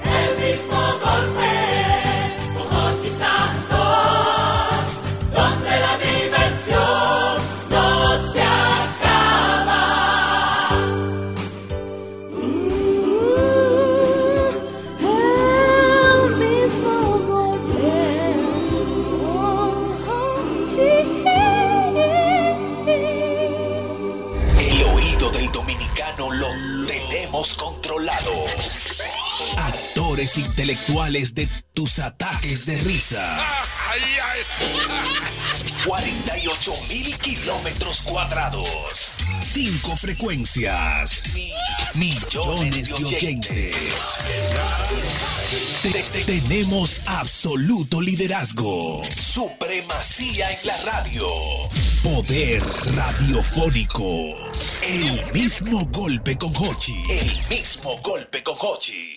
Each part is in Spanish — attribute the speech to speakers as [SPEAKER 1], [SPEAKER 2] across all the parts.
[SPEAKER 1] El mismo golpe, con Mochi Santos, donde la diversión no se acaba. el mismo golpe,
[SPEAKER 2] El oído del dominicano lo tenemos controlado. Actores intelectuales de tus ataques de risa. 48 mil kilómetros cuadrados. Cinco frecuencias. Millones de oyentes. Te- te- Tenemos absoluto liderazgo. Supremacía en la radio. Poder radiofónico. El mismo golpe con Hochi. El mismo golpe con Hochi.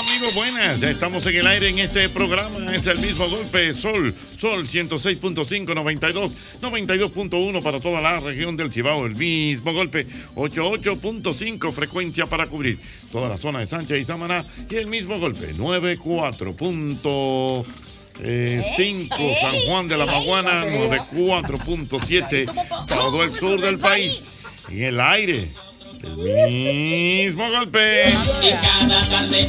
[SPEAKER 3] amigos, buenas. Ya estamos en el aire en este programa. Es el mismo golpe. Sol, Sol 106.5, 92, 92.1 para toda la región del Cibao. El mismo golpe. 88.5 frecuencia para cubrir toda la zona de Sánchez y Samaná. Y el mismo golpe. 94.5 San Juan de la Maguana, 94.7 todo el sur del país. En el aire, el mismo golpe.
[SPEAKER 1] Y cada tarde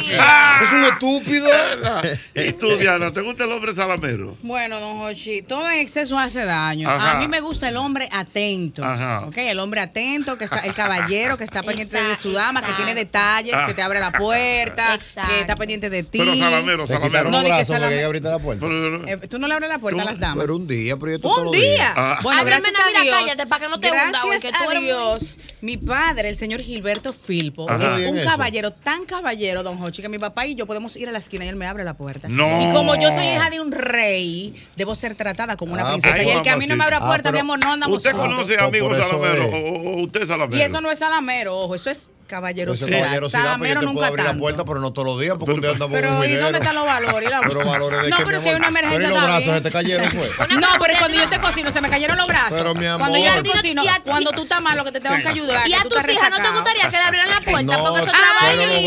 [SPEAKER 4] Es un estúpido.
[SPEAKER 3] Ah. ¿Y tú, Diana, te gusta el hombre salamero?
[SPEAKER 5] Bueno, don Jochi, todo en exceso hace daño.
[SPEAKER 3] Ajá.
[SPEAKER 5] A mí me gusta el hombre atento.
[SPEAKER 3] Ajá.
[SPEAKER 5] ¿ok? El hombre atento, que está, el caballero que está pendiente de su dama, que
[SPEAKER 6] Exacto.
[SPEAKER 5] tiene detalles, que te abre la puerta,
[SPEAKER 6] Exacto.
[SPEAKER 5] que está pendiente de ti.
[SPEAKER 3] Pero salamero,
[SPEAKER 7] Te
[SPEAKER 3] salamero.
[SPEAKER 7] quitaron
[SPEAKER 5] No,
[SPEAKER 7] los
[SPEAKER 5] ni que
[SPEAKER 7] brazos
[SPEAKER 5] salame-
[SPEAKER 7] porque ella abriste la puerta.
[SPEAKER 3] Pero-
[SPEAKER 5] Eh, Tú no le abres la puerta a las damas.
[SPEAKER 7] Pero un día, pero yo esto
[SPEAKER 5] Un
[SPEAKER 7] todos los días.
[SPEAKER 5] día.
[SPEAKER 3] Ah.
[SPEAKER 5] Bueno,
[SPEAKER 6] Ay,
[SPEAKER 5] gracias
[SPEAKER 6] nena,
[SPEAKER 5] a
[SPEAKER 6] mira,
[SPEAKER 5] Dios.
[SPEAKER 6] cállate, pa' que no te
[SPEAKER 5] gracias
[SPEAKER 6] hunda, güey, que tú
[SPEAKER 5] a
[SPEAKER 6] eres muy-
[SPEAKER 5] Dios. Mi padre, el señor Gilberto Filpo,
[SPEAKER 3] Ajá.
[SPEAKER 5] es
[SPEAKER 7] Bien
[SPEAKER 5] un
[SPEAKER 7] eso.
[SPEAKER 5] caballero tan caballero, don Hochi, que mi papá y yo podemos ir a la esquina y él me abre la puerta.
[SPEAKER 3] No.
[SPEAKER 5] Y como yo soy hija de un rey, debo ser tratada como una
[SPEAKER 7] Ah,
[SPEAKER 5] princesa.
[SPEAKER 3] pues,
[SPEAKER 5] y el que a mí no me abre la
[SPEAKER 7] mamacita.
[SPEAKER 5] puerta,
[SPEAKER 7] Ah,
[SPEAKER 5] mi
[SPEAKER 7] pero
[SPEAKER 5] amor, no andamos
[SPEAKER 3] ¿Usted
[SPEAKER 5] juntos.
[SPEAKER 3] conoce
[SPEAKER 7] Ah,
[SPEAKER 3] amigos
[SPEAKER 7] por eso
[SPEAKER 3] salamero
[SPEAKER 7] es.
[SPEAKER 3] o, o usted salamero?
[SPEAKER 5] Y eso no es salamero, ojo, eso es caballerosidad.
[SPEAKER 7] Ese caballerosidad, pues, yo
[SPEAKER 5] salamero
[SPEAKER 7] te puedo
[SPEAKER 5] nunca
[SPEAKER 7] abrir la
[SPEAKER 5] tanto.
[SPEAKER 7] puerta, pero no todos los días, porque un día andamos con un
[SPEAKER 5] Pero, ¿y
[SPEAKER 7] dinero.
[SPEAKER 5] dónde están los valores? Y la-
[SPEAKER 7] Pero valores de
[SPEAKER 5] no,
[SPEAKER 7] que,
[SPEAKER 5] pero
[SPEAKER 7] mi
[SPEAKER 5] si hay
[SPEAKER 7] amor,
[SPEAKER 5] una emergencia
[SPEAKER 7] Pero y los
[SPEAKER 5] está
[SPEAKER 7] brazos
[SPEAKER 5] bien.
[SPEAKER 7] se te cayeron, fue.
[SPEAKER 5] No, pero cuando yo te cocino se me cayeron los brazos.
[SPEAKER 7] Pero, mi amor.
[SPEAKER 5] cuando yo te
[SPEAKER 6] Y a ti no-
[SPEAKER 5] cocino,
[SPEAKER 6] y a ti-
[SPEAKER 5] cuando tú estás mal, lo que te tengo que ayudar.
[SPEAKER 6] Y
[SPEAKER 5] que
[SPEAKER 6] a
[SPEAKER 5] tú
[SPEAKER 6] tus
[SPEAKER 5] estás
[SPEAKER 6] hijas no te
[SPEAKER 5] resacado.
[SPEAKER 6] gustaría que le abrieran la puerta porque eso
[SPEAKER 7] pero
[SPEAKER 6] trabaja
[SPEAKER 7] los
[SPEAKER 6] y a
[SPEAKER 7] brazos
[SPEAKER 6] tus
[SPEAKER 7] se-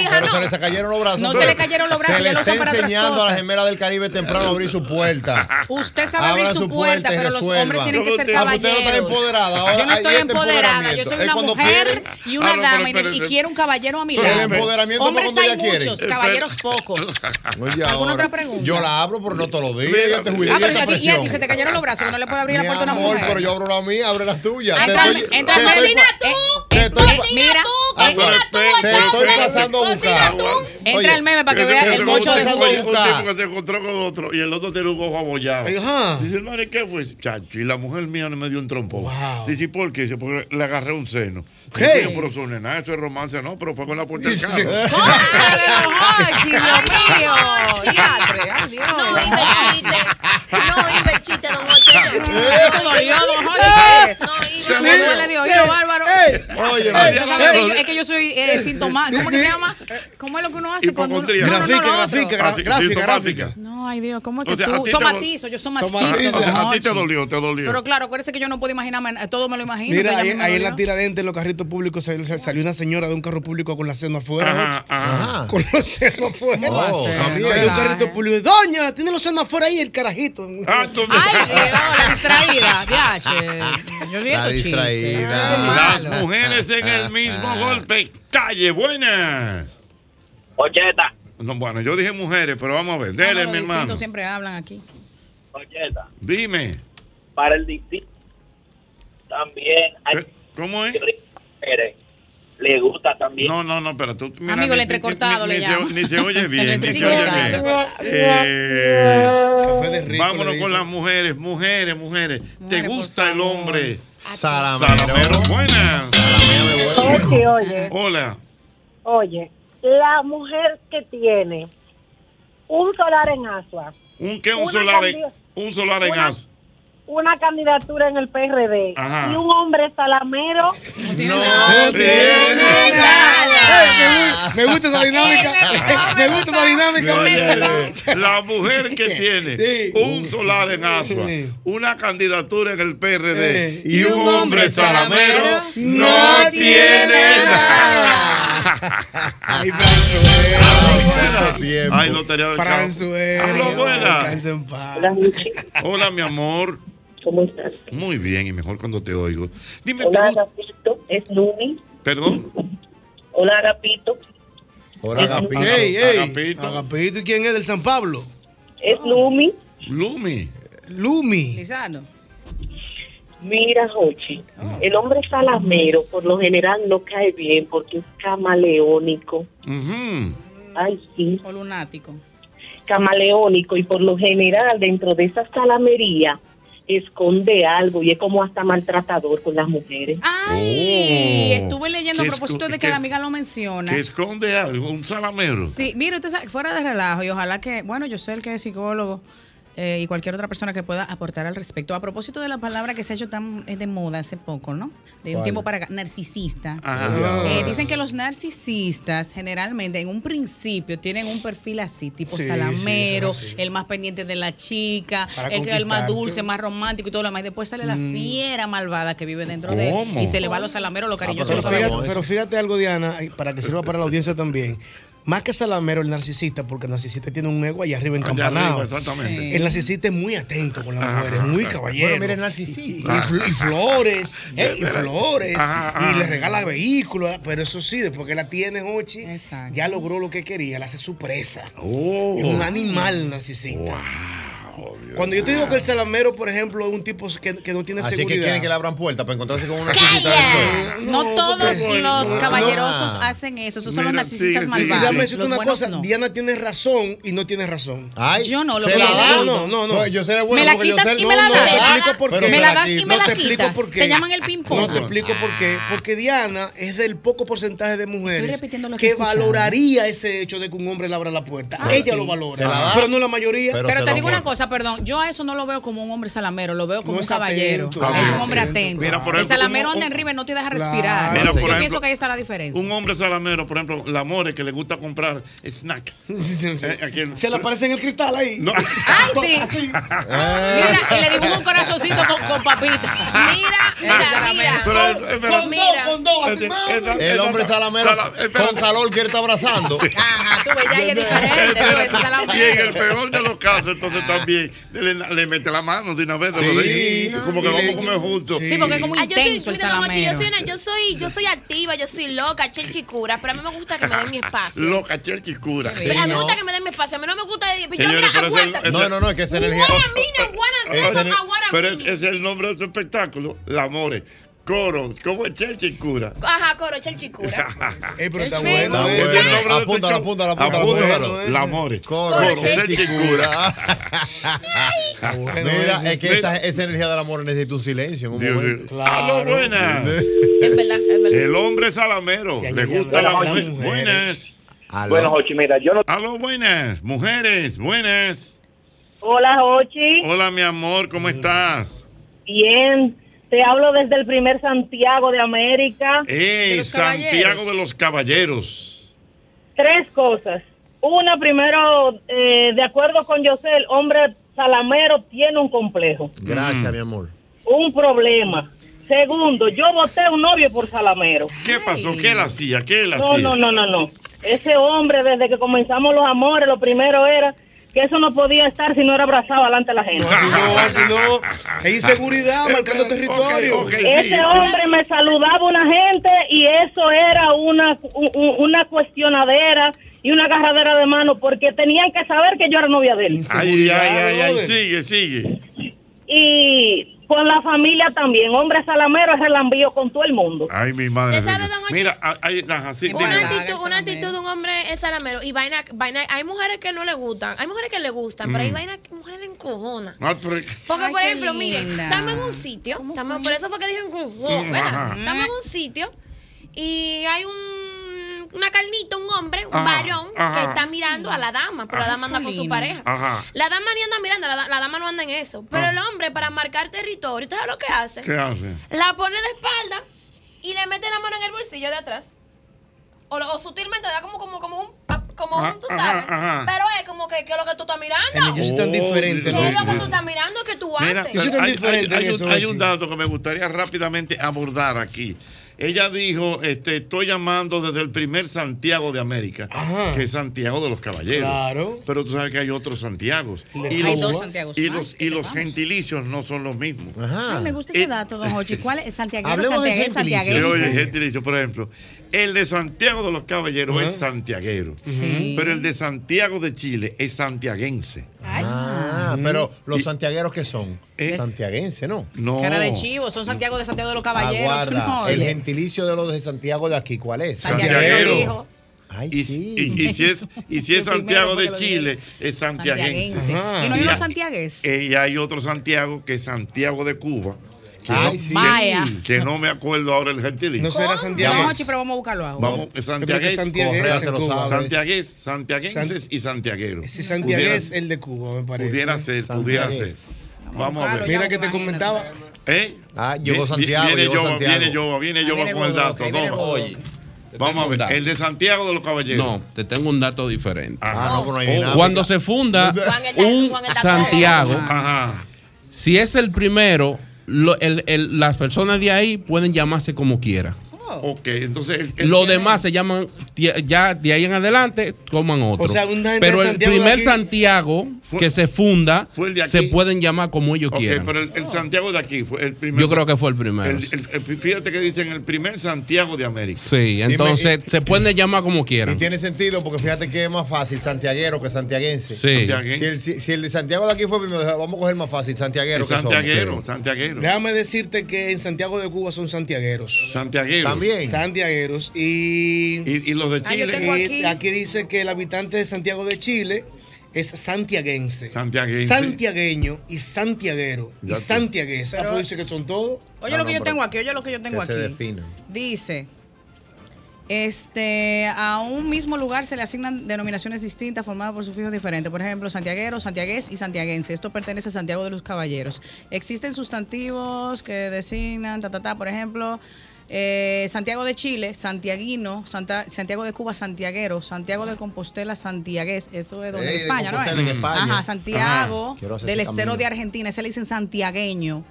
[SPEAKER 6] hijas
[SPEAKER 7] pero se
[SPEAKER 6] no.
[SPEAKER 7] les cayeron los brazos.
[SPEAKER 5] No se
[SPEAKER 7] pero
[SPEAKER 5] le cayeron los brazos,
[SPEAKER 7] Se le
[SPEAKER 5] ya lo
[SPEAKER 7] está
[SPEAKER 5] usan para otras
[SPEAKER 7] enseñando a las
[SPEAKER 5] cosas.
[SPEAKER 7] gemelas del Caribe temprano a abrir su puerta.
[SPEAKER 5] Usted sabe abrir
[SPEAKER 7] Abra
[SPEAKER 5] su
[SPEAKER 7] su
[SPEAKER 5] puerta,
[SPEAKER 7] puerta y
[SPEAKER 5] pero los
[SPEAKER 7] resuelva.
[SPEAKER 5] hombres tienen que ser
[SPEAKER 3] Ah,
[SPEAKER 7] Ah, usted no está
[SPEAKER 5] caballeros.
[SPEAKER 7] empoderada. Ahora,
[SPEAKER 5] Yo no
[SPEAKER 7] ahí
[SPEAKER 5] estoy
[SPEAKER 7] este
[SPEAKER 5] empoderada, yo
[SPEAKER 7] empoderamiento.
[SPEAKER 5] soy
[SPEAKER 7] Es
[SPEAKER 5] una
[SPEAKER 7] cuando
[SPEAKER 5] mujer
[SPEAKER 7] quiere-
[SPEAKER 5] y
[SPEAKER 3] Ah,
[SPEAKER 5] una
[SPEAKER 3] no,
[SPEAKER 5] dama
[SPEAKER 3] pero
[SPEAKER 5] y- y
[SPEAKER 3] espérense.
[SPEAKER 5] quiero un caballero a mi
[SPEAKER 3] El
[SPEAKER 5] lado.
[SPEAKER 7] empoderamiento
[SPEAKER 5] Hombres
[SPEAKER 7] cuando
[SPEAKER 5] hay
[SPEAKER 7] ella quiere.
[SPEAKER 5] muchos, caballeros pocos.
[SPEAKER 7] Oye,
[SPEAKER 5] ¿Alguna
[SPEAKER 7] ahora,
[SPEAKER 5] otra pregunta?
[SPEAKER 7] Yo la abro, pero no todos los días.
[SPEAKER 3] Mira,
[SPEAKER 7] Ella te
[SPEAKER 5] Ah,
[SPEAKER 7] judía
[SPEAKER 5] pero
[SPEAKER 7] esta
[SPEAKER 5] y a ti- y a
[SPEAKER 7] presión.
[SPEAKER 5] ti se te cayeron los brazos, que no le puede abrir la
[SPEAKER 7] Mi
[SPEAKER 5] puerta a una
[SPEAKER 7] amor,
[SPEAKER 5] mujer.
[SPEAKER 7] pero yo abro la mía, abre la tuya.
[SPEAKER 5] Ah,
[SPEAKER 7] Te
[SPEAKER 5] entonces-
[SPEAKER 7] estoy-
[SPEAKER 5] entonces
[SPEAKER 7] te estoy-
[SPEAKER 6] Cocina tú,
[SPEAKER 7] te estoy-
[SPEAKER 6] cocina tú,
[SPEAKER 3] Ah, pero
[SPEAKER 6] cocina tú,
[SPEAKER 3] espérate,
[SPEAKER 7] Te estoy
[SPEAKER 3] Cocina
[SPEAKER 7] pasando a buscar.
[SPEAKER 6] tú.
[SPEAKER 5] Entra el meme para que
[SPEAKER 3] Ese
[SPEAKER 5] vea
[SPEAKER 3] que se
[SPEAKER 5] el mocho de
[SPEAKER 3] encontró-
[SPEAKER 5] jugo.
[SPEAKER 3] oye,
[SPEAKER 7] jugo.
[SPEAKER 3] Un tipo que se encontró con otro y el otro tiene un ojo abollado.
[SPEAKER 4] Ajá.
[SPEAKER 3] Dice, hermano, ¿y qué fue? Dice, Chacho, y la mujer mía me dio un trompón.
[SPEAKER 4] Wow.
[SPEAKER 3] Dice, ¿y por qué? Dice, porque le agarré un seno.
[SPEAKER 4] ¿Qué?
[SPEAKER 3] Dice, "Coño, pero eso no es nada, eso es romance, no, pero fue con la puerta del carro.
[SPEAKER 5] ¡Ay, Dios mío! Diatre, ¡Ay, Dios!
[SPEAKER 6] No, Iberchite. No, Iberchite, don Jorge.
[SPEAKER 5] Eso dolió, don Jorge.
[SPEAKER 6] No, Iber.
[SPEAKER 3] Se
[SPEAKER 5] Me duele de oído, bárbaro.
[SPEAKER 7] Oye,
[SPEAKER 3] Ey,
[SPEAKER 5] Tú
[SPEAKER 7] mira,
[SPEAKER 5] sabes que
[SPEAKER 3] ey.
[SPEAKER 5] yo- es que yo soy eh, sintomática. ¿Cómo que se llama? ¿Cómo es lo que uno hace cuando uno...
[SPEAKER 3] Hipocondría.
[SPEAKER 5] No, no, no,
[SPEAKER 4] Grafica,
[SPEAKER 5] lo otro.
[SPEAKER 4] grafica, gra-
[SPEAKER 3] Así,
[SPEAKER 4] gráfica,
[SPEAKER 3] sintomática.
[SPEAKER 4] gráfica.
[SPEAKER 5] No, ay Dios, ¿cómo es
[SPEAKER 3] O
[SPEAKER 5] que
[SPEAKER 3] sea, a
[SPEAKER 5] tú...?
[SPEAKER 3] ti te
[SPEAKER 5] Somatizo, yo somatizo.
[SPEAKER 4] Somatizo.
[SPEAKER 3] O sea,
[SPEAKER 5] don
[SPEAKER 3] a ti te
[SPEAKER 5] Hochi.
[SPEAKER 3] dolió, te dolió.
[SPEAKER 5] Pero claro, acuérdese que yo no puedo imaginarme, todo me lo imagino.
[SPEAKER 4] Mira,
[SPEAKER 5] pero
[SPEAKER 4] ahí,
[SPEAKER 5] ya me
[SPEAKER 4] ahí en
[SPEAKER 5] dolió.
[SPEAKER 4] la tiradente, en los carritos públicos, sal- sal- salió una señora de un carro público con la cena afuera.
[SPEAKER 3] Ajá, ajá.
[SPEAKER 4] Jochi. Con los senos afuera.
[SPEAKER 7] ¿Cómo va a ser?
[SPEAKER 4] Salió
[SPEAKER 5] Relaje.
[SPEAKER 4] un carrito público. Doña, tiene los senos afuera ahí el carajito.
[SPEAKER 3] Ah, tú me-
[SPEAKER 5] Ay, Dios, la distraída. Diache. Yo vi
[SPEAKER 7] La
[SPEAKER 5] estos chistes.
[SPEAKER 7] distraída.
[SPEAKER 5] Qué
[SPEAKER 3] Las
[SPEAKER 5] malo.
[SPEAKER 3] mujeres en
[SPEAKER 4] Ah,
[SPEAKER 3] el
[SPEAKER 5] Ah,
[SPEAKER 3] mismo golpe. Calle, buenas.
[SPEAKER 1] Ocheta,
[SPEAKER 3] No, bueno, yo dije mujeres, pero vamos a ver. Dele,
[SPEAKER 5] Los
[SPEAKER 3] mi
[SPEAKER 5] distintos
[SPEAKER 3] hermano.
[SPEAKER 5] siempre hablan aquí.
[SPEAKER 1] ocheta.
[SPEAKER 3] Dime.
[SPEAKER 1] Para el distinto también hay
[SPEAKER 3] ¿qué- ¿Cómo es?
[SPEAKER 1] que mujeres. Le gusta también.
[SPEAKER 3] No, no, no, pero tú. mira,
[SPEAKER 5] Amigo, el
[SPEAKER 3] ni-
[SPEAKER 5] entrecortado
[SPEAKER 3] ni-
[SPEAKER 5] le
[SPEAKER 3] ni se-
[SPEAKER 5] llama.
[SPEAKER 3] Ni se oye bien,
[SPEAKER 5] El
[SPEAKER 3] ni se oye bien.
[SPEAKER 5] entrecortado.
[SPEAKER 3] Eh,
[SPEAKER 4] Café de rico,
[SPEAKER 3] vámonos
[SPEAKER 4] le
[SPEAKER 3] con
[SPEAKER 4] dicen.
[SPEAKER 3] las mujeres, mujeres, mujeres. ¿Te
[SPEAKER 5] Mujeres, por
[SPEAKER 3] gusta el
[SPEAKER 5] favor.
[SPEAKER 3] hombre salamero?
[SPEAKER 7] Salamero.
[SPEAKER 3] Buenas.
[SPEAKER 8] Oye, oye,
[SPEAKER 3] Hola.
[SPEAKER 8] oye, la mujer que tiene un solar en Asua,
[SPEAKER 3] ¿Un qué? Un
[SPEAKER 8] Una
[SPEAKER 3] solar en,
[SPEAKER 8] candida-
[SPEAKER 3] un solar en
[SPEAKER 8] una-
[SPEAKER 3] as.
[SPEAKER 8] una candidatura en el PRD
[SPEAKER 3] Ajá.
[SPEAKER 8] y un hombre salamero,
[SPEAKER 7] No tiene nada.
[SPEAKER 4] Me gusta esa dinámica. Me gusta esa dinámica.
[SPEAKER 3] Oye, La mujer que tiene
[SPEAKER 4] Sí.
[SPEAKER 3] un solar en Asua,
[SPEAKER 4] Sí.
[SPEAKER 3] una candidatura en el PRD
[SPEAKER 4] Sí.
[SPEAKER 3] y un hombre salamero no
[SPEAKER 4] no
[SPEAKER 3] tiene
[SPEAKER 4] tiene
[SPEAKER 3] nada.
[SPEAKER 4] Ay, Franzuela.
[SPEAKER 7] Tanto tiempo.
[SPEAKER 3] Ay, no tenía el cabo. Aló, buena.
[SPEAKER 4] Descansa en paz.
[SPEAKER 3] Hola, mi amor.
[SPEAKER 8] ¿cómo estás?
[SPEAKER 3] Muy bien, y mejor cuando te oigo. Dime,
[SPEAKER 8] Hola,
[SPEAKER 3] te gu-
[SPEAKER 8] Agapito, es Lumi.
[SPEAKER 3] perdón.
[SPEAKER 8] Hola, Agapito,
[SPEAKER 7] Ahora, Agapito.
[SPEAKER 4] Ey, ey.
[SPEAKER 3] Agapito.
[SPEAKER 4] Agapito. ¿Y quién es? ¿Del San Pablo?
[SPEAKER 8] es Lumi.
[SPEAKER 3] Lumi.
[SPEAKER 4] Lumi.
[SPEAKER 5] Lizardo.
[SPEAKER 8] Mira, Jochi, el hombre salamero por lo general no cae bien porque es camaleónico.
[SPEAKER 3] Ujú.
[SPEAKER 8] Ay, sí.
[SPEAKER 5] O lunático.
[SPEAKER 8] camaleónico y por lo general dentro de esas calamerías esconde algo y es como hasta maltratador con las mujeres.
[SPEAKER 5] Ah, Ay,
[SPEAKER 4] Oh.
[SPEAKER 5] estuve leyendo a
[SPEAKER 3] Que
[SPEAKER 5] propósito
[SPEAKER 3] escu-
[SPEAKER 5] de que,
[SPEAKER 3] que-
[SPEAKER 5] la amiga lo menciona.
[SPEAKER 3] Que esconde algo, un salamero.
[SPEAKER 5] Sí, mire, usted sabe, fuera de relajo y ojalá que, bueno, yo sé el que es psicólogo eh, y cualquier otra persona que pueda aportar al respecto. A propósito de la palabra que se ha hecho tan eh, de moda hace poco, ¿no? De un
[SPEAKER 9] ¿Cuál?
[SPEAKER 5] tiempo para acá, narcisista.
[SPEAKER 4] Ah,
[SPEAKER 9] Ajá.
[SPEAKER 5] Eh, dicen que los narcisistas generalmente en un principio tienen un perfil así, tipo
[SPEAKER 9] Sí, sí,
[SPEAKER 5] salamero,
[SPEAKER 9] son así.
[SPEAKER 5] el más pendiente de la chica,
[SPEAKER 9] Para
[SPEAKER 5] el, que es el más
[SPEAKER 9] conquistarte.
[SPEAKER 5] dulce, más romántico y todo lo demás. Y después sale la
[SPEAKER 4] Mm.
[SPEAKER 5] fiera malvada que vive dentro
[SPEAKER 4] ¿Cómo? Ah,
[SPEAKER 5] de él y se le va a los salameros, los cariñosos.
[SPEAKER 4] Pero
[SPEAKER 5] los
[SPEAKER 4] fíjate,
[SPEAKER 5] salameros.
[SPEAKER 4] pero fíjate algo, Diana, y para que sirva para la audiencia también. Más que salamero, el narcisista, porque el narcisista tiene un ego allá arriba encampanado.
[SPEAKER 3] arriba, exactamente. Sí.
[SPEAKER 4] El narcisista es muy atento con las
[SPEAKER 3] Ajá,
[SPEAKER 4] mujeres, muy
[SPEAKER 3] ajá.
[SPEAKER 4] caballero.
[SPEAKER 3] Bueno, mira,
[SPEAKER 4] el Y,
[SPEAKER 7] narcisista.
[SPEAKER 4] fl- y flores, eh, y
[SPEAKER 3] Espera.
[SPEAKER 4] flores.
[SPEAKER 3] Ajá,
[SPEAKER 4] Y le
[SPEAKER 3] ajá.
[SPEAKER 4] regala vehículos. eh, Pero eso sí, después que la tiene, Hochi, ya logró lo que quería, la hace su presa. Es un animal narcisista.
[SPEAKER 3] Oh,
[SPEAKER 4] Cuando yo te digo que el salamero, por ejemplo, es un tipo que, que no tiene
[SPEAKER 7] Así
[SPEAKER 4] seguridad.
[SPEAKER 7] que quieren que le abran puertas para encontrarse con una narcisista después.
[SPEAKER 5] No, todos
[SPEAKER 4] porque-
[SPEAKER 5] los
[SPEAKER 7] Ah.
[SPEAKER 5] caballerosos hacen eso. Esos son los
[SPEAKER 7] Mira,
[SPEAKER 5] narcisistas
[SPEAKER 7] sí, sí,
[SPEAKER 5] malvados.
[SPEAKER 7] sí.
[SPEAKER 4] Déjame decirte
[SPEAKER 5] Los
[SPEAKER 4] una
[SPEAKER 5] buenos
[SPEAKER 4] cosa,
[SPEAKER 5] no.
[SPEAKER 4] Diana tiene razón y no tiene razón.
[SPEAKER 7] Ay,
[SPEAKER 5] Yo no, lo
[SPEAKER 4] se
[SPEAKER 5] que
[SPEAKER 4] la
[SPEAKER 5] yo
[SPEAKER 4] da,
[SPEAKER 5] digo.
[SPEAKER 4] no, no, no.
[SPEAKER 7] No, yo sé la
[SPEAKER 5] buena Me la porque yo quitas sé- y me la
[SPEAKER 4] No,
[SPEAKER 5] das.
[SPEAKER 4] No, te explico
[SPEAKER 5] Pero
[SPEAKER 4] por qué.
[SPEAKER 5] me la das y me
[SPEAKER 4] No
[SPEAKER 5] la
[SPEAKER 4] te explico
[SPEAKER 5] quitas.
[SPEAKER 4] por qué.
[SPEAKER 5] Te llaman el ping-pong.
[SPEAKER 4] No te explico por qué. Porque Diana es del poco porcentaje de mujeres
[SPEAKER 5] repitiendo lo que
[SPEAKER 4] que
[SPEAKER 5] escuchaba.
[SPEAKER 4] valoraría ese hecho de que un hombre le abra la puerta.
[SPEAKER 5] Ah,
[SPEAKER 4] Ella
[SPEAKER 5] sí.
[SPEAKER 4] lo
[SPEAKER 7] Se la
[SPEAKER 4] valora,
[SPEAKER 7] da.
[SPEAKER 4] pero no la mayoría.
[SPEAKER 7] Pero
[SPEAKER 5] Pero te digo una cosa, perdón, yo a eso no lo veo como un hombre salamero, lo veo como
[SPEAKER 4] No
[SPEAKER 5] un
[SPEAKER 4] es
[SPEAKER 5] caballero,
[SPEAKER 4] atento.
[SPEAKER 5] es un
[SPEAKER 3] Atento.
[SPEAKER 5] hombre atento.
[SPEAKER 3] Mira, por
[SPEAKER 5] el
[SPEAKER 3] ejemplo,
[SPEAKER 5] salamero
[SPEAKER 3] un-
[SPEAKER 5] anda en River, no te deja respirar.
[SPEAKER 3] Mira, por
[SPEAKER 5] yo
[SPEAKER 3] ejemplo,
[SPEAKER 5] pienso que ahí está la diferencia.
[SPEAKER 3] Un hombre salamero, por ejemplo, la More, que le gusta comprar snacks. Eh, aquel-
[SPEAKER 4] Se le aparece en el cristal ahí.
[SPEAKER 3] No. Ah.
[SPEAKER 5] Ay, sí. Mira, y le dibujo un corazoncito con, con papitas. Mira, mira, mira.
[SPEAKER 3] Pero es- es verdad.
[SPEAKER 5] así, mami.
[SPEAKER 7] El hombre salamero con calor que él está abrazando.
[SPEAKER 5] Ajá, tú ves, ya ahí es diferente. pues. tú ves, salamero.
[SPEAKER 3] Y en el peor de los casos, entonces también le, le mete la mano de una vez. a los de- como que vamos a comer juntos.
[SPEAKER 5] Sí, porque es como
[SPEAKER 6] Ah, yo soy-
[SPEAKER 5] intenso el
[SPEAKER 6] mira, mamá,
[SPEAKER 5] salamero.
[SPEAKER 6] Yo soy, una- yo soy, yo soy activa, yo soy loca, chelchicura, pero a mí me gusta que me den mi espacio.
[SPEAKER 3] Loca, chelchicura.
[SPEAKER 6] Pero a mí me gusta que me den mi espacio, a mí no me gusta. Yo,
[SPEAKER 3] Señores,
[SPEAKER 6] mira,
[SPEAKER 3] pero es el-
[SPEAKER 6] aguanta.
[SPEAKER 3] es el- No, no, no, es que esa energía-
[SPEAKER 6] What I mean, what I
[SPEAKER 3] Ese
[SPEAKER 6] said,
[SPEAKER 3] es-
[SPEAKER 6] what I
[SPEAKER 3] pero
[SPEAKER 6] mean.
[SPEAKER 3] es, es el nombre de su espectáculo, La More. Coro, ¿cómo es chelchicura?
[SPEAKER 6] Ajá, coro, chelchicura.
[SPEAKER 4] Ey, pero está
[SPEAKER 6] Me
[SPEAKER 4] bueno.
[SPEAKER 3] gusta.
[SPEAKER 4] eh.
[SPEAKER 3] Está bueno. Apúntalo, apúntalo, apúntalo, apúntalo.
[SPEAKER 7] apúntalo.
[SPEAKER 3] La More.
[SPEAKER 7] Coro, chelchicura. Mira, es que esa, esa energía del amor necesita un silencio en un momento.
[SPEAKER 3] Claro. Ah, buena.
[SPEAKER 6] Es verdad, es verdad.
[SPEAKER 3] El hombre salamero. Le gusta la mujer. Buenas.
[SPEAKER 10] Bueno, Jochi, mira, yo no.
[SPEAKER 3] Aló, buenas. Mujeres, buenas.
[SPEAKER 8] Hola, Jochi.
[SPEAKER 3] Hola, mi amor, ¿cómo estás?
[SPEAKER 8] Bien, te hablo desde el primer Santiago de América.
[SPEAKER 3] Hey, Santiago de los Caballeros.
[SPEAKER 8] Tres cosas. Una, primero, eh, de acuerdo con José, el hombre salamero tiene un complejo,
[SPEAKER 3] Mm.
[SPEAKER 7] Gracias, mi amor.
[SPEAKER 8] un problema. Segundo, yo voté un novio por salamero.
[SPEAKER 3] ¿Qué pasó? ¿Qué él hacía? ¿Qué él
[SPEAKER 8] No,
[SPEAKER 3] hacía?
[SPEAKER 8] no, no, no, no. Ese hombre, desde que comenzamos los amores, lo primero era que eso no podía estar si no era abrazado delante de la gente.
[SPEAKER 4] no. Es
[SPEAKER 3] Ah.
[SPEAKER 4] inseguridad, marcando territorio.
[SPEAKER 8] Ese hombre me saludaba una gente y eso era una, u- u- una cuestionadera y una agarradera de mano porque tenían que saber que yo era novia de él.
[SPEAKER 3] Ay, ay, ay, ay, sigue, sigue.
[SPEAKER 8] Y con la familia también. Hombre salamero es relambío con todo el mundo.
[SPEAKER 3] Ay, mi madre.
[SPEAKER 6] ¿Usted sabe, don Ochi?
[SPEAKER 3] Mira, ah, ahí, ajá, sí,
[SPEAKER 6] Una
[SPEAKER 3] dime.
[SPEAKER 6] actitud, una actitud de un hombre es salamero y vaina, vaina, hay mujeres que no le gustan, hay mujeres que le gustan, pero hay
[SPEAKER 3] Mm.
[SPEAKER 6] vainas que mujeres le encojonan.
[SPEAKER 3] Ah, pero-
[SPEAKER 6] Porque,
[SPEAKER 5] Ay,
[SPEAKER 6] por
[SPEAKER 5] qué
[SPEAKER 6] ejemplo, miren,
[SPEAKER 5] linda.
[SPEAKER 6] estamos en un sitio, estamos- por eso fue que dije incluso,
[SPEAKER 3] Mm,
[SPEAKER 6] ¿verdad?
[SPEAKER 3] ajá.
[SPEAKER 6] Estamos en un sitio y hay un, una carnita, un hombre, un
[SPEAKER 3] Ajá,
[SPEAKER 6] varón, que
[SPEAKER 3] ajá.
[SPEAKER 6] está mirando a la dama, pero la dama anda con su pareja.
[SPEAKER 3] Ajá.
[SPEAKER 6] La dama ni anda mirando, la, da- la dama no anda en eso. Pero
[SPEAKER 3] Ah.
[SPEAKER 6] el hombre, para marcar territorio, ¿usted sabe lo que hace?
[SPEAKER 3] ¿Qué hace?
[SPEAKER 6] La pone de espalda y le mete la mano en el bolsillo de atrás. O, lo- o sutilmente da como, como, como un, pap- como
[SPEAKER 3] Ah,
[SPEAKER 6] un, tú
[SPEAKER 3] ajá,
[SPEAKER 6] sabes.
[SPEAKER 3] ajá.
[SPEAKER 6] Pero es como que, ¿qué es lo que tú estás mirando?
[SPEAKER 4] Nene, yo soy tan diferente.
[SPEAKER 6] ¿Qué es lo
[SPEAKER 4] loco.
[SPEAKER 6] que tú estás mirando que tú
[SPEAKER 3] Mira,
[SPEAKER 6] haces?
[SPEAKER 3] pero hay, hay-
[SPEAKER 4] diferente
[SPEAKER 3] hay
[SPEAKER 4] en
[SPEAKER 3] un,
[SPEAKER 4] eso,
[SPEAKER 3] hay un
[SPEAKER 4] Ochi.
[SPEAKER 3] dato que me gustaría rápidamente abordar aquí. Ella dijo, este, estoy llamando desde el primer Santiago de América, que es Santiago de los Caballeros.
[SPEAKER 4] Claro.
[SPEAKER 3] Pero tú sabes que hay otros Santiagos.
[SPEAKER 5] Hay dos Santiagos más,
[SPEAKER 3] y los,
[SPEAKER 5] que
[SPEAKER 3] y los
[SPEAKER 5] sepamos.
[SPEAKER 3] gentilicios no son los mismos.
[SPEAKER 5] Ay, me gusta ese dato, don Hochi. ¿Cuál es? Santiaguero,
[SPEAKER 3] Hablemos de
[SPEAKER 5] santiaguero,
[SPEAKER 3] gentilicio.
[SPEAKER 5] santiaguero.
[SPEAKER 3] Oye, gentilicio, por ejemplo, el de Santiago de los Caballeros es santiaguero,
[SPEAKER 7] Sí.
[SPEAKER 3] pero el de Santiago de Chile es santiaguense.
[SPEAKER 7] Ah, pero los santiagueros que son santiaguenses, ¿no?
[SPEAKER 3] No.
[SPEAKER 5] Cara de chivo, son Santiago de Santiago de los Caballeros. tú
[SPEAKER 7] Aguarda,
[SPEAKER 5] no
[SPEAKER 7] el
[SPEAKER 5] oyes.
[SPEAKER 7] gentilicio de los de Santiago de aquí, ¿cuál es?
[SPEAKER 5] Santiaguero. Santiaguero.
[SPEAKER 3] y, y- y si es, y si es
[SPEAKER 5] Lo primero
[SPEAKER 3] Santiago
[SPEAKER 5] porque
[SPEAKER 3] de
[SPEAKER 5] lo
[SPEAKER 3] Chile, es santiaguense.
[SPEAKER 5] Santiaguense. Y no hay
[SPEAKER 3] Y
[SPEAKER 5] unos
[SPEAKER 3] a-
[SPEAKER 5] santiagues.
[SPEAKER 3] eh, y hay otro Santiago que es Santiago de Cuba. Que,
[SPEAKER 5] Ay,
[SPEAKER 3] no,
[SPEAKER 5] sí.
[SPEAKER 3] que-
[SPEAKER 5] Vaya.
[SPEAKER 3] que no me acuerdo ahora el gentilicio.
[SPEAKER 4] No será Santiago.
[SPEAKER 5] No, Hochi, pero vamos a buscarlo ahora.
[SPEAKER 3] Vamos, santiagués,
[SPEAKER 4] santiaguense
[SPEAKER 3] correcto,
[SPEAKER 4] en Cuba.
[SPEAKER 3] santiagués, santiaguenses y santiagueros.
[SPEAKER 4] Si Santiago es el de Cuba, me parece.
[SPEAKER 3] Pudiera ser, pudiera ser. Vamos a ver.
[SPEAKER 4] Mira que te comentaba.
[SPEAKER 3] ¿Eh?
[SPEAKER 7] Ah, llegó
[SPEAKER 3] Vi-
[SPEAKER 7] Santiago,
[SPEAKER 3] Viene
[SPEAKER 7] llegó
[SPEAKER 3] Yoba,
[SPEAKER 7] Santiago.
[SPEAKER 3] viene Yoba, viene
[SPEAKER 7] Ah,
[SPEAKER 3] Yoba
[SPEAKER 7] viene
[SPEAKER 3] con el
[SPEAKER 7] Godoy,
[SPEAKER 3] dato.
[SPEAKER 7] ok, viene
[SPEAKER 3] toma.
[SPEAKER 7] Godoy.
[SPEAKER 3] Oye, Vamos a
[SPEAKER 11] un
[SPEAKER 3] ver.
[SPEAKER 11] dato.
[SPEAKER 3] El de Santiago de los Caballeros.
[SPEAKER 11] No, te tengo un dato diferente.
[SPEAKER 3] Ah, no, pero no hay dinámica.
[SPEAKER 11] Cuando se funda
[SPEAKER 3] Juan el da-
[SPEAKER 11] un
[SPEAKER 3] Juan el dato
[SPEAKER 11] Santiago,
[SPEAKER 3] de- Ajá.
[SPEAKER 11] si es el primero, lo- el- el- las personas de ahí pueden llamarse como quiera.
[SPEAKER 5] Oh.
[SPEAKER 3] Ok, entonces.
[SPEAKER 11] Los demás se llaman, tie- ya de ahí en adelante, toman otro.
[SPEAKER 4] O sea, una gente
[SPEAKER 11] pero
[SPEAKER 4] de
[SPEAKER 11] el
[SPEAKER 4] Santiago de
[SPEAKER 11] primer
[SPEAKER 4] aquí-
[SPEAKER 11] Santiago que se funda, se pueden llamar como ellos
[SPEAKER 3] Ok,
[SPEAKER 11] quieran.
[SPEAKER 3] pero el, el
[SPEAKER 4] Oh.
[SPEAKER 3] Santiago de aquí fue el primero.
[SPEAKER 11] Yo creo que fue el primero. sí.
[SPEAKER 3] fíjate que dicen el primer Santiago de América.
[SPEAKER 11] Sí, entonces se pueden llamar como
[SPEAKER 7] Y
[SPEAKER 11] quieran.
[SPEAKER 7] tiene sentido porque fíjate que es más fácil santiaguero que santiaguense.
[SPEAKER 11] Sí.
[SPEAKER 7] Si el, si- si el de Santiago de aquí fue primero, vamos a coger más fácil santiaguero que somos. Sí.
[SPEAKER 3] santiaguero.
[SPEAKER 4] Déjame decirte que en Santiago de Cuba son santiagueros.
[SPEAKER 3] Santiagueros.
[SPEAKER 7] También.
[SPEAKER 4] Santiagueros. Y,
[SPEAKER 3] y, los de
[SPEAKER 7] Ah, yo Chile. tengo aquí.
[SPEAKER 4] dice que el habitante de Santiago de Chile es santiaguense.
[SPEAKER 3] Santiaguense.
[SPEAKER 4] Santiagueño y santiaguero.
[SPEAKER 3] Ya
[SPEAKER 4] y
[SPEAKER 3] tú.
[SPEAKER 4] santiagués. Ah,
[SPEAKER 5] Pero-
[SPEAKER 4] pues dice que son todos.
[SPEAKER 5] Oye lo que yo tengo aquí, oye lo que yo tengo aquí. Dice, este, a un mismo lugar se le asignan denominaciones distintas formadas por sufijos diferentes. Por ejemplo, santiaguero, santiagués y santiaguense. Esto pertenece a Santiago de los Caballeros. Existen sustantivos que designan, ta, ta, ta, por ejemplo... eh, Santiago de Chile, Santiaguino, Santa- Santiago de Cuba, Santiaguero, Santiago de Compostela, Santiagués, eso es donde
[SPEAKER 7] Ey, de
[SPEAKER 5] España, ¿no? es?
[SPEAKER 7] Compostela, en España.
[SPEAKER 5] Ajá, Santiago
[SPEAKER 7] Ajá, quiero hacer
[SPEAKER 5] del
[SPEAKER 7] ese
[SPEAKER 5] estero de
[SPEAKER 7] camino.
[SPEAKER 5] Argentina, ese le dicen santiagueño.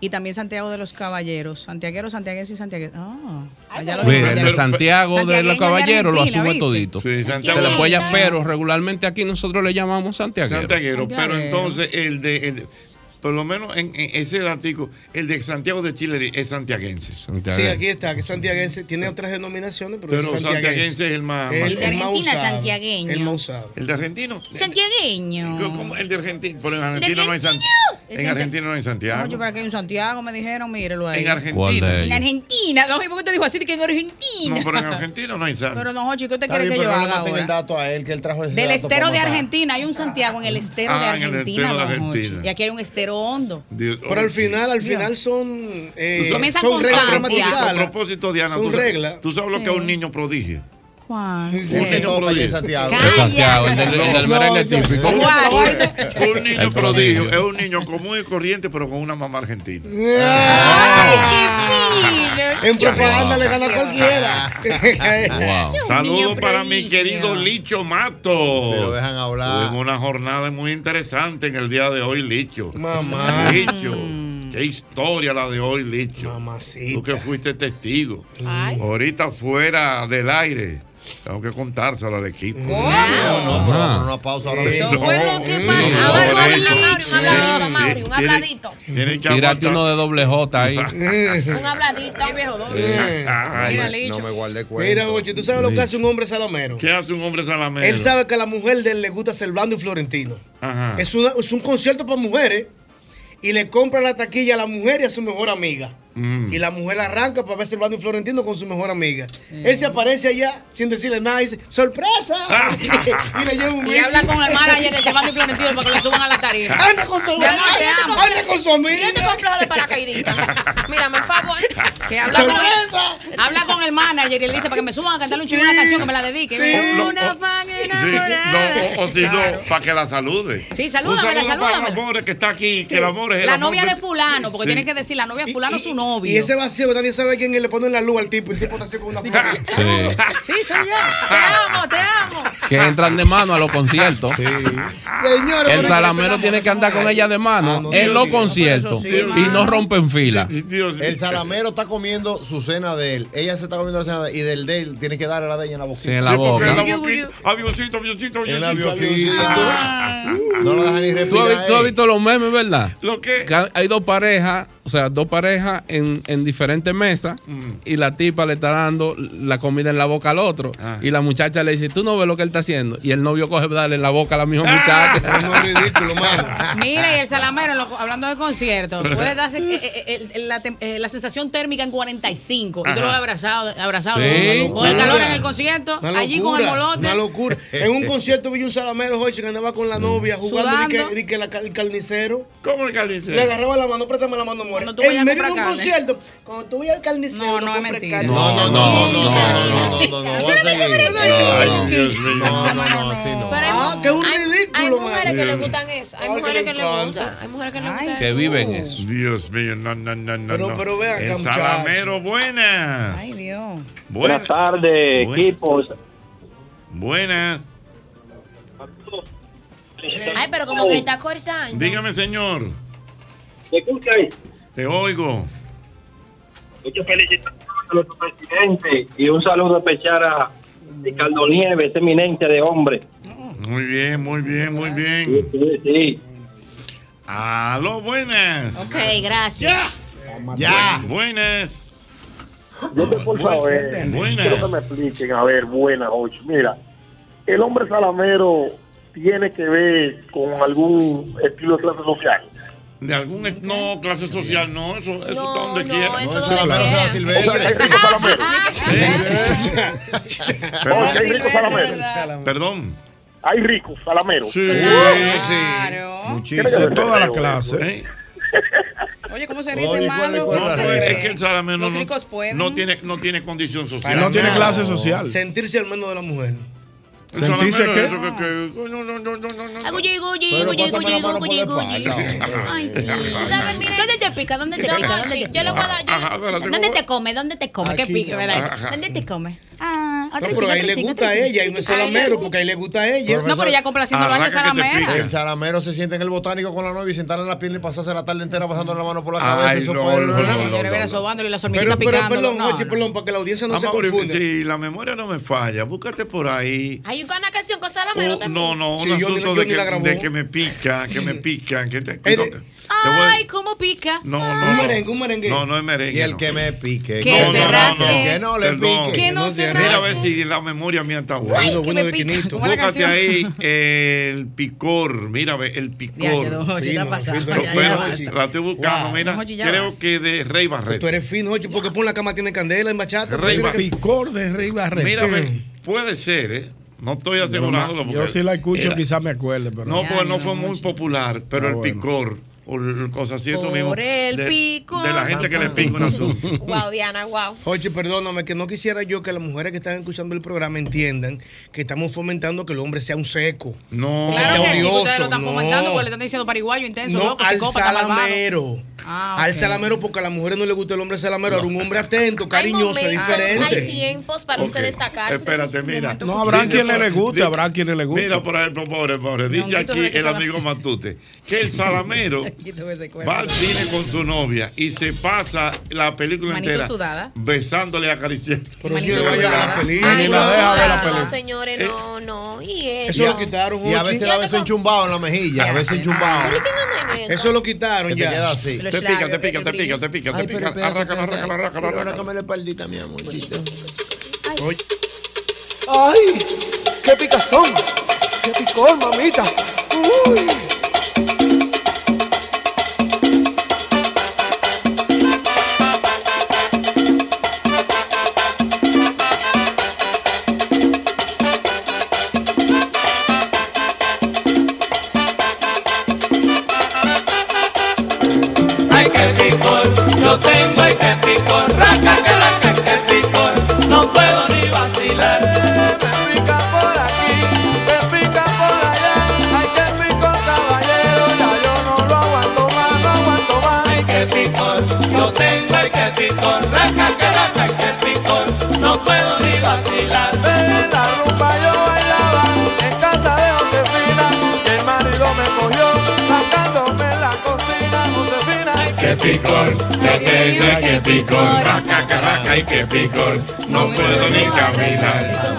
[SPEAKER 5] Y también Santiago de los Caballeros. Santiaguero, santiaguense y santiagueño. Ah, allá lo dije,
[SPEAKER 11] Mira, el
[SPEAKER 5] ya
[SPEAKER 11] de
[SPEAKER 5] lo-
[SPEAKER 11] Santiago de los
[SPEAKER 5] Santiagueño
[SPEAKER 11] Caballeros lo
[SPEAKER 5] Argentina,
[SPEAKER 11] asume
[SPEAKER 5] ¿viste?
[SPEAKER 11] todito.
[SPEAKER 3] Santiago-
[SPEAKER 11] Se le puede
[SPEAKER 3] Santiagueño.
[SPEAKER 11] llamar, pero regularmente aquí nosotros le llamamos Santiaguero.
[SPEAKER 3] Santiaguero, pero entonces el de, el de- por lo menos en, en ese datico, el de Santiago de Chile es santiaguense.
[SPEAKER 4] Sí, aquí está, que es santiaguense tiene otras denominaciones, pero,
[SPEAKER 3] Pero
[SPEAKER 4] es santiaguense.
[SPEAKER 3] santiaguense es el más-
[SPEAKER 4] El,
[SPEAKER 3] El de
[SPEAKER 4] el más
[SPEAKER 6] Argentina es
[SPEAKER 4] usado,
[SPEAKER 6] santiagueño.
[SPEAKER 4] El más usado.
[SPEAKER 3] El de argentino.
[SPEAKER 6] Santiagueño.
[SPEAKER 3] ¿Cómo? El de argentino. Pero en Argentina no hay Santiago.
[SPEAKER 5] Es
[SPEAKER 3] En
[SPEAKER 5] Santiago.
[SPEAKER 3] Argentina no hay
[SPEAKER 5] Oye,
[SPEAKER 3] Santiago.
[SPEAKER 5] pero aquí hay un Santiago, me dijeron, mírelo ahí.
[SPEAKER 3] En Argentina.
[SPEAKER 5] En Argentina. No, ¿y por qué te dijo así? Que en Argentina.
[SPEAKER 3] No, pero en Argentina no hay Santiago.
[SPEAKER 5] Pero no, Jochi, ¿qué usted
[SPEAKER 7] Está
[SPEAKER 5] quiere
[SPEAKER 7] bien,
[SPEAKER 5] que
[SPEAKER 7] pero
[SPEAKER 5] yo
[SPEAKER 7] no le
[SPEAKER 5] haga
[SPEAKER 7] maten el
[SPEAKER 5] ahora?
[SPEAKER 7] dato a él, que él trajo ese
[SPEAKER 5] Del
[SPEAKER 7] dato
[SPEAKER 5] estero
[SPEAKER 7] como
[SPEAKER 5] de
[SPEAKER 7] está.
[SPEAKER 5] Argentina. Hay un Santiago en el estero de
[SPEAKER 7] Ah, en el
[SPEAKER 5] Argentina.
[SPEAKER 7] estero de
[SPEAKER 5] don Jochi.
[SPEAKER 7] Argentina.
[SPEAKER 5] Y aquí hay un esterondo.
[SPEAKER 3] Dios,
[SPEAKER 4] Pero al final, al
[SPEAKER 5] Dios.
[SPEAKER 4] final son, eh,
[SPEAKER 5] Comienzan
[SPEAKER 4] son
[SPEAKER 5] con
[SPEAKER 4] reglas
[SPEAKER 5] Santiago.
[SPEAKER 3] A
[SPEAKER 4] gramaticales.
[SPEAKER 3] propósito, Diana,
[SPEAKER 4] Son
[SPEAKER 3] tú, sabes-
[SPEAKER 4] reglas.
[SPEAKER 3] tú sabes lo que es un
[SPEAKER 5] Sí.
[SPEAKER 3] niño prodigio.
[SPEAKER 5] ¿Cuál?
[SPEAKER 3] Un niño prodigio.
[SPEAKER 11] De Santiago, el del, el del merengue típico.
[SPEAKER 3] Un-
[SPEAKER 11] Guay.
[SPEAKER 3] Un niño prodigio es un niño común y corriente, pero con una mamá argentina.
[SPEAKER 4] En propaganda le gana a cualquiera.
[SPEAKER 3] Wow. Saludos para mi querido Licho Mato.
[SPEAKER 7] Se lo dejan hablar.
[SPEAKER 3] Tuvimos una jornada muy interesante en el día de hoy, Licho.
[SPEAKER 4] Mamá.
[SPEAKER 3] Licho. Qué historia la de hoy, Licho. Tú que fuiste testigo.
[SPEAKER 7] Ay.
[SPEAKER 3] Ahorita fuera del aire. Tengo que contárselo al equipo.
[SPEAKER 7] ¿Cómo? No, no, pero vamos a una pausa ahora mismo. Eso fue lo que pasó.
[SPEAKER 3] no,
[SPEAKER 7] Ahora
[SPEAKER 3] no,
[SPEAKER 7] vamos
[SPEAKER 3] Loreto.
[SPEAKER 7] a
[SPEAKER 6] Un habladito, un habladito, Mauri, un
[SPEAKER 3] Tiene-
[SPEAKER 6] habladito.
[SPEAKER 3] tiene que
[SPEAKER 11] Tírate
[SPEAKER 3] aguantar.
[SPEAKER 11] uno de doble J ahí.
[SPEAKER 6] Un habladito. viejo
[SPEAKER 3] Ay,
[SPEAKER 4] Mira,
[SPEAKER 7] No me guardé cuenta.
[SPEAKER 4] Mira, Ocho, ¿tú sabes lo que hace un hombre salamero?
[SPEAKER 3] ¿Qué hace un hombre salamero?
[SPEAKER 4] Él sabe que a la mujer de él le gusta ser blando y florentino.
[SPEAKER 3] Ajá.
[SPEAKER 4] Es, una- es un concierto para mujeres y le compra la taquilla a la mujer y a su mejor amiga.
[SPEAKER 1] Mm.
[SPEAKER 3] mm.
[SPEAKER 4] Y la mujer arranca para ver Silvano y Florentino con su mejor amiga.
[SPEAKER 5] Mm.
[SPEAKER 4] Él se aparece allá sin decirle nada y dice, ¡sorpresa! y le lleva un
[SPEAKER 5] Y
[SPEAKER 4] whisky.
[SPEAKER 5] habla con el manager de Silvano y Florentino para que lo suban a la tarima.
[SPEAKER 4] Anda con su
[SPEAKER 5] Mi amor,
[SPEAKER 4] hermana,
[SPEAKER 5] te amo.
[SPEAKER 4] anda con su amiga.
[SPEAKER 6] Yo te complejo de paracaidista. Mírame, por favor.
[SPEAKER 5] Que
[SPEAKER 6] Ah,
[SPEAKER 5] habla, con el,
[SPEAKER 6] Sorpresa.
[SPEAKER 5] habla con el manager y le dice para que me suban a cantarle un chivo una canción que me la dedique. Una fan
[SPEAKER 3] Sí,
[SPEAKER 5] enamorada.
[SPEAKER 3] no, o, o si no, para que la salude.
[SPEAKER 5] eh, Sí, salúdamela,
[SPEAKER 3] Un saludo para
[SPEAKER 5] salúdamela.
[SPEAKER 3] Amores que está aquí, que el amor es el
[SPEAKER 5] La
[SPEAKER 3] amor
[SPEAKER 5] novia
[SPEAKER 3] de-
[SPEAKER 5] de fulano, porque
[SPEAKER 3] Sí.
[SPEAKER 5] tiene que decir la novia de fulano es su novio.
[SPEAKER 4] Y ese vacío que nadie sabe quién es, le pone en la luz al tipo. El tipo está así con una flor.
[SPEAKER 5] Sí, soy yo. Te amo, te amo.
[SPEAKER 11] Que entran de mano a los conciertos. El salamero tiene que andar con ella de
[SPEAKER 3] Ah,
[SPEAKER 11] mano en los conciertos y no rompen fila.
[SPEAKER 7] El salamero está comiendo su cena de él. Ella se está comiendo la cena de él. Y del de él tiene que darle la de ella en la boquita.
[SPEAKER 11] Sí, en la Sí, porque boca. en la Uyu,
[SPEAKER 3] boquita. Avioncito, avioncito, avioncito.
[SPEAKER 7] En la boquita. No lo dejan ni
[SPEAKER 11] ¿Tú has,
[SPEAKER 7] respirar. eh.
[SPEAKER 11] visto, tú has visto los memes, ¿verdad?
[SPEAKER 3] eh. Lo que...
[SPEAKER 11] Que Hay dos parejas, o sea, dos parejas en, en diferentes mesas y la tipa le está dando la comida en la boca al otro y la muchacha le dice, tú no ves lo que él está haciendo y el novio coge darle en la boca a la misma muchacha.
[SPEAKER 5] Mira, y el salamero, lo- hablando de concierto, puede darse eh, eh, el- el- la, tem- eh, la sensación térmica en 45. Y tú lo estaba abrazado, abrazado.
[SPEAKER 4] Sí.
[SPEAKER 5] Con el
[SPEAKER 4] Una
[SPEAKER 5] calor
[SPEAKER 4] locura.
[SPEAKER 5] en el concierto,
[SPEAKER 4] Una
[SPEAKER 5] allí con el
[SPEAKER 4] locura,
[SPEAKER 5] molote.
[SPEAKER 4] Una locura. En un concierto vi un salamero, Jorge, que andaba con la novia jugando. di
[SPEAKER 5] Sudando.
[SPEAKER 4] que, di que la ca- el carnicero.
[SPEAKER 3] ¿Cómo el carnicero?
[SPEAKER 4] Le agarraba la mano, préstame la mano, muere.
[SPEAKER 5] Cuando tú
[SPEAKER 4] En
[SPEAKER 5] vayas a
[SPEAKER 4] medio de un
[SPEAKER 5] comprar carne.
[SPEAKER 4] concierto, cuando tú veas al carnicero, no, no, compres carne.
[SPEAKER 7] No, no, no, no, no, no, no, no, voy a seguir.
[SPEAKER 3] Ay, Dios mío.
[SPEAKER 7] No, no, no, así no.
[SPEAKER 6] Pero hay,
[SPEAKER 4] Ah, qué un
[SPEAKER 6] hay- Hay
[SPEAKER 4] ridículo,
[SPEAKER 6] mujeres
[SPEAKER 3] madre.
[SPEAKER 6] que les gustan eso. Hay
[SPEAKER 4] Ay, que
[SPEAKER 6] mujeres
[SPEAKER 4] le
[SPEAKER 6] que les
[SPEAKER 4] encanta.
[SPEAKER 6] gusta. Hay mujeres que les gusta
[SPEAKER 3] Que
[SPEAKER 6] eso.
[SPEAKER 3] viven eso. Dios mío, no, no, no, no.
[SPEAKER 4] Pero-
[SPEAKER 3] no.
[SPEAKER 4] pero vean acá,
[SPEAKER 3] El
[SPEAKER 4] muchacho.
[SPEAKER 3] salamero, buenas.
[SPEAKER 5] Ay, Dios.
[SPEAKER 3] Buenas tardes, equipos. Buenas.
[SPEAKER 6] Ay, pero como que está cortando.
[SPEAKER 3] Dígame, señor.
[SPEAKER 12] ¿Me escuchan?
[SPEAKER 3] Te oigo.
[SPEAKER 12] Muchas felicitaciones a nuestro presidente y un saludo especial a Ricardo Nieves, eminencia de hombre.
[SPEAKER 3] Muy bien, muy bien, muy bien.
[SPEAKER 12] Sí, sí.
[SPEAKER 3] Aló, buenas.
[SPEAKER 6] Ok, gracias.
[SPEAKER 3] Ya. Buenas.
[SPEAKER 12] Yo te por favor,
[SPEAKER 3] Buena.
[SPEAKER 12] quiero que me expliquen, a ver, buena, ocho. Mira, el hombre salamero tiene que ver con algún estilo de clase social.
[SPEAKER 3] De algún no clase social, no, eso, eso está donde
[SPEAKER 6] no,
[SPEAKER 3] quiera.
[SPEAKER 6] eso
[SPEAKER 7] No, el salamero será Silverio.
[SPEAKER 5] Ah,
[SPEAKER 12] O sea, hay ricos salameros.
[SPEAKER 3] Perdón.
[SPEAKER 12] Hay ricos salameros.
[SPEAKER 3] Sí,
[SPEAKER 13] Muchísimo. De toda la clase.
[SPEAKER 3] ¿Eh?
[SPEAKER 5] Oye, ¿cómo se dice,
[SPEAKER 13] Oye, ¿cuál-
[SPEAKER 5] hermano?
[SPEAKER 3] No,
[SPEAKER 5] Cosas
[SPEAKER 3] no,
[SPEAKER 5] que-
[SPEAKER 3] es que el salamero
[SPEAKER 5] Los
[SPEAKER 3] no-
[SPEAKER 5] ricos pueden.
[SPEAKER 3] no tiene, no tiene condición social.
[SPEAKER 4] Sentirse hermano de la mujer.
[SPEAKER 3] El salamero
[SPEAKER 4] ¿Sentirse
[SPEAKER 3] es
[SPEAKER 4] qué?
[SPEAKER 3] eso que- que- no, no, no, no, no, no.
[SPEAKER 6] Guye, guye,
[SPEAKER 3] Pero
[SPEAKER 6] guye,
[SPEAKER 3] pásame
[SPEAKER 6] guye,
[SPEAKER 3] la mano por
[SPEAKER 6] guye,
[SPEAKER 3] la
[SPEAKER 6] guye.
[SPEAKER 3] Ay, sí.
[SPEAKER 6] Tú sabes, mire, ¿Dónde te pica? ¿Dónde te
[SPEAKER 14] Don
[SPEAKER 6] pica?
[SPEAKER 14] Conchi,
[SPEAKER 6] ¿Dónde te
[SPEAKER 14] yo lo puedo-
[SPEAKER 6] pica?
[SPEAKER 14] yo- ¿Dónde te come? ¿Dónde te come? ¿Qué
[SPEAKER 4] Aquí.
[SPEAKER 14] pica, verdad?
[SPEAKER 4] Ajá.
[SPEAKER 14] ¿Dónde te come? Ah,
[SPEAKER 4] No,
[SPEAKER 14] otro
[SPEAKER 4] pero
[SPEAKER 14] chico,
[SPEAKER 4] ahí
[SPEAKER 14] otro
[SPEAKER 4] le
[SPEAKER 14] chico,
[SPEAKER 4] gusta a
[SPEAKER 14] otro
[SPEAKER 4] ella y no es
[SPEAKER 14] chico.
[SPEAKER 4] salamero, porque ahí le gusta a ella.
[SPEAKER 14] No, pero ya complaciendo
[SPEAKER 5] al salamero.
[SPEAKER 7] El salamero se siente en el botánico con la novia y sentarle la pierna y pasarse la tarde entera pasándole la mano por la
[SPEAKER 3] Ay,
[SPEAKER 7] cabeza. Eso
[SPEAKER 3] no,
[SPEAKER 7] puede-
[SPEAKER 3] no, no,
[SPEAKER 5] Señores, verá, sobándole y las hormiguitas
[SPEAKER 4] Pero, pero,
[SPEAKER 5] picando.
[SPEAKER 4] perdón,
[SPEAKER 5] No,
[SPEAKER 4] Jochi, perdón, para que la audiencia no
[SPEAKER 3] Vamos
[SPEAKER 4] se
[SPEAKER 3] a abrir-
[SPEAKER 4] confunda.
[SPEAKER 3] si la memoria no me falla, búscate por ahí.
[SPEAKER 6] Hay una canción con salamero
[SPEAKER 3] Oh,
[SPEAKER 6] también.
[SPEAKER 3] no, no, un
[SPEAKER 4] Sí, yo ni-
[SPEAKER 3] asunto
[SPEAKER 4] yo
[SPEAKER 3] de
[SPEAKER 4] ni la
[SPEAKER 3] que,
[SPEAKER 4] grabó.
[SPEAKER 3] de que me pica, que me pica. Que te, que no- te voy a-
[SPEAKER 6] Ay, cómo pica.
[SPEAKER 3] no, no,
[SPEAKER 6] Ay.
[SPEAKER 3] no. No, no es merengue.
[SPEAKER 7] Y el
[SPEAKER 3] no.
[SPEAKER 7] que me pique.
[SPEAKER 3] Que se rasque.
[SPEAKER 7] Que no le
[SPEAKER 3] Perdón.
[SPEAKER 7] pique.
[SPEAKER 3] Que
[SPEAKER 5] no se
[SPEAKER 3] Mira a ver si la memoria mía está buena.
[SPEAKER 4] Bueno, bueno de 500.
[SPEAKER 5] Como la
[SPEAKER 3] Búscate
[SPEAKER 5] canción.
[SPEAKER 3] ahí eh, el picor. Mira, ve, el picor.
[SPEAKER 5] Ya, don Jochi, está
[SPEAKER 3] Fino,
[SPEAKER 5] pasado.
[SPEAKER 3] fino.
[SPEAKER 5] Ya, ya
[SPEAKER 3] Pero
[SPEAKER 5] basta.
[SPEAKER 3] la estoy buscando.
[SPEAKER 4] Wow.
[SPEAKER 3] Mira,
[SPEAKER 4] Don Jochi, ya
[SPEAKER 3] creo
[SPEAKER 4] basta.
[SPEAKER 3] que de Rey Barreto.
[SPEAKER 4] Pues Tú eres fino, Jochi, porque pon la cama tiene candela en bachata.
[SPEAKER 3] Rey
[SPEAKER 4] Mira que-
[SPEAKER 3] Barreto.
[SPEAKER 13] Picor de Rey Barreto.
[SPEAKER 3] Mira, ve, puede ser, ¿eh? No estoy asegurándolo.
[SPEAKER 13] Yo
[SPEAKER 3] porque
[SPEAKER 13] sí la escucho,
[SPEAKER 3] era-
[SPEAKER 13] quizás me acuerde, pero.
[SPEAKER 3] No, pues no fue muy popular, pero
[SPEAKER 13] Ah,
[SPEAKER 3] el
[SPEAKER 13] bueno.
[SPEAKER 3] picor, o el- cosas así, eso
[SPEAKER 6] Por
[SPEAKER 3] mismo.
[SPEAKER 6] el
[SPEAKER 3] de,
[SPEAKER 6] picor.
[SPEAKER 3] De la gente que le pica un asunto.
[SPEAKER 6] Wow, Diana, wow.
[SPEAKER 4] Oye, perdóname, que no quisiera yo que las mujeres que están escuchando el programa entiendan que estamos fomentando que el hombre sea un seco.
[SPEAKER 3] No,
[SPEAKER 4] sea
[SPEAKER 5] Claro que sí, que ustedes lo
[SPEAKER 4] odioso.
[SPEAKER 5] están fomentando porque le están diciendo pariguayo intenso,
[SPEAKER 4] no,
[SPEAKER 5] loco,
[SPEAKER 4] al
[SPEAKER 5] psicópata, malvado.
[SPEAKER 4] salamero.
[SPEAKER 5] Ah,
[SPEAKER 4] Al
[SPEAKER 5] ok.
[SPEAKER 4] salamero, porque a las mujeres no le gusta el hombre salamero. Ahora un hombre atento, cariñoso,
[SPEAKER 6] hay momentos, hay
[SPEAKER 4] diferente.
[SPEAKER 6] tiempos para usted destacarse.
[SPEAKER 3] Espérate, mira.
[SPEAKER 13] No, habrá quien le guste,
[SPEAKER 3] Dice-
[SPEAKER 13] habrá quien le guste.
[SPEAKER 3] Mira, por ejemplo, pobre, pobre. Dice
[SPEAKER 5] Ñonguito,
[SPEAKER 3] aquí
[SPEAKER 5] ¿verdad que
[SPEAKER 3] el
[SPEAKER 5] salam-
[SPEAKER 3] amigo Matute que el salamero
[SPEAKER 5] Quítame ese cuerpo.
[SPEAKER 3] va al cine con su novia y se pasa la película
[SPEAKER 5] Manito
[SPEAKER 3] entera
[SPEAKER 5] sudada.
[SPEAKER 3] besándole a acariciando.
[SPEAKER 4] Pero si no vaya a la película.
[SPEAKER 6] Ay,
[SPEAKER 7] Ni
[SPEAKER 6] no,
[SPEAKER 7] la deja ver la
[SPEAKER 6] no,
[SPEAKER 7] película.
[SPEAKER 6] señores,
[SPEAKER 3] Eh.
[SPEAKER 6] no, no. Y eso.
[SPEAKER 4] Eso lo quitaron,
[SPEAKER 7] Y a
[SPEAKER 4] Jochi.
[SPEAKER 7] veces la beso enchumbado en la mejilla, a veces enchumbado.
[SPEAKER 6] ¿Por qué no me
[SPEAKER 4] Eso lo quitaron
[SPEAKER 7] Que te
[SPEAKER 4] ya.
[SPEAKER 7] queda así.
[SPEAKER 3] Te pica, te pica, te pica, te pica, te
[SPEAKER 7] Ay, pero
[SPEAKER 3] pica.
[SPEAKER 7] espérate,
[SPEAKER 3] Arrácalo, arrácalo,
[SPEAKER 7] espérate.
[SPEAKER 3] arrácalo,
[SPEAKER 7] Pero
[SPEAKER 3] arrácalo.
[SPEAKER 7] arrácame la espaldita, mi amorcito.
[SPEAKER 4] Oye,
[SPEAKER 15] ¡Ay! ¡Qué picazón! ¡Qué picor, mamita! ¡Uy!
[SPEAKER 1] Ay, qué picor, yo tengo ay, qué picor, raca, que raca, qué picor, no puedo ni vacilar. Me pica por aquí, me pica por allá, ay, qué picor, caballero, ya yo no lo aguanto más, no aguanto más. Ay, qué picor, yo tengo ay, qué picor, raca, que raca, qué picor, no puedo ni vacilar. En la rumba yo bailaba, en casa de Josefina, y el marido me cogió, sacándome la cocina, Josefina. Ay,
[SPEAKER 16] Qué picor, yo tengo ay, qué picor, raca, caraca, ay, qué picor, no puedo ni caminar.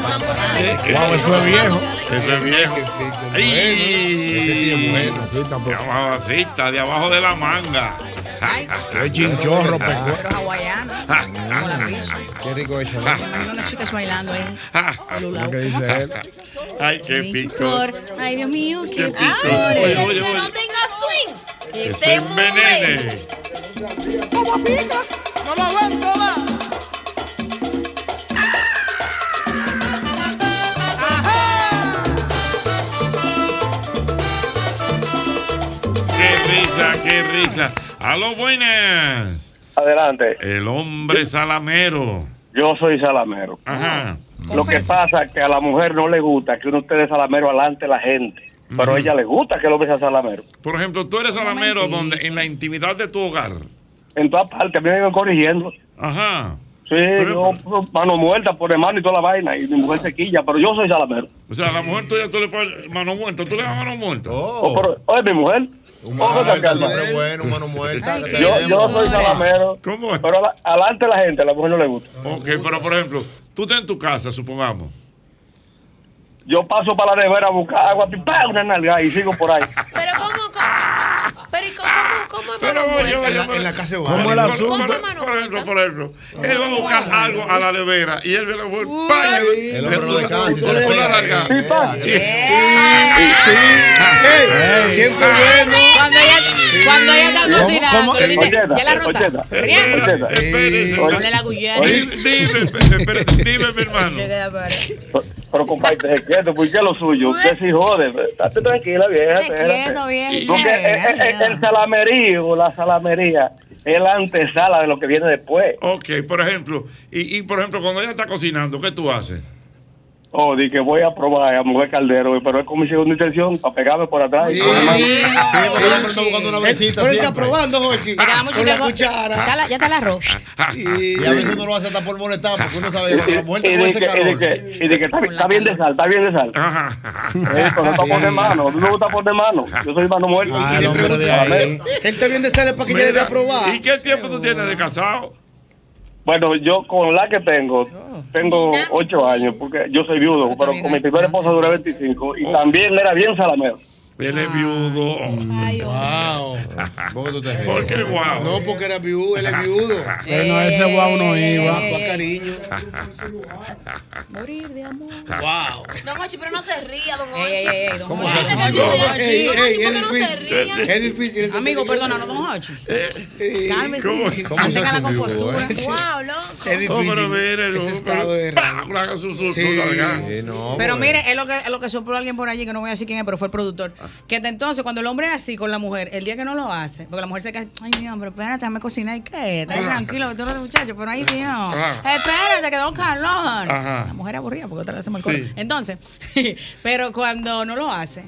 [SPEAKER 7] Wow, eso es viejo.
[SPEAKER 3] Eso es viejo. ¡Ay! Mamacita, de abajo de la manga.
[SPEAKER 5] Ay.
[SPEAKER 3] ¡Qué
[SPEAKER 7] chinchorro,
[SPEAKER 3] pues,
[SPEAKER 7] pues.
[SPEAKER 3] Ah,
[SPEAKER 5] Hawaiana. Como la pizza.
[SPEAKER 7] Qué rico eso,
[SPEAKER 5] Me imagino unas chicas bailando ahí.
[SPEAKER 7] ¿no? Lo que dice él.
[SPEAKER 3] Ay, qué picor.
[SPEAKER 5] Ay, Dios mío,
[SPEAKER 3] Qué
[SPEAKER 5] qué
[SPEAKER 3] picor.
[SPEAKER 5] picor.
[SPEAKER 3] Oye,
[SPEAKER 6] Que
[SPEAKER 3] oye,
[SPEAKER 6] no
[SPEAKER 3] oye.
[SPEAKER 6] tenga swing. Que
[SPEAKER 3] Eso
[SPEAKER 6] se mueve.
[SPEAKER 3] envenene.
[SPEAKER 1] ¿Cómo pica? No lo aguanto más.
[SPEAKER 3] rica. A lo buenas.
[SPEAKER 12] Adelante.
[SPEAKER 3] El hombre salamero.
[SPEAKER 12] Yo soy salamero.
[SPEAKER 3] Ajá.
[SPEAKER 12] Lo que pasa es que a la mujer no le gusta que uno esté de salamero alante de la gente. Pero a ella le gusta que el hombre sea salamero.
[SPEAKER 3] Por ejemplo, tú eres salamero donde, en la intimidad de tu hogar.
[SPEAKER 12] En todas partes, me vengo corrigiendo.
[SPEAKER 3] Ajá.
[SPEAKER 12] Sí, yo mano muerta por hermano y toda la vaina. Y mi mujer se quilla, pero yo soy salamero.
[SPEAKER 3] O sea, a la mujer tuya tú le pones mano muerta. Tú le das mano muerta.
[SPEAKER 12] Oh, pero, oye, mi mujer. Ojo,
[SPEAKER 7] muerta,
[SPEAKER 12] Giancarlo.
[SPEAKER 7] siempre bueno, mano muerta. que te
[SPEAKER 12] Yo, yo
[SPEAKER 7] queremos.
[SPEAKER 12] soy salamero. Pero ala- alante la gente, a la mujer no le gusta.
[SPEAKER 3] Ok, pero por ejemplo, tú estás en tu casa, supongamos.
[SPEAKER 12] Yo paso para la nevera a buscar agua, pim, pam, una nalga y sigo por ahí.
[SPEAKER 6] Pero cómo, cómo- pero ¿y cómo, cómo, cómo
[SPEAKER 3] Pero
[SPEAKER 6] mano
[SPEAKER 3] yo,
[SPEAKER 6] muerta?
[SPEAKER 3] yo,
[SPEAKER 4] en la casa de
[SPEAKER 3] ¿Cómo
[SPEAKER 4] el
[SPEAKER 3] asunto? Por, ejemplo, por ejemplo, él va a buscar algo a la nevera y él ve la mujer. ¡Paya! El hombro de cáncer.
[SPEAKER 7] se le pega.
[SPEAKER 4] Siempre bueno.
[SPEAKER 1] Cuando ella, cuando ella está
[SPEAKER 3] ¿Cómo?
[SPEAKER 1] cocinando,
[SPEAKER 3] ¿Cómo?
[SPEAKER 1] tú le dices,
[SPEAKER 3] Ochenta,
[SPEAKER 1] ya la
[SPEAKER 3] ochenta.
[SPEAKER 1] rota. Friega. Ponle la gullera.
[SPEAKER 3] Dime, espérate, dime, mi hermano.
[SPEAKER 12] Pero compadre, te quieto, porque es lo suyo. Usted sí jode. Pues, Estate tranquila, vieja.
[SPEAKER 1] Te quieto, vieja.
[SPEAKER 12] Porque eh, eh, eh, el salamerío, la salamería, es la antesala de lo que viene después.
[SPEAKER 3] Ok, por ejemplo, y, y por ejemplo, cuando ella está cocinando, ¿qué tú haces?
[SPEAKER 12] Oh, di que voy a probar a mujer caldero, pero es con mi segunda intención para pegarme por atrás. Y
[SPEAKER 4] Pero está probando, Jochi.
[SPEAKER 1] Porque da mucho
[SPEAKER 4] Con la
[SPEAKER 1] que go-
[SPEAKER 4] cuchara.
[SPEAKER 1] Ya está la- ya está el arroz.
[SPEAKER 3] Ah,
[SPEAKER 7] Y a veces uno lo hace hasta por molestar, porque uno sabe que cuando la muerte
[SPEAKER 12] Y
[SPEAKER 7] con
[SPEAKER 12] de
[SPEAKER 7] ese
[SPEAKER 12] que, y de
[SPEAKER 7] calor.
[SPEAKER 12] que, y de que está, está bien de sal, está bien de sal. Eh, pero no está de mano, no me gusta poner mano. Yo soy mano muerta.
[SPEAKER 4] Ah,
[SPEAKER 12] Salamero.
[SPEAKER 4] Él también de sale para que
[SPEAKER 12] Mira,
[SPEAKER 4] ella debe probar.
[SPEAKER 3] ¿Y qué tiempo tú tienes de casado?
[SPEAKER 12] Bueno, yo con la que tengo, tengo ocho años, porque yo soy viudo, pero con mi primera esposa duré 25 y también era bien salamero.
[SPEAKER 3] Oh. Él es viudo.
[SPEAKER 4] Wow.
[SPEAKER 3] ¿Por qué guau?
[SPEAKER 4] No, porque era viudo, él es viudo.
[SPEAKER 13] Bueno, ese guau no iba.
[SPEAKER 4] Pa' cariño.
[SPEAKER 6] Morir de amor.
[SPEAKER 4] Wow.
[SPEAKER 6] Don Ochi, pero no se ría, don Ochi.
[SPEAKER 5] ey, ey, ey, don
[SPEAKER 6] ¿Cómo
[SPEAKER 5] Ochi.
[SPEAKER 6] se hace?
[SPEAKER 5] Don Ochi,
[SPEAKER 6] Don Ochi,
[SPEAKER 4] Ey,
[SPEAKER 6] don Ochi,
[SPEAKER 4] ey,
[SPEAKER 6] ¿por qué
[SPEAKER 4] es
[SPEAKER 6] no se
[SPEAKER 4] difícil.
[SPEAKER 6] rían?
[SPEAKER 4] Es difícil. ese
[SPEAKER 5] Amigo,
[SPEAKER 4] tipo de-
[SPEAKER 5] perdónanos, don Hochi. Cálmese.
[SPEAKER 3] ¿Cómo- cómo se
[SPEAKER 5] Mantenga
[SPEAKER 3] hace
[SPEAKER 5] la
[SPEAKER 3] un viudo,
[SPEAKER 5] compostura.
[SPEAKER 3] eh?
[SPEAKER 6] Wow, loco.
[SPEAKER 4] Es
[SPEAKER 3] Oh,
[SPEAKER 4] difícil.
[SPEAKER 3] pero mire,
[SPEAKER 4] Ese estado de
[SPEAKER 5] Pero mire, es lo que, es lo que sopló alguien por allí, que no voy a decir quién es, pero fue el productor. Que de entonces, cuando el hombre es así con la mujer, el día que no lo hace, porque la mujer se queda, ay, Dios, pero espérate, déjame cocinar y qué, está tranquilo, que tú eres muchacho, pero ay, Dios,
[SPEAKER 1] Ajá.
[SPEAKER 5] espérate, que da un calor.
[SPEAKER 1] Ajá.
[SPEAKER 5] La mujer aburrida, porque otra vez se me
[SPEAKER 7] Ah. Sí.
[SPEAKER 5] Entonces, pero cuando no lo hace,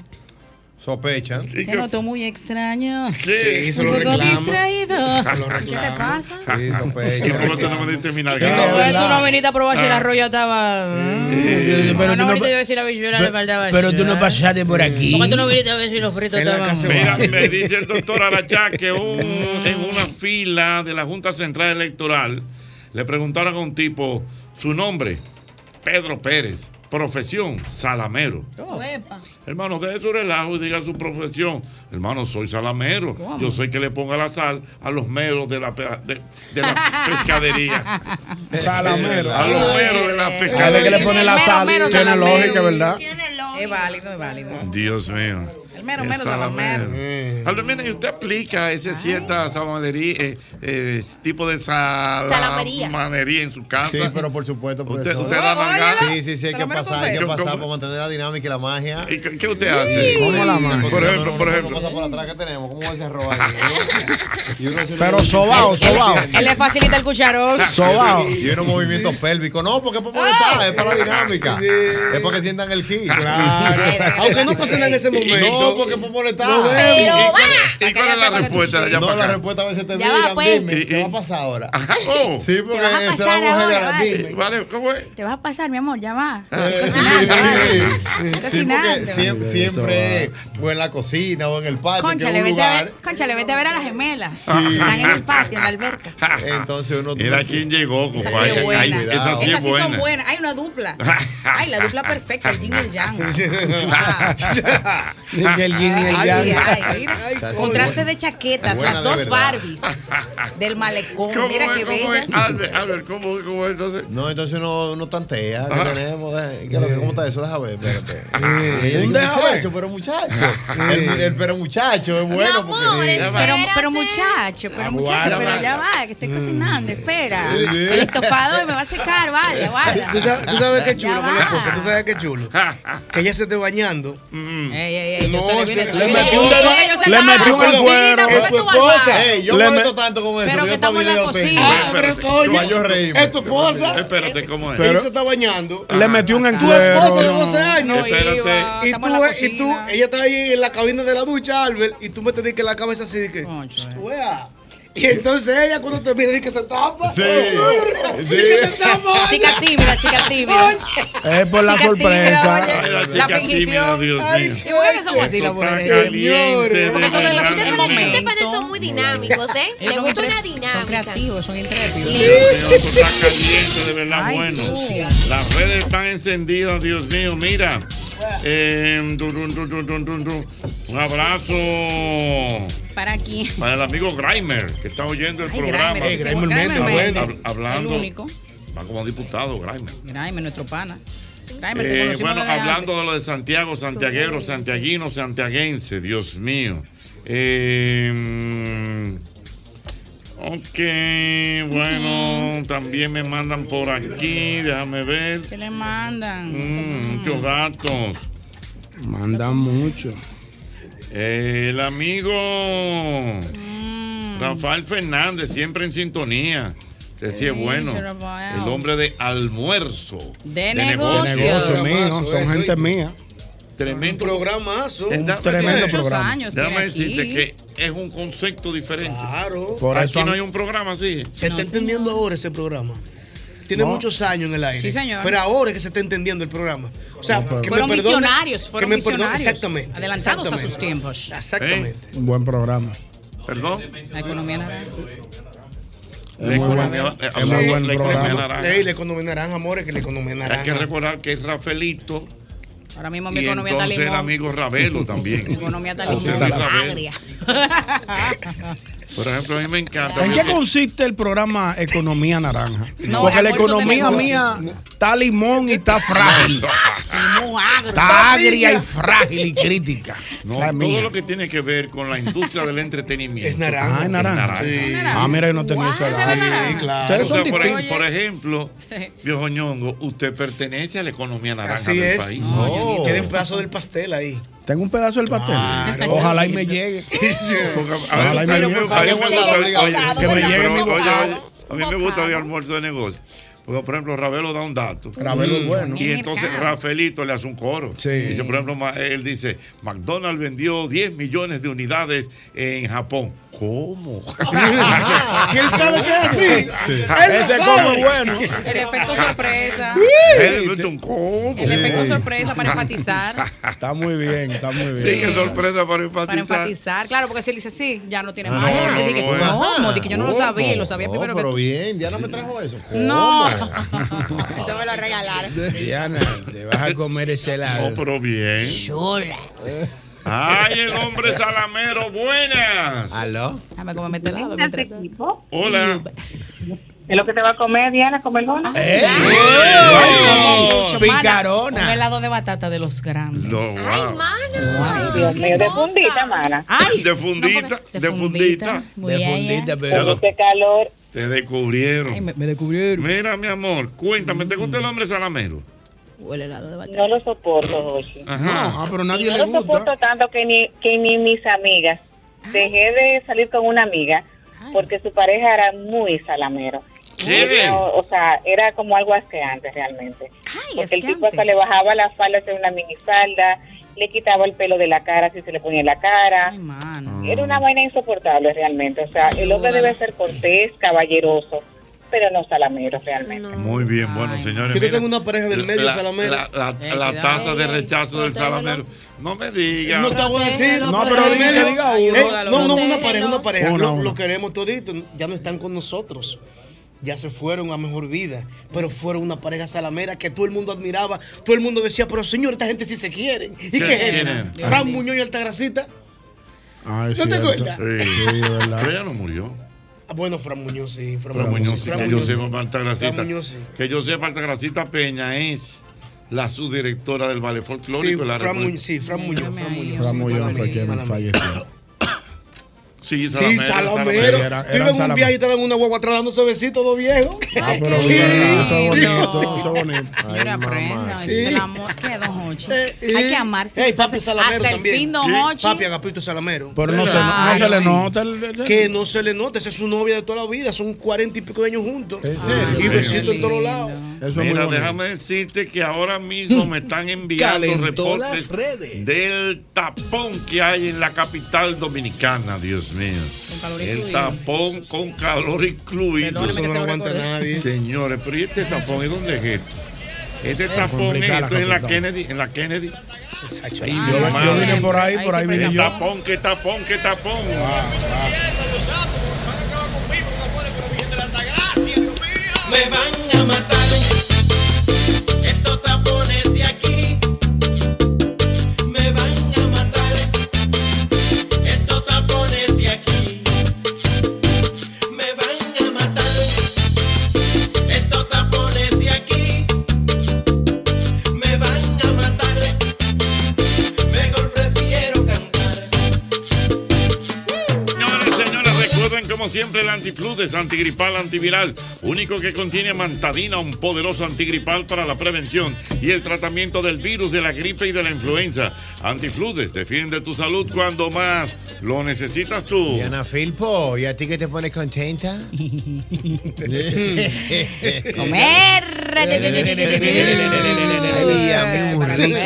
[SPEAKER 7] Sospecha.
[SPEAKER 5] te noto muy extraño.
[SPEAKER 7] Sí, se lo
[SPEAKER 5] Un poco
[SPEAKER 7] reclama.
[SPEAKER 5] distraído.
[SPEAKER 7] Se lo
[SPEAKER 5] ¿Qué te
[SPEAKER 7] reclama.
[SPEAKER 5] pasa?
[SPEAKER 7] Sí,
[SPEAKER 4] pues,
[SPEAKER 7] sospecha.
[SPEAKER 3] ¿Y cómo tenemos que determinar?
[SPEAKER 5] Pues tú no viniste a probar si el
[SPEAKER 3] Ah.
[SPEAKER 5] arroz ya estaba.
[SPEAKER 13] Eh,
[SPEAKER 5] Pero
[SPEAKER 13] Pero
[SPEAKER 5] no
[SPEAKER 13] tú
[SPEAKER 5] viniste a ver
[SPEAKER 13] no-
[SPEAKER 5] si la bichuela le faltaba.
[SPEAKER 13] pero tú no pasaste por aquí.
[SPEAKER 5] ¿Por qué tú no viniste a ver si los fritos estaban?
[SPEAKER 3] Mira, me dice el doctor Arachá que un-
[SPEAKER 5] Mm.
[SPEAKER 3] en una fila de la Junta Central Electoral le preguntaron a un tipo su nombre, Pedro Pérez, profesión, salamero.
[SPEAKER 6] Uepa.
[SPEAKER 3] Hermano, deje su relajo y diga su profesión. Hermano, soy salamero. Yo soy que le ponga la sal a los meros de la, pe- de, de la pescadería.
[SPEAKER 13] Salamero.
[SPEAKER 3] A los meros de la pescadería.
[SPEAKER 13] A ver que le pone la sal.
[SPEAKER 5] mero Eh,
[SPEAKER 13] Tiene
[SPEAKER 5] salamero.
[SPEAKER 13] lógica, ¿verdad?
[SPEAKER 5] Es válido, es válido.
[SPEAKER 3] Dios mío.
[SPEAKER 5] El mero,
[SPEAKER 3] El
[SPEAKER 5] mero
[SPEAKER 3] salamero.
[SPEAKER 5] salamero.
[SPEAKER 3] Aldo, mira, y usted aplica ese cierta salamería, eh, eh, tipo de
[SPEAKER 7] Salamería.
[SPEAKER 3] salamería en su casa.
[SPEAKER 7] Sí,
[SPEAKER 1] pues.
[SPEAKER 7] pero por supuesto,
[SPEAKER 3] Usted-
[SPEAKER 7] profesor.
[SPEAKER 3] usted da Oh, nalgada. óyela.
[SPEAKER 7] Sí, sí, sí, hay que
[SPEAKER 3] Salamero
[SPEAKER 7] pasar, hay que
[SPEAKER 3] profesor.
[SPEAKER 7] pasar
[SPEAKER 3] ¿Cómo?
[SPEAKER 7] para mantener la dinámica y la magia.
[SPEAKER 3] ¿Y qué, qué usted hace?
[SPEAKER 7] ¿Cómo la magia?
[SPEAKER 3] Por ejemplo, por ejemplo.
[SPEAKER 7] pasa por atrás que tenemos? ¿Cómo va ese robo ahí?
[SPEAKER 13] Pero sobao, sobao.
[SPEAKER 5] Él le facilita el cucharón.
[SPEAKER 7] Sobao. Y unos movimientos pélvicos. No, porque es para molestar, es para la dinámica. Es para que sientan el hit. Claro.
[SPEAKER 4] Aunque no pase nada en ese momento.
[SPEAKER 7] No, porque es para molestar.
[SPEAKER 4] No vemos.
[SPEAKER 7] ¿Y-
[SPEAKER 3] ¿Y cuál- y cuál es la respuesta de allá
[SPEAKER 7] No,
[SPEAKER 3] para
[SPEAKER 7] la
[SPEAKER 3] acá?
[SPEAKER 7] respuesta a veces te
[SPEAKER 3] Ya
[SPEAKER 7] miran,
[SPEAKER 3] va, pues.
[SPEAKER 7] dime, ¿qué va a pasar ahora?
[SPEAKER 3] oh.
[SPEAKER 7] Sí, porque
[SPEAKER 1] vas a
[SPEAKER 7] esa es la
[SPEAKER 1] pasar
[SPEAKER 7] mujer
[SPEAKER 1] ahora,
[SPEAKER 7] de la-
[SPEAKER 1] vale.
[SPEAKER 7] dime. Eh,
[SPEAKER 3] Vale, ¿cómo es? Ah.
[SPEAKER 1] Te vas a pasar, mi amor, ya va.
[SPEAKER 7] Sí, porque
[SPEAKER 1] Fascinante.
[SPEAKER 7] siem- siempre, es o en la cocina o en el patio, que es
[SPEAKER 1] Conchale,
[SPEAKER 7] un
[SPEAKER 1] vete a ver,
[SPEAKER 7] lugar.
[SPEAKER 1] conchale, vete a ver a las gemelas.
[SPEAKER 7] Sí.
[SPEAKER 1] Están en el patio, en la alberca.
[SPEAKER 7] Entonces uno
[SPEAKER 3] Mira quién llegó,
[SPEAKER 7] Esa sí
[SPEAKER 3] compadre.
[SPEAKER 7] es buena.
[SPEAKER 3] Ay, Esa sí es
[SPEAKER 5] Esas sí son
[SPEAKER 3] buena.
[SPEAKER 5] buenas. Hay una dupla. Ay, la dupla perfecta, el yin y el yang.
[SPEAKER 13] el yin y el
[SPEAKER 5] Ay,
[SPEAKER 13] yang.
[SPEAKER 5] ay, mira.
[SPEAKER 13] Esa sí es
[SPEAKER 5] Contraste
[SPEAKER 13] buena.
[SPEAKER 5] de chaquetas,
[SPEAKER 13] Buena
[SPEAKER 5] las
[SPEAKER 13] de
[SPEAKER 5] dos
[SPEAKER 13] verdad.
[SPEAKER 5] Barbies del malecón.
[SPEAKER 3] ¿Cómo
[SPEAKER 5] Mira
[SPEAKER 3] es,
[SPEAKER 5] qué
[SPEAKER 3] cómo
[SPEAKER 5] bella.
[SPEAKER 3] es? Ah, Albert, Albert, ¿cómo, cómo es entonces?
[SPEAKER 7] No, entonces uno, uno tantea. ¿Qué
[SPEAKER 3] Ajá.
[SPEAKER 7] tenemos? Deja- ¿Qué es lo que- ¿Cómo está eso? Déjame ver, espérate. Y ella
[SPEAKER 13] Un
[SPEAKER 7] dice,
[SPEAKER 13] deja
[SPEAKER 7] muchacho, pero muchacho. El, el pero muchacho es bueno.
[SPEAKER 1] Mi
[SPEAKER 7] porque,
[SPEAKER 1] Pero, pero muchacho, pero muchacho,
[SPEAKER 7] Aguarda,
[SPEAKER 1] pero ya va, que
[SPEAKER 3] Mm.
[SPEAKER 1] estoy cocinando, espera. El estofado me va a secar, vale, aguarda.
[SPEAKER 4] ¿Tú sabes, tú sabes qué
[SPEAKER 1] Ya
[SPEAKER 4] chulo
[SPEAKER 1] va.
[SPEAKER 4] con la esposa? ¿Tú sabes qué chulo? Que ella se esté bañando.
[SPEAKER 1] Mm.
[SPEAKER 5] Ey, ey, ey, yo
[SPEAKER 4] no,
[SPEAKER 5] se le viene
[SPEAKER 1] Le metió un dedo, le metió un cuero. Ey, yo
[SPEAKER 3] Le
[SPEAKER 1] me
[SPEAKER 3] me-
[SPEAKER 1] meto tanto con eso. Yo estaba video tengo.
[SPEAKER 3] Espérate,
[SPEAKER 1] Para yo reírme.
[SPEAKER 4] ¿Es tu esposa?
[SPEAKER 3] Espérate, ¿cómo es?
[SPEAKER 4] Ella se está bañando.
[SPEAKER 13] Le metió un
[SPEAKER 4] Tu esposa de
[SPEAKER 13] encuero.
[SPEAKER 4] 12 años.
[SPEAKER 3] Espérate.
[SPEAKER 4] y, tú, y tú, ella está ahí en la cabina de la ducha, Albert, y tú me te que la cabeza así de que.
[SPEAKER 5] eh.
[SPEAKER 4] "Wea". Y entonces ella cuando te mira dice que se tapa.
[SPEAKER 13] Sí,
[SPEAKER 4] Dice
[SPEAKER 13] sí.
[SPEAKER 4] que se tapa.
[SPEAKER 6] Chica tímida, chica tímida.
[SPEAKER 13] Es por la
[SPEAKER 6] Chica
[SPEAKER 13] sorpresa.
[SPEAKER 6] tímida, oye. La
[SPEAKER 13] chica
[SPEAKER 6] fingición.
[SPEAKER 13] tímida, Dios
[SPEAKER 6] Ay,
[SPEAKER 13] mío.
[SPEAKER 6] ¿Y por qué somos así
[SPEAKER 13] Eso
[SPEAKER 6] los
[SPEAKER 13] está
[SPEAKER 6] mujeres?
[SPEAKER 13] caliente, de
[SPEAKER 6] Porque cuando
[SPEAKER 13] verdad.
[SPEAKER 6] las mujeres
[SPEAKER 13] Momento.
[SPEAKER 6] Ustedes parecen son muy dinámicos, ¿eh?
[SPEAKER 5] Ellos
[SPEAKER 6] Les
[SPEAKER 5] son
[SPEAKER 6] gusta
[SPEAKER 5] intre-
[SPEAKER 6] una dinámica.
[SPEAKER 5] Son creativos, son intrépidos.
[SPEAKER 3] Dios mío, esto está caliente, de verdad,
[SPEAKER 5] Ay,
[SPEAKER 3] bueno.
[SPEAKER 5] Dios.
[SPEAKER 3] Las redes están encendidas, Dios mío, mira. Eh, dun, dun, dun, dun, dun, dun, dun. Un abrazo
[SPEAKER 5] ¿Para quién?
[SPEAKER 3] para el amigo Grimer, que está oyendo el
[SPEAKER 5] Ay,
[SPEAKER 3] programa.
[SPEAKER 5] Grimer, sí, Eh, Grimer Grimer Méndez, Méndez.
[SPEAKER 3] Hab- Hablando,
[SPEAKER 5] El único.
[SPEAKER 3] va como diputado, Grimer.
[SPEAKER 5] Graeme, nuestro pana. Graeme,
[SPEAKER 3] Eh,
[SPEAKER 5] te conocimos
[SPEAKER 3] bueno,
[SPEAKER 5] desde antes.
[SPEAKER 3] hablando de lo de Santiago, santiaguero, santiaguino, santiaguense, Dios mío. Eh, ok, bueno, también me mandan por aquí, déjame ver.
[SPEAKER 5] ¿Qué le mandan?
[SPEAKER 3] Mm, muchos datos.
[SPEAKER 13] Manda mucho.
[SPEAKER 3] Eh, el amigo Rafael Fernández, siempre en sintonía. Ese sí es
[SPEAKER 5] Sí,
[SPEAKER 3] bueno.
[SPEAKER 5] Rafael.
[SPEAKER 3] El hombre de almuerzo.
[SPEAKER 5] De
[SPEAKER 6] Oh,
[SPEAKER 5] negocio.
[SPEAKER 13] De negocio mío,
[SPEAKER 3] Programazo,
[SPEAKER 13] son
[SPEAKER 3] eso.
[SPEAKER 13] gente mía.
[SPEAKER 3] Tremendo
[SPEAKER 4] programazo.
[SPEAKER 13] Un tremendo
[SPEAKER 3] Muchos
[SPEAKER 13] programa.
[SPEAKER 3] años
[SPEAKER 13] tiene
[SPEAKER 3] Déjame
[SPEAKER 13] aquí.
[SPEAKER 3] decirte que es un concepto diferente. Claro.
[SPEAKER 13] Por
[SPEAKER 3] aquí
[SPEAKER 13] eso han-
[SPEAKER 3] no hay un programa así.
[SPEAKER 4] Se está entendiendo ahora ese programa. Tiene
[SPEAKER 3] No.
[SPEAKER 4] muchos años en el aire.
[SPEAKER 3] Sí, señor.
[SPEAKER 4] Pero ahora es que se está entendiendo el programa. O sea, que
[SPEAKER 5] fueron
[SPEAKER 4] me perdone-
[SPEAKER 5] visionarios, fueron
[SPEAKER 4] que me perdone-
[SPEAKER 5] visionarios.
[SPEAKER 4] Exactamente.
[SPEAKER 5] Adelantados a sus
[SPEAKER 4] exactamente.
[SPEAKER 5] tiempos.
[SPEAKER 4] Exactamente.
[SPEAKER 13] Un buen programa.
[SPEAKER 3] Perdón.
[SPEAKER 5] La economía naranja.
[SPEAKER 13] Es muy buen,
[SPEAKER 3] Eh,
[SPEAKER 13] es muy
[SPEAKER 3] sí,
[SPEAKER 13] buen
[SPEAKER 3] la economía
[SPEAKER 13] programa.
[SPEAKER 3] naranja.
[SPEAKER 4] Ey, la economía naranja, amores, que la economía naranja.
[SPEAKER 3] Hay que recordar que es Rafaelito
[SPEAKER 5] Ahora mismo mi
[SPEAKER 3] y
[SPEAKER 5] economía está
[SPEAKER 3] entonces el
[SPEAKER 5] limón.
[SPEAKER 3] amigo Ravelo también.
[SPEAKER 5] Mi economía está
[SPEAKER 3] Así
[SPEAKER 5] limón.
[SPEAKER 3] está Ravelo.
[SPEAKER 5] Agria.
[SPEAKER 3] Por ejemplo, a mí me encanta.
[SPEAKER 13] ¿En qué
[SPEAKER 3] Porque-
[SPEAKER 13] consiste el programa Economía Naranja?
[SPEAKER 3] No,
[SPEAKER 13] Porque la
[SPEAKER 3] almuerzo de
[SPEAKER 13] economía
[SPEAKER 3] negocios.
[SPEAKER 13] mía está limón y está frágil.
[SPEAKER 5] Limón agrio.
[SPEAKER 13] Está agria y frágil y crítica.
[SPEAKER 3] No,
[SPEAKER 13] La
[SPEAKER 3] todo
[SPEAKER 13] mía.
[SPEAKER 3] lo que tiene que ver con la industria del entretenimiento.
[SPEAKER 13] Es naranja. Ah, es naranja. Sí. Ah, mira, yo no tenía esa edad. Sí, claro. Ustedes
[SPEAKER 3] O sea,
[SPEAKER 13] son
[SPEAKER 3] por, ej-
[SPEAKER 13] distintos.
[SPEAKER 3] por ejemplo, viejo ñongo, usted pertenece a la economía naranja
[SPEAKER 4] Así
[SPEAKER 3] del
[SPEAKER 4] es.
[SPEAKER 3] país. Oh.
[SPEAKER 4] No. Tiene un pedazo del pastel ahí.
[SPEAKER 13] Tengo un pedazo del pastel.
[SPEAKER 3] Claro.
[SPEAKER 13] Ojalá y me llegue. Ah. Ojalá y me
[SPEAKER 3] Pero,
[SPEAKER 13] llegue.
[SPEAKER 3] por favor,
[SPEAKER 13] Oye,
[SPEAKER 3] que
[SPEAKER 13] guardado,
[SPEAKER 3] llegue
[SPEAKER 13] oye,
[SPEAKER 3] bocado,
[SPEAKER 13] que me
[SPEAKER 3] bocado,
[SPEAKER 13] llegue mi
[SPEAKER 3] bocado.
[SPEAKER 13] bocado.
[SPEAKER 3] A mí me gusta el almuerzo de negocio. Porque, por ejemplo, Ravelo da un dato. Mm.
[SPEAKER 13] Ravelo es bueno.
[SPEAKER 3] Y entonces Rafaelito le hace un coro. Dice, por ejemplo, ma- él dice, McDonald's vendió 10 millones de unidades en Japón. ¿Cómo?
[SPEAKER 4] Que él sabe que es así.
[SPEAKER 3] Sí.
[SPEAKER 4] Él lo
[SPEAKER 3] Ese
[SPEAKER 4] sabe.
[SPEAKER 3] combo es bueno.
[SPEAKER 5] El efecto sorpresa.
[SPEAKER 3] Él es un combo.
[SPEAKER 5] El efecto sorpresa para enfatizar.
[SPEAKER 13] Está muy bien, está muy bien.
[SPEAKER 3] Sí, qué sorpresa para
[SPEAKER 5] Para
[SPEAKER 3] enfatizar. Ah,
[SPEAKER 5] enfatizar, claro, porque si él dice sí, ya no tiene
[SPEAKER 3] No,
[SPEAKER 5] más.
[SPEAKER 3] no,
[SPEAKER 5] Dice que,
[SPEAKER 3] no, es-
[SPEAKER 5] ¿Cómo? Dice que yo no lo sabía, lo sabía
[SPEAKER 1] No,
[SPEAKER 5] primero que
[SPEAKER 1] Pero bien, Diana me trajo eso.
[SPEAKER 5] No.
[SPEAKER 1] ¿Cómo?
[SPEAKER 5] Eso me lo regalaron.
[SPEAKER 13] Diana, te vas a comer ese helado.
[SPEAKER 3] No, pero bien. Ay, el hombre salamero, buenas.
[SPEAKER 13] ¿Aló?
[SPEAKER 5] Déjame comerme este helado.
[SPEAKER 3] Hola.
[SPEAKER 8] ¿Es lo que te va a comer, Diana? ¿Comelona?
[SPEAKER 5] ¿Eh? Picarona. Un helado de batata de los grandes.
[SPEAKER 3] No, wow.
[SPEAKER 8] Ay, Dios mío, de fundita, mana.
[SPEAKER 3] Ay, de fundita, de fundita.
[SPEAKER 8] De fundita,
[SPEAKER 3] pero-
[SPEAKER 8] Este calor.
[SPEAKER 3] Te descubrieron.
[SPEAKER 5] me, descubrieron.
[SPEAKER 3] Mira, mi amor, cuéntame, ¿te gusta el hombre salamero?
[SPEAKER 5] O el helado de batata.
[SPEAKER 8] No lo soporto, Joshi.
[SPEAKER 3] Ajá.
[SPEAKER 13] ah, pero
[SPEAKER 8] Yo no lo soporto tanto que ni, que ni mis amigas. Dejé de salir con una amiga porque su pareja era muy salamero.
[SPEAKER 3] ¿Qué?
[SPEAKER 8] Muy, no, o sea, era como algo asqueante realmente. porque el tipo hasta le bajaba la falda de una minifalda, le quitaba el pelo de la cara si se le ponía en la cara. Era una vaina insoportable realmente. O sea, el hombre debe ser cortés, caballeroso, pero no salamero realmente.
[SPEAKER 3] Muy bien, bueno, señores.
[SPEAKER 4] Yo que
[SPEAKER 3] mira,
[SPEAKER 4] tengo una pareja del medio
[SPEAKER 3] la-
[SPEAKER 4] salamero.
[SPEAKER 3] La, la-
[SPEAKER 4] Eh,
[SPEAKER 3] la
[SPEAKER 4] cuidado.
[SPEAKER 3] tasa de rechazo del salamero. No me digas.
[SPEAKER 4] No te voy a decir.
[SPEAKER 3] No, pero
[SPEAKER 4] dime
[SPEAKER 3] di que diga uno.
[SPEAKER 4] no, no, una
[SPEAKER 3] Protégelo.
[SPEAKER 4] pareja, una pareja.
[SPEAKER 3] Una,
[SPEAKER 4] Lo,
[SPEAKER 3] una.
[SPEAKER 4] lo queremos todito. Ya no están con nosotros. Ya se fueron a mejor vida. Pero fueron una pareja salamera que todo el mundo admiraba. Todo el mundo decía, pero señor, esta gente sí se quieren. ¿Y
[SPEAKER 3] ¿Quién-
[SPEAKER 4] qué gente?
[SPEAKER 3] quién es? Ah,
[SPEAKER 4] Fran Muñoz y Altagracita.
[SPEAKER 13] Ay,
[SPEAKER 4] ¿No te
[SPEAKER 13] Ah, cierto.
[SPEAKER 4] acuerdas?
[SPEAKER 3] Sí,
[SPEAKER 13] Sí, de verdad.
[SPEAKER 3] Pero ella no murió.
[SPEAKER 4] Ah, bueno, Fran Muñoz sí. Fran,
[SPEAKER 3] Fran Muñoz, sí,
[SPEAKER 4] Fran
[SPEAKER 3] que yo
[SPEAKER 4] Muñoz sí.
[SPEAKER 3] sepa Altagracita.
[SPEAKER 4] Fran Muñoz sí.
[SPEAKER 3] Que yo sepa Altagracita Peña es la subdirectora del Ballet Folclórico
[SPEAKER 4] Sí,
[SPEAKER 3] de la
[SPEAKER 4] Fran
[SPEAKER 3] República.
[SPEAKER 4] Muñoz, sí, Fran Muñoz. Fran Muñoz.
[SPEAKER 13] Ramón Joan fue quien falleció.
[SPEAKER 3] Sí,
[SPEAKER 4] Sí,
[SPEAKER 3] salamero.
[SPEAKER 4] salamero.
[SPEAKER 13] Eran-
[SPEAKER 4] Yo iba en
[SPEAKER 13] eran
[SPEAKER 4] un
[SPEAKER 13] salam-
[SPEAKER 4] viaje y estaba en una guagua atrás dándose besitos dos viejos.
[SPEAKER 13] Ah, pero
[SPEAKER 4] Sí.
[SPEAKER 13] bien, eso es bonito, eso es bonito.
[SPEAKER 5] Señora,
[SPEAKER 4] Ah.
[SPEAKER 5] aprenda. ese Es el amor que don Hochi. Hay que amarse.
[SPEAKER 4] Ey, papi salamero
[SPEAKER 5] hasta
[SPEAKER 4] también.
[SPEAKER 5] el fin, don
[SPEAKER 4] Sí.
[SPEAKER 5] Hochi.
[SPEAKER 4] Papi Agapito salamero.
[SPEAKER 13] Pero no se- no
[SPEAKER 4] Ay,
[SPEAKER 13] se le
[SPEAKER 4] sí.
[SPEAKER 13] nota el- el-
[SPEAKER 4] Que no se le nota. Esa es su novia de toda la vida. Son cuarenta y pico de años juntos.
[SPEAKER 13] Ah,
[SPEAKER 3] serio?
[SPEAKER 4] Y
[SPEAKER 3] Qué
[SPEAKER 4] besitos en
[SPEAKER 3] lindo.
[SPEAKER 4] todos lados.
[SPEAKER 3] Eso Mira, déjame decirte que ahora mismo me están enviando
[SPEAKER 4] Calentó
[SPEAKER 3] reportes del tapón que hay en la capital dominicana, Dios mío. El tapón con calor incluido.
[SPEAKER 4] Perdóneme que Eso no se lo aguanta recordé. nadie.
[SPEAKER 3] Señores, pero ¿y este tapón es donde es esto? Este
[SPEAKER 13] Es
[SPEAKER 3] tapón es
[SPEAKER 13] complicada
[SPEAKER 3] esto es en la
[SPEAKER 13] capital.
[SPEAKER 3] Kennedy, en la Kennedy. Ay,
[SPEAKER 13] Yo-
[SPEAKER 3] Dios
[SPEAKER 13] yo
[SPEAKER 3] mío.
[SPEAKER 13] vine por ahí, por ahí vine
[SPEAKER 3] Qué
[SPEAKER 13] yo.
[SPEAKER 3] este Tapón, qué tapón, qué tapón.
[SPEAKER 1] Me van a matar. Estos tapones de aquí. Me van a matar. Estos tapones de aquí. Me van a matar. Estos tapones de aquí. Me van a matar. Mejor prefiero cantar.
[SPEAKER 3] Señores, señoras, recuerden como siempre el antifludes, antigripal, antiviral, único que contiene mantadina, un poderoso antigripal para la prevención y el tratamiento del virus, de la gripe y de la influenza. Antifludes, defiende tu salud cuando más lo necesitas tú.
[SPEAKER 7] Diana Filpo, ¿y a ti qué te pones contenta? Ay, a mí un rico,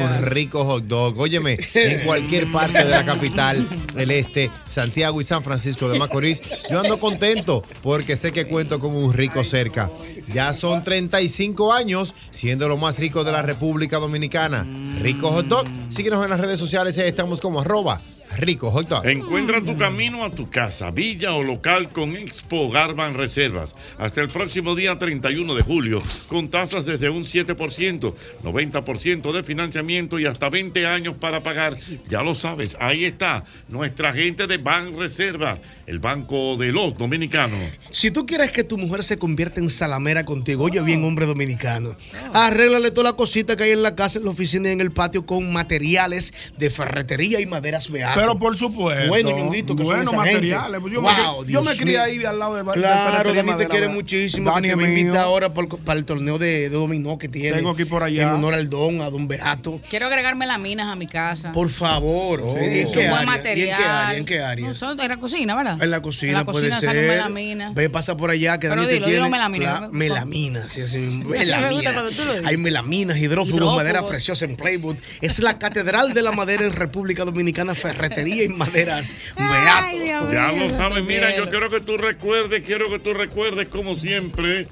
[SPEAKER 7] un rico hot dog. Óyeme, en cualquier parte de la capital, el este, Santiago y San Francisco de Macorís, yo ando contento porque sé que cuento con un rico cerca. Ya son 35 años siendo lo más rico de la República Dominicana. Rico hot dog. Síguenos en las redes sociales, ahí estamos como arroba rico hot dog.
[SPEAKER 3] Encuentra tu camino a tu casa, villa o local con Expo Garban Reservas. Hasta el próximo día 31 de julio, con tasas desde un 7%, 90% de financiamiento y hasta 20 años para pagar. Ya lo sabes, ahí está nuestra gente de Ban Reservas, el banco de los dominicanos.
[SPEAKER 4] Si tú quieres que tu mujer se convierta en salamera contigo, oye
[SPEAKER 13] Oh.
[SPEAKER 4] bien, hombre dominicano, arréglale toda la cosita que hay en la casa, en la oficina y en el patio con materiales de ferretería y maderas beatas.
[SPEAKER 13] Pero por supuesto.
[SPEAKER 4] Bueno, ñonguito, que son
[SPEAKER 13] Buenos
[SPEAKER 4] esa gente.
[SPEAKER 13] materiales. Pues yo me
[SPEAKER 4] Wow,
[SPEAKER 13] cri- yo
[SPEAKER 4] Dios
[SPEAKER 13] me crié
[SPEAKER 4] mío.
[SPEAKER 13] ahí al lado de de
[SPEAKER 4] Claro,
[SPEAKER 13] ferretería
[SPEAKER 4] Dani te
[SPEAKER 13] madera,
[SPEAKER 4] quiere
[SPEAKER 13] ¿verdad?
[SPEAKER 4] muchísimo.
[SPEAKER 13] Dani
[SPEAKER 4] que te
[SPEAKER 13] es
[SPEAKER 4] me invita
[SPEAKER 13] mío.
[SPEAKER 4] ahora por- para el torneo de, de dominó que tiene.
[SPEAKER 13] Tengo que ir por allá.
[SPEAKER 4] En honor al don, a don Beato.
[SPEAKER 5] Quiero agregarme las minas a mi casa.
[SPEAKER 4] Por favor.
[SPEAKER 5] Sí,
[SPEAKER 4] ¿y en
[SPEAKER 5] un
[SPEAKER 4] qué
[SPEAKER 5] buen
[SPEAKER 4] área? ¿Y en qué
[SPEAKER 5] material.
[SPEAKER 4] área? ¿En qué área?
[SPEAKER 5] No, son en la cocina, ¿verdad?
[SPEAKER 4] En la cocina,
[SPEAKER 5] En la
[SPEAKER 4] puede
[SPEAKER 5] cocina, sácame
[SPEAKER 4] ser.
[SPEAKER 5] melamina.
[SPEAKER 4] Ve, pasa por allá que
[SPEAKER 5] Pero
[SPEAKER 4] Dani te
[SPEAKER 5] dilo,
[SPEAKER 4] tiene
[SPEAKER 5] dilo melamina,
[SPEAKER 4] la-
[SPEAKER 5] me gusta.
[SPEAKER 4] melamina, sí, así,
[SPEAKER 5] Me gusta
[SPEAKER 4] melamina.
[SPEAKER 5] cuando tú lo dices.
[SPEAKER 4] Hay melaminas, hidrófugos,
[SPEAKER 5] Hidrófugos.
[SPEAKER 4] madera preciosa en Playwood. Es la catedral de la madera en República Dominicana, ferretería y maderas. pues. Beato.
[SPEAKER 3] Ya lo sabes, mira, yo quiero que tú recuerdes, quiero que tú recuerdes como siempre.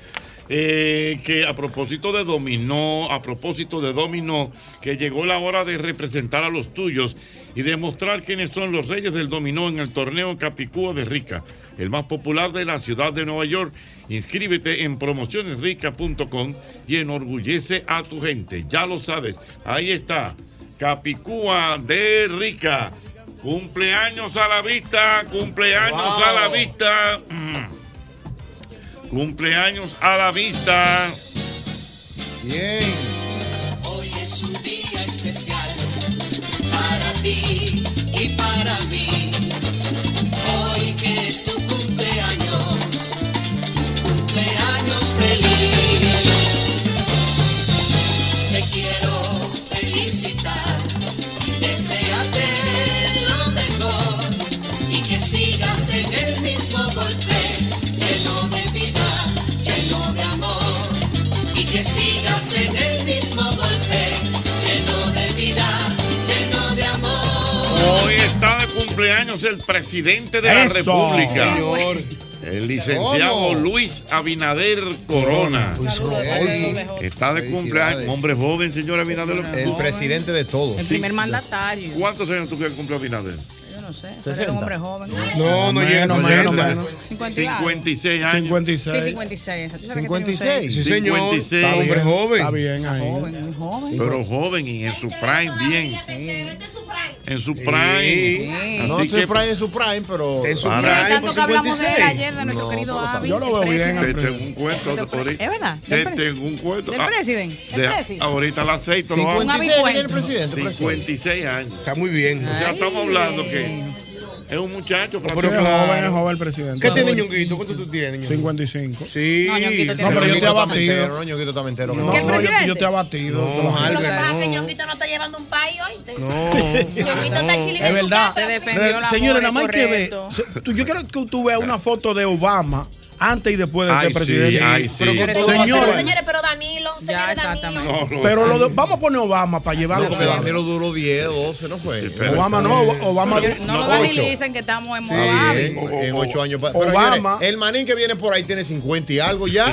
[SPEAKER 3] eh, que a propósito de dominó, a propósito de dominó, que llegó la hora de representar a los tuyos y demostrar quiénes son los reyes del dominó en el torneo Capicúa de Rica, el más popular de la ciudad de Nueva York. Inscríbete en promocionesrica.com y enorgullece a tu gente. Ya lo sabes, ahí está, Capicúa de Rica. Cumpleaños a la vista, cumpleaños
[SPEAKER 17] Wow.
[SPEAKER 3] a la vista. Mm. Cumpleaños a la vista.
[SPEAKER 7] Bien.
[SPEAKER 1] Hoy es un día especial para ti y para mí. Hoy que es tu cumpleaños, tu cumpleaños feliz. Te quiero felicitar y desearte lo mejor y que sigas en el mismo golpe, lleno de vida, lleno de amor y que sigas en el mismo golpe, lleno de vida, lleno de amor.
[SPEAKER 3] Hoy está de cumpleaños el presidente de la
[SPEAKER 13] Eso.
[SPEAKER 3] República.
[SPEAKER 13] Señor.
[SPEAKER 3] El licenciado
[SPEAKER 13] ¿Cómo?
[SPEAKER 3] Luis Abinader Corona. Está de
[SPEAKER 7] Felicidades.
[SPEAKER 3] cumpleaños. Hombre joven, señor Abinader.
[SPEAKER 7] El presidente de todos.
[SPEAKER 5] El primer mandatario.
[SPEAKER 3] ¿Cuántos años tú que cumple Abinader?
[SPEAKER 5] Yo no sé. pero era un hombre joven.
[SPEAKER 13] No, no llega, no
[SPEAKER 3] Menos,
[SPEAKER 13] llega, no
[SPEAKER 3] menos,
[SPEAKER 13] llega.
[SPEAKER 3] menos.
[SPEAKER 5] 56
[SPEAKER 3] años.
[SPEAKER 13] 56.
[SPEAKER 5] Sí, 56. ¿Tú sabes que tenía un
[SPEAKER 13] Sí, señor.
[SPEAKER 3] 56.
[SPEAKER 13] Está
[SPEAKER 3] Hombre
[SPEAKER 13] bien,
[SPEAKER 3] joven.
[SPEAKER 13] Está bien ahí.
[SPEAKER 5] Joven, muy joven.
[SPEAKER 3] Pero joven y en su prime, bien. En su prime.
[SPEAKER 7] No
[SPEAKER 3] Así
[SPEAKER 7] estoy
[SPEAKER 3] que-
[SPEAKER 7] prime en su prime, pero.
[SPEAKER 3] En su
[SPEAKER 7] Ahora-
[SPEAKER 3] prime,
[SPEAKER 5] Tanto que hablamos de él ayer, de nuestro
[SPEAKER 7] No,
[SPEAKER 5] querido
[SPEAKER 7] pero
[SPEAKER 5] Abby.
[SPEAKER 7] yo lo veo
[SPEAKER 5] el
[SPEAKER 7] bien,
[SPEAKER 5] presidente.
[SPEAKER 3] Te tengo un cuento. ahorita.
[SPEAKER 5] Es verdad, del
[SPEAKER 3] Te
[SPEAKER 5] pre-
[SPEAKER 3] tengo un cuento.
[SPEAKER 5] del
[SPEAKER 3] Eh, Ah,
[SPEAKER 5] presidente, del
[SPEAKER 3] de-
[SPEAKER 5] presidente.
[SPEAKER 3] Ahorita la aceito. lo hago.
[SPEAKER 5] 56 tiene el presidente,
[SPEAKER 3] 56 años.
[SPEAKER 4] Está muy bien.
[SPEAKER 3] O sea, estamos hablando que Es un muchacho,
[SPEAKER 13] Pero
[SPEAKER 3] pero
[SPEAKER 13] es joven, es joven el presidente.
[SPEAKER 4] ¿Qué tiene Ñonguito? ¿Cuánto tú tienes, Ñonguito?
[SPEAKER 13] 55.
[SPEAKER 4] Sí.
[SPEAKER 13] No,
[SPEAKER 4] Ñonguito tiene-
[SPEAKER 13] pero yo te he
[SPEAKER 7] estaba
[SPEAKER 13] abatido.
[SPEAKER 7] entero, no, Ñonguito estaba entero.
[SPEAKER 13] No,
[SPEAKER 7] ¿Qué
[SPEAKER 13] no, yo,
[SPEAKER 6] presidente?
[SPEAKER 13] yo te he abatido. te lo juro.
[SPEAKER 6] Lo que pasa es que Ñonguito no está llevando un país hoy. ¿te? Ñonguito está
[SPEAKER 13] No,
[SPEAKER 6] chilling
[SPEAKER 13] Es
[SPEAKER 6] en su
[SPEAKER 13] verdad.
[SPEAKER 6] casa. Se defendió
[SPEAKER 13] Re-
[SPEAKER 6] el amor,
[SPEAKER 13] Señores, nada más hay que ver.
[SPEAKER 6] correcto.
[SPEAKER 13] Se- tú- Yo quiero que tú veas una foto de Obama antes y después de
[SPEAKER 3] Ay,
[SPEAKER 13] ser
[SPEAKER 3] sí,
[SPEAKER 13] presidente.
[SPEAKER 3] ay, sí.
[SPEAKER 13] Pero con
[SPEAKER 6] Pero,
[SPEAKER 13] todo-
[SPEAKER 6] pero,
[SPEAKER 13] señores,
[SPEAKER 6] señores, pero Danilo, señores, Danilo.
[SPEAKER 13] pero lo de- vamos a poner Obama para llevarlo.
[SPEAKER 7] porque Danilo duró 10, 12, no fue.
[SPEAKER 13] Obama no, Obama
[SPEAKER 5] No lo dan y le dicen que estamos en
[SPEAKER 7] Sí,
[SPEAKER 5] Moab.
[SPEAKER 7] en- en ocho años. Pero
[SPEAKER 13] Obama.
[SPEAKER 7] señores, el manín que viene por ahí tiene 50 y algo ya.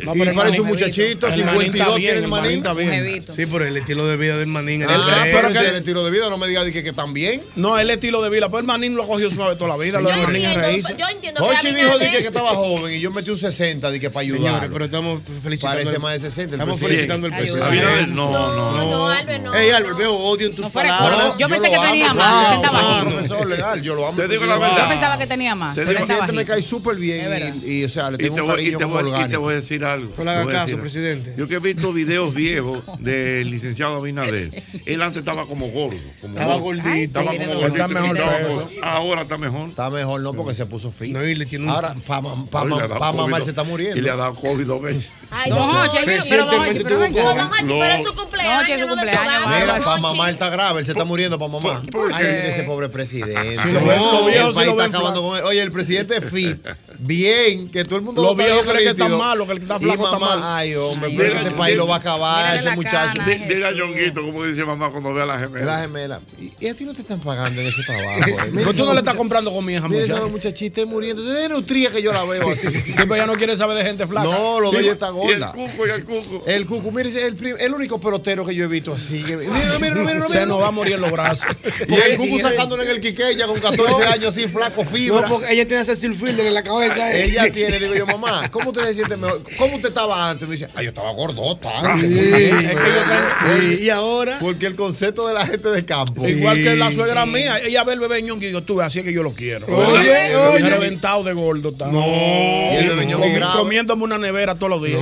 [SPEAKER 4] No,
[SPEAKER 7] y
[SPEAKER 4] pero el
[SPEAKER 7] parece un
[SPEAKER 4] manín-
[SPEAKER 7] muchachito,
[SPEAKER 4] el manín está
[SPEAKER 7] 52
[SPEAKER 4] bien,
[SPEAKER 7] tiene el
[SPEAKER 4] el manín
[SPEAKER 7] manín.
[SPEAKER 4] está bien. Sí, pero el estilo de vida del manín.
[SPEAKER 7] Ah,
[SPEAKER 13] pero que-
[SPEAKER 7] el estilo de vida, no me digas que, que también.
[SPEAKER 13] No, el estilo de vida. Pues el manín lo cogió suave toda la vida. Lo
[SPEAKER 7] Yo
[SPEAKER 13] de manín es
[SPEAKER 7] entiendo,
[SPEAKER 13] reírse.
[SPEAKER 6] Yo entiendo que
[SPEAKER 7] Hochi
[SPEAKER 6] la
[SPEAKER 7] dijo
[SPEAKER 6] vida
[SPEAKER 7] de
[SPEAKER 6] de
[SPEAKER 7] que, que estaba joven y yo metí un 60 de que para ayudar.
[SPEAKER 4] Señores, pero estamos felicitando.
[SPEAKER 7] Parece
[SPEAKER 4] al-
[SPEAKER 7] más de 60. el
[SPEAKER 4] Estamos
[SPEAKER 7] presidente.
[SPEAKER 4] felicitando al
[SPEAKER 7] Ayuda.
[SPEAKER 4] presidente.
[SPEAKER 7] Abinader, no, no, no.
[SPEAKER 6] No, Albert, no.
[SPEAKER 4] Ey, Albert, veo odio en tus palabras.
[SPEAKER 5] Yo pensé
[SPEAKER 7] lo
[SPEAKER 5] que tenía
[SPEAKER 7] amo,
[SPEAKER 5] más,
[SPEAKER 4] Ah,
[SPEAKER 7] claro,
[SPEAKER 5] 60
[SPEAKER 7] claro,
[SPEAKER 5] bajito.
[SPEAKER 7] profesor legal, yo lo amo.
[SPEAKER 3] Te digo la
[SPEAKER 7] profesor.
[SPEAKER 3] verdad.
[SPEAKER 5] Yo pensaba que tenía
[SPEAKER 6] Ah,
[SPEAKER 5] más.
[SPEAKER 7] El
[SPEAKER 5] pero está
[SPEAKER 7] presidente este me
[SPEAKER 5] bajito.
[SPEAKER 7] cae súper bien y, y, o sea, le
[SPEAKER 3] Y
[SPEAKER 7] tengo
[SPEAKER 3] te,
[SPEAKER 7] un
[SPEAKER 3] voy, y
[SPEAKER 7] cariño
[SPEAKER 3] te
[SPEAKER 7] como
[SPEAKER 3] voy- y te
[SPEAKER 7] orgánico.
[SPEAKER 3] voy a decir algo.
[SPEAKER 7] No le haga
[SPEAKER 3] Te voy a
[SPEAKER 7] caso,
[SPEAKER 3] decir algo.
[SPEAKER 4] presidente.
[SPEAKER 3] Yo que he visto videos viejos del licenciado Abinader. Él antes estaba como gordo. Como
[SPEAKER 7] Estaba
[SPEAKER 3] gordo.
[SPEAKER 7] gordito.
[SPEAKER 3] Estaba
[SPEAKER 7] Ay,
[SPEAKER 3] como
[SPEAKER 7] tiene
[SPEAKER 3] gordito.
[SPEAKER 7] Está mejor
[SPEAKER 3] estaba
[SPEAKER 7] peso.
[SPEAKER 3] gordo. Ahora está mejor.
[SPEAKER 7] pues, Está mejor, no, porque se puso fino.
[SPEAKER 4] No, y le tiene un-
[SPEAKER 7] Ahora, para
[SPEAKER 3] Ay, le ha dado
[SPEAKER 7] mamar
[SPEAKER 3] COVID.
[SPEAKER 7] se está muriendo.
[SPEAKER 3] Y le ha dado COVID dos veces.
[SPEAKER 6] Ay,
[SPEAKER 7] No,
[SPEAKER 6] don Hochi, ay, pero- pero don Hochi,
[SPEAKER 7] recientemente
[SPEAKER 6] pero
[SPEAKER 7] tuvo
[SPEAKER 6] venga. No, don
[SPEAKER 7] COVID.
[SPEAKER 6] Hochi, pero es
[SPEAKER 7] No.
[SPEAKER 6] su cumpleaños.
[SPEAKER 5] es su
[SPEAKER 6] no
[SPEAKER 5] cumpleaños,
[SPEAKER 6] deshogaron,
[SPEAKER 7] Mira,
[SPEAKER 6] don
[SPEAKER 7] para
[SPEAKER 6] Hochi.
[SPEAKER 7] mamá él está grave, él se está muriendo para mamá.
[SPEAKER 6] por
[SPEAKER 7] Ay,
[SPEAKER 6] qué?
[SPEAKER 7] mire ese pobre presidente.
[SPEAKER 13] Si lo ven, lo
[SPEAKER 7] El
[SPEAKER 13] viejo, si
[SPEAKER 7] país
[SPEAKER 13] lo
[SPEAKER 7] está
[SPEAKER 13] ven
[SPEAKER 7] acabando con él. Oye, el presidente es fit, bien, que todo el mundo
[SPEAKER 13] Lo
[SPEAKER 7] está
[SPEAKER 13] viejo
[SPEAKER 7] viendo
[SPEAKER 13] cree que está
[SPEAKER 7] nítido.
[SPEAKER 13] malo, que el que está
[SPEAKER 7] Y
[SPEAKER 13] flaco está
[SPEAKER 7] mamá,
[SPEAKER 13] malo.
[SPEAKER 7] Ay, hombre,
[SPEAKER 13] Ay,
[SPEAKER 7] pero
[SPEAKER 13] mírale
[SPEAKER 7] este
[SPEAKER 13] la-
[SPEAKER 7] país lo va a acabar,
[SPEAKER 13] mírale
[SPEAKER 7] ese
[SPEAKER 13] la
[SPEAKER 7] muchacho.
[SPEAKER 13] cana,
[SPEAKER 3] Di- Dile a Yonguito, como dice mamá cuando ve a la gemela.
[SPEAKER 7] La gemela. Y, y a ti no te están pagando en ese trabajo. eh.
[SPEAKER 13] Pero tú no le estás comprando comida, esa
[SPEAKER 7] Mira
[SPEAKER 13] muchacha.
[SPEAKER 7] esa muchachita está muriendo. De nutría que yo la veo así.
[SPEAKER 13] Siempre ella no quiere saber de gente flaca.
[SPEAKER 7] No, lo de ella está
[SPEAKER 13] Y el
[SPEAKER 7] gorda.
[SPEAKER 3] cuco, y el cuco.
[SPEAKER 7] El cuco, mire, es el, prim- el único pelotero que yo he visto así. que- Mira, mira, mira, mira,
[SPEAKER 13] Se
[SPEAKER 7] mira.
[SPEAKER 13] nos va a morir en los brazos.
[SPEAKER 7] Y el cuco sacándole en el quiqueya con 14 años así, flaco, fibra.
[SPEAKER 4] No, porque ella tiene ese Cecil Fielder en la cabeza. eh.
[SPEAKER 7] Ella tiene, digo yo, mamá, ¿cómo usted se siente mejor? ¿Cómo usted estaba antes? Me dice, ay, yo estaba gordota antes.
[SPEAKER 13] Sí, es que
[SPEAKER 7] y ahora. Porque el concepto de la gente de campo.
[SPEAKER 13] Igual que la suegra
[SPEAKER 7] Sí.
[SPEAKER 13] mía, ella ve el bebé ñonqui y yo tuve, así es que yo lo quiero.
[SPEAKER 7] Oye,
[SPEAKER 13] El
[SPEAKER 7] oye.
[SPEAKER 13] reventado de gordo está.
[SPEAKER 7] No. Y el bebé ñonqui
[SPEAKER 13] Comi-
[SPEAKER 7] grave.
[SPEAKER 13] comiéndome una nevera todos los días.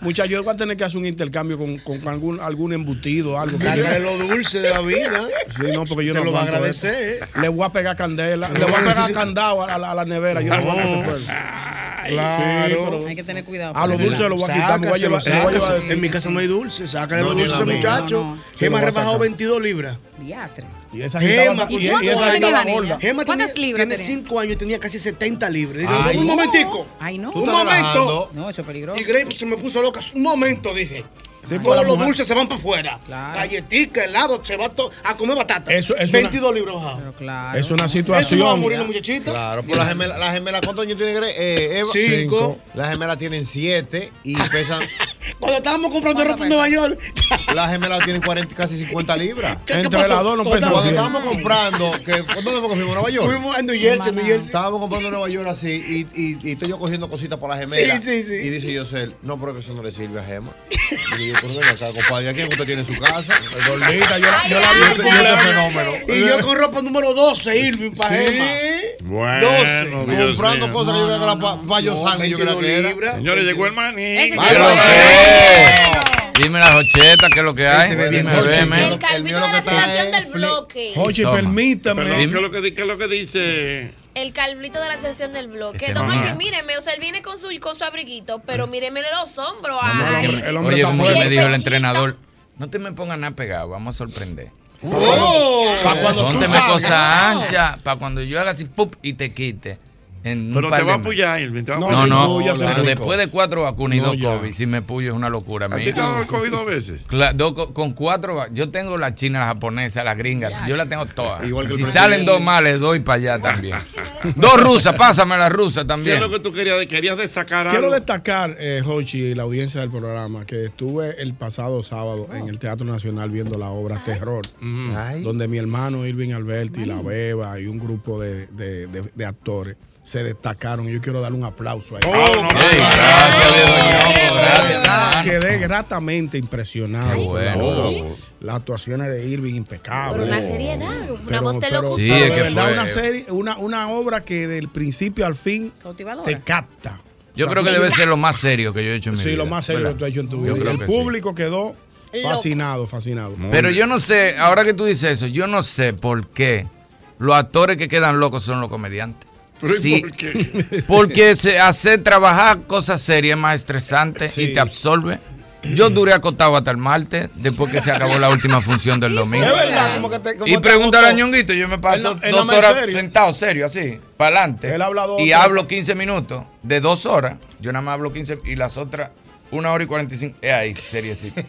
[SPEAKER 13] Muchachos, yo voy a tener que hacer un intercambio con, con algún, algún embutido, algo.
[SPEAKER 4] Sácale lo dulce de la vida.
[SPEAKER 13] Sí, no, porque yo
[SPEAKER 4] Te
[SPEAKER 13] no
[SPEAKER 4] lo va a
[SPEAKER 13] aguanto eso.
[SPEAKER 4] agradecer, eh.
[SPEAKER 13] Le voy a pegar candela, le voy a pegar candado a la, a la- a la nevera. Yo no
[SPEAKER 4] No.
[SPEAKER 13] aguanto este fuego.
[SPEAKER 5] Ay,
[SPEAKER 4] Claro.
[SPEAKER 5] sí, pero hay que tener cuidado.
[SPEAKER 13] A los dulces lo voy a quitar, me voy a llevar-
[SPEAKER 4] Sácaselo,
[SPEAKER 13] me voy a llevar-
[SPEAKER 4] sácaselo. En mi casa no hay dulce. Sácale
[SPEAKER 13] No,
[SPEAKER 4] los
[SPEAKER 13] ni en la
[SPEAKER 4] dulces,
[SPEAKER 13] mía.
[SPEAKER 4] muchacho.
[SPEAKER 13] No, no. Sí,
[SPEAKER 4] Que me ha
[SPEAKER 13] lo voy a
[SPEAKER 4] rebajado
[SPEAKER 13] sacar.
[SPEAKER 4] 22 libras.
[SPEAKER 5] Diatre.
[SPEAKER 13] Y esa gente
[SPEAKER 4] Gemma,
[SPEAKER 13] estaba-
[SPEAKER 4] y,
[SPEAKER 13] y esa
[SPEAKER 4] y esa
[SPEAKER 13] gente
[SPEAKER 4] gente
[SPEAKER 13] estaba
[SPEAKER 4] la
[SPEAKER 13] gorda.
[SPEAKER 4] gorda. Gemma
[SPEAKER 5] ¿Cuántas
[SPEAKER 4] tenía-
[SPEAKER 5] libras
[SPEAKER 4] Tiene
[SPEAKER 5] tenía?
[SPEAKER 4] 5 años y tenía casi 70 libras. Y digo,
[SPEAKER 13] Ay,
[SPEAKER 4] un
[SPEAKER 13] no.
[SPEAKER 4] momentico.
[SPEAKER 5] Ay, no.
[SPEAKER 13] Tú
[SPEAKER 4] Un
[SPEAKER 13] estás
[SPEAKER 4] momento.
[SPEAKER 13] relajando.
[SPEAKER 5] No, eso es peligroso.
[SPEAKER 4] Y Grape se me puso loca. Un momento, dije.
[SPEAKER 13] Sí, porque la
[SPEAKER 4] Todos los
[SPEAKER 13] mujer-
[SPEAKER 4] dulces se van para afuera. Galletica, helado, se va to- a comer batata.
[SPEAKER 13] Eso- eso
[SPEAKER 4] 22 libras bajado.
[SPEAKER 5] Claro.
[SPEAKER 13] Es una
[SPEAKER 4] Eso no va a
[SPEAKER 13] situación.
[SPEAKER 4] morir la muchachita.
[SPEAKER 7] Claro, pues la gemela, la gemela, ¿cuántos años tiene Gre- eh, Eva?
[SPEAKER 13] Cinco.
[SPEAKER 7] Las gemelas tienen siete y pesan.
[SPEAKER 4] Cuando estábamos comprando ropa en Nueva York.
[SPEAKER 7] Las gemelas tienen 40, casi 50 libras.
[SPEAKER 4] ¿Qué- qué Entre pasó? las dos no
[SPEAKER 7] Cuando
[SPEAKER 4] pesan
[SPEAKER 7] Cuando
[SPEAKER 4] cien.
[SPEAKER 7] estábamos comprando, que, ¿dónde fue que fuimos? ¿Nueva York?
[SPEAKER 4] Fuimos a New Jersey, New Jersey.
[SPEAKER 7] Estábamos comprando en Nueva York así y, y, y estoy yo cogiendo cositas para las gemelas.
[SPEAKER 4] Sí, sí, sí.
[SPEAKER 7] Y dice José, no, pero que eso no le sirve a Gema. Y digo, pero ven acá, compadre, ¿a quién usted tiene en su casa? Gordita, yo la, yo la vi, yo
[SPEAKER 4] Ay,
[SPEAKER 7] este
[SPEAKER 4] ay,
[SPEAKER 7] fenómeno.
[SPEAKER 4] Y yo con ropa número 12, Irving, para
[SPEAKER 7] Sí.
[SPEAKER 4] Gemma.
[SPEAKER 3] Bueno,
[SPEAKER 7] 12,
[SPEAKER 3] Dios
[SPEAKER 7] comprando
[SPEAKER 3] mío.
[SPEAKER 7] cosas que yo creo que era para pa yo sangre, yo creo que era.
[SPEAKER 3] Señores, llegó el maní.
[SPEAKER 18] Pero qué. Dime la jocheta, ¿qué es lo que hay?
[SPEAKER 7] Este bebé
[SPEAKER 18] Dime,
[SPEAKER 7] es
[SPEAKER 18] bebé.
[SPEAKER 6] El calvito de la acción del bloque.
[SPEAKER 13] Oye,
[SPEAKER 18] Toma.
[SPEAKER 13] permítame.
[SPEAKER 3] Pero, ¿qué es lo que, di- qué es lo que dice?
[SPEAKER 6] El calvito de la sección del bloque.
[SPEAKER 3] Ese
[SPEAKER 6] Don Hochi,
[SPEAKER 3] mamá.
[SPEAKER 6] míreme, o sea, él viene con su, con su abriguito, pero míreme los hombros.
[SPEAKER 18] Hombre,
[SPEAKER 6] ay.
[SPEAKER 18] que-
[SPEAKER 13] Eh. el hombre
[SPEAKER 18] Oye,
[SPEAKER 13] está
[SPEAKER 18] como
[SPEAKER 13] muerto.
[SPEAKER 18] me dijo el
[SPEAKER 6] Pechito.
[SPEAKER 18] entrenador, no te me pongas nada pegado, vamos a sorprender.
[SPEAKER 6] Oh,
[SPEAKER 13] Pa' cuando tú
[SPEAKER 18] Pónteme
[SPEAKER 13] salgas.
[SPEAKER 18] cosa ancha para cuando yo haga así pup y te quite. En un
[SPEAKER 3] Pero
[SPEAKER 18] par
[SPEAKER 3] te
[SPEAKER 18] de
[SPEAKER 3] va a
[SPEAKER 18] meses.
[SPEAKER 3] apoyar, Irving. te va a
[SPEAKER 18] No,
[SPEAKER 3] apoyar.
[SPEAKER 18] no,
[SPEAKER 3] ya
[SPEAKER 18] pero
[SPEAKER 3] se arrancó.
[SPEAKER 18] después de cuatro vacunas y
[SPEAKER 3] No,
[SPEAKER 18] dos
[SPEAKER 3] ya.
[SPEAKER 18] COVID, si me puyo es una locura.
[SPEAKER 3] ¿A ti te
[SPEAKER 18] mijo.
[SPEAKER 3] ha dado el COVID dos veces?
[SPEAKER 18] Cla- do- co- con cuatro, va- yo tengo la china, la japonesa, la gringa, yo la tengo todas.
[SPEAKER 7] Igual que el
[SPEAKER 18] si
[SPEAKER 7] presidente.
[SPEAKER 18] salen dos más, les doy para allá también. dos rusas, pásame las rusas
[SPEAKER 3] ¿Qué es
[SPEAKER 18] también.
[SPEAKER 3] lo que tú querías? de- ¿Querías destacar
[SPEAKER 13] Quiero
[SPEAKER 3] algo?
[SPEAKER 13] destacar, eh, Hochi, y la audiencia del programa, que estuve el pasado sábado en el Teatro Nacional viendo la obra Terror,
[SPEAKER 7] Ay.
[SPEAKER 13] donde mi hermano Irving Alberti, La Beba y un grupo de, de- de- de actores se destacaron. Yo quiero darle un aplauso a
[SPEAKER 18] Oh,
[SPEAKER 13] ellos. Quedé gratamente impresionado.
[SPEAKER 18] Qué
[SPEAKER 13] con la
[SPEAKER 18] bueno.
[SPEAKER 13] obra.
[SPEAKER 18] Sí.
[SPEAKER 13] Las actuaciones de Irving
[SPEAKER 6] Pero
[SPEAKER 13] impecables.
[SPEAKER 6] una seriedad, una
[SPEAKER 13] Pero-
[SPEAKER 6] voz de
[SPEAKER 13] pero-
[SPEAKER 6] locutor.
[SPEAKER 18] Sí,
[SPEAKER 13] pero
[SPEAKER 18] es
[SPEAKER 13] de
[SPEAKER 18] que
[SPEAKER 13] verdad,
[SPEAKER 18] fue-
[SPEAKER 13] una serie, una, una obra que del principio al fin
[SPEAKER 5] Cautivadora.
[SPEAKER 13] te capta.
[SPEAKER 18] Yo creo que debe ser lo más serio que yo he hecho en mi
[SPEAKER 13] Sí,
[SPEAKER 18] vida.
[SPEAKER 13] lo más serio
[SPEAKER 18] ¿verdad?
[SPEAKER 13] que tú has hecho en tu
[SPEAKER 18] Yo
[SPEAKER 13] vida. Y
[SPEAKER 18] creo
[SPEAKER 13] El
[SPEAKER 18] que sí.
[SPEAKER 13] público quedó fascinado, fascinado.
[SPEAKER 18] Pero yo no sé, ahora que tú dices eso, yo no sé por qué los actores que quedan locos son los comediantes.
[SPEAKER 19] ¿Pero y
[SPEAKER 18] Sí,
[SPEAKER 19] por qué?
[SPEAKER 18] porque se hace trabajar cosas serias es más estresante y te absorbe. Yo duré acotado hasta el martes, después que se acabó la última función del domingo.
[SPEAKER 19] Es verdad, como que te- como
[SPEAKER 18] y
[SPEAKER 19] te
[SPEAKER 18] preguntar a
[SPEAKER 19] agotó.
[SPEAKER 18] Ñonguito, yo me paso
[SPEAKER 19] Él no- él no
[SPEAKER 18] dos
[SPEAKER 19] me
[SPEAKER 18] horas
[SPEAKER 19] serio.
[SPEAKER 18] sentado, serio, así, para adelante.
[SPEAKER 19] Él habla dos
[SPEAKER 18] Y
[SPEAKER 19] horas.
[SPEAKER 18] hablo 15 minutos. De dos horas, yo nada más hablo 15 y las otras, una hora y 45. Es ahí, seriecito.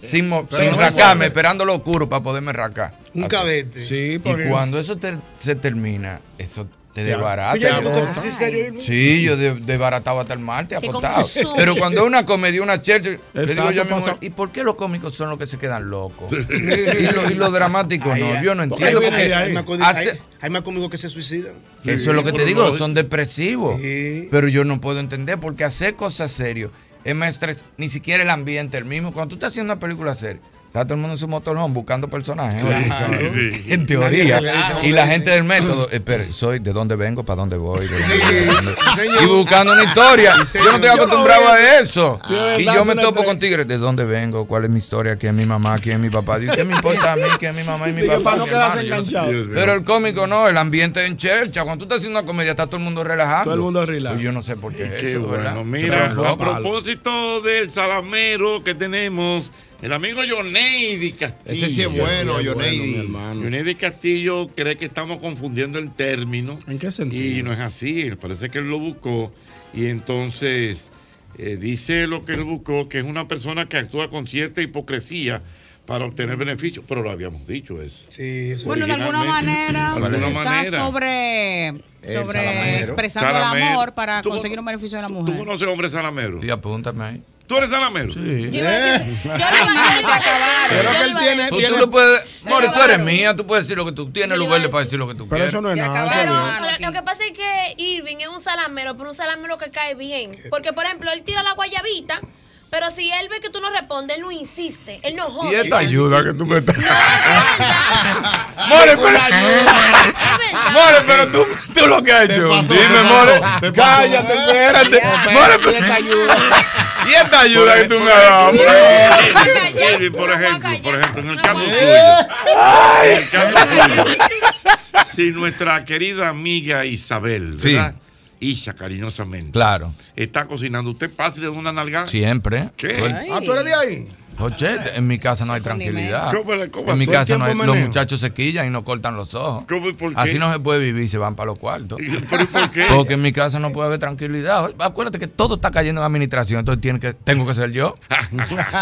[SPEAKER 18] sin mo-
[SPEAKER 19] Pero
[SPEAKER 18] sin
[SPEAKER 19] no
[SPEAKER 18] rascarme,
[SPEAKER 19] sabe.
[SPEAKER 18] esperando lo oscuro para poderme rascar.
[SPEAKER 20] Un
[SPEAKER 18] Así.
[SPEAKER 20] cadete. Sí,
[SPEAKER 18] Y
[SPEAKER 20] porque-
[SPEAKER 18] cuando eso te- se termina, eso te
[SPEAKER 20] Ya.
[SPEAKER 18] desbarata.
[SPEAKER 20] Tú ya tú te pusiste serio, Irving.
[SPEAKER 18] Sí, yo de- desbarataba hasta el martes,
[SPEAKER 20] Te
[SPEAKER 18] acostado.
[SPEAKER 20] consume.
[SPEAKER 18] Pero cuando es una comedia, una church, le digo
[SPEAKER 19] Exacto,
[SPEAKER 18] yo a mi
[SPEAKER 19] pasa-
[SPEAKER 18] mujer, ¿y por qué los cómicos son los que se quedan locos? y los dramáticos no, yo no entiendo.
[SPEAKER 20] Hay,
[SPEAKER 18] Porque
[SPEAKER 20] hay más códi-
[SPEAKER 18] hace-
[SPEAKER 20] hay- hay más cómicos que se suicidan.
[SPEAKER 18] eso es lo que te
[SPEAKER 20] Pero
[SPEAKER 18] digo,
[SPEAKER 20] no-
[SPEAKER 18] son depresivos. Pero yo no puedo entender porque hacer cosas serias es más estrés, ni siquiera el ambiente, el mismo. Cuando tú estás haciendo una película seria, está todo el mundo en su motorhome buscando personajes.
[SPEAKER 19] Claro.
[SPEAKER 18] ¿eh?
[SPEAKER 19] Sí.
[SPEAKER 18] En teoría.
[SPEAKER 19] Claro.
[SPEAKER 18] Y la gente del método, espera, soy de dónde vengo, para dónde voy. de dónde
[SPEAKER 19] Sí,
[SPEAKER 18] voy, de dónde-
[SPEAKER 19] señor.
[SPEAKER 18] Y buscando una historia.
[SPEAKER 19] Sí,
[SPEAKER 18] Yo
[SPEAKER 19] señor.
[SPEAKER 18] no estoy
[SPEAKER 19] Yo lo
[SPEAKER 18] acostumbrado
[SPEAKER 19] veo.
[SPEAKER 18] a eso.
[SPEAKER 19] Sí, es verdad,
[SPEAKER 18] Y yo
[SPEAKER 19] es
[SPEAKER 18] me
[SPEAKER 19] una
[SPEAKER 18] topo
[SPEAKER 19] entre-
[SPEAKER 18] con tigres, ¿de dónde vengo? ¿Cuál es mi historia? ¿Quién es mi mamá? ¿Quién es mi papá? Digo, ¿Qué me importa a mí? ¿Quién es mi mamá y mi
[SPEAKER 19] Digo,
[SPEAKER 18] papá?
[SPEAKER 19] para no
[SPEAKER 18] mi
[SPEAKER 19] quedarse
[SPEAKER 18] hermano? Yo no sé.
[SPEAKER 19] enganchado. Dios mío.
[SPEAKER 18] Pero el cómico no, el ambiente en chelcha. Cuando tú estás haciendo una comedia, está todo el mundo relajado.
[SPEAKER 13] Todo el mundo
[SPEAKER 18] relajado. yo no sé por qué. es
[SPEAKER 3] Qué
[SPEAKER 18] eso, ¿verdad?
[SPEAKER 3] bueno. Mira,
[SPEAKER 18] Pero
[SPEAKER 3] a
[SPEAKER 18] fue-
[SPEAKER 3] propósito del salamero que tenemos, el amigo Yoneidi Castillo.
[SPEAKER 21] Ese sí es bueno, Yoneidi.
[SPEAKER 3] Yoneidi Castillo cree que estamos confundiendo el término. ¿En qué sentido? Y no es así. Parece que él lo buscó. Y entonces eh, dice lo que él buscó, que es una persona que actúa con cierta hipocresía para obtener beneficios. Pero lo habíamos dicho eso.
[SPEAKER 20] Sí,
[SPEAKER 5] Bueno, de alguna manera,
[SPEAKER 3] De alguna
[SPEAKER 5] se está
[SPEAKER 3] manera.
[SPEAKER 5] sobre, sobre
[SPEAKER 3] salamero.
[SPEAKER 5] expresando el
[SPEAKER 3] Salamero.
[SPEAKER 5] amor para conseguir un beneficio de la mujer.
[SPEAKER 3] ¿Tú conoces hombre salamero?
[SPEAKER 18] Sí, apúntame ahí.
[SPEAKER 3] ¿Tú eres salamero? Eh. Sí.
[SPEAKER 18] Yo iba a
[SPEAKER 19] Creo que él tiene-
[SPEAKER 18] Tú,
[SPEAKER 19] tiene-
[SPEAKER 18] tú le puedes, More, tú eres mía, tú puedes decir lo que tú tienes, los verdes para decir lo que tú quieres.
[SPEAKER 13] eso no es nada,
[SPEAKER 6] Pero lo- lo que pasa es que Irving es un salamero, pero un salamero que cae bien. Porque, por ejemplo, él tira la guayabita, pero si él ve que tú no respondes, él no insiste. Él no jode.
[SPEAKER 19] Y esta ayuda que tú me estás.
[SPEAKER 18] More, pero. More, pero tú, tú lo que has hecho. Dime, More. Cállate, espérate.
[SPEAKER 4] pues,
[SPEAKER 18] More, pero. Y esta ayuda que tú me has dado.
[SPEAKER 3] Baby, por ejemplo, por ejemplo, en el caso tuyo. En el caso tuyo. Si nuestra querida amiga Isabel, ¿verdad? Isa, cariñosamente.
[SPEAKER 18] Claro.
[SPEAKER 3] Está cocinando. ¿Usted pasa de una nalgada?
[SPEAKER 18] Siempre.
[SPEAKER 3] ¿Qué?
[SPEAKER 18] Todo el-
[SPEAKER 20] Ah, tú eres de ahí.
[SPEAKER 18] Oye, en mi casa no hay tranquilidad.
[SPEAKER 3] ¿Cómo le- cómo
[SPEAKER 18] En mi
[SPEAKER 3] todo el
[SPEAKER 18] casa no hay-
[SPEAKER 3] tiempo
[SPEAKER 18] los
[SPEAKER 3] meneo?
[SPEAKER 18] muchachos se quillan y no cortan los ojos.
[SPEAKER 3] ¿Cómo y por qué?
[SPEAKER 18] Así no se puede vivir, se van para los cuartos. Porque en mi casa no puede haber tranquilidad. Acuérdate que todo está cayendo en administración, entonces tiene que, tengo que ser yo.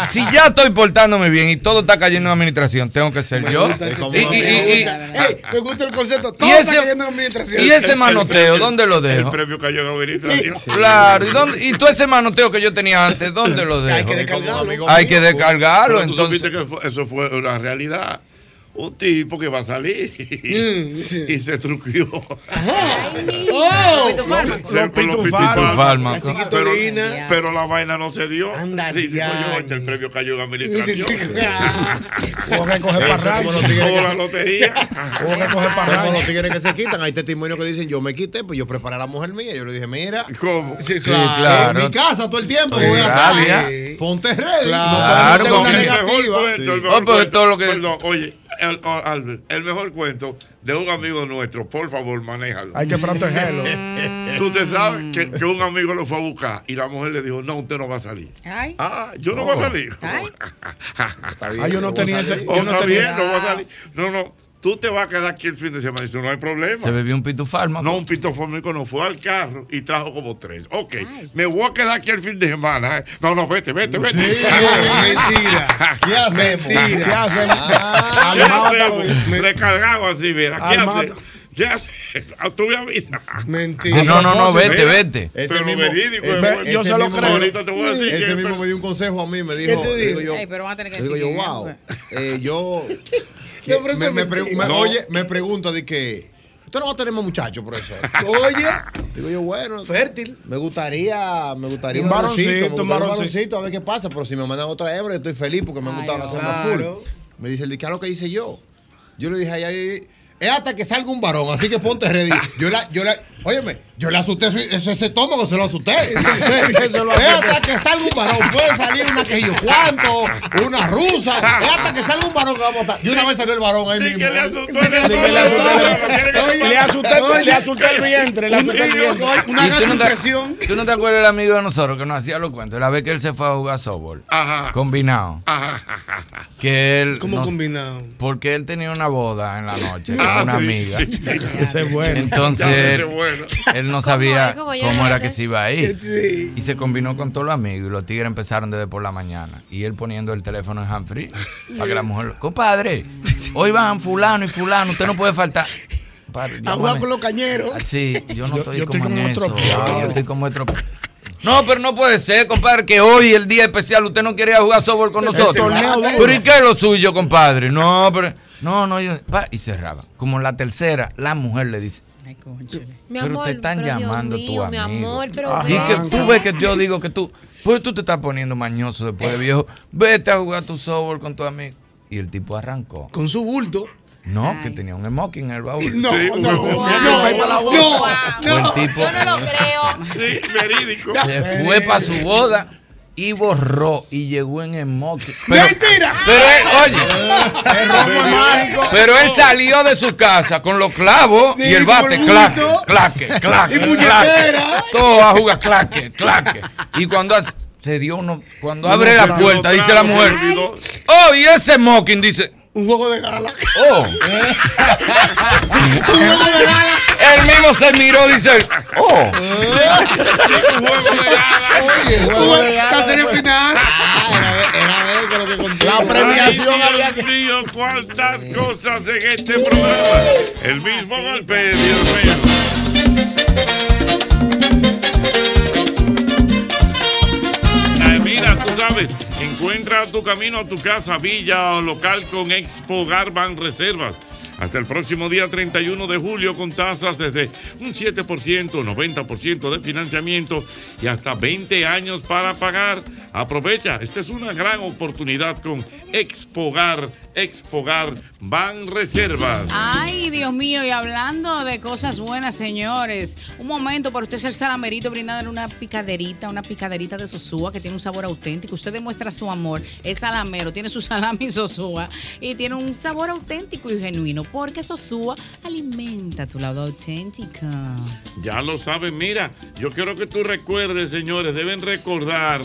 [SPEAKER 18] si ya estoy portándome bien y todo está cayendo en administración, tengo que ser yo. Y, y- y- y-
[SPEAKER 20] Ey, me gusta el concepto. Todo
[SPEAKER 18] Y
[SPEAKER 20] está
[SPEAKER 18] ese-
[SPEAKER 20] cayendo en administración.
[SPEAKER 18] y ese manoteo, ¿dónde lo
[SPEAKER 3] El
[SPEAKER 18] dejo?
[SPEAKER 3] premio cayó en administración.
[SPEAKER 18] Claro, ¿y, dónde- y todo ese manoteo que yo tenía antes, ¿dónde lo dejo?
[SPEAKER 3] Hay que descargarlo.
[SPEAKER 18] Hay que descargarlo,
[SPEAKER 3] pues, Pero tú
[SPEAKER 18] entonces.
[SPEAKER 3] supiste que fue- eso fue una realidad. Un tipo que va a salir y se truquió.
[SPEAKER 19] Oh,
[SPEAKER 3] Los- se- con los pitufalmas.
[SPEAKER 18] pitufalmas.
[SPEAKER 3] Pero, pero la vaina no se dio. Y dijo, yo, "Oye, el premio cayó en administración.
[SPEAKER 21] Tuvo que coger parranda. Como los tigres
[SPEAKER 3] Como
[SPEAKER 21] que
[SPEAKER 3] la
[SPEAKER 21] se-
[SPEAKER 3] lotería.
[SPEAKER 21] Tuvo que coger parranda. Como los tigres que se quitan. Hay testimonios que dicen, yo me quité, pues yo preparé a la mujer mía. Yo le dije, mira.
[SPEAKER 3] ¿Cómo?
[SPEAKER 21] Sí,
[SPEAKER 18] claro.
[SPEAKER 21] En mi casa todo el tiempo.
[SPEAKER 18] Sí,
[SPEAKER 21] voy a estar.
[SPEAKER 18] rabia.
[SPEAKER 21] Ponte ready.
[SPEAKER 18] Claro,
[SPEAKER 21] No,
[SPEAKER 18] porque-
[SPEAKER 21] porque-
[SPEAKER 3] El mejor
[SPEAKER 18] Negativa.
[SPEAKER 3] cuento, el
[SPEAKER 18] Sí.
[SPEAKER 3] mejor
[SPEAKER 18] Oh, pero
[SPEAKER 3] cuento.
[SPEAKER 18] todo lo que-
[SPEAKER 3] Perdón, oye, el, oh, Albert, el mejor cuento de un amigo nuestro, por favor, manéjalo.
[SPEAKER 13] Hay que protegerlo.
[SPEAKER 3] Tú te sabes que, que un amigo lo fue a buscar y la mujer le dijo, no, usted no va a salir.
[SPEAKER 5] Ay.
[SPEAKER 3] Ah, yo no
[SPEAKER 18] Oh.
[SPEAKER 3] voy a salir.
[SPEAKER 13] Ah, yo no tenía ese- yo
[SPEAKER 3] Oh,
[SPEAKER 13] no
[SPEAKER 3] está
[SPEAKER 13] tenía-
[SPEAKER 3] bien, no voy a salir. No, no, tú te vas a quedar aquí el fin de semana. Dice, no hay problema.
[SPEAKER 18] Se bebió un pitufalma.
[SPEAKER 3] No, un pitofórmico no fue al carro y trajo como tres. Ok, me voy a quedar aquí el fin de semana. ¿eh? No, no, vete, vete, vete.
[SPEAKER 19] mentira.
[SPEAKER 21] ¿Qué hacemos?
[SPEAKER 3] Mentira. Ah,
[SPEAKER 21] ¿Qué hacemos?
[SPEAKER 3] ¿Qué
[SPEAKER 21] Armado hasta
[SPEAKER 3] hacemos? Recargado así, mira. ¿Qué
[SPEAKER 21] Armado.
[SPEAKER 3] haces? ¿Qué haces? Tú me avisas.
[SPEAKER 20] Mentira.
[SPEAKER 18] No, no, no, vete, vete.
[SPEAKER 21] Ese
[SPEAKER 3] Pero
[SPEAKER 21] mismo,
[SPEAKER 3] verídico,
[SPEAKER 21] ese-
[SPEAKER 3] bueno.
[SPEAKER 21] yo
[SPEAKER 3] ese
[SPEAKER 21] se lo
[SPEAKER 3] mismo-
[SPEAKER 21] creo.
[SPEAKER 3] ahorita te voy a decir
[SPEAKER 21] ese
[SPEAKER 3] que-
[SPEAKER 21] mismo me dio un consejo a mí, me dijo,
[SPEAKER 3] te dijo?
[SPEAKER 21] digo yo,
[SPEAKER 5] Ey, pero van a tener que
[SPEAKER 21] digo
[SPEAKER 5] decir
[SPEAKER 21] yo,
[SPEAKER 5] que-
[SPEAKER 21] wow, eh, yo, que
[SPEAKER 5] No, pero eso
[SPEAKER 21] me,
[SPEAKER 5] es
[SPEAKER 21] me
[SPEAKER 5] mentira.
[SPEAKER 21] pregu- me-
[SPEAKER 5] No.
[SPEAKER 21] oye, me pregunta de que, usted no va a tener más muchachos, profesor.
[SPEAKER 20] Oye.
[SPEAKER 21] Digo yo, bueno, fértil. Me gustaría, me gustaría
[SPEAKER 13] Un varoncito,
[SPEAKER 21] me
[SPEAKER 13] un
[SPEAKER 21] gustaría
[SPEAKER 13] varoncito.
[SPEAKER 21] a ver qué pasa, pero si me mandan otra hembra, yo estoy feliz porque me han gustado las hembras
[SPEAKER 13] claro.
[SPEAKER 21] full. Me dice, el ¿qué es lo que hice yo? Yo le dije, ay, ay, ay, es hasta que salga un varón, así que ponte ready. Yo la, yo la, óyeme, yo le asusté su- ese, ese estómago, se lo asusté.
[SPEAKER 19] Se lo
[SPEAKER 21] es hasta que salga un varón, puede salir una que yo cuánto, una rusa, es hasta que salga un varón que va a votar. De una vez salió el varón ahí mismo. Ni que le asusté.
[SPEAKER 13] Le asusté,
[SPEAKER 21] Oye,
[SPEAKER 13] le asusté el vientre, le asusté el vientre.
[SPEAKER 18] Y tú no te- ¿Tú no te acuerdas del amigo de nosotros que nos hacía los cuentos? La vez que él se fue a jugar softball.
[SPEAKER 3] Ajá.
[SPEAKER 18] Combinado. Que él
[SPEAKER 20] ¿Cómo
[SPEAKER 18] no-
[SPEAKER 20] combinado?
[SPEAKER 18] Porque él tenía una boda en la noche con
[SPEAKER 20] Ah,
[SPEAKER 18] una
[SPEAKER 20] sí,
[SPEAKER 18] amiga.
[SPEAKER 20] sí, sí. Ese es bueno.
[SPEAKER 18] Entonces
[SPEAKER 20] Ya,
[SPEAKER 18] él,
[SPEAKER 20] ese es bueno.
[SPEAKER 18] él no sabía
[SPEAKER 20] ¿Cómo
[SPEAKER 18] cómo,
[SPEAKER 20] es? ¿Cómo yo no
[SPEAKER 18] era
[SPEAKER 20] sé?
[SPEAKER 18] que se iba a ir.
[SPEAKER 20] Sí.
[SPEAKER 18] Y se combinó con todos los amigos y los tigres empezaron desde por la mañana. Y él poniendo el teléfono en handfree para que la mujer... lo- Compadre, hoy van fulano y fulano, usted no puede faltar. Compadre,
[SPEAKER 20] A jugar
[SPEAKER 18] llámame.
[SPEAKER 20] con los cañeros.
[SPEAKER 18] Ah, Sí, yo no estoy
[SPEAKER 20] yo estoy
[SPEAKER 18] como en
[SPEAKER 20] como
[SPEAKER 18] eso.
[SPEAKER 20] estropeado.
[SPEAKER 18] Ah, Yo estoy como estropeado. No, pero no puede ser, compadre, que hoy el día especial usted no quería jugar softball con
[SPEAKER 19] El
[SPEAKER 18] nosotros.
[SPEAKER 19] torneo duro.
[SPEAKER 18] Pero ¿y qué es lo suyo, compadre? No, pero no, no, yo- pa, y cerraba. Como la tercera, la mujer le dice,
[SPEAKER 6] Mi
[SPEAKER 18] pero
[SPEAKER 6] amor,
[SPEAKER 18] te están
[SPEAKER 6] pero Dios
[SPEAKER 18] llamando
[SPEAKER 6] mío,
[SPEAKER 18] tu
[SPEAKER 6] mi
[SPEAKER 18] amigo.
[SPEAKER 6] amor, pero
[SPEAKER 18] y
[SPEAKER 6] ven
[SPEAKER 18] que
[SPEAKER 6] acá.
[SPEAKER 18] tú ves que yo digo que tú, pues tú te estás poniendo mañoso después de viejo. Vete a jugar tu softball con tu amigo. Y el tipo arrancó.
[SPEAKER 20] Con su bulto.
[SPEAKER 18] No, que tenía un smoking en el baúl.
[SPEAKER 20] No, Sí, no, no, wow, no, ahí para la boda.
[SPEAKER 18] no,
[SPEAKER 20] wow,
[SPEAKER 18] Fue el
[SPEAKER 20] no.
[SPEAKER 18] tipo-
[SPEAKER 6] Yo no lo creo.
[SPEAKER 3] Sí, verídico.
[SPEAKER 18] se fue para su boda y borró y llegó en smoking.
[SPEAKER 19] ¡Mentira!
[SPEAKER 18] Pero él, oye, pero él salió de su casa con los clavos
[SPEAKER 19] Sí,
[SPEAKER 18] y el
[SPEAKER 19] con
[SPEAKER 18] bate,
[SPEAKER 19] el
[SPEAKER 18] claque,
[SPEAKER 19] bulto.
[SPEAKER 18] claque, claque,
[SPEAKER 19] Y
[SPEAKER 18] claque.
[SPEAKER 19] puñetera.
[SPEAKER 18] Todo a jugar claque, claque. Y cuando hace- se dio uno, cuando
[SPEAKER 19] Uno
[SPEAKER 18] abre
[SPEAKER 19] se
[SPEAKER 18] la
[SPEAKER 19] dio
[SPEAKER 18] puerta,
[SPEAKER 19] otro
[SPEAKER 18] dice la
[SPEAKER 19] trago,
[SPEAKER 18] mujer,
[SPEAKER 19] se olvidó.
[SPEAKER 18] oh, y ese mocking dice,
[SPEAKER 20] un juego de gala.
[SPEAKER 18] Oh. Él mismo se miró, dice, oh.
[SPEAKER 19] Oye,
[SPEAKER 20] juego de gala
[SPEAKER 19] la serie
[SPEAKER 20] después.
[SPEAKER 19] final.
[SPEAKER 3] Ay,
[SPEAKER 19] La premiación
[SPEAKER 3] Dios
[SPEAKER 19] había que.
[SPEAKER 3] mío, cuántas cosas en este programa. El mismo golpe, Dios mío. Ay, mira, tú sabes, encuentra tu camino a tu casa, villa o local con Expo Garban Reservas. Hasta el próximo día 31 de julio con tasas desde un 7%, 90% de financiamiento y hasta 20 años para pagar. Aprovecha, esta es una gran oportunidad con Expogar, Expogar Van Reservas.
[SPEAKER 5] Ay, Dios mío, y hablando de cosas buenas, señores, un momento para usted ser salamerito, brindándole una picaderita, una picaderita de sosúa que tiene un sabor auténtico. Usted demuestra su amor, es salamero, tiene su salami sosúa y tiene un sabor auténtico y genuino, porque sosúa alimenta tu lado auténtico.
[SPEAKER 3] Ya lo saben, mira, yo quiero que tú recuerdes, señores, deben recordar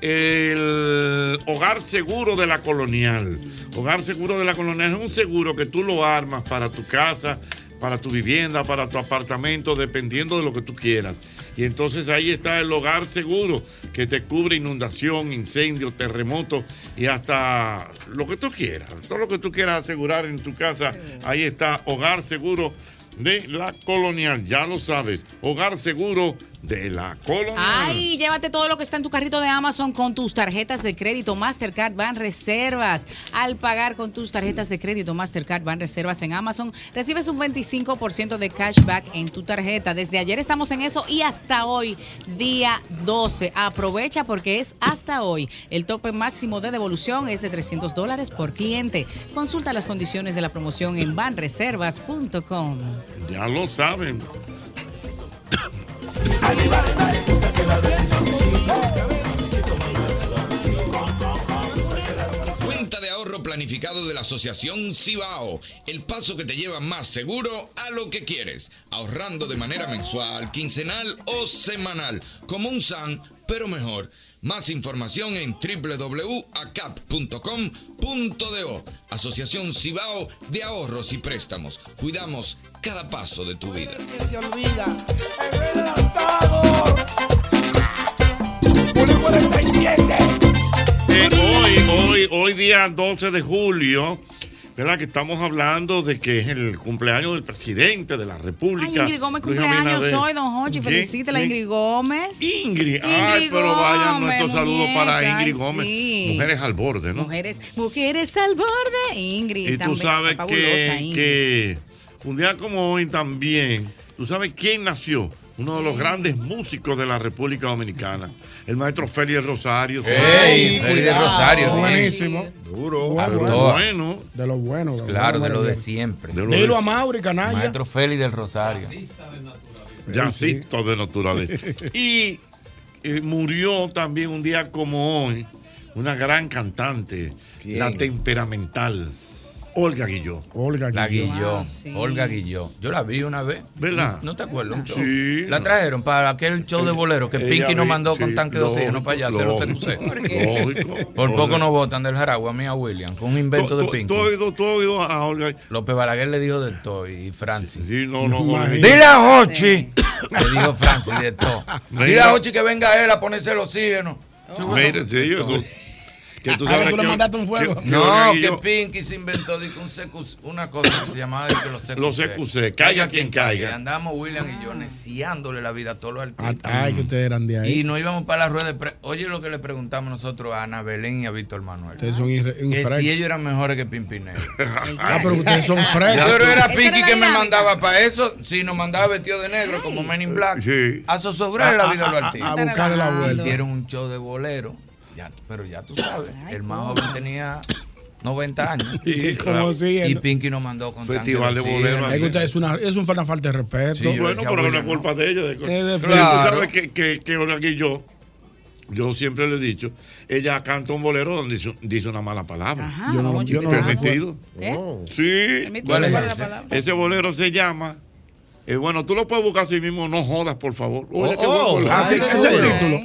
[SPEAKER 3] el hogar seguro de la colonial. Hogar seguro de la colonial es un seguro que tú lo armas para tu casa, para tu vivienda, para tu apartamento, dependiendo de lo que tú quieras. Y entonces ahí está el hogar seguro que te cubre inundación, incendio, terremoto y hasta lo que tú quieras. Todo lo que tú quieras asegurar en tu casa, ahí está hogar seguro de la colonial. Ya lo sabes, hogar seguro de la colonial.
[SPEAKER 5] Ay, llévate todo lo que está en tu carrito de Amazon con tus tarjetas de crédito Mastercard Van Reservas. Al pagar con tus tarjetas de crédito Mastercard Van Reservas en Amazon, recibes un 25% de cashback en tu tarjeta. Desde ayer estamos en eso y hasta hoy, día 12. Aprovecha porque es hasta hoy. El tope máximo de devolución es de 300 dólares por cliente. Consulta las condiciones de la promoción en banreservas.com.
[SPEAKER 3] Ya lo saben.
[SPEAKER 22] Cuenta de ahorro planificado de la Asociación Cibao, el paso que te lleva más seguro a lo que quieres, ahorrando de manera mensual, quincenal o semanal, como un SAN, pero mejor. Más información en www.acap.com.do. Asociación Cibao de Ahorros y Préstamos. Cuidamos cada paso de tu vida.
[SPEAKER 19] Se olvida.
[SPEAKER 3] Eh, hoy, hoy, hoy día 12 de julio, ¿verdad? Que estamos hablando de que es el cumpleaños del presidente de la
[SPEAKER 5] Ay,
[SPEAKER 3] República.
[SPEAKER 5] Ingrid Gómez,
[SPEAKER 3] Luis
[SPEAKER 5] cumpleaños
[SPEAKER 3] Abinader.
[SPEAKER 5] hoy, don Hochi.
[SPEAKER 3] Ye-
[SPEAKER 5] Felicítela,
[SPEAKER 3] ye-
[SPEAKER 5] Ingrid Gómez.
[SPEAKER 3] Ingrid, ay, pero vaya, nuestro saludo para
[SPEAKER 5] muñeca,
[SPEAKER 3] Ingrid Gómez.
[SPEAKER 5] sí.
[SPEAKER 3] Mujeres al borde, ¿no?
[SPEAKER 5] Mujeres, mujeres al borde, Ingrid.
[SPEAKER 3] Y tú
[SPEAKER 5] también,
[SPEAKER 3] sabes
[SPEAKER 5] fabulosa,
[SPEAKER 3] que,
[SPEAKER 5] Ingrid.
[SPEAKER 3] que un día como hoy también, ¿tú sabes quién nació? uno de los grandes músicos de la República Dominicana, el maestro Félix Rosario. Ah,
[SPEAKER 18] ¡Ey! Félix de Rosario, bien.
[SPEAKER 13] Buenísimo.
[SPEAKER 3] Duro.
[SPEAKER 18] Actor.
[SPEAKER 3] Bueno.
[SPEAKER 13] De los buenos. de los
[SPEAKER 18] Claro, de
[SPEAKER 13] buenos,
[SPEAKER 18] lo de
[SPEAKER 13] buenos.
[SPEAKER 18] siempre.
[SPEAKER 13] De lo Dilo de- a Mauri, canalla.
[SPEAKER 18] Maestro Félix del Rosario.
[SPEAKER 3] Jazzista de naturaleza. Y eh, murió también un día como hoy una gran cantante, la temperamental, Olga Guilló.
[SPEAKER 13] Olga
[SPEAKER 18] La Guilló,
[SPEAKER 3] Ah, sí.
[SPEAKER 18] Olga Guilló. Yo la vi una vez.
[SPEAKER 3] ¿Verdad?
[SPEAKER 18] ¿No te acuerdas? Un show.
[SPEAKER 3] Sí. Eh,
[SPEAKER 18] La trajeron para aquel show de bolero que
[SPEAKER 3] Ella
[SPEAKER 18] Pinky nos
[SPEAKER 3] vi-
[SPEAKER 18] mandó con
[SPEAKER 3] sí,
[SPEAKER 18] tanque de oxígeno
[SPEAKER 3] lógico,
[SPEAKER 18] para allá, se lo secusé.
[SPEAKER 3] lógico. Lógico.
[SPEAKER 18] Por
[SPEAKER 3] Lógico.
[SPEAKER 18] poco nos botan del jaragua a mí y a William, con un invento de Pinky.
[SPEAKER 3] Tú has oído, tú has oído a Olga.
[SPEAKER 18] López Balaguer le dijo de todo y Francis.
[SPEAKER 3] no, no, no.
[SPEAKER 18] Dile a Hochi. Le dijo Francis de todo.
[SPEAKER 3] Mira.
[SPEAKER 18] Dile a Hochi que venga él a ponerse el oxígeno.
[SPEAKER 3] Mire, sí, yo- tú- que tú
[SPEAKER 18] Ah,
[SPEAKER 3] sabes
[SPEAKER 18] tú le
[SPEAKER 3] que-
[SPEAKER 18] mandaste un fuego.
[SPEAKER 3] que- que
[SPEAKER 18] No,
[SPEAKER 3] Olga
[SPEAKER 18] que
[SPEAKER 3] Guilló-
[SPEAKER 18] Pinky se inventó dijo, un secu- una cosa que se llamaba dijo, los CQC.
[SPEAKER 3] Los CQC, caiga quien caiga.
[SPEAKER 18] Andamos William y yo neciándole la vida a todos los artistas.
[SPEAKER 13] Ay, que ustedes eran de ahí.
[SPEAKER 18] Y nos íbamos para la rueda de pre- Oye lo que le preguntamos nosotros a Ana Belén y a Víctor Manuel.
[SPEAKER 13] Ustedes son irre-
[SPEAKER 18] que
[SPEAKER 13] infractos.
[SPEAKER 18] si ellos eran mejores que Pimpinero.
[SPEAKER 13] Ah, pero ustedes son frescos.
[SPEAKER 18] Pero era
[SPEAKER 13] Esa era
[SPEAKER 18] Pinky
[SPEAKER 13] la
[SPEAKER 18] que me
[SPEAKER 13] dinámica.
[SPEAKER 18] mandaba para eso. Si nos mandaba vestido de negro como Men in Black. A zozobrar la vida a los artistas.
[SPEAKER 13] A buscarle la vuelta.
[SPEAKER 18] Hicieron un show de bolero. Ya, pero ya tú sabes. el más joven tenía 90 años.
[SPEAKER 13] Y como si
[SPEAKER 18] Y
[SPEAKER 13] el-
[SPEAKER 18] Pinky nos mandó con tanque
[SPEAKER 3] Festival de
[SPEAKER 18] oxígeno.
[SPEAKER 3] bolero,
[SPEAKER 13] Es que ustedes es una, es una falta de respeto.
[SPEAKER 18] Sí, yo
[SPEAKER 3] bueno,
[SPEAKER 18] decía,
[SPEAKER 3] pero no
[SPEAKER 18] bueno,
[SPEAKER 3] es culpa de ella. de- Pero
[SPEAKER 18] claro.
[SPEAKER 3] tú sabes que, que, que Olga Guilló, yo siempre le he dicho, ella canta un bolero donde dice, dice una mala palabra.
[SPEAKER 13] Ajá, Yo no- vamos, yo no chiquitito.
[SPEAKER 3] permitido.
[SPEAKER 13] ¿Eh?
[SPEAKER 18] Oh.
[SPEAKER 3] Sí.
[SPEAKER 13] ¿Cuál es ¿Cuál es la ese?
[SPEAKER 3] ese?
[SPEAKER 13] palabra?
[SPEAKER 3] bolero se llama. eh, bueno, tú lo puedes buscar así mismo, no jodas, por favor. Oye,
[SPEAKER 18] Oh,
[SPEAKER 3] qué buen
[SPEAKER 18] oh,
[SPEAKER 3] bolero.
[SPEAKER 18] ah, sí, ese es el título.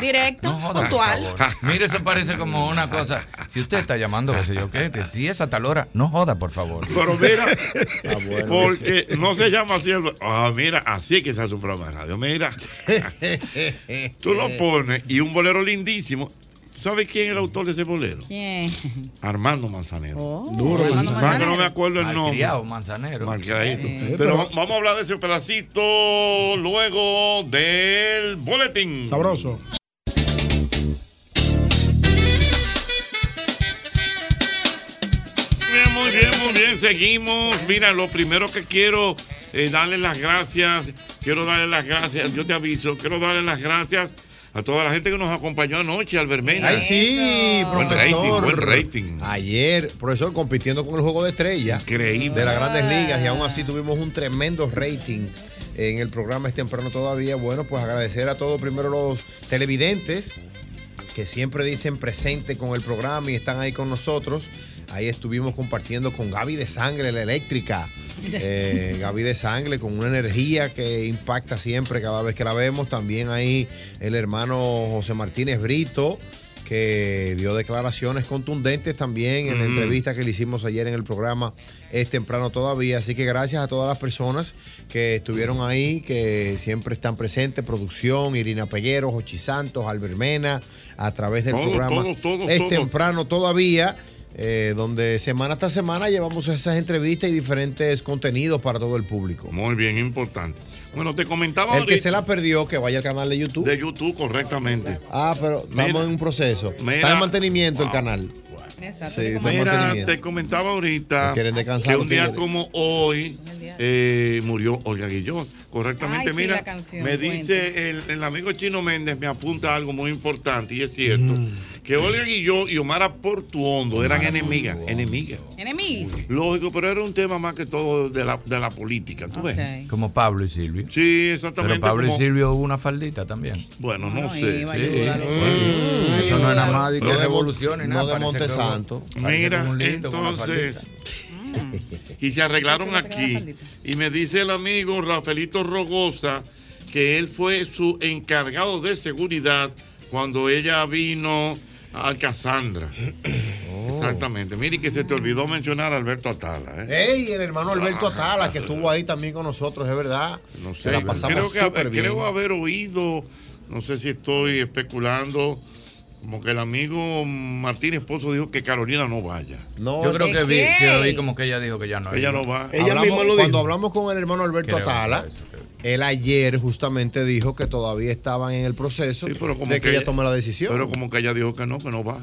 [SPEAKER 4] Directo,
[SPEAKER 3] Ah,
[SPEAKER 18] Joda, por
[SPEAKER 4] puntual.
[SPEAKER 18] favor. Mire, eso parece como una cosa. Si usted está llamando, qué sé yo qué, que si es a tal hora, no joda, por favor.
[SPEAKER 3] Pero mira, porque no se llama así. el- Ah, mira, así es que se hace un programa de radio. Mira, tú lo pones y un bolero lindísimo. ¿Tú sabes quién es el autor de ese bolero?
[SPEAKER 5] ¿Quién?
[SPEAKER 3] Armando Manzanero. Armando
[SPEAKER 18] Duro, Armando
[SPEAKER 3] Manzanero.
[SPEAKER 18] Manzanero.
[SPEAKER 3] no me acuerdo el nombre.
[SPEAKER 18] Malcriado, Manzanero.
[SPEAKER 3] Malcriadito.
[SPEAKER 18] Sí.
[SPEAKER 7] Eh,
[SPEAKER 3] Pero,
[SPEAKER 18] Pero-
[SPEAKER 3] va- vamos a hablar de ese pedacito luego del boletín.
[SPEAKER 13] Sabroso.
[SPEAKER 3] Bien, muy bien, muy bien. Seguimos. Mira, lo primero que quiero eh, darle las gracias. Quiero darle las gracias. Yo te aviso. Quiero darle las gracias a toda la gente que nos acompañó anoche al Bermeja.
[SPEAKER 7] Ay, sí,
[SPEAKER 3] Buen rating,
[SPEAKER 7] profesor.
[SPEAKER 3] buen rating.
[SPEAKER 7] Ayer, profesor, compitiendo con el juego de estrellas
[SPEAKER 3] Increíble.
[SPEAKER 7] de las grandes ligas y aún así tuvimos un tremendo rating en el programa es temprano todavía. Bueno, pues agradecer a todos primero los televidentes que siempre dicen presente con el programa y están ahí con nosotros. Ahí estuvimos compartiendo con Gaby de Sangre, la eléctrica. Eh, Gaby de Sangre con una energía que impacta siempre cada vez que la vemos. También ahí el hermano José Martínez Brito que dio declaraciones contundentes también en la
[SPEAKER 23] Mm.
[SPEAKER 7] entrevista que le hicimos ayer en el programa Es Temprano Todavía. Así que gracias a todas las personas que estuvieron ahí, que siempre están presentes, producción, Irina Peguero, Jochi Santos, Albert Mena, a través del
[SPEAKER 3] Todo,
[SPEAKER 7] programa
[SPEAKER 3] todo, todo,
[SPEAKER 7] Es
[SPEAKER 3] todo.
[SPEAKER 7] Temprano Todavía. eh, donde semana tras semana llevamos esas entrevistas y diferentes contenidos para todo el público.
[SPEAKER 3] Muy bien, importante. Bueno, te comentaba
[SPEAKER 7] El que
[SPEAKER 3] ahorita-
[SPEAKER 7] se la perdió, que vaya al canal de YouTube. De
[SPEAKER 3] YouTube, correctamente.
[SPEAKER 7] Ah, pero estamos
[SPEAKER 3] Mira,
[SPEAKER 7] en un proceso.
[SPEAKER 3] mira.
[SPEAKER 7] Está en mantenimiento el canal.
[SPEAKER 5] Exacto.
[SPEAKER 7] Sí, está en
[SPEAKER 3] Mira,
[SPEAKER 7] mantenimiento.
[SPEAKER 3] te comentaba ahorita
[SPEAKER 7] Me quieren descansar
[SPEAKER 3] que
[SPEAKER 7] los
[SPEAKER 3] un día
[SPEAKER 7] tigres.
[SPEAKER 3] como hoy eh, murió Olga Guillón. Correctamente,
[SPEAKER 5] Ay, sí,
[SPEAKER 3] mira,
[SPEAKER 5] la canción,
[SPEAKER 3] me
[SPEAKER 5] cuente.
[SPEAKER 3] dice el, el amigo Chino Méndez, me apunta algo muy importante y es cierto, que Olga Guillón y Omar Portuondo eran enemigas, enemigas.
[SPEAKER 5] Enemigos.
[SPEAKER 3] Lógico, pero era un tema más que todo de la, de la política, ¿tú ves?
[SPEAKER 18] Como Pablo y Silvio.
[SPEAKER 3] Sí, exactamente
[SPEAKER 18] Pero Pablo
[SPEAKER 3] como-
[SPEAKER 18] y Silvio hubo una faldita también.
[SPEAKER 3] Bueno, no
[SPEAKER 18] Sí,
[SPEAKER 3] sé.
[SPEAKER 18] sí. Eso no es nada más de que revolución y nada. parece que hubo- parece que
[SPEAKER 3] Mira,
[SPEAKER 18] hubo un lindo con una
[SPEAKER 3] entonces. Y se arreglaron aquí. Y me dice el amigo Rafaelito Rogosa que él fue su encargado de seguridad cuando ella vino a Casandra.
[SPEAKER 18] Oh.
[SPEAKER 3] Exactamente. Mire que se te olvidó mencionar a Alberto Atala. ¿eh?
[SPEAKER 7] Ey, el hermano Alberto Atala, que estuvo ahí también con nosotros, es verdad.
[SPEAKER 3] No
[SPEAKER 7] Se la pasamos
[SPEAKER 3] creo, que,
[SPEAKER 7] súper bien.
[SPEAKER 3] creo haber oído, no sé si estoy especulando, como que el amigo Martín Esposo dijo que Carolina no vaya.
[SPEAKER 7] No,
[SPEAKER 18] Yo creo que vi, que vi como que ella dijo que ya no.
[SPEAKER 3] Ella no va.
[SPEAKER 7] Hablamos- Cuando hablamos con el hermano Alberto
[SPEAKER 18] Creo que
[SPEAKER 7] Atala, él ayer justamente dijo que todavía estaban en el proceso
[SPEAKER 3] como
[SPEAKER 7] de que,
[SPEAKER 3] que-
[SPEAKER 7] ella tome la decisión.
[SPEAKER 3] Pero como que ella dijo que no, que no va.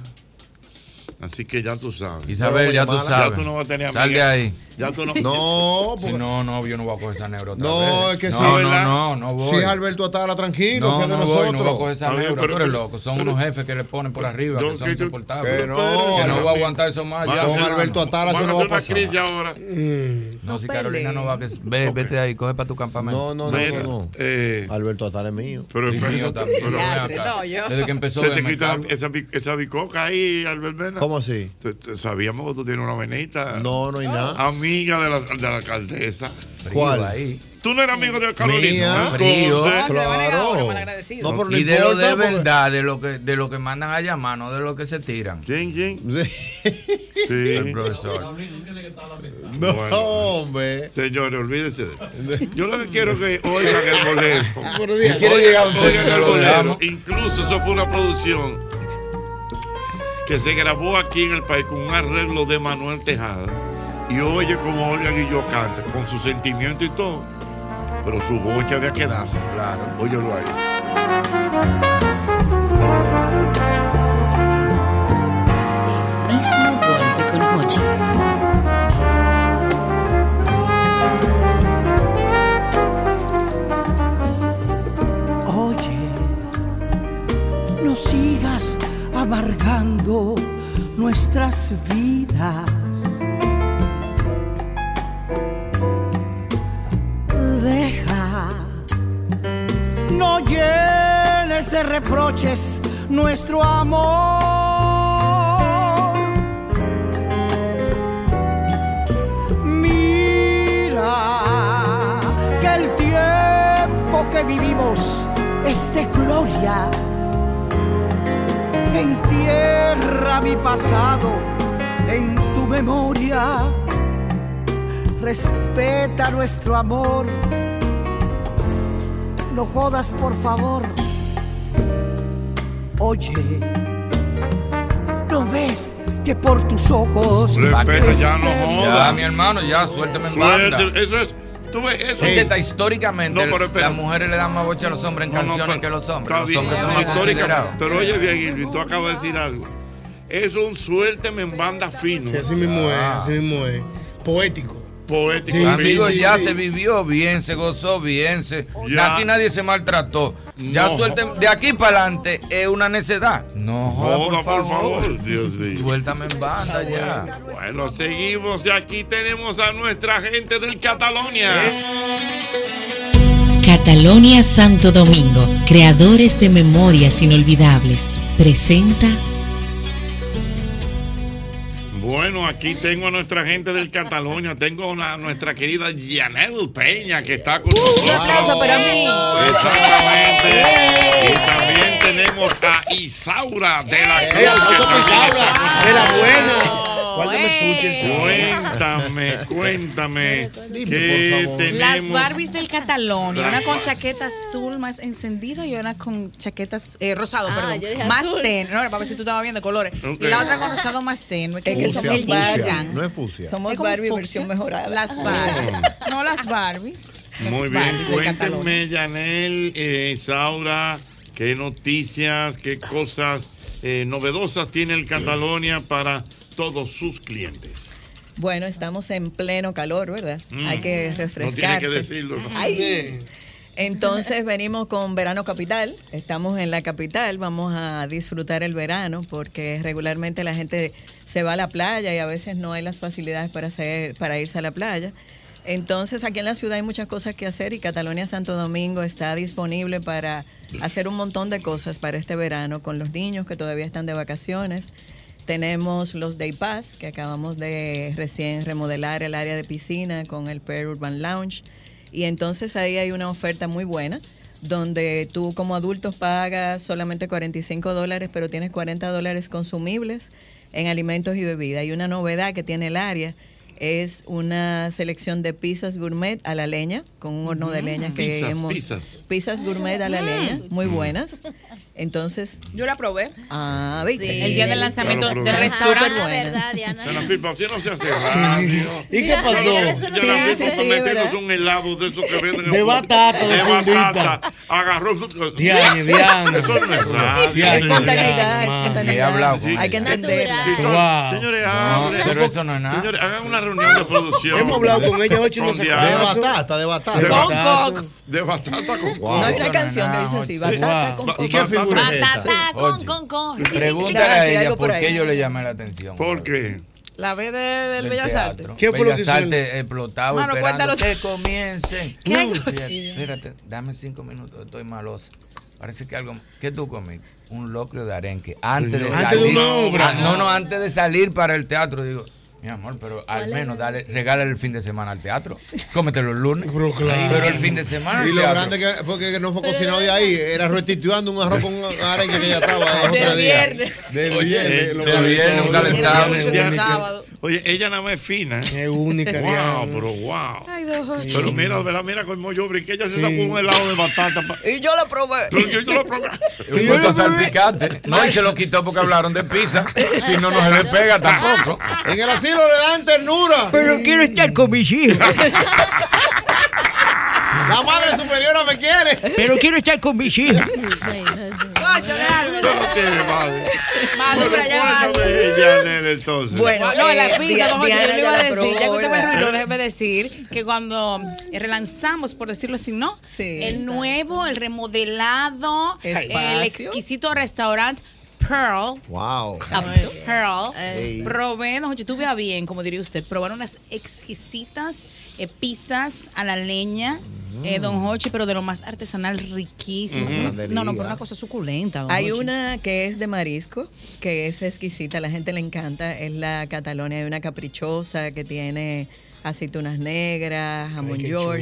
[SPEAKER 3] Así que ya tú sabes.
[SPEAKER 18] Isabel, ya tú sabes.
[SPEAKER 3] Ya tú no vas a tener
[SPEAKER 18] Sal de
[SPEAKER 3] amiga.
[SPEAKER 18] ahí.
[SPEAKER 3] Ya tú no.
[SPEAKER 7] No,
[SPEAKER 18] Sí, no, no, yo no voy a coger esa neuro otra
[SPEAKER 7] No,
[SPEAKER 18] vez.
[SPEAKER 7] es que
[SPEAKER 18] no,
[SPEAKER 7] sí,
[SPEAKER 18] no,
[SPEAKER 7] ¿verdad?
[SPEAKER 18] no, no voy.
[SPEAKER 7] Sí, Alberto Atala, tranquilo,
[SPEAKER 18] No,
[SPEAKER 7] que es de
[SPEAKER 18] no voy,
[SPEAKER 7] nosotros.
[SPEAKER 18] no voy a coger esa
[SPEAKER 7] Oye,
[SPEAKER 18] neuro,
[SPEAKER 7] pero-
[SPEAKER 18] tú eres loco. Son
[SPEAKER 7] pero-
[SPEAKER 18] unos jefes que le ponen por arriba,
[SPEAKER 7] Yo-
[SPEAKER 18] que son
[SPEAKER 7] que yo-
[SPEAKER 18] insoportables.
[SPEAKER 7] que no,
[SPEAKER 18] que no
[SPEAKER 7] Alberto.
[SPEAKER 18] voy a aguantar eso más.
[SPEAKER 7] Van a
[SPEAKER 18] ya,
[SPEAKER 7] hacer-
[SPEAKER 18] hermano.
[SPEAKER 7] Alberto Atala, eso no va a pasar.
[SPEAKER 3] ahora.
[SPEAKER 18] No, si Carolina no va, que ve, vete ahí, coge para tu campamento.
[SPEAKER 7] No, no, no, no, no. Alberto Atala es mío.
[SPEAKER 3] eh, Pero espérate, pero ven acá. Se te quita esa, bi- esa bicoca ahí, Albert Vena.
[SPEAKER 7] ¿Cómo así?
[SPEAKER 3] Te- te- Sabíamos que tú tienes una venita.
[SPEAKER 7] No, no hay nada.
[SPEAKER 3] Amiga de la, de la alcaldesa.
[SPEAKER 7] ¿Cuál?
[SPEAKER 3] Tú no eres amigo de
[SPEAKER 18] Mía,
[SPEAKER 3] Carolina.
[SPEAKER 18] frío,
[SPEAKER 3] Entonces-
[SPEAKER 18] claro. y de lo de verdad, de lo que de lo que mandan allá mano, de lo que se tiran.
[SPEAKER 3] ¿Quién, quién?
[SPEAKER 18] El profesor.
[SPEAKER 3] No,
[SPEAKER 7] hombre.
[SPEAKER 3] Señores, olvídense de eso. Yo lo que quiero es que oigan el bolero.
[SPEAKER 24] ¿Quién quiere
[SPEAKER 3] Oigan-
[SPEAKER 24] llegar a un techo?
[SPEAKER 3] oigan
[SPEAKER 24] Ya
[SPEAKER 3] el
[SPEAKER 24] lo
[SPEAKER 3] bolero.
[SPEAKER 24] dejamos.
[SPEAKER 3] Incluso eso fue una producción que se grabó aquí en el país con un arreglo de Manuel Tejada. Y oye como Olga Guilló canta, con su sentimiento y todo. Pero su voz ya había quedado. Claro. Óyelo ahí.
[SPEAKER 25] Mismo golpe con Hochi.
[SPEAKER 1] Oye, no sigas amargando nuestras vidas. Deja, no llenes de reproches nuestro amor. Mira que el tiempo que vivimos es de gloria. Entierra mi pasado en tu memoria. Respeta nuestro amor. No jodas, por favor. Oye, ¿no ves que por tus ojos...
[SPEAKER 3] Respeta, ya no
[SPEAKER 18] Ya,
[SPEAKER 3] jodas.
[SPEAKER 18] mi hermano, ya, suélteme en
[SPEAKER 3] Suerte,
[SPEAKER 18] banda.
[SPEAKER 3] Eso es. Tú ves, eso
[SPEAKER 18] Oye, está, históricamente
[SPEAKER 3] No, pero espera.
[SPEAKER 18] las mujeres le dan más boche a los hombres en
[SPEAKER 3] No, no,
[SPEAKER 18] canciones
[SPEAKER 3] pero-
[SPEAKER 18] que los hombres.
[SPEAKER 3] Está
[SPEAKER 18] Los
[SPEAKER 3] bien,
[SPEAKER 18] hombres son más
[SPEAKER 3] histórica,
[SPEAKER 18] considerados.
[SPEAKER 3] Pero oye bien, Irving, tú acabas de decir algo. Eso es un suélteme en banda fino.
[SPEAKER 4] Sí, así mismo es,
[SPEAKER 24] Ah.
[SPEAKER 4] así mismo es. Poético.
[SPEAKER 3] Poético.
[SPEAKER 4] Sí,
[SPEAKER 18] Amigo,
[SPEAKER 4] sí, sí,
[SPEAKER 18] ya
[SPEAKER 4] sí.
[SPEAKER 18] se vivió bien, se gozó bien. Se... de
[SPEAKER 3] Ya.
[SPEAKER 18] Aquí nadie se maltrató. Ya
[SPEAKER 3] No.
[SPEAKER 18] suelten- de aquí para adelante es una necedad. No, joda,
[SPEAKER 3] Joda,
[SPEAKER 18] por, favor.
[SPEAKER 3] Dios mío.
[SPEAKER 18] Suéltame en banda ya.
[SPEAKER 3] Bueno, seguimos. Y aquí tenemos a nuestra gente del Catalonia.
[SPEAKER 18] ¿Eh?
[SPEAKER 25] Catalonia Santo Domingo, creadores de memorias inolvidables, presenta
[SPEAKER 3] Bueno, aquí tengo a nuestra gente del Catalonia. Tengo a nuestra querida Yanel Peña que está con nosotros.
[SPEAKER 24] Uh, un aplauso para mí. ¡Eh!
[SPEAKER 3] Exactamente. Y también tenemos a Isaura de la Cruz.
[SPEAKER 24] aplauso
[SPEAKER 3] que
[SPEAKER 24] para
[SPEAKER 3] también
[SPEAKER 24] Isaura,
[SPEAKER 3] está con
[SPEAKER 24] de la
[SPEAKER 3] nosotros.
[SPEAKER 24] Eh.
[SPEAKER 3] Cuéntame, cuéntame. ¿Qué
[SPEAKER 5] Las
[SPEAKER 3] tenemos?
[SPEAKER 5] Barbies del Catalonia, una con chaqueta azul más encendida y una con chaquetas eh, rosado, perdón, más tenue. No, para ver si tú estabas viendo colores.
[SPEAKER 7] Ok.
[SPEAKER 5] Y la otra con rosado más tenue.
[SPEAKER 7] Es que somos
[SPEAKER 5] el yin y el
[SPEAKER 7] fucsia,
[SPEAKER 5] yang.
[SPEAKER 7] no es fucsia.
[SPEAKER 26] Somos
[SPEAKER 5] Es como
[SPEAKER 26] Barbie
[SPEAKER 5] fucsia.
[SPEAKER 26] versión mejorada.
[SPEAKER 5] Las
[SPEAKER 3] Oh.
[SPEAKER 5] Barbies. no las Barbies.
[SPEAKER 3] Muy bien,
[SPEAKER 5] Barbies de
[SPEAKER 3] cuéntenme, Yanel, eh, Isaura, qué noticias, qué cosas eh, novedosas tiene el Catalonia para todos sus clientes.
[SPEAKER 26] Bueno, estamos en pleno calor, ¿verdad?
[SPEAKER 3] Mm.
[SPEAKER 26] Hay que
[SPEAKER 3] No tiene
[SPEAKER 26] refrescarse.
[SPEAKER 3] que decirlo. ¿no?
[SPEAKER 26] Ay. Entonces venimos con Verano Capital. Estamos en la capital, vamos a disfrutar el verano porque regularmente la gente se va a la playa y a veces no hay las facilidades para hacer para irse a la playa. Entonces aquí en la ciudad hay muchas cosas que hacer y Catalonia Santo Domingo está disponible para hacer un montón de cosas para este verano con los niños que todavía están de vacaciones. Tenemos los Day Pass que acabamos de recién remodelar el área de piscina con el Pear Urban Lounge. Y entonces ahí hay una oferta muy buena, donde tú como adultos pagas solamente 45 dólares, pero tienes 40 dólares consumibles en alimentos y bebidas. Y una novedad que tiene el área es una selección de pizzas gourmet a la leña, con un horno de leña que
[SPEAKER 3] Pizzas,
[SPEAKER 26] hemos...
[SPEAKER 3] pizzas.
[SPEAKER 26] Mm. Pizzas gourmet a la leña, muy buenas. Entonces,
[SPEAKER 5] Yo la probé.
[SPEAKER 26] ah, ¿viste? Ah,
[SPEAKER 5] Sí. El día del lanzamiento
[SPEAKER 26] Claro,
[SPEAKER 5] del
[SPEAKER 26] pero-
[SPEAKER 5] restaurante.
[SPEAKER 26] Súper buena.
[SPEAKER 3] De la pipa, si no se hace radio.
[SPEAKER 26] ¿Y qué pasó?
[SPEAKER 3] De la
[SPEAKER 26] Sí, sí,
[SPEAKER 3] pipa
[SPEAKER 26] sí,
[SPEAKER 3] se metió
[SPEAKER 26] ¿verdad?
[SPEAKER 3] en un helado de esos que venden. en-
[SPEAKER 26] De batata,
[SPEAKER 3] De
[SPEAKER 26] de
[SPEAKER 3] batata. Agarró.
[SPEAKER 26] Diane, Diane.
[SPEAKER 3] Eso no es radio.
[SPEAKER 26] Diane, Espontaneidad,
[SPEAKER 3] Diane,
[SPEAKER 26] espontaneidad.
[SPEAKER 3] He hablado con
[SPEAKER 26] Hay que
[SPEAKER 3] ella.
[SPEAKER 26] entenderla.
[SPEAKER 3] Sí, todo-
[SPEAKER 26] Wow.
[SPEAKER 3] Señores,
[SPEAKER 26] No,
[SPEAKER 3] hablen.
[SPEAKER 18] pero eso no es nada.
[SPEAKER 3] Señores, hagan una reunión de producción.
[SPEAKER 4] Hemos hablado con ella, ocho, y no se
[SPEAKER 3] Diane.
[SPEAKER 4] acuerda.
[SPEAKER 3] De batata.
[SPEAKER 7] de batata.
[SPEAKER 3] De
[SPEAKER 4] Con
[SPEAKER 3] batata.
[SPEAKER 4] coco.
[SPEAKER 3] De batata con coco.
[SPEAKER 26] No hay una canción que dice así, batata con coco.
[SPEAKER 18] ¿Y qué figura es esta?
[SPEAKER 5] Batata con,
[SPEAKER 18] Oye.
[SPEAKER 5] con, con.
[SPEAKER 18] Pregúntale a ella por qué yo le llamé la atención.
[SPEAKER 3] ¿Por qué?
[SPEAKER 5] La B de- del Bellas Artes.
[SPEAKER 18] ¿Qué fue lo que
[SPEAKER 5] hizo
[SPEAKER 18] Arte explotaba
[SPEAKER 5] Mano,
[SPEAKER 18] esperando
[SPEAKER 5] cuéntalo tú.
[SPEAKER 18] que comiencen.
[SPEAKER 5] ¿Qué?
[SPEAKER 18] No, fíjate, espérate, dame cinco minutos, estoy maloso. Parece que algo. ¿Qué tú comiste? Un locrio de arenque. Antes de
[SPEAKER 13] Antes de
[SPEAKER 18] salir.
[SPEAKER 13] una obra.
[SPEAKER 18] Ah, no, no, antes de salir para el teatro. Digo, mi amor, pero al
[SPEAKER 13] ¿Cuál
[SPEAKER 18] menos dale, regálale el fin de semana al teatro. Cómetelo el lunes. Pero, el fin de semana.
[SPEAKER 7] Y lo
[SPEAKER 18] al teatro.
[SPEAKER 7] grande que porque no fue cocinado de ahí, era restituyendo un arroz con un arenque que ya estaba de
[SPEAKER 18] Del
[SPEAKER 7] otro día.
[SPEAKER 18] viernes.
[SPEAKER 7] Del
[SPEAKER 3] Oye,
[SPEAKER 7] viernes.
[SPEAKER 3] el-
[SPEAKER 7] lo
[SPEAKER 3] del
[SPEAKER 7] calentó,
[SPEAKER 3] viernes, un
[SPEAKER 7] lo
[SPEAKER 3] calentado.
[SPEAKER 7] calentó.
[SPEAKER 3] El viernes.
[SPEAKER 5] sábado.
[SPEAKER 3] Oye, ella nada más es fina. Es
[SPEAKER 4] única,
[SPEAKER 3] Wow,
[SPEAKER 4] Diana.
[SPEAKER 3] pero wow.
[SPEAKER 26] Ay, Dios, oye.
[SPEAKER 3] Pero mira, de verdad, mira cómo yo brinqué. Ella se
[SPEAKER 26] Sí.
[SPEAKER 3] sacó un helado de batata. pa-
[SPEAKER 26] Y yo la probé.
[SPEAKER 18] Un poco salpicante. No, y se lo quitó porque hablaron de pizza. Si no, no se le pega tampoco.
[SPEAKER 7] En el asilo le dan ternura. Mm.
[SPEAKER 26] Pero quiero estar con mis hijos.
[SPEAKER 7] La madre superiora me quiere.
[SPEAKER 26] Pero quiero estar con mis hijos.
[SPEAKER 5] Madura ya
[SPEAKER 3] Cuéntame, Yanel, entonces.
[SPEAKER 5] Bueno, no, la pizza, don Jorge, yo le iba a decir, ya que usted me arruinó,
[SPEAKER 3] ¿Eh?
[SPEAKER 5] déjeme decir que cuando relanzamos, por decirlo así, ¿no? el
[SPEAKER 26] exacto.
[SPEAKER 5] nuevo, el remodelado, el
[SPEAKER 26] Espacio.
[SPEAKER 5] exquisito restaurante Pearl.
[SPEAKER 7] Wow.
[SPEAKER 5] a Pearl.
[SPEAKER 7] Ey.
[SPEAKER 5] Probé, don Jorge, tuve a bien, como diría usted, probar unas exquisitas eh, pizzas a la leña. eh, don Hochi, pero de lo más artesanal, riquísimo.
[SPEAKER 26] Ujú.
[SPEAKER 5] No, no, pero una cosa suculenta. Don
[SPEAKER 26] Hay
[SPEAKER 5] Hochi.
[SPEAKER 26] una que es de marisco, que es exquisita, la gente le encanta, es la Catalonia, hay una caprichosa que tiene aceitunas negras, jamón
[SPEAKER 5] qué
[SPEAKER 26] york.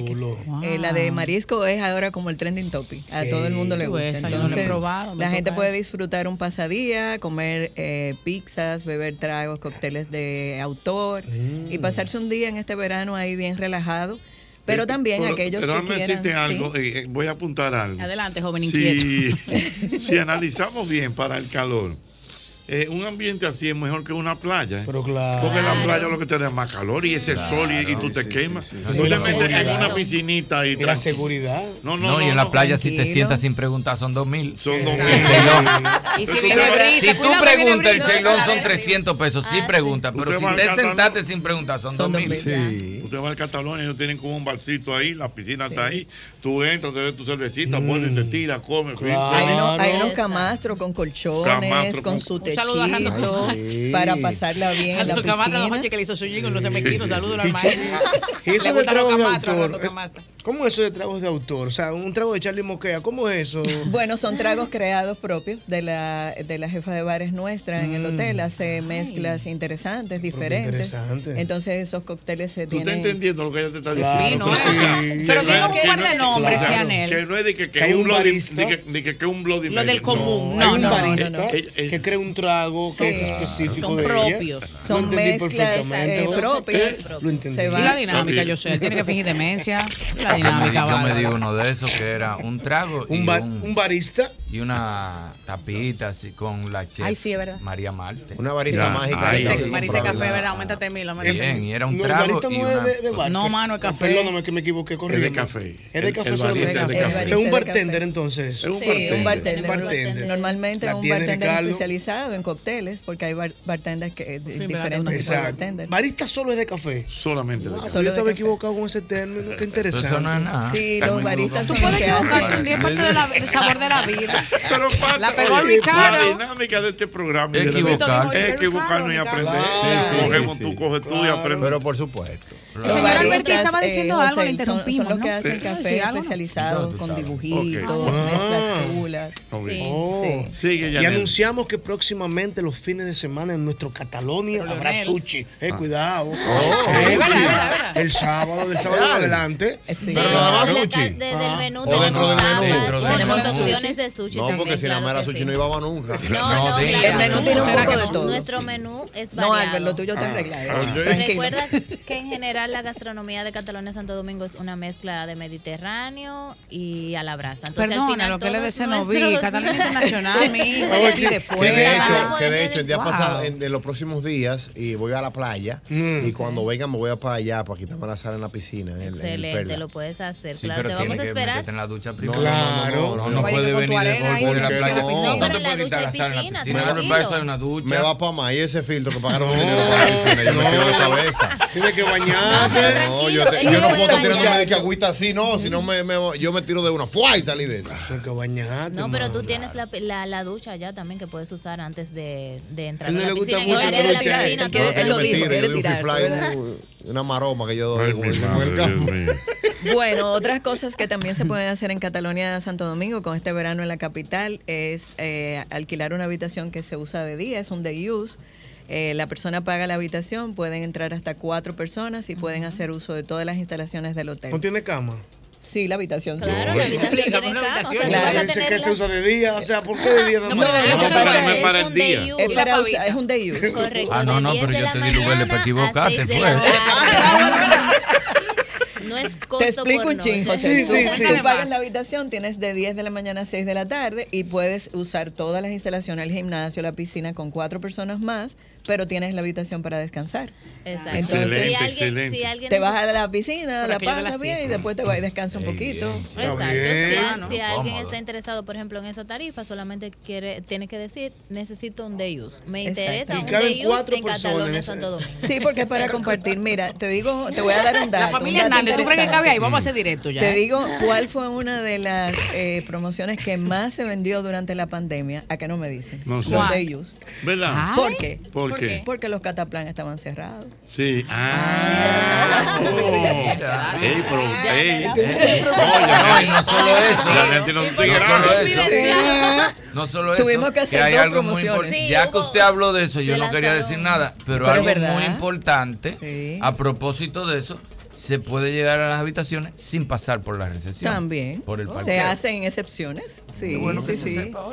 [SPEAKER 26] Eh, la de marisco es ahora como el trending topic, a todo el mundo le
[SPEAKER 5] Tú
[SPEAKER 26] gusta.
[SPEAKER 5] esa yo no la he
[SPEAKER 26] Entonces,
[SPEAKER 5] probado, me
[SPEAKER 26] la gente
[SPEAKER 5] toca
[SPEAKER 26] puede
[SPEAKER 5] esa.
[SPEAKER 26] disfrutar un pasadía, comer eh, pizzas, beber tragos, cócteles de autor y pasarse un día en este verano ahí bien relajado. Pero también aquellos
[SPEAKER 3] Déjame
[SPEAKER 26] que quieran...
[SPEAKER 3] decirte
[SPEAKER 26] sí.
[SPEAKER 3] algo, eh, eh, voy a apuntar algo.
[SPEAKER 5] Adelante, joven inquieto.
[SPEAKER 3] Si, si analizamos bien para el calor, eh, un ambiente así es mejor que una playa. Pero claro. Porque la playa lo que te da es más calor y ese sol y, y tú te quemas. Tú
[SPEAKER 4] Y
[SPEAKER 3] te
[SPEAKER 4] la
[SPEAKER 3] metes en
[SPEAKER 4] seguridad.
[SPEAKER 3] una piscinita y
[SPEAKER 4] La seguridad.
[SPEAKER 3] No, no,
[SPEAKER 18] No, y en la playa si
[SPEAKER 3] tranquilo.
[SPEAKER 18] te sientas sin preguntar son dos mil.
[SPEAKER 3] Son dos
[SPEAKER 18] mil.
[SPEAKER 5] Y si viene brisa,
[SPEAKER 18] Si tú
[SPEAKER 5] cuidado que viene Ah,
[SPEAKER 18] preguntas, el
[SPEAKER 5] brisa.
[SPEAKER 18] cheilón son 300 pesos. Sí preguntas,
[SPEAKER 3] Usted
[SPEAKER 18] pero si
[SPEAKER 3] va al
[SPEAKER 18] te
[SPEAKER 3] Catalán.
[SPEAKER 18] sentaste sin preguntar son dos mil.
[SPEAKER 3] Usted va al Catalón, ellos tienen como un barcito ahí, la piscina está ahí. Tú entras, te ves tu cervecita, pones, te tiras, comes.
[SPEAKER 26] Hay, uno-
[SPEAKER 3] comes.
[SPEAKER 26] hay unos camastros con colchones,
[SPEAKER 3] Camastro
[SPEAKER 26] con,
[SPEAKER 3] con-
[SPEAKER 26] su
[SPEAKER 3] Un saludo
[SPEAKER 5] a
[SPEAKER 26] techito,
[SPEAKER 5] Randy
[SPEAKER 3] Torres.
[SPEAKER 26] para pasarla bien en la
[SPEAKER 5] Los camastros, don
[SPEAKER 26] piscina.
[SPEAKER 5] Jorge, que le hizo su jingle, los emequinos. Saludos al
[SPEAKER 4] Y
[SPEAKER 5] maestro.
[SPEAKER 4] Y
[SPEAKER 5] Le
[SPEAKER 4] eso de
[SPEAKER 5] gustan los
[SPEAKER 4] tragos de
[SPEAKER 5] camastros,
[SPEAKER 4] autor.
[SPEAKER 5] los camastros.
[SPEAKER 4] ¿Cómo es eso de tragos de autor? O sea, un trago de Charlie Moquea, ¿cómo es eso?
[SPEAKER 26] Bueno, son tragos creados propios de la, de la jefa de bares nuestra en el hotel. Hace mezclas interesantes, diferentes.
[SPEAKER 3] interesante.
[SPEAKER 26] Entonces esos cócteles se
[SPEAKER 3] ¿Tú estás
[SPEAKER 26] tienen...
[SPEAKER 3] entendiendo lo que ella te está
[SPEAKER 26] Claro
[SPEAKER 3] diciendo?
[SPEAKER 26] que
[SPEAKER 3] O sea,
[SPEAKER 26] sí.
[SPEAKER 3] que
[SPEAKER 26] Pero
[SPEAKER 3] no es-
[SPEAKER 26] tiene un
[SPEAKER 3] que
[SPEAKER 26] par
[SPEAKER 3] no
[SPEAKER 26] de
[SPEAKER 3] es-
[SPEAKER 26] nombres,
[SPEAKER 3] claro,
[SPEAKER 26] Yanel.
[SPEAKER 3] Que no es de que, que
[SPEAKER 4] Hay
[SPEAKER 3] hay un
[SPEAKER 4] un
[SPEAKER 3] bloody,
[SPEAKER 4] barista.
[SPEAKER 3] de que, de que, que un bloody
[SPEAKER 26] Lo del
[SPEAKER 3] Mary.
[SPEAKER 26] común.
[SPEAKER 4] Hay
[SPEAKER 26] No,
[SPEAKER 4] un
[SPEAKER 26] no,
[SPEAKER 4] barista
[SPEAKER 26] no, no.
[SPEAKER 4] que crea un trago que es
[SPEAKER 26] Sí.
[SPEAKER 4] específico
[SPEAKER 26] Son
[SPEAKER 4] de
[SPEAKER 26] propios.
[SPEAKER 4] ella. Lo
[SPEAKER 26] Son
[SPEAKER 4] entendí
[SPEAKER 26] mezclas,
[SPEAKER 4] perfectamente,
[SPEAKER 26] eh,
[SPEAKER 4] José.
[SPEAKER 26] propias.
[SPEAKER 4] Lo entendí.
[SPEAKER 26] Se
[SPEAKER 5] Y
[SPEAKER 26] van-
[SPEAKER 5] la dinámica, yo sé. Él tiene que fingir demencia. Y La dinámica,
[SPEAKER 18] yo me, di- yo me
[SPEAKER 5] bárbara.
[SPEAKER 18] di uno de esos que era un trago y,
[SPEAKER 4] Un, bar-
[SPEAKER 18] un-
[SPEAKER 4] un barista.
[SPEAKER 18] y una tapita así con la chef
[SPEAKER 5] Ay, sí, es verdad.
[SPEAKER 18] María Marte.
[SPEAKER 7] Una varita
[SPEAKER 18] Sí.
[SPEAKER 7] mágica.
[SPEAKER 18] Ay,
[SPEAKER 5] Mariste- Mariste café, ¿verdad? Aumentate mil, auméntate
[SPEAKER 18] Bien,
[SPEAKER 5] mil.
[SPEAKER 18] y era un
[SPEAKER 4] No, el
[SPEAKER 18] trago
[SPEAKER 4] barista
[SPEAKER 18] y
[SPEAKER 4] no es
[SPEAKER 18] una-
[SPEAKER 4] de, de bar.
[SPEAKER 5] No, mano, es café.
[SPEAKER 4] Perdóname que me equivoqué, corriendo. Es de café. Es de
[SPEAKER 3] El-
[SPEAKER 4] café
[SPEAKER 3] el
[SPEAKER 4] solamente.
[SPEAKER 3] barista es de El café. barista
[SPEAKER 4] Es
[SPEAKER 26] es
[SPEAKER 4] un
[SPEAKER 26] de
[SPEAKER 4] bartender
[SPEAKER 26] café.
[SPEAKER 4] entonces.
[SPEAKER 26] Sí, un bartender. Normalmente
[SPEAKER 4] La
[SPEAKER 26] es un
[SPEAKER 4] tiene
[SPEAKER 26] bartender
[SPEAKER 4] Ricardo.
[SPEAKER 26] especializado en cócteles, porque hay bar- bartenders que, de-
[SPEAKER 4] ¿verdad?
[SPEAKER 26] diferentes tipos de
[SPEAKER 4] Exacto.
[SPEAKER 26] bartenders.
[SPEAKER 4] Barista solo es de café.
[SPEAKER 3] Solamente
[SPEAKER 4] Wow,
[SPEAKER 26] Solo
[SPEAKER 4] yo
[SPEAKER 26] de
[SPEAKER 4] estaba
[SPEAKER 26] café.
[SPEAKER 4] equivocado con ese término. Qué interesante.
[SPEAKER 26] Eso no es nada. Sí, Está los muy baristas
[SPEAKER 5] Tú
[SPEAKER 26] equivocado.
[SPEAKER 5] puedes
[SPEAKER 26] Claro.
[SPEAKER 5] equivocarte, pero tiene parte de la- del sabor de la vida.
[SPEAKER 3] Pero falta-
[SPEAKER 5] La pegó mi
[SPEAKER 3] oye, La
[SPEAKER 5] cara.
[SPEAKER 3] dinámica de este programa es
[SPEAKER 18] Equivocarse.
[SPEAKER 3] Es equivocarnos y aprender. Cogemos, tú coges tú y aprendes.
[SPEAKER 7] Pero por supuesto.
[SPEAKER 26] Los
[SPEAKER 3] Señor
[SPEAKER 26] baristas,
[SPEAKER 3] Alberti,
[SPEAKER 5] estaba diciendo
[SPEAKER 26] José,
[SPEAKER 5] algo,
[SPEAKER 26] eh,
[SPEAKER 5] le
[SPEAKER 26] son- Son,
[SPEAKER 5] interrumpimos,
[SPEAKER 26] los que
[SPEAKER 5] ¿no?
[SPEAKER 26] hacen
[SPEAKER 5] Sí.
[SPEAKER 26] café
[SPEAKER 5] Decía algo, ¿no?
[SPEAKER 26] especialitos con dibujitos,
[SPEAKER 4] Ok. Ah.
[SPEAKER 26] mezclas chulas. Sí, sí.
[SPEAKER 3] Sigue,
[SPEAKER 4] Oh. y
[SPEAKER 3] Yanel.
[SPEAKER 4] anunciamos que próximamente los fines de semana en nuestro Catalonia
[SPEAKER 26] Pero,
[SPEAKER 4] habrá
[SPEAKER 26] Leonel.
[SPEAKER 4] sushi. Eh,
[SPEAKER 7] Ah.
[SPEAKER 4] cuidado.
[SPEAKER 7] Oh.
[SPEAKER 4] Eh,
[SPEAKER 7] Es verdad,
[SPEAKER 4] sí.
[SPEAKER 7] es verdad.
[SPEAKER 4] El sábado, del sábado en
[SPEAKER 7] Claro.
[SPEAKER 4] adelante.
[SPEAKER 7] Pero nada más
[SPEAKER 4] Claro.
[SPEAKER 7] sushi.
[SPEAKER 27] Desde el menú
[SPEAKER 4] O dentro
[SPEAKER 27] tenemos
[SPEAKER 4] del menú.
[SPEAKER 27] tapas,
[SPEAKER 4] Dentro del
[SPEAKER 27] tenemos
[SPEAKER 4] menú.
[SPEAKER 27] opciones de sushi sushi
[SPEAKER 7] No,
[SPEAKER 27] también.
[SPEAKER 7] porque si nada
[SPEAKER 27] claro
[SPEAKER 7] más era
[SPEAKER 27] que
[SPEAKER 7] sushi
[SPEAKER 27] sí.
[SPEAKER 7] no íbamos nunca.
[SPEAKER 27] No, no, claro.
[SPEAKER 7] El menú tiene un
[SPEAKER 27] Será
[SPEAKER 7] poco
[SPEAKER 27] que
[SPEAKER 7] de
[SPEAKER 27] no.
[SPEAKER 7] todo.
[SPEAKER 27] Nuestro menú es
[SPEAKER 26] No,
[SPEAKER 27] variado.
[SPEAKER 26] Albert, lo tuyo está
[SPEAKER 7] Ah,
[SPEAKER 26] arreglado.
[SPEAKER 7] ah, ok.
[SPEAKER 27] Recuerda que en general la gastronomía de Cataluña Santo Domingo es una mezcla de mediterráneo y a la brasa. Entonces, al
[SPEAKER 5] Perdona,
[SPEAKER 27] final,
[SPEAKER 5] lo que le
[SPEAKER 27] todos
[SPEAKER 5] desenobí.
[SPEAKER 27] nuestros-
[SPEAKER 5] Catalán Internacional, mi hijo,
[SPEAKER 7] Oye,
[SPEAKER 5] aquí de
[SPEAKER 7] que de
[SPEAKER 5] fuera.
[SPEAKER 7] hecho, que de hecho, el día
[SPEAKER 5] Wow.
[SPEAKER 7] pasado, en, en los próximos días, y voy a la playa.
[SPEAKER 18] Mm.
[SPEAKER 7] Y cuando venga, me voy a para allá para quitarme la sal en la piscina. en el- en el
[SPEAKER 27] Excelente,
[SPEAKER 7] Perla.
[SPEAKER 27] lo puedes hacer.
[SPEAKER 7] Sí,
[SPEAKER 27] claro,
[SPEAKER 7] pero
[SPEAKER 27] te vamos
[SPEAKER 7] tiene
[SPEAKER 27] a
[SPEAKER 7] que
[SPEAKER 27] esperar.
[SPEAKER 7] meterte
[SPEAKER 18] En la ducha
[SPEAKER 7] No,
[SPEAKER 18] primero.
[SPEAKER 7] claro.
[SPEAKER 18] No, no, no, no puede venir de golpe de la playa.
[SPEAKER 7] No,
[SPEAKER 18] No, te puedes quitar la sal en la piscina.
[SPEAKER 7] Mira,
[SPEAKER 18] Pero para eso hay una ducha.
[SPEAKER 7] Me va para más. Y ese filtro que pagaron dinero para la piscina. Yo me quedo de cabeza. Tienes que bañarte. No, yo, te-
[SPEAKER 20] ella
[SPEAKER 7] yo no
[SPEAKER 20] puede
[SPEAKER 7] puedo estar tirándome
[SPEAKER 20] bañarse.
[SPEAKER 7] de que agüita así, no. Si no, me, me- yo me tiro de una. ¡Fua! Y salí de eso. Tienes que bañarte.
[SPEAKER 27] No, pero tú tienes la, la, la ducha ya también que puedes usar antes de, de entrar
[SPEAKER 7] Él
[SPEAKER 27] a
[SPEAKER 7] no
[SPEAKER 27] la
[SPEAKER 7] le gusta
[SPEAKER 27] piscina. En el
[SPEAKER 7] mucho
[SPEAKER 27] área de la
[SPEAKER 7] aprovechar.
[SPEAKER 27] piscina,
[SPEAKER 7] No,
[SPEAKER 27] todo
[SPEAKER 7] que
[SPEAKER 27] el
[SPEAKER 7] yo me
[SPEAKER 27] mundo.
[SPEAKER 7] tiro,
[SPEAKER 26] quiere
[SPEAKER 7] yo doy un
[SPEAKER 26] tirarse,
[SPEAKER 7] fly,
[SPEAKER 26] ¿verdad?
[SPEAKER 7] un- una maroma que yo doy. como el- como el campo.
[SPEAKER 26] Bueno, otras cosas que también se pueden hacer en Catalonia, Santo Domingo, con este verano en la capital, es eh, alquilar una habitación que se usa de día, es un day use. Eh, la persona paga la habitación, pueden entrar hasta cuatro personas y pueden hacer uso de todas las instalaciones del hotel.
[SPEAKER 20] ¿No tiene cama?
[SPEAKER 26] Sí, la habitación.
[SPEAKER 20] Claro, la habitación
[SPEAKER 26] tiene
[SPEAKER 20] Claro, dice que se usa de día, o sea, ¿por qué de día?
[SPEAKER 26] No, pero
[SPEAKER 20] más?
[SPEAKER 26] no, no,
[SPEAKER 3] pero no es para el día.
[SPEAKER 26] Es, para usa- es un day use.
[SPEAKER 18] Ah, no, no, pero yo te di lugar para equivocarte. pues.
[SPEAKER 27] seis de
[SPEAKER 18] Fue.
[SPEAKER 27] la No es costo
[SPEAKER 26] Te explico
[SPEAKER 27] por
[SPEAKER 26] un
[SPEAKER 27] noche.
[SPEAKER 26] chin, José. tú, tú pagas la habitación, tienes de 10 de la mañana a 6 de la tarde y puedes usar todas las instalaciones, el gimnasio, la piscina con cuatro personas más, pero tienes la habitación para descansar.
[SPEAKER 27] Exacto.
[SPEAKER 26] Entonces,
[SPEAKER 27] si alguien, Si alguien
[SPEAKER 26] te vas a la piscina,
[SPEAKER 27] Por
[SPEAKER 26] la
[SPEAKER 27] aquello de la
[SPEAKER 26] pasas bien y
[SPEAKER 27] siesta.
[SPEAKER 26] después te vas y descansas un poquito.
[SPEAKER 27] Exacto. Si, a- si alguien
[SPEAKER 26] Cómodo.
[SPEAKER 27] está interesado, por ejemplo, en esa tarifa, solamente quiere, tiene que decir, necesito un day use. Me
[SPEAKER 26] Exacto.
[SPEAKER 27] interesa
[SPEAKER 26] Y
[SPEAKER 27] un
[SPEAKER 26] caben
[SPEAKER 27] day use
[SPEAKER 26] cuatro
[SPEAKER 27] en
[SPEAKER 26] personas en
[SPEAKER 27] Cataluña,
[SPEAKER 26] esa-
[SPEAKER 27] Santo Domingo.
[SPEAKER 26] Sí, porque es para compartir. Mira, te digo, te voy a dar un
[SPEAKER 5] La
[SPEAKER 26] dato.
[SPEAKER 5] familia
[SPEAKER 26] un dato
[SPEAKER 5] Hernández, ¿tú crees que
[SPEAKER 26] interesante.
[SPEAKER 5] cabe ahí? Vamos a hacer directo ya,
[SPEAKER 26] Te
[SPEAKER 5] ¿eh?
[SPEAKER 26] digo cuál fue una de las eh, promociones que más se vendió durante la pandemia. Acá no me dicen.
[SPEAKER 3] No sé.
[SPEAKER 26] Los
[SPEAKER 3] ¿Cuál?
[SPEAKER 26] de ellos.
[SPEAKER 3] ¿Verdad?
[SPEAKER 26] ¿Por qué?
[SPEAKER 3] ¿Por qué?
[SPEAKER 26] Porque los cataplan estaban cerrados.
[SPEAKER 3] Sí. Ah.
[SPEAKER 26] Mira.
[SPEAKER 3] Ey, pero, ey, ey.
[SPEAKER 18] No, y no solo eso.
[SPEAKER 3] La gente no te
[SPEAKER 18] No
[SPEAKER 3] graba.
[SPEAKER 18] solo eso. No solo eso.
[SPEAKER 3] Tuvimos que hacer
[SPEAKER 18] hay
[SPEAKER 3] dos
[SPEAKER 18] algo muy
[SPEAKER 3] promociones.
[SPEAKER 18] importante.
[SPEAKER 3] Sí,
[SPEAKER 18] ya que usted habló de eso, yo
[SPEAKER 3] Se
[SPEAKER 18] no quería decir nada, pero,
[SPEAKER 3] Pero
[SPEAKER 18] algo
[SPEAKER 3] es verdad.
[SPEAKER 18] muy importante,
[SPEAKER 26] Sí.
[SPEAKER 18] a propósito de eso, se puede llegar a las habitaciones sin pasar por la recepción.
[SPEAKER 26] También.
[SPEAKER 18] Por el
[SPEAKER 26] se
[SPEAKER 18] parqueo.
[SPEAKER 26] hacen excepciones. Sí,
[SPEAKER 18] bueno que
[SPEAKER 26] sí,
[SPEAKER 18] se
[SPEAKER 26] sí.
[SPEAKER 18] sepa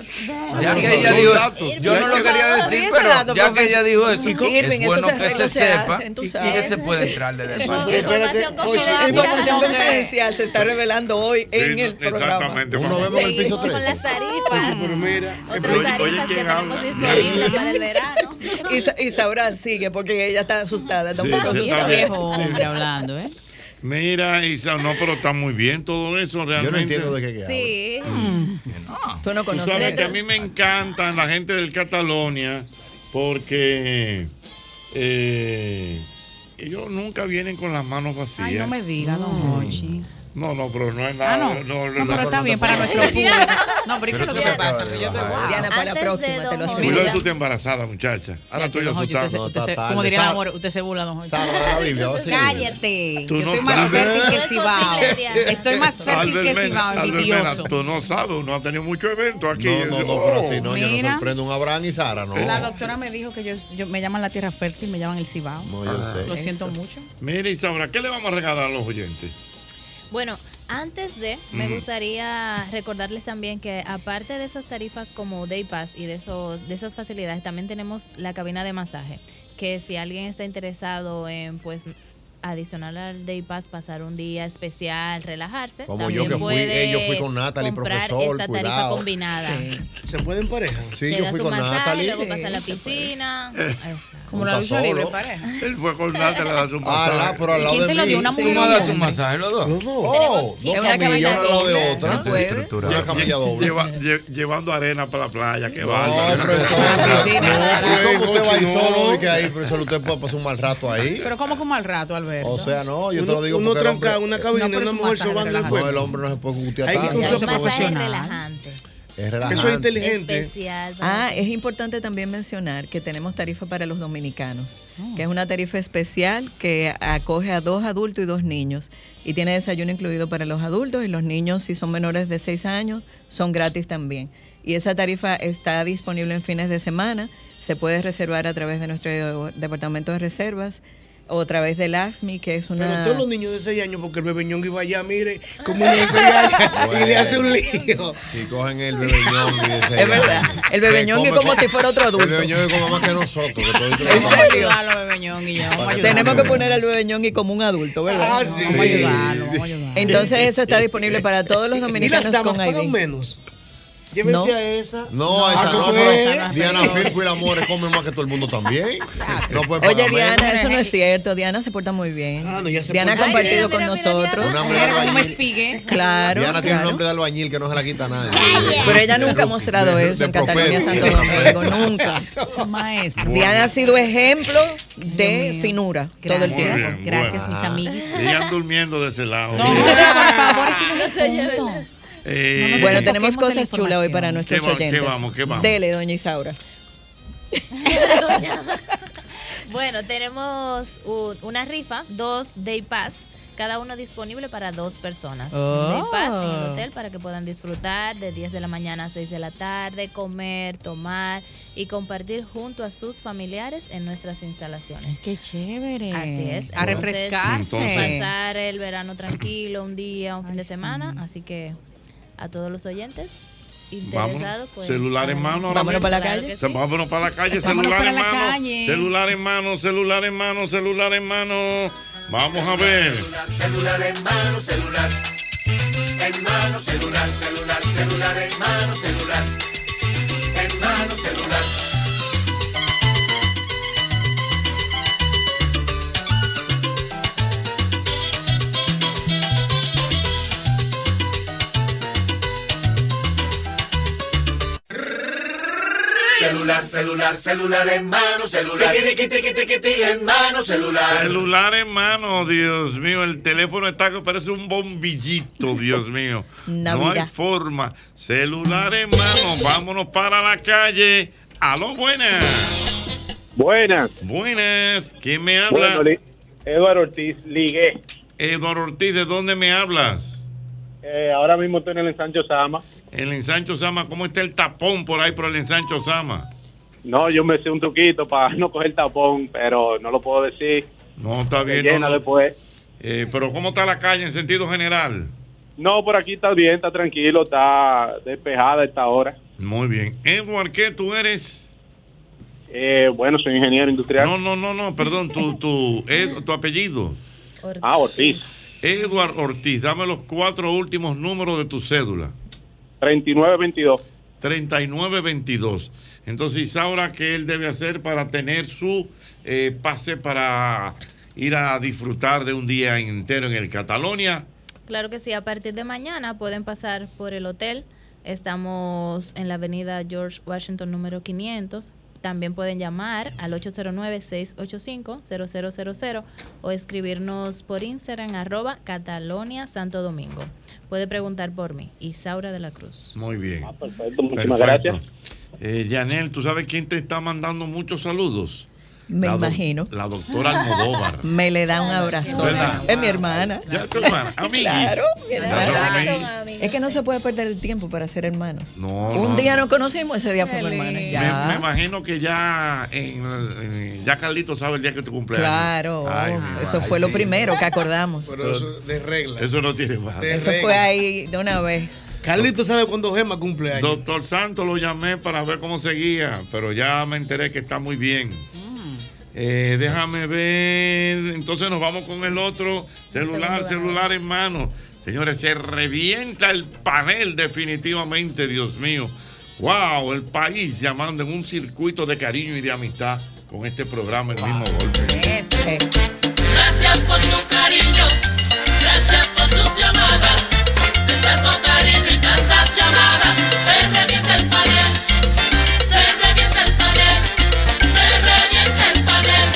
[SPEAKER 18] Ya que ella dijo, yo no lo quería decir, pero ya que ella dijo eso,
[SPEAKER 26] Irving,
[SPEAKER 18] es bueno
[SPEAKER 26] esos
[SPEAKER 18] que se
[SPEAKER 26] arreglos
[SPEAKER 18] sepa
[SPEAKER 26] hacen, tú
[SPEAKER 18] y que
[SPEAKER 26] sabes.
[SPEAKER 18] se puede entrar desde el
[SPEAKER 26] Información
[SPEAKER 18] parqueo.
[SPEAKER 26] confidencial. Información confidencial se está revelando hoy en el programa.
[SPEAKER 3] Exactamente. Uno vemos en el piso 3. Oye, ¿quién habla?
[SPEAKER 26] Y, Sa- y Sabrá sigue porque ella está asustada. Está un
[SPEAKER 3] Sí,
[SPEAKER 26] poco
[SPEAKER 3] sí,
[SPEAKER 26] asustada.
[SPEAKER 3] está bien. Viejo
[SPEAKER 5] hombre hablando, ¿eh?
[SPEAKER 3] Mira, Isa, no, pero está muy bien todo eso realmente.
[SPEAKER 7] entiendo de qué que
[SPEAKER 26] Sí.
[SPEAKER 3] Tú
[SPEAKER 26] no
[SPEAKER 3] Tú
[SPEAKER 26] conoces.
[SPEAKER 3] sabes que a mí me encantan la gente del Catalonia porque eh, ellos nunca vienen con las manos vacías.
[SPEAKER 5] Ay, no me digas, don Hochi.
[SPEAKER 3] No, no, pero no es
[SPEAKER 5] Oh, Ah,
[SPEAKER 3] nada.
[SPEAKER 5] no.
[SPEAKER 3] no,
[SPEAKER 5] No, pero está bien para nuestro público. No, pero es que lo que pasa es que yo estoy guau.
[SPEAKER 26] Diana, para la
[SPEAKER 5] Antes de
[SPEAKER 26] próxima te
[SPEAKER 5] Don
[SPEAKER 26] lo
[SPEAKER 5] Jorge.
[SPEAKER 3] Cuidado que
[SPEAKER 26] aseguro.
[SPEAKER 3] tú estés embarazada, muchacha. Ahora estoy
[SPEAKER 5] Don Hochi, usted
[SPEAKER 3] asustado.
[SPEAKER 5] se- usted se-
[SPEAKER 3] está-
[SPEAKER 5] como diría
[SPEAKER 3] Sa-
[SPEAKER 5] el amor, usted se burla, don Jorge. Cállate.
[SPEAKER 3] Tú
[SPEAKER 5] Yo
[SPEAKER 3] no
[SPEAKER 5] soy más
[SPEAKER 3] sabes.
[SPEAKER 5] fértil que Cibao. Estoy más fértil que
[SPEAKER 3] Albert Mena,
[SPEAKER 5] Cibao,
[SPEAKER 3] Albert Mena,
[SPEAKER 5] envidioso.
[SPEAKER 3] Tú no sabes, no ha tenido mucho evento aquí.
[SPEAKER 7] No, no, no, pero
[SPEAKER 3] si
[SPEAKER 7] así no, yo no Mira. sorprendo un Abraham y Sara, no.
[SPEAKER 5] La doctora me dijo que yo, yo- me llaman la tierra fértil, me llaman el Cibao.
[SPEAKER 3] No, yo sé.
[SPEAKER 5] Lo siento
[SPEAKER 3] Eso.
[SPEAKER 5] mucho.
[SPEAKER 3] Mira, Isaura, ¿qué le vamos a regalar a los oyentes?
[SPEAKER 27] Bueno, antes de, me
[SPEAKER 3] Ujú.
[SPEAKER 27] gustaría recordarles también que aparte de esas tarifas como Day Pass y de, esos, de esas facilidades, también tenemos la cabina de masaje, que si alguien está interesado en, pues, adicional al Day Pass, pasar un día especial, relajarse,
[SPEAKER 7] Como
[SPEAKER 27] también
[SPEAKER 7] yo que fui,
[SPEAKER 27] puede
[SPEAKER 7] eh, yo fui con Natalie,
[SPEAKER 27] comprar
[SPEAKER 7] profesor,
[SPEAKER 27] esta tarifa
[SPEAKER 7] cuidado.
[SPEAKER 27] combinada.
[SPEAKER 20] ¿Se puede en pareja?
[SPEAKER 7] Sí,
[SPEAKER 27] Te
[SPEAKER 7] yo
[SPEAKER 27] das
[SPEAKER 7] fui
[SPEAKER 27] un
[SPEAKER 7] con
[SPEAKER 27] masaje,
[SPEAKER 7] Natalie. Eh.
[SPEAKER 27] luego pasas a la piscina.
[SPEAKER 7] Como la lucha libre, pareja.
[SPEAKER 3] Él fue con Natalie a dar su masaje.
[SPEAKER 7] Ah, pero al lado de mí.
[SPEAKER 18] ¿Cómo va a dar su masaje los dos? Los dos.
[SPEAKER 7] Oh, dos camillas, una
[SPEAKER 18] una cabina
[SPEAKER 7] al lado
[SPEAKER 18] doble.
[SPEAKER 7] de otra. Una camilla doble.
[SPEAKER 3] Lleva- lle- llevando arena para la playa, que va. Ah,
[SPEAKER 7] ¿Y cómo usted va ahí solo? Y que ahí, profesor, usted puede pasar un mal rato ahí.
[SPEAKER 5] Pero ¿cómo como al rato, Alberto?
[SPEAKER 7] O sea, no, yo te
[SPEAKER 5] Uno-
[SPEAKER 7] lo digo
[SPEAKER 5] uno
[SPEAKER 7] porque el
[SPEAKER 5] tranca
[SPEAKER 7] hombre-
[SPEAKER 5] una cabina, No, pero una es un mujer masaje sobando el relajante.
[SPEAKER 7] No,
[SPEAKER 5] cuerpo.
[SPEAKER 7] el hombre no se puede gustear
[SPEAKER 20] Hay que
[SPEAKER 7] tanto.
[SPEAKER 20] incluso
[SPEAKER 27] Masaje relajante.
[SPEAKER 7] Es relajante.
[SPEAKER 20] Eso es inteligente.
[SPEAKER 27] Especial.
[SPEAKER 26] Ah, es importante también mencionar que tenemos tarifa para los dominicanos, que es una tarifa especial que acoge a dos adultos y dos niños y tiene desayuno incluido para los adultos y los niños si son menores de 6 años son gratis también. Y esa tarifa está disponible en fines de semana, se puede reservar a través de nuestro departamento de reservas o a través del ASMI, que es
[SPEAKER 20] Pero
[SPEAKER 26] una...
[SPEAKER 20] todos los niños de 6 años, porque el bebé ñongo iba allá, mire, como uno de 6 años, y le hace un lío.
[SPEAKER 7] Si cogen el bebeñón y de seis
[SPEAKER 26] Es verdad,
[SPEAKER 7] años,
[SPEAKER 26] el bebe
[SPEAKER 7] que
[SPEAKER 26] ñongo es
[SPEAKER 7] come
[SPEAKER 26] como
[SPEAKER 7] con-
[SPEAKER 26] si fuera otro
[SPEAKER 7] El
[SPEAKER 26] adulto.
[SPEAKER 7] bebeñón come más que nosotros. que todito lo
[SPEAKER 26] ¿En
[SPEAKER 7] vamos a-
[SPEAKER 26] serio?
[SPEAKER 4] Ayúdalo, bebé Ñongui, ya, vamos a ayudarlo.
[SPEAKER 26] Tenemos que poner al bebé ñongui como un adulto, ¿verdad?
[SPEAKER 20] Ah, sí.
[SPEAKER 26] Vamos a ayudarlo, vamos a ayudarlo. Entonces eso está disponible para todos los
[SPEAKER 20] Y las
[SPEAKER 26] dominicanos
[SPEAKER 20] damas
[SPEAKER 26] con
[SPEAKER 20] pagan
[SPEAKER 26] ID.
[SPEAKER 20] menos. Llévense
[SPEAKER 26] No.
[SPEAKER 20] a esa.
[SPEAKER 7] No, esa no,
[SPEAKER 26] ¿cómo
[SPEAKER 7] pero
[SPEAKER 26] es?
[SPEAKER 7] Diana Firpo y la More comen más que todo el mundo también. No puede pagar
[SPEAKER 26] Oye, Diana,
[SPEAKER 7] menos.
[SPEAKER 26] eso no es cierto. Diana se porta muy bien.
[SPEAKER 7] se
[SPEAKER 26] Diana ha
[SPEAKER 7] porta
[SPEAKER 26] compartido
[SPEAKER 7] bien.
[SPEAKER 26] con nosotros.
[SPEAKER 7] Una mujer
[SPEAKER 4] Como
[SPEAKER 7] albañil.
[SPEAKER 4] espigue.
[SPEAKER 26] Claro,
[SPEAKER 7] Diana tiene un
[SPEAKER 26] claro.
[SPEAKER 7] nombre de albañil que no se la quita nadie. pues,
[SPEAKER 26] Pero ella nunca ha mostrado eso en Cataluña, Santo Domingo, nunca.
[SPEAKER 4] Maestra.
[SPEAKER 26] Diana ha sido ejemplo de finura todo el tiempo.
[SPEAKER 3] Gracias, mis amigos. Sigan durmiendo de ese lado. Eh,
[SPEAKER 26] bueno, tenemos cosas chulas hoy para nuestros
[SPEAKER 3] ¿Qué va-
[SPEAKER 26] oyentes.
[SPEAKER 3] ¿Qué vamos? ¿Qué vamos?
[SPEAKER 26] Dele, doña Isaura.
[SPEAKER 27] Bueno, tenemos un- una rifa, dos Day Pass, cada uno disponible para dos personas.
[SPEAKER 4] Oh.
[SPEAKER 27] Day Pass en el hotel para que puedan disfrutar de 10 de la mañana a 6 de la tarde, comer, tomar y compartir junto a sus familiares en nuestras instalaciones.
[SPEAKER 4] Qué chévere.
[SPEAKER 27] Así es.
[SPEAKER 4] A
[SPEAKER 27] Entonces,
[SPEAKER 4] refrescarse.
[SPEAKER 27] Pasar el verano tranquilo, un día, un fin de semana. Así que a todos los oyentes interesados,
[SPEAKER 3] Vámonos.
[SPEAKER 27] pues.
[SPEAKER 3] celular en mano ahora
[SPEAKER 26] Vámonos
[SPEAKER 3] mismo.
[SPEAKER 26] para la Claro calle.
[SPEAKER 3] Se- Vámonos para la calle,
[SPEAKER 26] Vámonos
[SPEAKER 3] celular
[SPEAKER 26] para
[SPEAKER 3] en
[SPEAKER 26] la
[SPEAKER 3] mano.
[SPEAKER 26] calle.
[SPEAKER 3] Celular en mano, celular en mano, celular en mano. Vamos a ver.
[SPEAKER 28] Celular en mano, celular. En mano, celular, celular, celular, en mano, celular. En mano, celular. Celular, celular, celular en mano, celular. Tiqui, tiqui, tiqui, tiqui, tiqui, en mano, celular.
[SPEAKER 3] Celular en mano, Dios mío. El teléfono está que parece un bombillito, Dios mío. no hay
[SPEAKER 26] Navidad.
[SPEAKER 3] forma. Celular en mano, vámonos para la calle. Aló, buenas.
[SPEAKER 29] Buenas.
[SPEAKER 3] Buenas. ¿Quién me habla?
[SPEAKER 29] Bueno, Li- Eduardo Ortiz, ligué.
[SPEAKER 3] Eduardo Ortiz, ¿de dónde me hablas?
[SPEAKER 29] Eh, ahora mismo estoy en el ensancho Sama.
[SPEAKER 3] El ensancho Sama, ¿cómo está el tapón por ahí por el ensancho Sama?
[SPEAKER 29] No, yo me hice un truquito para no coger tapón, pero no lo puedo decir.
[SPEAKER 3] No, está
[SPEAKER 29] Me
[SPEAKER 3] bien.
[SPEAKER 29] llena
[SPEAKER 3] no, no.
[SPEAKER 29] después.
[SPEAKER 3] Eh, pero ¿cómo está la calle en sentido general?
[SPEAKER 29] No, por aquí está bien, está tranquilo, está despejada esta hora.
[SPEAKER 3] Muy bien. Edward, ¿qué tú eres?
[SPEAKER 29] Eh, bueno, soy ingeniero industrial.
[SPEAKER 3] No, no, no, no, perdón, tu, tu, Ed- tu apellido.
[SPEAKER 29] Ah, Ortiz.
[SPEAKER 3] Edward Ortiz, dame los cuatro últimos números de tu cédula.
[SPEAKER 29] 3922.
[SPEAKER 3] 3922. Entonces, Isaura, ¿qué él debe hacer para tener su eh, pase para ir a disfrutar de un día entero en el Catalonia?
[SPEAKER 27] Claro que sí, a partir de mañana pueden pasar por el hotel. Estamos en la avenida George Washington número 500. También pueden llamar al 809-685-0000 o escribirnos por Instagram arroba Catalonia Santo Domingo. Puede preguntar por mí, Isaura de la Cruz.
[SPEAKER 3] Muy bien.
[SPEAKER 29] Ah, perfecto,
[SPEAKER 27] muchísimas
[SPEAKER 29] gracias.
[SPEAKER 3] Eh, Yanel, ¿tú sabes quién te está mandando muchos saludos?
[SPEAKER 26] Me
[SPEAKER 3] La doc-
[SPEAKER 26] imagino.
[SPEAKER 3] La doctora Almodóvar.
[SPEAKER 26] Me le da un abrazo.
[SPEAKER 3] ¿Verdad?
[SPEAKER 26] Es mi hermana.
[SPEAKER 3] Ya ah, es tu hermana, amiguis.
[SPEAKER 26] Claro, mi
[SPEAKER 3] Ya
[SPEAKER 26] hermana.
[SPEAKER 3] son amiguis.
[SPEAKER 26] Es que no se puede perder el tiempo para ser hermanos.
[SPEAKER 3] No,
[SPEAKER 26] Un
[SPEAKER 3] no.
[SPEAKER 26] día nos conocimos, ese día fuimos hermanos.
[SPEAKER 3] Me,
[SPEAKER 26] Ya.
[SPEAKER 3] me imagino que ya en, en- ya Carlito sabe el día que tu cumpleaños.
[SPEAKER 26] Claro,
[SPEAKER 3] Ay, mi
[SPEAKER 26] eso
[SPEAKER 3] madre.
[SPEAKER 26] fue lo primero que acordamos.
[SPEAKER 3] Pero eso,
[SPEAKER 20] De regla.
[SPEAKER 3] no tiene más.
[SPEAKER 26] Eso fue ahí de una vez.
[SPEAKER 3] Carlito sabe cuándo Gema cumple Doctor Santos lo llamé para ver cómo seguía, pero ya me enteré que está muy bien.
[SPEAKER 26] Mm.
[SPEAKER 3] Eh, déjame ver. Entonces nos vamos con el otro celular,
[SPEAKER 19] segundo
[SPEAKER 3] celular en mano. Señores, se revienta el panel definitivamente, Dios mío. Wow, el país llamando en un circuito de cariño y de amistad con este programa, el mismo golpe.
[SPEAKER 1] Gracias por su cariño, gracias por sus llamadas. De tanto cariño y tantas llamadas, se revienta el panel, se revienta el panel, se revienta el panel,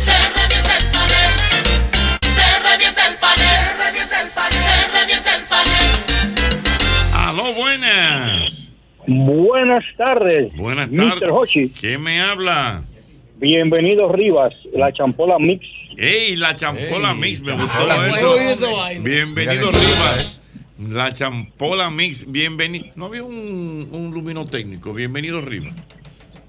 [SPEAKER 1] se revienta el panel, se revienta el panel, se revienta el panel, se revienta el panel.
[SPEAKER 3] Aló, buenas.
[SPEAKER 29] Buenas tardes.
[SPEAKER 3] Buenas
[SPEAKER 29] Mr. Hochi.
[SPEAKER 3] ¿Quién me habla?
[SPEAKER 29] Bienvenido, Rivas, la champola mix.
[SPEAKER 3] ¡Ey, la champola mix! Me gustó
[SPEAKER 29] Esa
[SPEAKER 3] eso.
[SPEAKER 29] vaina.
[SPEAKER 3] Bienvenido, Rivas. La champola mix, bienvenido. No había un, un lumino técnico. Bienvenido, Rivas.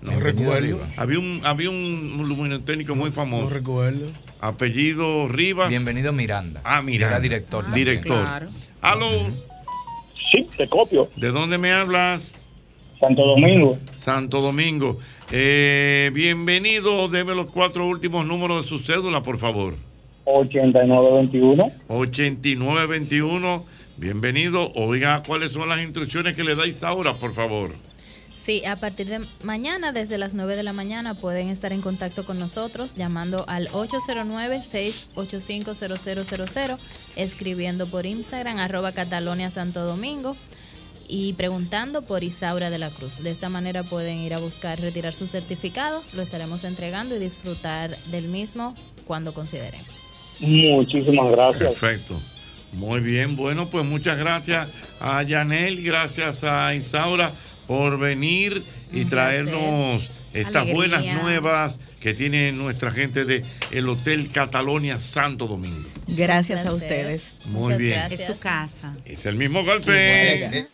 [SPEAKER 3] No recuerdo. Había un, había un, un luminotécnico muy famoso. No
[SPEAKER 30] recuerdo.
[SPEAKER 3] Apellido Rivas.
[SPEAKER 1] Bienvenido Miranda.
[SPEAKER 3] Ah, mira.
[SPEAKER 1] Era director también.
[SPEAKER 3] Director.
[SPEAKER 1] Claro.
[SPEAKER 3] Aló.
[SPEAKER 12] Sí, te copio.
[SPEAKER 3] ¿De dónde me hablas?
[SPEAKER 12] Santo Domingo.
[SPEAKER 3] Santo Domingo. Eh, bienvenido. Deme los cuatro últimos números de su cédula, por favor.
[SPEAKER 12] 8921.
[SPEAKER 3] 8921. Bienvenido. Oiga, ¿cuáles son las instrucciones que le dais ahora, por favor?
[SPEAKER 27] Sí, a partir de mañana, desde las 9 de la mañana, pueden estar en contacto con nosotros llamando al 809-685-0000, escribiendo por Instagram, arroba Catalonia Santo Domingo y preguntando por Isaura de la Cruz. De esta manera pueden ir a buscar, retirar su certificado, lo estaremos entregando y disfrutar del mismo cuando consideremos.
[SPEAKER 12] Muchísimas gracias.
[SPEAKER 3] Perfecto. Muy bien, bueno, pues muchas gracias a Yanel, gracias a Isaura por venir y traernos estas
[SPEAKER 26] Alegría.
[SPEAKER 3] buenas nuevas que tiene nuestra gente de el Hotel Catalonia Santo Domingo.
[SPEAKER 26] Gracias a ustedes.
[SPEAKER 3] Muy Muchas bien. gracias.
[SPEAKER 26] Es su casa.
[SPEAKER 3] Es el mismo golpe.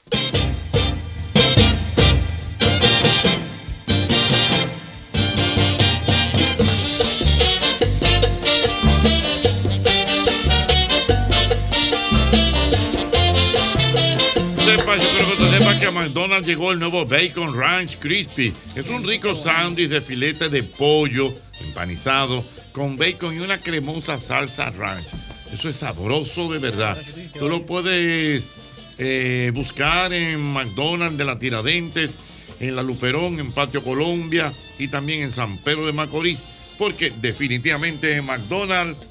[SPEAKER 3] Sepa, yo creo que usted sepa que a McDonald's llegó el nuevo Bacon Ranch Crispy. Es un rico sándwich de filete de pollo empanizado con bacon y una cremosa salsa ranch. Eso es sabroso de verdad. Tú lo puedes eh, buscar en McDonald's de la Tiradentes, en la Luperón, en Patio Colombia y también en San Pedro de Macorís. Porque definitivamente McDonald's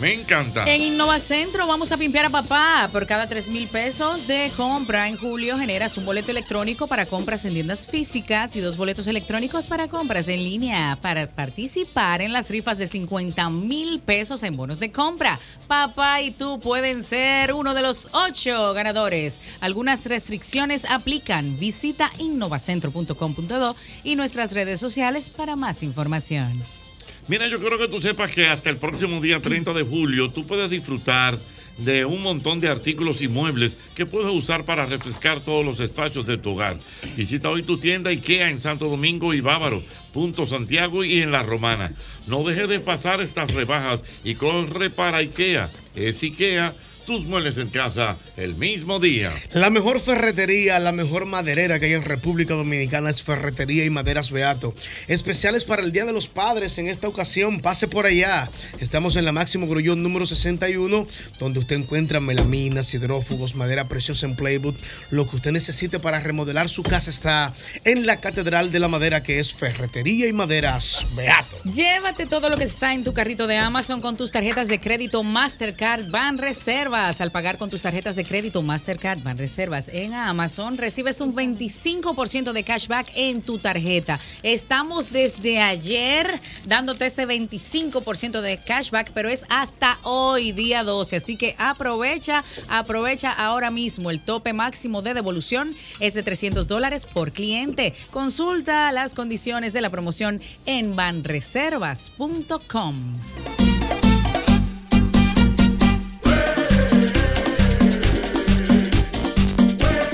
[SPEAKER 3] me encanta.
[SPEAKER 5] En Innovacentro vamos a pimpear a papá. Por cada 3 mil pesos de compra en julio generas un boleto electrónico para compras en tiendas físicas y dos boletos electrónicos para compras en línea para participar en las rifas de 50 mil pesos en bonos de compra. Papá y tú pueden ser uno de los ocho ganadores. Algunas restricciones aplican. Visita innovacentro.com.do y nuestras redes sociales para más información.
[SPEAKER 3] Mira, yo creo que tú sepas que hasta el próximo día 30 de julio tú puedes disfrutar de un montón de artículos y muebles que puedes usar para refrescar todos los espacios de tu hogar. Visita hoy tu tienda IKEA en Santo Domingo y Bávaro, Punto Santiago y en La Romana. No dejes de pasar estas rebajas y corre para IKEA. Es IKEA, tus muebles en casa el mismo día.
[SPEAKER 4] La mejor ferretería, la mejor maderera que hay en República Dominicana es Ferretería y Maderas Beato. Especiales para el Día de los Padres en esta ocasión, pase por allá. Estamos en la Máximo Grullón número 61, donde usted encuentra melaminas, hidrófugos, madera preciosa en Playbook. Lo que usted necesite para remodelar su casa está en la Catedral de la Madera, que es Ferretería y Maderas Beato.
[SPEAKER 5] Llévate todo lo que está en tu carrito de Amazon con tus tarjetas de crédito Mastercard Van Reservas. Al pagar con tus tarjetas de crédito Mastercard Van Reservas en Amazon, recibes un 25% de cashback en tu tarjeta. Estamos desde ayer dándote ese 25% de cashback, pero es hasta hoy, día 12. Así que aprovecha, aprovecha ahora mismo. El tope máximo de devolución es de 300 dólares por cliente. Consulta las condiciones de la promoción en banreservas.com.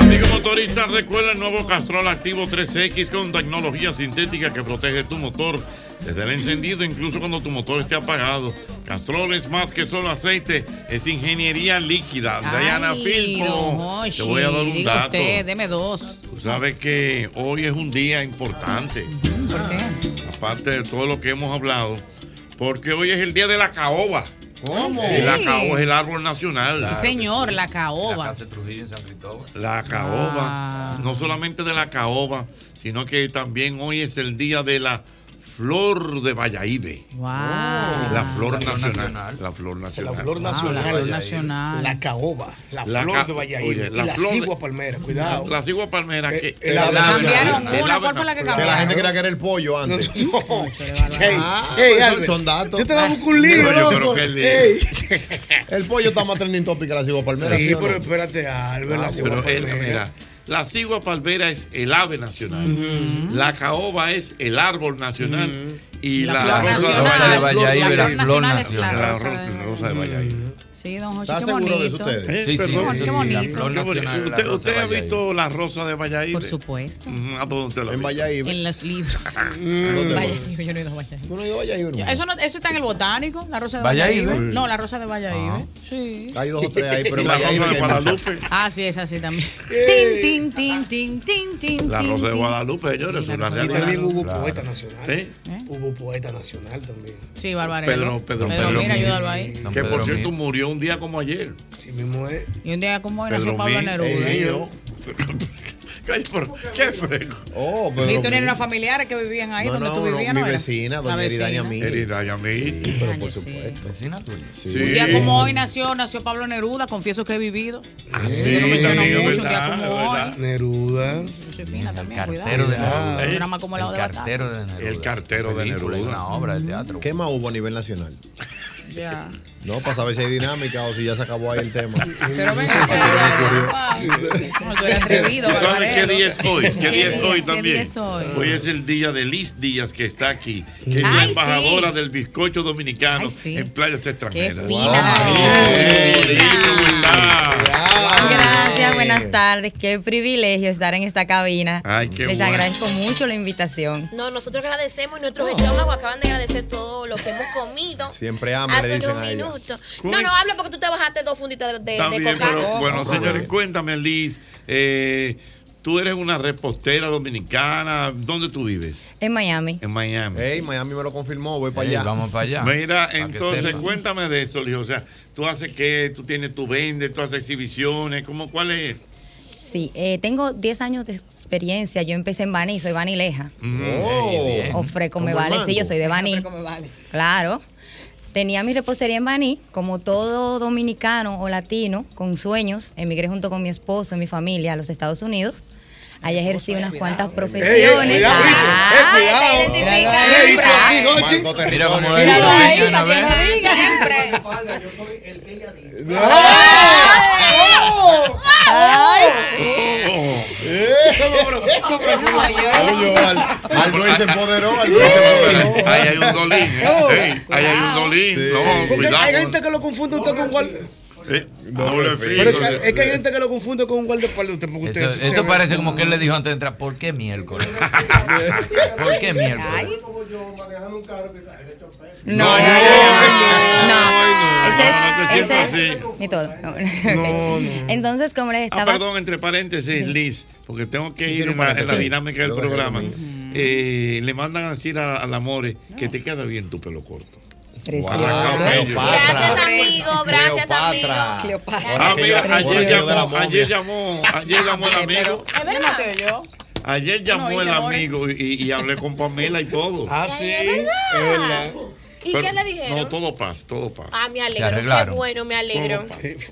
[SPEAKER 3] Amigos motoristas, recuerda el nuevo Castrol Activo 3X con tecnología sintética que protege tu motor desde el encendido, incluso cuando tu motor esté apagado. Castrol es más que solo aceite, es ingeniería líquida. Diana Filmo, te voy a dar un
[SPEAKER 5] Diga
[SPEAKER 3] dato.
[SPEAKER 5] usted, deme dos.
[SPEAKER 3] Tú sabes que hoy es un día importante.
[SPEAKER 5] ¿Por qué?
[SPEAKER 3] Aparte de todo lo que hemos hablado, porque hoy es el día de la caoba.
[SPEAKER 5] ¿Cómo?
[SPEAKER 3] La
[SPEAKER 5] Sí.
[SPEAKER 3] caoba es el árbol nacional.
[SPEAKER 5] Sí, señor, la caoba.
[SPEAKER 3] La
[SPEAKER 5] Ah.
[SPEAKER 3] caoba. No solamente de la caoba, sino que también hoy es el día de la flor de Bayaíbe.
[SPEAKER 5] Wow.
[SPEAKER 3] La flor
[SPEAKER 5] La flor
[SPEAKER 3] nacional,
[SPEAKER 5] nacional.
[SPEAKER 3] Ah, La flor nacional.
[SPEAKER 20] La flor nacional. La caoba. La,
[SPEAKER 3] La
[SPEAKER 20] flor
[SPEAKER 3] ca-
[SPEAKER 20] de Valladolid.
[SPEAKER 3] Oye,
[SPEAKER 20] y
[SPEAKER 3] la
[SPEAKER 20] la
[SPEAKER 3] flor de-
[SPEAKER 20] cigua palmera. Cuidado. Eh,
[SPEAKER 3] La cigua palmera que.
[SPEAKER 20] el ave cambiaron
[SPEAKER 3] el
[SPEAKER 20] una,
[SPEAKER 3] ave
[SPEAKER 20] ¿cuál fue la que
[SPEAKER 3] nacional.
[SPEAKER 20] cambiaron?
[SPEAKER 7] gente creía que era el pollo antes.
[SPEAKER 20] Ey,
[SPEAKER 7] Ah,
[SPEAKER 20] ey,
[SPEAKER 7] pues,
[SPEAKER 20] Albert,
[SPEAKER 7] son datos.
[SPEAKER 20] yo te voy a buscar un libro,
[SPEAKER 7] Pero yo
[SPEAKER 20] loco.
[SPEAKER 7] creo que
[SPEAKER 20] Ey.
[SPEAKER 7] el El pollo está más trending topic que la sigo palmera.
[SPEAKER 20] Sí,
[SPEAKER 7] o no?
[SPEAKER 20] pero espérate, Albert.
[SPEAKER 3] Ah,
[SPEAKER 20] la
[SPEAKER 3] pero
[SPEAKER 20] cigua
[SPEAKER 3] él,
[SPEAKER 20] palmera.
[SPEAKER 3] mira, la cigua palmera es el ave nacional. La caoba es el árbol nacional. Y
[SPEAKER 5] La
[SPEAKER 3] la,
[SPEAKER 5] flor nacional.
[SPEAKER 3] rosa de Valladolid,
[SPEAKER 5] La
[SPEAKER 3] la
[SPEAKER 5] flor
[SPEAKER 3] flor
[SPEAKER 5] nacional es
[SPEAKER 3] nacional.
[SPEAKER 5] la
[SPEAKER 3] La
[SPEAKER 5] rosa
[SPEAKER 3] ro- rosa de Valladolid.
[SPEAKER 5] Sí, don Jochi,
[SPEAKER 3] ¿Está
[SPEAKER 5] qué
[SPEAKER 3] seguro
[SPEAKER 5] bonito.
[SPEAKER 3] de eso usted? Eh,
[SPEAKER 5] Sí, sí,
[SPEAKER 3] perdón,
[SPEAKER 5] sí,
[SPEAKER 3] qué
[SPEAKER 5] sí,
[SPEAKER 3] bonito.
[SPEAKER 5] la flor
[SPEAKER 3] Qué bonito.
[SPEAKER 5] nacional es la
[SPEAKER 3] ¿Usted,
[SPEAKER 5] rosa
[SPEAKER 3] usted
[SPEAKER 5] de
[SPEAKER 3] ha
[SPEAKER 5] Valladolid.
[SPEAKER 3] visto la rosa de Valladolid?
[SPEAKER 5] Por supuesto.
[SPEAKER 3] Ujú, ¿A dónde la
[SPEAKER 7] En Valladolid.
[SPEAKER 5] En los libros. Valladolid, yo no he ido a Valladolid.
[SPEAKER 7] no he ido a Valladolid,
[SPEAKER 5] Yo-
[SPEAKER 7] hermano?
[SPEAKER 5] Eso, no- eso está en el botánico, la rosa de
[SPEAKER 7] Valladolid.
[SPEAKER 5] Valladolid. No, la rosa de Valladolid.
[SPEAKER 3] Ah.
[SPEAKER 5] Sí.
[SPEAKER 7] Ah. Hay dos o tres ahí, pero
[SPEAKER 3] La rosa
[SPEAKER 7] Valladolid
[SPEAKER 3] de
[SPEAKER 7] hay mucha.
[SPEAKER 3] Guadalupe.
[SPEAKER 5] Ah, sí, es así también.
[SPEAKER 7] Eh.
[SPEAKER 5] Tin, tin, tin, tin, tin, tin,
[SPEAKER 3] La rosa de
[SPEAKER 5] tin.
[SPEAKER 3] Guadalupe, señores, es una
[SPEAKER 20] Y
[SPEAKER 3] realidad.
[SPEAKER 20] también hubo
[SPEAKER 3] Claro.
[SPEAKER 20] poeta nacional.
[SPEAKER 3] ¿Eh?
[SPEAKER 20] Hubo poeta nacional también.
[SPEAKER 5] Sí, Barbarella.
[SPEAKER 3] Pedro, Pedro,
[SPEAKER 5] Pedro, mira, ayúdalo ahí.
[SPEAKER 3] Que
[SPEAKER 5] Don
[SPEAKER 3] por
[SPEAKER 5] Pedro
[SPEAKER 3] cierto
[SPEAKER 5] Mir.
[SPEAKER 3] murió un día como ayer.
[SPEAKER 20] Sí, mismo es.
[SPEAKER 5] Y un día como hoy nació
[SPEAKER 3] Pedro
[SPEAKER 5] Pablo
[SPEAKER 3] Mir.
[SPEAKER 5] Neruda. ¿eh?
[SPEAKER 3] Ey, yo. Ay, pero, qué fresco.
[SPEAKER 7] Oh,
[SPEAKER 5] Sí, tú tenías unos familiares que vivían ahí donde tú vivías,
[SPEAKER 7] mi
[SPEAKER 5] ¿no? era?
[SPEAKER 7] vecina,
[SPEAKER 5] La
[SPEAKER 7] doña
[SPEAKER 5] vecina.
[SPEAKER 7] Eridania Mí.
[SPEAKER 3] Eridania Mí.
[SPEAKER 7] Sí, pero por supuesto.
[SPEAKER 18] Vecina tuya.
[SPEAKER 7] Sí.
[SPEAKER 5] Un día como hoy nació, nació Pablo Neruda, confieso que he vivido.
[SPEAKER 20] Sí,
[SPEAKER 5] no menciono
[SPEAKER 20] también,
[SPEAKER 5] mucho,
[SPEAKER 20] ¿verdad?
[SPEAKER 5] tía, como
[SPEAKER 20] Es
[SPEAKER 5] hoy.
[SPEAKER 20] verdad. Neruda.
[SPEAKER 5] Soy fina también, cuidado.
[SPEAKER 18] cartero
[SPEAKER 7] Ah.
[SPEAKER 18] de
[SPEAKER 5] Cuidado,
[SPEAKER 18] Neruda.
[SPEAKER 5] yo nada más como lado de batata.
[SPEAKER 18] de Neruda.
[SPEAKER 3] El cartero de
[SPEAKER 18] Película,
[SPEAKER 3] Neruda.
[SPEAKER 18] Una obra de teatro.
[SPEAKER 7] ¿Qué más hubo a nivel nacional?
[SPEAKER 5] Ya.
[SPEAKER 7] No, para saber si hay dinámica o si ya se acabó ahí el tema.
[SPEAKER 5] Pero venga, No, tú eres atrevido,
[SPEAKER 3] ¿Tú sabes qué
[SPEAKER 5] Barbarella.
[SPEAKER 3] día es hoy? ¿Qué día es hoy
[SPEAKER 5] ¿Qué día
[SPEAKER 3] también?
[SPEAKER 5] es hoy?
[SPEAKER 3] Hoy es el día de Liz Díaz, que está aquí, que es la
[SPEAKER 5] Ay,
[SPEAKER 3] embajadora
[SPEAKER 5] sí.
[SPEAKER 3] del bizcocho dominicano en playas extranjeras.
[SPEAKER 31] fina.
[SPEAKER 3] Ay, Liz, ¿cómo estás?
[SPEAKER 31] Gracias, buenas tardes. Qué privilegio estar en esta cabina.
[SPEAKER 3] Ay, qué
[SPEAKER 31] Les
[SPEAKER 3] bueno.
[SPEAKER 31] agradezco mucho la invitación.
[SPEAKER 6] No, nosotros agradecemos y nuestros estómagos acaban de agradecer todo lo que hemos comido.
[SPEAKER 7] Siempre ama, le
[SPEAKER 6] Hace
[SPEAKER 7] dicen
[SPEAKER 6] unos
[SPEAKER 7] a ella.
[SPEAKER 6] minutos. No, no, habla porque tú te bajaste dos funditas de, de,
[SPEAKER 3] Está
[SPEAKER 6] de
[SPEAKER 3] bien,
[SPEAKER 6] coca.
[SPEAKER 3] pero bueno, señores, cuéntame, Liz, eh, tú eres una repostera dominicana, ¿dónde tú vives?
[SPEAKER 31] En Miami.
[SPEAKER 3] En Miami.
[SPEAKER 7] Ey, Miami me lo confirmó, voy para
[SPEAKER 18] Ey,
[SPEAKER 7] allá.
[SPEAKER 18] vamos para allá.
[SPEAKER 3] Mira,
[SPEAKER 18] que
[SPEAKER 3] entonces
[SPEAKER 18] sepan.
[SPEAKER 3] cuéntame de eso, Liz. O sea, tú haces qué, tú tienes, tú vendes, tú haces exhibiciones, ¿cómo cuál es?
[SPEAKER 31] Sí, eh, tengo 10 años de experiencia. Yo empecé en Baní, soy vanileja.
[SPEAKER 3] Mm.
[SPEAKER 31] O freco Oh. me vale, sí, yo soy de Baní.
[SPEAKER 5] Ofreco me vale.
[SPEAKER 31] Claro. Tenía mi repostería en Baní, como todo dominicano o latino con sueños, emigré junto con mi esposo y mi familia a los Estados Unidos. Allá ejercí unas cuantas
[SPEAKER 20] Ey,
[SPEAKER 31] profesiones.
[SPEAKER 20] ey, cuidado, Víctor. Ey,
[SPEAKER 31] Ay,
[SPEAKER 20] cuidado.
[SPEAKER 31] te identificas.
[SPEAKER 20] ¿Qué hizo así,
[SPEAKER 31] Siempre.
[SPEAKER 20] Gochi?
[SPEAKER 18] Mira cómo lo
[SPEAKER 31] Míralo ahí,
[SPEAKER 18] dice.
[SPEAKER 31] para que lo diga.
[SPEAKER 7] Oye, al, al Noel se empoderó, al Noel se empoderó.
[SPEAKER 3] Ah, Ahí hay un dolín, ¿eh?
[SPEAKER 20] Oh.
[SPEAKER 3] Ey, ahí hay un dolín, no,
[SPEAKER 20] Porque hay
[SPEAKER 3] cuidado.
[SPEAKER 20] gente que lo confunde usted con guarda.
[SPEAKER 3] Eh, doble filo.
[SPEAKER 20] Pero es que- es que hay gente que lo confunde con un guardaespaldas. Usted, porque usted
[SPEAKER 18] Eso,
[SPEAKER 20] se-
[SPEAKER 18] eso
[SPEAKER 20] se-
[SPEAKER 18] parece como que él le dijo antes de entrar, ¿por qué miércoles? ¿Por qué miércoles?
[SPEAKER 31] No, no, no. No, ese es-
[SPEAKER 3] siempre
[SPEAKER 31] ese es
[SPEAKER 3] así.
[SPEAKER 31] mi todo. No, ok.
[SPEAKER 3] No, no.
[SPEAKER 31] Entonces, como les
[SPEAKER 3] Ah,
[SPEAKER 31] estaba
[SPEAKER 3] perdón, entre paréntesis, Liz, porque tengo que ir
[SPEAKER 7] Tiene
[SPEAKER 3] en la, en la
[SPEAKER 7] paréntesis.
[SPEAKER 3] dinámica del
[SPEAKER 7] Lo dejé
[SPEAKER 3] programa. Eh, le mandan a decir a- al Amore que te queda bien tu pelo corto.
[SPEAKER 31] Precioso.
[SPEAKER 3] Guau,
[SPEAKER 31] Cleopatra.
[SPEAKER 6] Gracias, amigo. Gracias,
[SPEAKER 7] Cleopatra.
[SPEAKER 6] amigo.
[SPEAKER 3] Ah, mira, ayer
[SPEAKER 7] Aquello de la
[SPEAKER 3] llamó,
[SPEAKER 7] momia.
[SPEAKER 3] ayer llamó, ayer llamó el amigo,
[SPEAKER 6] Es verdad.
[SPEAKER 3] ayer llamó
[SPEAKER 6] No, y
[SPEAKER 3] el
[SPEAKER 6] te amores.
[SPEAKER 3] amigo y, y hablé con Pamela y todo.
[SPEAKER 20] Ah,
[SPEAKER 6] sí. Es verdad. ¿Y
[SPEAKER 3] Pero-
[SPEAKER 6] qué le dijeron?
[SPEAKER 3] No, todo pasa, todo pasa.
[SPEAKER 6] Ah, me
[SPEAKER 18] Se
[SPEAKER 6] alegro. Qué
[SPEAKER 18] arreglaron.
[SPEAKER 6] bueno, me alegro.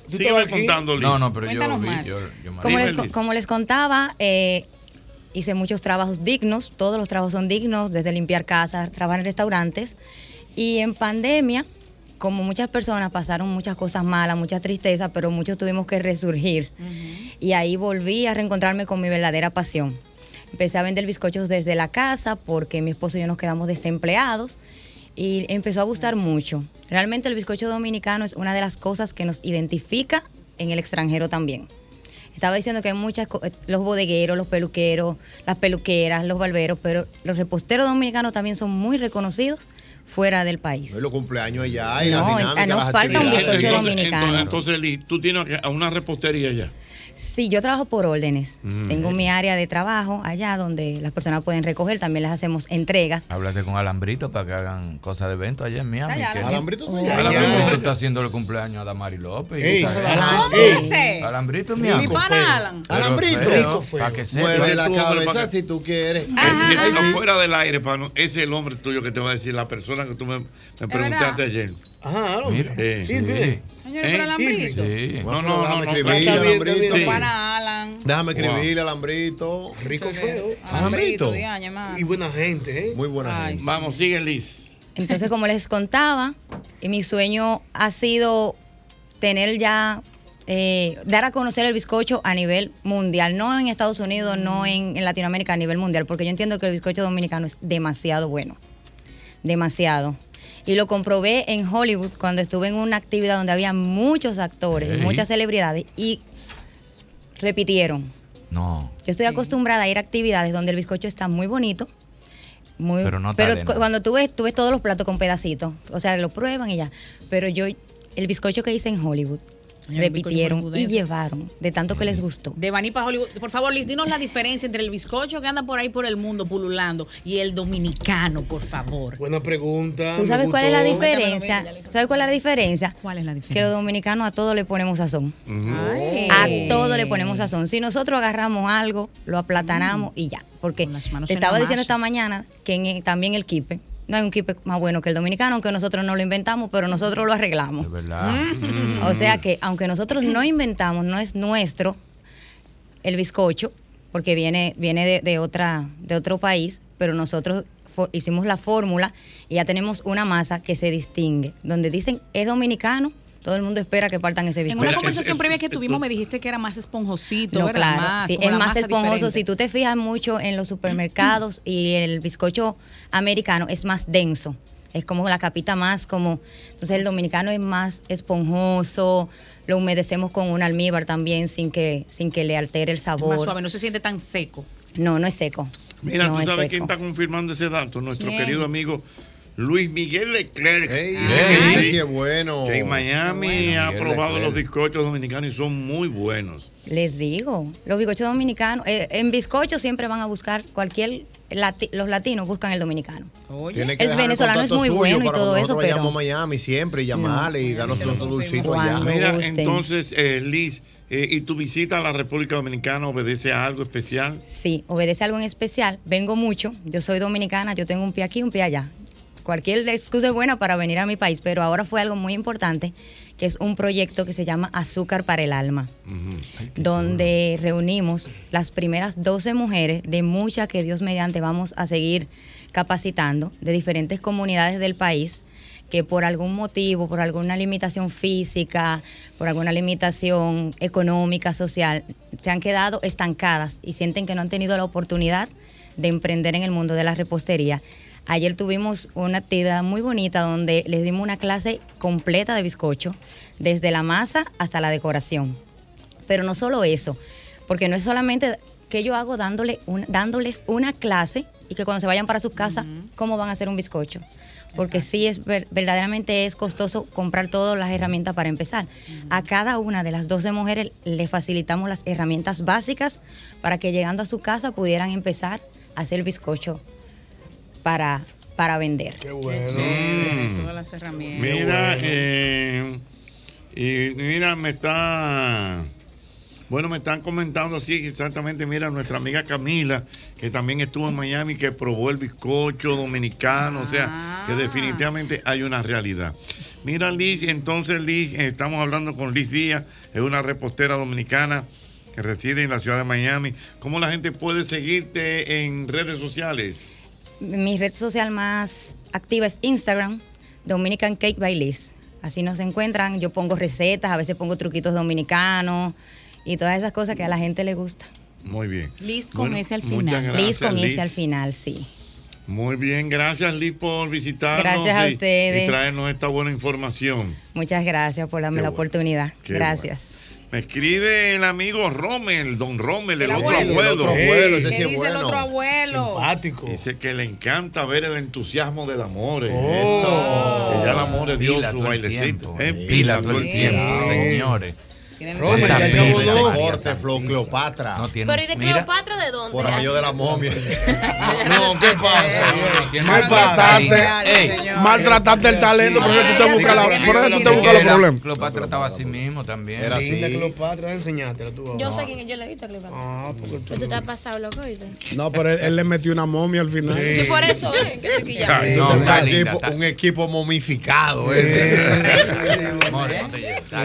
[SPEAKER 3] Sígueme contando, Liz.
[SPEAKER 18] No, no, pero yo
[SPEAKER 31] Cuéntanos
[SPEAKER 18] vi,
[SPEAKER 31] más.
[SPEAKER 18] yo, yo me
[SPEAKER 31] Como
[SPEAKER 18] Dime,
[SPEAKER 31] les, co-
[SPEAKER 18] Liz.
[SPEAKER 31] como les contaba, eh, hice muchos trabajos dignos, todos los trabajos son dignos, desde limpiar casas, trabajar en restaurantes. Y en pandemia, como muchas personas pasaron muchas cosas malas, muchas tristezas, pero muchos tuvimos que resurgir. Y ahí volví a reencontrarme con mi verdadera pasión. Empecé a vender bizcochos desde la casa porque mi esposo y yo nos quedamos desempleados y empezó a gustar mucho. Realmente el bizcocho dominicano es una de las cosas que nos identifica en el extranjero también. Estaba diciendo que hay muchas, co- eh, los bodegueros, los peluqueros, las peluqueras, los barberos, pero los reposteros dominicanos también son muy reconocidos fuera del país.
[SPEAKER 7] Hoy los cumpleaños allá y
[SPEAKER 31] No,
[SPEAKER 7] las
[SPEAKER 31] en-
[SPEAKER 7] dinámicas,
[SPEAKER 31] nos
[SPEAKER 7] las
[SPEAKER 31] falta un
[SPEAKER 7] actividades.
[SPEAKER 31] bizcocho
[SPEAKER 3] Entonces, entonces, Liz, tú tienes a una repostería ya.
[SPEAKER 31] Sí, yo trabajo por órdenes.
[SPEAKER 18] Mm.
[SPEAKER 31] Tengo mi área de trabajo allá donde las personas pueden recoger, también les hacemos entregas.
[SPEAKER 18] Háblate con Alambrito para que hagan cosas de evento allá en Miami.
[SPEAKER 31] Allá,
[SPEAKER 18] que-
[SPEAKER 31] Alambrito está allá.
[SPEAKER 18] Alambrito está haciendo el cumpleaños a Damari López. y
[SPEAKER 7] Ey.
[SPEAKER 18] esa gente.
[SPEAKER 7] Ajá, ¿Cómo sí. dice?
[SPEAKER 18] Alambrito es
[SPEAKER 7] Rico
[SPEAKER 18] Miami.
[SPEAKER 7] fuego.
[SPEAKER 18] Pero
[SPEAKER 7] Alambrito.
[SPEAKER 18] feo,
[SPEAKER 7] Rico
[SPEAKER 18] Para que sepa.
[SPEAKER 7] Mueve la
[SPEAKER 3] Tú, pero para
[SPEAKER 7] cabeza
[SPEAKER 3] que-
[SPEAKER 7] si tú quieres.
[SPEAKER 3] Ese-
[SPEAKER 7] Ahí sí.
[SPEAKER 3] Fuera del aire, Pano. Ese es el hombre tuyo que te va a decir, la persona que tú me, me preguntaste ayer.
[SPEAKER 20] Ajá,
[SPEAKER 3] hombre. Mira, eh,
[SPEAKER 7] Sí, bien.
[SPEAKER 5] Señor, pero Alambrito.
[SPEAKER 3] Sí.
[SPEAKER 7] Bueno,
[SPEAKER 3] No, no,
[SPEAKER 7] déjame
[SPEAKER 3] no, no, está
[SPEAKER 7] escribirle,
[SPEAKER 3] bien, está
[SPEAKER 7] Alambrito.
[SPEAKER 5] Tu
[SPEAKER 7] Sí.
[SPEAKER 5] pana Alan.
[SPEAKER 7] Déjame escribirle, Alambrito.
[SPEAKER 20] Rico
[SPEAKER 5] feo.
[SPEAKER 7] Alambrito.
[SPEAKER 5] de año, hermano.
[SPEAKER 20] Y buena gente, ¿eh?
[SPEAKER 7] Muy buena
[SPEAKER 5] Ay,
[SPEAKER 7] gente.
[SPEAKER 3] Vamos, sigue Liz.
[SPEAKER 31] Entonces, como les contaba, eh, mi sueño ha sido tener ya, eh, dar a conocer el bizcocho a nivel mundial, no en Estados Unidos, no en, en Latinoamérica, a nivel mundial, porque yo entiendo que el bizcocho dominicano es demasiado bueno, demasiado. Y lo comprobé en Hollywood cuando estuve en una actividad donde había muchos actores,
[SPEAKER 18] Ey.
[SPEAKER 31] muchas celebridades y repitieron.
[SPEAKER 18] No.
[SPEAKER 31] Yo estoy acostumbrada a ir a actividades donde el bizcocho está muy bonito. Muy,
[SPEAKER 18] Pero no está de
[SPEAKER 31] cu-
[SPEAKER 18] nada.
[SPEAKER 31] cuando tú ves, tú ves todos los platos con pedacitos. O sea, lo prueban y ya. Pero yo, el bizcocho que hice en Hollywood,
[SPEAKER 5] bizcocho
[SPEAKER 31] repitieron y
[SPEAKER 5] hollywoodense.
[SPEAKER 31] llevaron de tanto que les gustó.
[SPEAKER 5] De Baní para Hollywood. Por favor, Liz, dinos la diferencia entre el bizcocho que anda por ahí por el mundo pululando y el dominicano, por favor.
[SPEAKER 20] Buena pregunta.
[SPEAKER 31] ¿Tú
[SPEAKER 20] me
[SPEAKER 31] sabes cuál es la
[SPEAKER 20] gustó.
[SPEAKER 31] diferencia? ¿Sabes cuál es la diferencia?
[SPEAKER 5] ¿Cuál es la
[SPEAKER 31] Que los dominicanos a todo le ponemos sazón.
[SPEAKER 5] Ay.
[SPEAKER 31] A todo le ponemos sazón. Si nosotros agarramos algo, lo aplatanamos
[SPEAKER 5] Mm.
[SPEAKER 31] y ya. Porque te estaba
[SPEAKER 5] en la
[SPEAKER 31] diciendo
[SPEAKER 5] masa.
[SPEAKER 31] esta mañana que en- también el kipe. No hay un kipe más bueno que el dominicano, aunque nosotros no lo inventamos, pero nosotros lo arreglamos. O sea que, aunque nosotros no inventamos, no es nuestro el bizcocho, porque viene, viene de, de otra, de otro país, pero nosotros fo- hicimos la fórmula y ya tenemos una masa que se distingue. Donde dicen es dominicano, todo el mundo espera que partan ese
[SPEAKER 5] En
[SPEAKER 31] bizcocho.
[SPEAKER 5] una conversación previa que tuvimos me dijiste que era más esponjosito,
[SPEAKER 31] No,
[SPEAKER 5] ¿verdad?
[SPEAKER 31] claro.
[SPEAKER 5] Más,
[SPEAKER 31] sí,
[SPEAKER 5] como
[SPEAKER 31] es
[SPEAKER 5] la
[SPEAKER 31] más
[SPEAKER 5] masa
[SPEAKER 31] esponjoso.
[SPEAKER 5] diferente.
[SPEAKER 31] Si tú te fijas mucho en los supermercados y el bizcocho americano es más denso. Es como la capita más como... Entonces el dominicano es más esponjoso. Lo humedecemos con un almíbar también sin que, sin que le altere el
[SPEAKER 5] Es
[SPEAKER 31] sabor.
[SPEAKER 5] más suave, no se siente tan seco.
[SPEAKER 31] No, no es seco.
[SPEAKER 3] Mira,
[SPEAKER 31] No
[SPEAKER 3] tú
[SPEAKER 31] es
[SPEAKER 3] sabes
[SPEAKER 31] seco.
[SPEAKER 3] quién está confirmando ese dato, nuestro
[SPEAKER 31] ¿Quién? Ah,
[SPEAKER 3] querido amigo Luis Miguel Leclerc.
[SPEAKER 7] ey, qué bueno.
[SPEAKER 3] Que en Miami
[SPEAKER 7] Qué bueno.
[SPEAKER 3] ha
[SPEAKER 7] Miguel
[SPEAKER 3] probado
[SPEAKER 7] Leclerc.
[SPEAKER 3] los bizcochos dominicanos y son muy buenos.
[SPEAKER 31] Les digo, los bizcochos dominicanos, eh, en bizcocho siempre van a buscar cualquier... lati- los latinos buscan el dominicano.
[SPEAKER 7] Tiene
[SPEAKER 31] el
[SPEAKER 7] dejar
[SPEAKER 31] venezolano es
[SPEAKER 7] contacto
[SPEAKER 31] muy
[SPEAKER 7] suyo
[SPEAKER 31] bueno y
[SPEAKER 7] para
[SPEAKER 31] todo
[SPEAKER 7] cuando
[SPEAKER 31] eso,
[SPEAKER 7] nosotros
[SPEAKER 31] pero...
[SPEAKER 7] vayamos a Miami siempre y llamarle y darnos nuestro dulcito allá.
[SPEAKER 3] Mira, entonces, eh, Liz, eh, ¿y tu visita a la República Dominicana obedece a algo especial?
[SPEAKER 31] Sí, obedece algo en especial. Vengo mucho. Yo soy dominicana, yo tengo un pie aquí, un pie allá. Cualquier excusa es buena para venir a mi país, pero ahora fue algo muy importante, que es un proyecto que se llama Azúcar para el Alma, donde reunimos las primeras 12 mujeres de muchas que Dios mediante vamos a seguir capacitando de diferentes comunidades del país que por algún motivo, por alguna limitación física, por alguna limitación económica, social, se han quedado estancadas y sienten que no han tenido la oportunidad de emprender en el mundo de la repostería. Ayer tuvimos una actividad muy bonita donde les dimos una clase completa de bizcocho, desde la masa hasta la decoración. Pero no solo eso, porque no es solamente que yo hago dándole un- dándoles una clase y que cuando se vayan para sus casas, ¿cómo van a hacer un bizcocho? Porque sí es ver- verdaderamente es costoso comprar todas las herramientas para empezar. A cada una de las 12 mujeres le facilitamos las herramientas básicas para que llegando a su casa pudieran empezar a hacer bizcocho para, para vender.
[SPEAKER 3] Mm.
[SPEAKER 5] Todas las herramientas.
[SPEAKER 3] Mira, eh, y mira, me está. Bueno, me están comentando así, exactamente. Mira, nuestra amiga Camila, que también estuvo en Miami, que probó el bizcocho dominicano. O sea,
[SPEAKER 5] Ah.
[SPEAKER 3] que definitivamente hay una realidad. Mira, Liz, entonces, Liz, eh, estamos hablando con Liz Díaz, es una repostera dominicana que reside en la ciudad de Miami. ¿Cómo la gente puede seguirte en redes sociales?
[SPEAKER 31] Mi red social más activa es Instagram, Dominican Cake by Liz. Así nos encuentran, yo pongo recetas, a veces pongo truquitos dominicanos y todas esas cosas que a la gente le gusta.
[SPEAKER 3] Muy bien.
[SPEAKER 31] Liz
[SPEAKER 3] con Bueno, ese al muchas final. gracias,
[SPEAKER 31] Liz con
[SPEAKER 3] Liz.
[SPEAKER 31] ese al final, sí.
[SPEAKER 3] Muy bien, gracias Liz por visitarnos.
[SPEAKER 31] Gracias a
[SPEAKER 3] y-
[SPEAKER 31] ustedes.
[SPEAKER 3] Y traernos esta buena información.
[SPEAKER 31] Muchas gracias por darme la oportunidad.
[SPEAKER 3] Qué
[SPEAKER 31] gracias.
[SPEAKER 3] Me escribe el amigo Rommel, don Rommel, el,
[SPEAKER 31] El
[SPEAKER 3] otro
[SPEAKER 31] abuelo.
[SPEAKER 3] abuelo.
[SPEAKER 31] El otro abuelo, ese
[SPEAKER 5] ¿Qué sí es dice el bueno. otro abuelo?
[SPEAKER 3] Simpático. Dice que le encanta ver el entusiasmo del amor. eh. Eso. Que ya el amor de Dios,
[SPEAKER 18] Pila
[SPEAKER 3] su
[SPEAKER 18] todo el
[SPEAKER 3] bailecito.
[SPEAKER 18] tiempo.
[SPEAKER 3] Eh,
[SPEAKER 18] Pila todo el tiempo,
[SPEAKER 3] Sí.
[SPEAKER 18] señores.
[SPEAKER 5] Tienen-
[SPEAKER 7] Robert,
[SPEAKER 5] Santa Misa.
[SPEAKER 7] ya acabó,
[SPEAKER 5] Santa
[SPEAKER 7] no.
[SPEAKER 5] Misa.
[SPEAKER 7] Corte, Flo, Cleopatra. No
[SPEAKER 18] tiene.
[SPEAKER 6] Pero ¿y de Cleopatra de dónde?
[SPEAKER 7] Por aquello de la momia.
[SPEAKER 3] No, ¿qué pasa?
[SPEAKER 13] Maltrataste, maltrataste el talento, por eso tú te buscas la- por eso tú te buscas los problemas.
[SPEAKER 18] Cleopatra estaba así mismo también.
[SPEAKER 20] Era así. Linda Cleopatra, enséñatela tú.
[SPEAKER 6] Yo sé quién yo le he visto a Cleopatra.
[SPEAKER 20] Ah, porque tú.
[SPEAKER 6] Pero tú te has pasado loco, ¿viste?
[SPEAKER 13] No, pero él, él le metió una momia al final.
[SPEAKER 6] Sí, por eso, ¿eh? Que estoy
[SPEAKER 7] Ya,
[SPEAKER 6] quillada.
[SPEAKER 13] no,
[SPEAKER 7] un
[SPEAKER 13] está
[SPEAKER 7] equipo-
[SPEAKER 13] linda,
[SPEAKER 7] un equipo momificado. este.
[SPEAKER 13] Estamos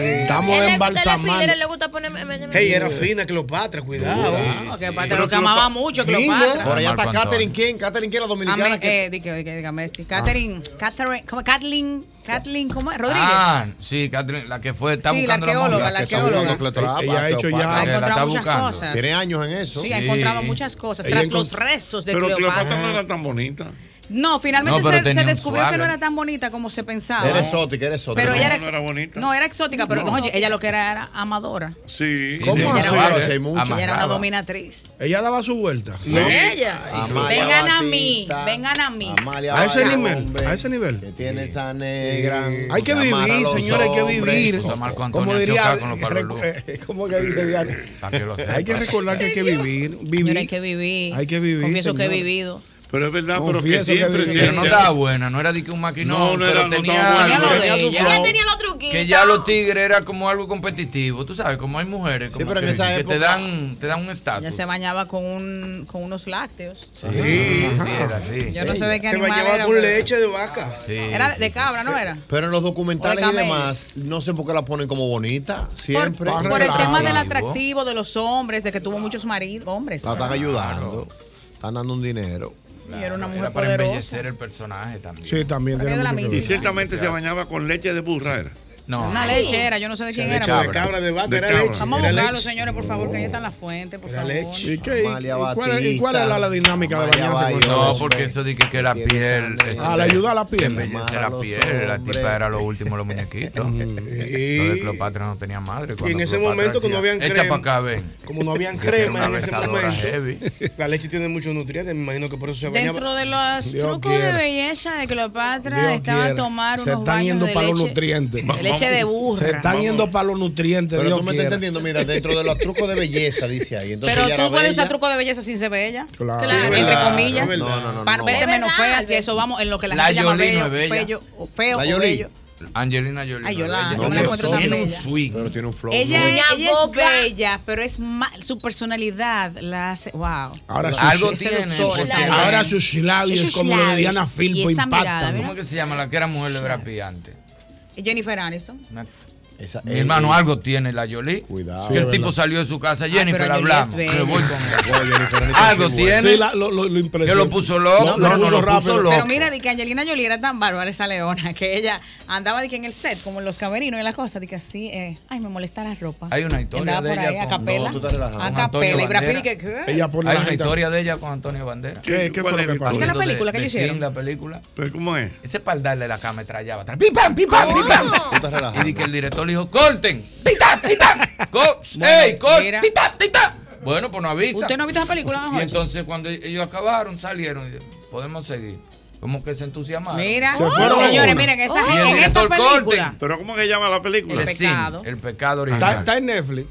[SPEAKER 5] Eh,
[SPEAKER 6] Él le gusta la
[SPEAKER 13] embalsamando.
[SPEAKER 6] filera, le gusta ponerme.
[SPEAKER 20] Hey, era fina Cleopatra, cuidado.
[SPEAKER 5] No, Cleopatra lo que amaba mucho, Cleopatra.
[SPEAKER 7] Por allá está
[SPEAKER 5] Marco Antonio.
[SPEAKER 7] Catherine, ¿quién? Catherine, ¿quién era dominicana?
[SPEAKER 5] Amén,
[SPEAKER 7] que-
[SPEAKER 5] eh, di que- di que- dígame, este, Catherine, Catherine, ¿cómo? Kathleen, Kathleen, ¿cómo es? Rodríguez.
[SPEAKER 18] Ah, sí, Catherine, la que fue, está
[SPEAKER 5] Sí, la
[SPEAKER 18] buscando
[SPEAKER 5] arqueóloga,
[SPEAKER 18] momia.
[SPEAKER 5] la La que está arqueóloga. buscando
[SPEAKER 7] Cleopatra,
[SPEAKER 18] Ella ha hecho
[SPEAKER 7] Cleopatra.
[SPEAKER 18] ya.
[SPEAKER 7] Ha
[SPEAKER 18] La está
[SPEAKER 5] encontrado muchas
[SPEAKER 18] buscando.
[SPEAKER 5] cosas.
[SPEAKER 7] Tiene años en eso.
[SPEAKER 5] Sí, ha encontrado muchas cosas.
[SPEAKER 7] Ella
[SPEAKER 5] Tras
[SPEAKER 7] encont-
[SPEAKER 5] los restos de
[SPEAKER 3] Pero
[SPEAKER 5] Cleopatra.
[SPEAKER 3] Cleopatra no era tan bonita.
[SPEAKER 5] No, finalmente
[SPEAKER 7] No, pero
[SPEAKER 5] se, se
[SPEAKER 7] tenía un
[SPEAKER 5] descubrió que
[SPEAKER 7] swagger.
[SPEAKER 5] no era tan bonita como se pensaba.
[SPEAKER 7] Era exótica, era exótica.
[SPEAKER 5] Pero ella
[SPEAKER 7] No,
[SPEAKER 5] era,
[SPEAKER 7] no era bonita.
[SPEAKER 5] No, era exótica, pero
[SPEAKER 7] No.
[SPEAKER 5] no, oye, ella lo que era era amadora.
[SPEAKER 3] Sí.
[SPEAKER 5] Ella
[SPEAKER 13] ¿Cómo
[SPEAKER 5] era
[SPEAKER 13] así?
[SPEAKER 5] una-
[SPEAKER 13] Claro, sí hay mucho.
[SPEAKER 5] Ella era una
[SPEAKER 13] Amarraba.
[SPEAKER 5] dominatriz.
[SPEAKER 13] Ella daba su vuelta.
[SPEAKER 5] Y ella.
[SPEAKER 7] Amalia
[SPEAKER 5] vengan a
[SPEAKER 7] Batista,
[SPEAKER 5] mí, vengan a mí.
[SPEAKER 13] A ese
[SPEAKER 7] Amalia,
[SPEAKER 13] nivel,
[SPEAKER 7] hombre,
[SPEAKER 13] a ese nivel.
[SPEAKER 7] Que tiene esa negra.
[SPEAKER 13] Hay que
[SPEAKER 7] amarra
[SPEAKER 13] vivir,
[SPEAKER 7] los
[SPEAKER 13] señores, hay que
[SPEAKER 7] hombres.
[SPEAKER 13] vivir.
[SPEAKER 7] Usa Marco Antonio,
[SPEAKER 13] Como
[SPEAKER 7] choca
[SPEAKER 13] diría,
[SPEAKER 7] con los palos luz.
[SPEAKER 13] como que dice Diana. Hay que recordar que hay que vivir,
[SPEAKER 5] Señora,
[SPEAKER 13] vivir.
[SPEAKER 5] hay que vivir.
[SPEAKER 13] Hay que vivir,
[SPEAKER 5] Confieso que he
[SPEAKER 13] señora.
[SPEAKER 5] vivido.
[SPEAKER 3] Pero es verdad,
[SPEAKER 13] pero que Confieso que siempre viví.
[SPEAKER 18] Pero no estaba buena, no era de que un
[SPEAKER 3] No,
[SPEAKER 18] maquinón,
[SPEAKER 3] no
[SPEAKER 18] pero
[SPEAKER 3] era- no
[SPEAKER 18] tenía
[SPEAKER 3] estaba buena.
[SPEAKER 18] algo.
[SPEAKER 3] Tenía lo de
[SPEAKER 18] Tenía su
[SPEAKER 3] ella.
[SPEAKER 18] flow,
[SPEAKER 3] Ella tenía
[SPEAKER 6] los truquitos.
[SPEAKER 18] Que ya los tigres era como algo competitivo, tú sabes, como hay mujeres como
[SPEAKER 7] pero en
[SPEAKER 18] que,
[SPEAKER 7] esa
[SPEAKER 18] que
[SPEAKER 7] época-
[SPEAKER 18] te dan te dan un
[SPEAKER 5] Ella
[SPEAKER 18] estatus.
[SPEAKER 5] se bañaba con, un, con unos lácteos.
[SPEAKER 18] Sí, sí, era así.
[SPEAKER 5] Yo no sé de qué
[SPEAKER 20] Se
[SPEAKER 5] animal era,
[SPEAKER 20] bañaba con
[SPEAKER 5] pero-
[SPEAKER 20] leche de vaca.
[SPEAKER 18] Sí.
[SPEAKER 5] Era de cabra, ¿no era?
[SPEAKER 7] Pero en los documentales
[SPEAKER 5] O de
[SPEAKER 7] y
[SPEAKER 5] camel.
[SPEAKER 7] demás, no sé por qué la ponen como bonita. Siempre.
[SPEAKER 5] Por, por el tema del atractivo de los hombres, de que tuvo muchos maridos, hombres.
[SPEAKER 7] La están ayudando. Están dando un dinero.
[SPEAKER 5] Y era una mujer
[SPEAKER 18] Era para
[SPEAKER 5] poderosa.
[SPEAKER 18] embellecer el personaje también.
[SPEAKER 13] Sí, también
[SPEAKER 5] Pero
[SPEAKER 13] tiene
[SPEAKER 5] de la
[SPEAKER 13] mucho que
[SPEAKER 3] Y
[SPEAKER 13] ver.
[SPEAKER 3] ciertamente se bañaba con leche de burra, ¿era?
[SPEAKER 18] No.
[SPEAKER 5] Una leche era, yo no sé de
[SPEAKER 3] Sí,
[SPEAKER 5] quién
[SPEAKER 3] de
[SPEAKER 5] era.
[SPEAKER 3] cabra.
[SPEAKER 5] pero-
[SPEAKER 3] De cabra, de vaca, era leche,
[SPEAKER 5] Vamos a
[SPEAKER 3] era
[SPEAKER 5] buscarlo,
[SPEAKER 3] leche.
[SPEAKER 5] señores, por favor, que ahí están las fuentes, por favor.
[SPEAKER 13] ¿Y, qué- y-
[SPEAKER 7] Amalia
[SPEAKER 13] y cuál, es- y
[SPEAKER 7] Batista,
[SPEAKER 13] cuál es la, la dinámica de bañarse con
[SPEAKER 18] No,
[SPEAKER 13] leche?
[SPEAKER 18] porque eso dije que la piel. eso
[SPEAKER 13] Ah, le
[SPEAKER 18] de-
[SPEAKER 13] ayuda a la piel.
[SPEAKER 18] Embellece
[SPEAKER 13] Amarra
[SPEAKER 18] la
[SPEAKER 13] los
[SPEAKER 18] piel. La
[SPEAKER 13] hombres.
[SPEAKER 18] tipa era lo último, los muñequitos. Lo de Cleopatra no tenía madre.
[SPEAKER 20] Y en ese momento que no habían
[SPEAKER 18] crema. Echa
[SPEAKER 20] crema.
[SPEAKER 18] para acá, ven.
[SPEAKER 20] Como no habían
[SPEAKER 18] Que era
[SPEAKER 20] crema
[SPEAKER 18] una
[SPEAKER 20] en ese
[SPEAKER 18] besadora
[SPEAKER 20] momento.
[SPEAKER 18] heavy.
[SPEAKER 20] La leche tiene muchos nutrientes, me imagino que por eso se bañaba.
[SPEAKER 5] Dentro de los
[SPEAKER 20] Dios
[SPEAKER 5] trucos de
[SPEAKER 20] quiera.
[SPEAKER 5] belleza de Cleopatra
[SPEAKER 13] Dios
[SPEAKER 5] estaba
[SPEAKER 13] quiera.
[SPEAKER 5] tomar unos
[SPEAKER 13] Se están
[SPEAKER 5] baños
[SPEAKER 13] yendo
[SPEAKER 5] de
[SPEAKER 13] para los
[SPEAKER 5] leche.
[SPEAKER 13] nutrientes.
[SPEAKER 5] de leche de burra.
[SPEAKER 13] Se están
[SPEAKER 5] Vamos.
[SPEAKER 13] yendo para los nutrientes.
[SPEAKER 7] Pero
[SPEAKER 13] Dios
[SPEAKER 7] tú me estás
[SPEAKER 13] quiera.
[SPEAKER 7] entendiendo, mira, dentro de los trucos de belleza, dice ahí. Entonces
[SPEAKER 5] Pero
[SPEAKER 7] ella
[SPEAKER 5] tú
[SPEAKER 7] era
[SPEAKER 5] puedes
[SPEAKER 7] bella.
[SPEAKER 5] usar truco de belleza sin ser bella.
[SPEAKER 7] Claro,
[SPEAKER 5] entre
[SPEAKER 7] claro,
[SPEAKER 5] comillas.
[SPEAKER 7] es verdad. No, no, no,
[SPEAKER 5] Para
[SPEAKER 7] no.
[SPEAKER 5] verte
[SPEAKER 7] Es
[SPEAKER 5] menos
[SPEAKER 6] verdad,
[SPEAKER 5] feas y eso vamos en lo que la,
[SPEAKER 18] La
[SPEAKER 5] gente llama
[SPEAKER 18] Yoli no
[SPEAKER 5] bello,
[SPEAKER 18] es bella.
[SPEAKER 5] bello o feo
[SPEAKER 18] La
[SPEAKER 5] o
[SPEAKER 18] Yoli.
[SPEAKER 5] bello.
[SPEAKER 18] Angelina Jolie.
[SPEAKER 5] Ay,
[SPEAKER 18] no es
[SPEAKER 5] Yolanda,
[SPEAKER 18] bella.
[SPEAKER 5] yo me la encuentro tan
[SPEAKER 18] Tiene un
[SPEAKER 5] bella.
[SPEAKER 18] swing.
[SPEAKER 7] Pero tiene un flow.
[SPEAKER 5] Ella,
[SPEAKER 6] Una
[SPEAKER 5] ella es
[SPEAKER 6] boca.
[SPEAKER 5] bella, pero es ma- su personalidad la hace. Wow.
[SPEAKER 13] Ahora sus-
[SPEAKER 18] Algo
[SPEAKER 13] es
[SPEAKER 18] tiene.
[SPEAKER 13] seductora.
[SPEAKER 18] porque-
[SPEAKER 13] Ahora sus labios,
[SPEAKER 5] Sus
[SPEAKER 13] como lo de
[SPEAKER 5] labios.
[SPEAKER 13] Diana
[SPEAKER 5] Y
[SPEAKER 13] Filpo,
[SPEAKER 5] esa
[SPEAKER 13] impactan.
[SPEAKER 5] mirada,
[SPEAKER 18] ¿Cómo que se llama la que era mujer de Brad Pitt antes?
[SPEAKER 5] Y Jennifer Aniston.
[SPEAKER 18] Una-
[SPEAKER 7] eh,
[SPEAKER 18] Mi hermano, algo tiene la Jolie.
[SPEAKER 7] Cuidado.
[SPEAKER 18] Que
[SPEAKER 13] Sí,
[SPEAKER 18] el
[SPEAKER 13] es
[SPEAKER 18] tipo
[SPEAKER 13] verdad.
[SPEAKER 18] salió de su casa.
[SPEAKER 13] Ah,
[SPEAKER 18] Jennifer,
[SPEAKER 13] pero
[SPEAKER 18] la
[SPEAKER 13] Jolie es
[SPEAKER 18] hablamos.
[SPEAKER 13] bella.
[SPEAKER 18] Me voy con él.
[SPEAKER 13] es
[SPEAKER 18] Algo
[SPEAKER 13] muy buena.
[SPEAKER 18] tiene.
[SPEAKER 13] Sí, la- lo, lo, lo
[SPEAKER 18] que
[SPEAKER 13] impresionó.
[SPEAKER 18] lo puso loco.
[SPEAKER 13] No,
[SPEAKER 18] No,
[SPEAKER 13] lo
[SPEAKER 18] no,
[SPEAKER 13] puso
[SPEAKER 18] lo
[SPEAKER 13] rápido.
[SPEAKER 18] puso loco.
[SPEAKER 5] Pero mira, de que Angelina Jolie era tan bárbara esa leona que ella andaba de que en el set, como en los camerinos y las cosas, de que así, eh, ay, me molesta la ropa.
[SPEAKER 18] Hay una
[SPEAKER 5] Y
[SPEAKER 18] historia
[SPEAKER 5] andaba
[SPEAKER 18] de
[SPEAKER 5] por
[SPEAKER 18] ella
[SPEAKER 5] ahí a
[SPEAKER 18] con-
[SPEAKER 5] capela.
[SPEAKER 18] No, tú estás relajado.
[SPEAKER 5] a
[SPEAKER 18] Con Antonio
[SPEAKER 5] capela. Y Brad Pitt,
[SPEAKER 18] Bandera.
[SPEAKER 5] que, ¿qué?
[SPEAKER 13] Ella pone
[SPEAKER 18] Hay
[SPEAKER 13] la
[SPEAKER 18] una
[SPEAKER 13] gente-
[SPEAKER 18] historia de ella con Antonio Bandera.
[SPEAKER 13] ¿Qué- qué fue lo que pasó?
[SPEAKER 5] Esa es la película que ellos hicieron.
[SPEAKER 18] la película.
[SPEAKER 3] ¿Pero cómo es?
[SPEAKER 18] Ese pardal de la cama trallaba. ¡Pim, pam, pim, pam, pim, pam! Y di que el director le dijo, ¡corten! ¡Tita, tita! Co- ¡Ey, corten!
[SPEAKER 5] mira.
[SPEAKER 18] ¡Tita, tita! Bueno, pues no avisa.
[SPEAKER 5] ¿Usted no ha visto esa película,
[SPEAKER 18] Y
[SPEAKER 5] mejor?
[SPEAKER 18] entonces cuando e-, ellos acabaron, salieron y dijeron, podemos seguir. Como que se entusiasmaron.
[SPEAKER 5] Mira, Oh, señores, miren, esa
[SPEAKER 18] Y el
[SPEAKER 5] gente en esa
[SPEAKER 18] director,
[SPEAKER 5] película.
[SPEAKER 18] corten.
[SPEAKER 3] ¿Pero cómo que llama la película?
[SPEAKER 5] El
[SPEAKER 18] The Sin,
[SPEAKER 5] pecado.
[SPEAKER 18] el pecado
[SPEAKER 13] Está,
[SPEAKER 18] original.
[SPEAKER 13] está en Netflix.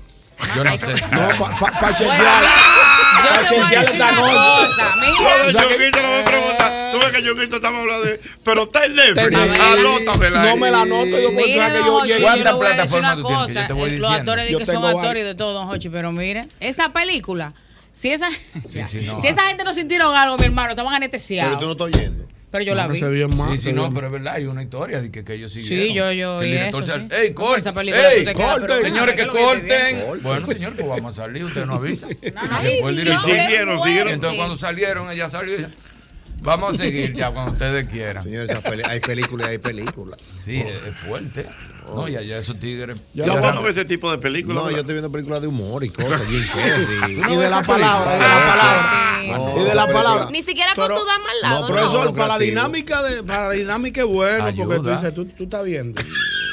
[SPEAKER 18] Yo no sé.
[SPEAKER 13] No, para pa, pa chequear.
[SPEAKER 5] Yo
[SPEAKER 13] Pa'
[SPEAKER 5] te voy a
[SPEAKER 13] chequear
[SPEAKER 5] decir
[SPEAKER 13] esta
[SPEAKER 5] una
[SPEAKER 13] noche.
[SPEAKER 5] cosa,
[SPEAKER 3] Lo de
[SPEAKER 5] mira.
[SPEAKER 3] Choquito lo voy a preguntar. Tú ves que Choquito estamos hablando de. Pero está en Netflix. Alótamela.
[SPEAKER 13] No me la anoto, yo puedo
[SPEAKER 5] Mira,
[SPEAKER 13] saber que
[SPEAKER 5] don
[SPEAKER 13] yo
[SPEAKER 5] Hochi,
[SPEAKER 13] llegué.
[SPEAKER 5] yo le voy a decir una cosa, eh, Los actores
[SPEAKER 13] Yo
[SPEAKER 5] dicen que son
[SPEAKER 13] tengo varias.
[SPEAKER 5] actores de todo, don Hochi, pero mire, esa película, si esa,
[SPEAKER 18] Sí, sí, no.
[SPEAKER 5] si esa gente no sintieron algo, mi hermano, estaban anestesiados. Pero,
[SPEAKER 18] tú no estás oyendo.
[SPEAKER 5] yo la vi.
[SPEAKER 18] Sí, sí, no, pero es verdad, hay una historia de que, que ellos siguieron.
[SPEAKER 5] Sí, yo- yo
[SPEAKER 18] Que el
[SPEAKER 5] vi
[SPEAKER 18] director
[SPEAKER 5] eso,
[SPEAKER 18] sal-
[SPEAKER 5] sí.
[SPEAKER 18] ¡Ey,
[SPEAKER 5] No, pero
[SPEAKER 18] corten!
[SPEAKER 5] esa película
[SPEAKER 18] ¡Ey,
[SPEAKER 5] tú te quedas, pero
[SPEAKER 18] corten! Señores, que
[SPEAKER 5] fíjate lo que te
[SPEAKER 18] corten.
[SPEAKER 5] viene.
[SPEAKER 18] Bueno, señor, pues vamos a salir, usted no avisa.
[SPEAKER 5] No,
[SPEAKER 18] y se fue el
[SPEAKER 5] sí, no, Y
[SPEAKER 18] director.
[SPEAKER 5] siguieron, qué siguieron.
[SPEAKER 18] Entonces, cuando salieron, ella salió y dijo, vamos a seguir ya cuando ustedes quieran.
[SPEAKER 7] Señores, esas peli- hay películas y hay películas. Oh.
[SPEAKER 18] Sí, es, es fuerte. No, y allá esos tigres.
[SPEAKER 3] Yo no puedo ver ese tipo de películas.
[SPEAKER 7] No, yo
[SPEAKER 3] ¿verdad?
[SPEAKER 7] estoy viendo películas de humor y cosas. Jim Carrey.
[SPEAKER 13] Y de la palabra, y de la palabra. Y de la palabra.
[SPEAKER 6] Ni siquiera con tu dama al lado.
[SPEAKER 13] No, profesor,
[SPEAKER 6] no.
[SPEAKER 13] para la dinámica de, para la dinámica es bueno, porque tú
[SPEAKER 18] Ayuda.
[SPEAKER 13] dices, tú, tú estás viendo.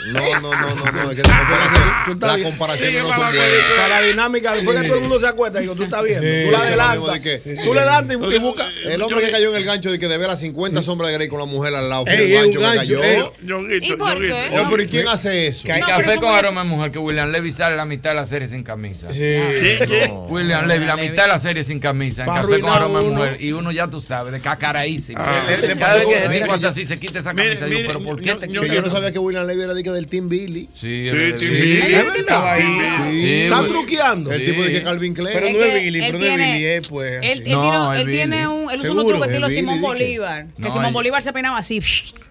[SPEAKER 7] No, no, no, no, no. Es que la comparación, la comparación no son buenas.
[SPEAKER 21] Para la dinámica, después que todo el mundo se acuesta, digo, tú estás viendo,
[SPEAKER 7] Sí,
[SPEAKER 21] tú la
[SPEAKER 7] eso es lo mismo
[SPEAKER 21] adelantas,
[SPEAKER 7] de que-
[SPEAKER 21] tú le das y, y buscas.
[SPEAKER 7] El hombre que cayó en el gancho de que de ver las 50 sombras de Grey con la mujer al lado.
[SPEAKER 21] Ey,
[SPEAKER 7] fue el
[SPEAKER 21] es
[SPEAKER 7] gancho
[SPEAKER 21] un
[SPEAKER 7] que
[SPEAKER 21] gancho,
[SPEAKER 7] cayó.
[SPEAKER 21] ey.
[SPEAKER 3] ¿Y por qué? Ñonguito.
[SPEAKER 7] Oh, pero ¿y quién hace eso?
[SPEAKER 18] Y café con aroma de mujer que William Levy sale la mitad de la serie sin camisa. No. William Levy, la mitad de la serie sin camisa. En
[SPEAKER 3] Va a
[SPEAKER 18] café con
[SPEAKER 3] arruinar
[SPEAKER 18] aroma de
[SPEAKER 3] uno.
[SPEAKER 18] mujer. Y uno ya tú sabes, de cacaraísimo.
[SPEAKER 3] Le- le pasó
[SPEAKER 18] Cada vez
[SPEAKER 3] con-
[SPEAKER 18] que
[SPEAKER 3] mira
[SPEAKER 18] mira
[SPEAKER 3] que
[SPEAKER 18] cosas
[SPEAKER 3] yo-
[SPEAKER 18] así se quita esa
[SPEAKER 3] Mire,
[SPEAKER 18] camisa.
[SPEAKER 3] mire,
[SPEAKER 18] digo, pero ¿por qué te
[SPEAKER 7] Que yo no sabía que William Levy era de que del Team Billy.
[SPEAKER 18] Sí,
[SPEAKER 7] es
[SPEAKER 18] es
[SPEAKER 7] Team
[SPEAKER 18] verdad.
[SPEAKER 7] Billy.
[SPEAKER 18] Sí,
[SPEAKER 7] Es verdad.
[SPEAKER 18] Team
[SPEAKER 7] Ah,
[SPEAKER 18] Billy.
[SPEAKER 7] sí,
[SPEAKER 18] Sí,
[SPEAKER 7] Está
[SPEAKER 18] güey.
[SPEAKER 7] truqueando. El
[SPEAKER 18] Sí.
[SPEAKER 7] tipo de que Calvin Klein.
[SPEAKER 20] Pero no
[SPEAKER 5] que
[SPEAKER 20] es Billy,
[SPEAKER 5] él
[SPEAKER 20] pero no es
[SPEAKER 5] tiene-
[SPEAKER 20] Billy, es pues.
[SPEAKER 5] Él,
[SPEAKER 20] así.
[SPEAKER 5] él tiene, él tiene un, él usa un
[SPEAKER 20] Seguro.
[SPEAKER 5] truco estilo
[SPEAKER 20] Es Billy,
[SPEAKER 5] Simón
[SPEAKER 20] di que-
[SPEAKER 5] Bolívar. Que
[SPEAKER 20] No,
[SPEAKER 5] Simón
[SPEAKER 20] él-
[SPEAKER 5] Bolívar se peinaba así.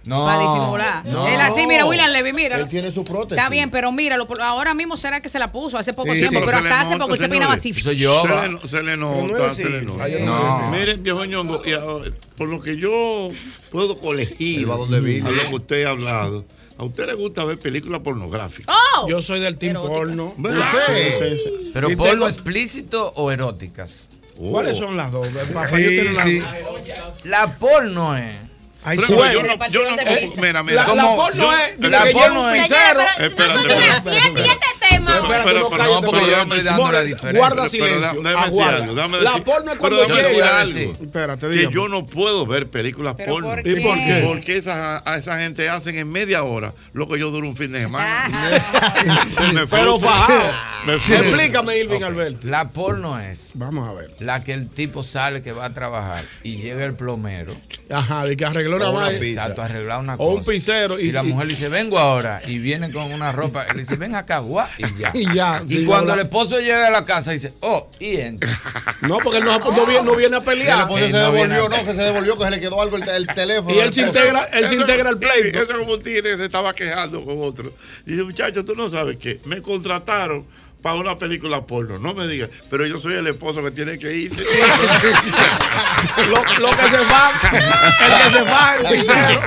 [SPEAKER 18] No.
[SPEAKER 5] Para disimular.
[SPEAKER 18] No.
[SPEAKER 5] Él así, mira, William Levy, mira.
[SPEAKER 7] Él tiene su prótesis.
[SPEAKER 5] Está bien, pero míralo. por- Ahora mismo será que se la puso hace poco
[SPEAKER 3] Sí,
[SPEAKER 5] tiempo,
[SPEAKER 3] sí.
[SPEAKER 5] pero
[SPEAKER 3] Se le
[SPEAKER 5] hasta hace
[SPEAKER 3] nota,
[SPEAKER 5] poco él se peinaba así.
[SPEAKER 3] señores. Se, le,
[SPEAKER 5] Pero
[SPEAKER 3] no- se le
[SPEAKER 5] no
[SPEAKER 3] nota,
[SPEAKER 5] es
[SPEAKER 3] se le
[SPEAKER 5] así.
[SPEAKER 3] nota.
[SPEAKER 5] Ah, yo no
[SPEAKER 18] sé.
[SPEAKER 3] Mire, viejo ñongo, y ahora, por lo que yo puedo colegir, a, lo que usted ha hablado, a usted le gusta ver películas pornográficas.
[SPEAKER 13] Yo soy del team porno.
[SPEAKER 3] ¿Verdad?
[SPEAKER 13] Entonces,
[SPEAKER 18] Pero
[SPEAKER 13] y
[SPEAKER 18] polvo
[SPEAKER 13] tengo-
[SPEAKER 18] explícito o eróticas.
[SPEAKER 13] ¿Cuáles son las dos? Para
[SPEAKER 18] Sí,
[SPEAKER 13] yo tener una-
[SPEAKER 18] sí. La porno es.
[SPEAKER 13] Ay,
[SPEAKER 3] Pero
[SPEAKER 13] suena.
[SPEAKER 3] yo no- yo no-
[SPEAKER 13] Eh,
[SPEAKER 3] mira, mira.
[SPEAKER 13] La, la
[SPEAKER 3] Como-
[SPEAKER 13] porno
[SPEAKER 3] yo-
[SPEAKER 13] es.
[SPEAKER 3] la
[SPEAKER 13] que
[SPEAKER 3] porno
[SPEAKER 13] lleva un
[SPEAKER 3] es-
[SPEAKER 13] pincero.
[SPEAKER 3] Señora, pero- Espérate, espérate, espérate, espérate.
[SPEAKER 13] tema.
[SPEAKER 3] Pero, pero,
[SPEAKER 13] Espérate,
[SPEAKER 3] pero,
[SPEAKER 13] no,
[SPEAKER 3] no,
[SPEAKER 13] cállate,
[SPEAKER 3] porque yo estoy
[SPEAKER 13] espérate.
[SPEAKER 3] dando la
[SPEAKER 13] More,
[SPEAKER 3] diferencia.
[SPEAKER 13] guarda
[SPEAKER 3] Pero- pero
[SPEAKER 13] silencio,
[SPEAKER 3] da- déjame decir
[SPEAKER 13] aguarda.
[SPEAKER 3] algo, déjame
[SPEAKER 13] La
[SPEAKER 3] decir-
[SPEAKER 13] porno es
[SPEAKER 3] pero
[SPEAKER 13] cuando
[SPEAKER 3] déjame decir
[SPEAKER 13] llega.
[SPEAKER 3] algo.
[SPEAKER 13] Espérate,
[SPEAKER 3] Que
[SPEAKER 13] dígame.
[SPEAKER 3] yo no puedo ver películas porno.
[SPEAKER 13] por ¿Y por qué? qué?
[SPEAKER 3] Porque esas, a esa gente hacen en media hora lo que yo duro un fin de semana.
[SPEAKER 13] Ah.
[SPEAKER 3] Se me
[SPEAKER 13] Pero
[SPEAKER 3] frustra.
[SPEAKER 13] fajado.
[SPEAKER 3] Me frustra.
[SPEAKER 13] Explícame, Irving Alberti.
[SPEAKER 18] La porno es.
[SPEAKER 13] Vamos a ver.
[SPEAKER 18] La que el tipo sale que va a trabajar y llega el plomero.
[SPEAKER 13] Ajá, de que arregló
[SPEAKER 18] O
[SPEAKER 13] una
[SPEAKER 18] una
[SPEAKER 13] vaina.
[SPEAKER 18] pizza. Exacto, arreglar una
[SPEAKER 13] O
[SPEAKER 18] cosa.
[SPEAKER 13] un pincero.
[SPEAKER 18] Y, la mujer le dice, vengo ahora. Y viene con una ropa. Le dice, ven acá, guá. Y ya.
[SPEAKER 13] Y ya,
[SPEAKER 18] Y
[SPEAKER 13] sí,
[SPEAKER 18] cuando
[SPEAKER 13] hola.
[SPEAKER 18] el esposo llega a la casa, dice, oh, y entra.
[SPEAKER 13] No, porque él no, no viene, no viene a
[SPEAKER 7] El
[SPEAKER 13] pelear.
[SPEAKER 7] esposo se devolvió, no, que se devolvió, que se le quedó algo el, el teléfono.
[SPEAKER 13] Y él se integra, él se
[SPEAKER 3] Eso-
[SPEAKER 13] integra al
[SPEAKER 3] Ivy,
[SPEAKER 13] pleito.
[SPEAKER 3] Eso como un tigre se estaba quejando con otro. Dice, muchacho, tú no sabes qué. Me contrataron para una película porno. No me digas. Pero yo soy el esposo que tiene que irse.
[SPEAKER 13] lo, lo que se va, el que se va, el pincero.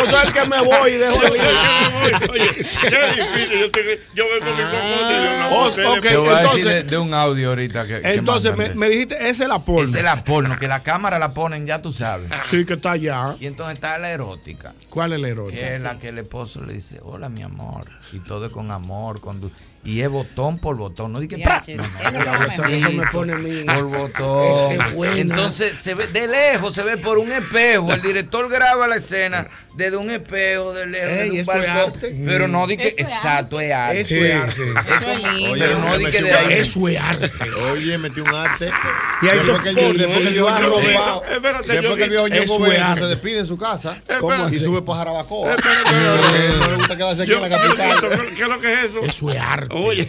[SPEAKER 13] Yo soy el que me voy y dejo el
[SPEAKER 3] Qué difícil. Yo, tengo- yo vengo con mi cocote y yo no
[SPEAKER 13] Oh,
[SPEAKER 3] ustedes-
[SPEAKER 13] ok.
[SPEAKER 18] Te voy a decir de,
[SPEAKER 13] entonces-
[SPEAKER 18] de un audio ahorita que, que
[SPEAKER 13] Entonces,
[SPEAKER 18] mandan
[SPEAKER 13] me,
[SPEAKER 18] de eso.
[SPEAKER 13] me dijiste, esa es la porno.
[SPEAKER 18] Esa es la porno, que la cámara la ponen, ya tú sabes.
[SPEAKER 13] Sí, que está allá.
[SPEAKER 18] Y entonces está la erótica.
[SPEAKER 13] ¿Cuál es la erótica?
[SPEAKER 18] Que es la que el esposo le dice, hola mi amor. Y todo es con amor, con du- y es botón por botón. No dije, ¡pra! No, no,
[SPEAKER 13] Eso me
[SPEAKER 18] sí,
[SPEAKER 13] pone- eso me pone a mí.
[SPEAKER 18] Por botón.
[SPEAKER 13] Esa es buena.
[SPEAKER 18] Entonces se ve de lejos, se ve por un espejo. El director graba la escena desde un espejo, de lejos,
[SPEAKER 13] Ey,
[SPEAKER 18] desde un
[SPEAKER 13] eso es
[SPEAKER 18] balcón.
[SPEAKER 13] arte.
[SPEAKER 18] Pero no dije,
[SPEAKER 13] Eso es
[SPEAKER 18] exacto, es arte.
[SPEAKER 13] Eso es arte.
[SPEAKER 18] Es como-
[SPEAKER 7] Oye,
[SPEAKER 18] Pero no
[SPEAKER 7] yo
[SPEAKER 18] dije
[SPEAKER 7] metí
[SPEAKER 18] de
[SPEAKER 7] un
[SPEAKER 18] ahí.
[SPEAKER 7] Eso
[SPEAKER 13] es arte.
[SPEAKER 7] Oye, metió un arte.
[SPEAKER 13] Y ahí
[SPEAKER 7] después
[SPEAKER 13] se
[SPEAKER 7] que el viejo-
[SPEAKER 13] pone,
[SPEAKER 7] después que el
[SPEAKER 13] yo-
[SPEAKER 7] viejo
[SPEAKER 13] yo-
[SPEAKER 7] Ñongo
[SPEAKER 13] eh,
[SPEAKER 7] vea-
[SPEAKER 13] espérate,
[SPEAKER 7] Después
[SPEAKER 13] yo-
[SPEAKER 7] que el viejo
[SPEAKER 13] eso
[SPEAKER 7] Ñongo
[SPEAKER 13] es
[SPEAKER 7] vea,
[SPEAKER 13] arte.
[SPEAKER 7] se despide en su casa
[SPEAKER 13] ¿Cómo
[SPEAKER 7] y
[SPEAKER 13] así?
[SPEAKER 7] sube para Jarabacoa.
[SPEAKER 13] espérate.
[SPEAKER 7] No le gusta quedarse aquí en la capital.
[SPEAKER 3] ¿Qué es lo que es eso?
[SPEAKER 13] Eso es arte.
[SPEAKER 3] Oye.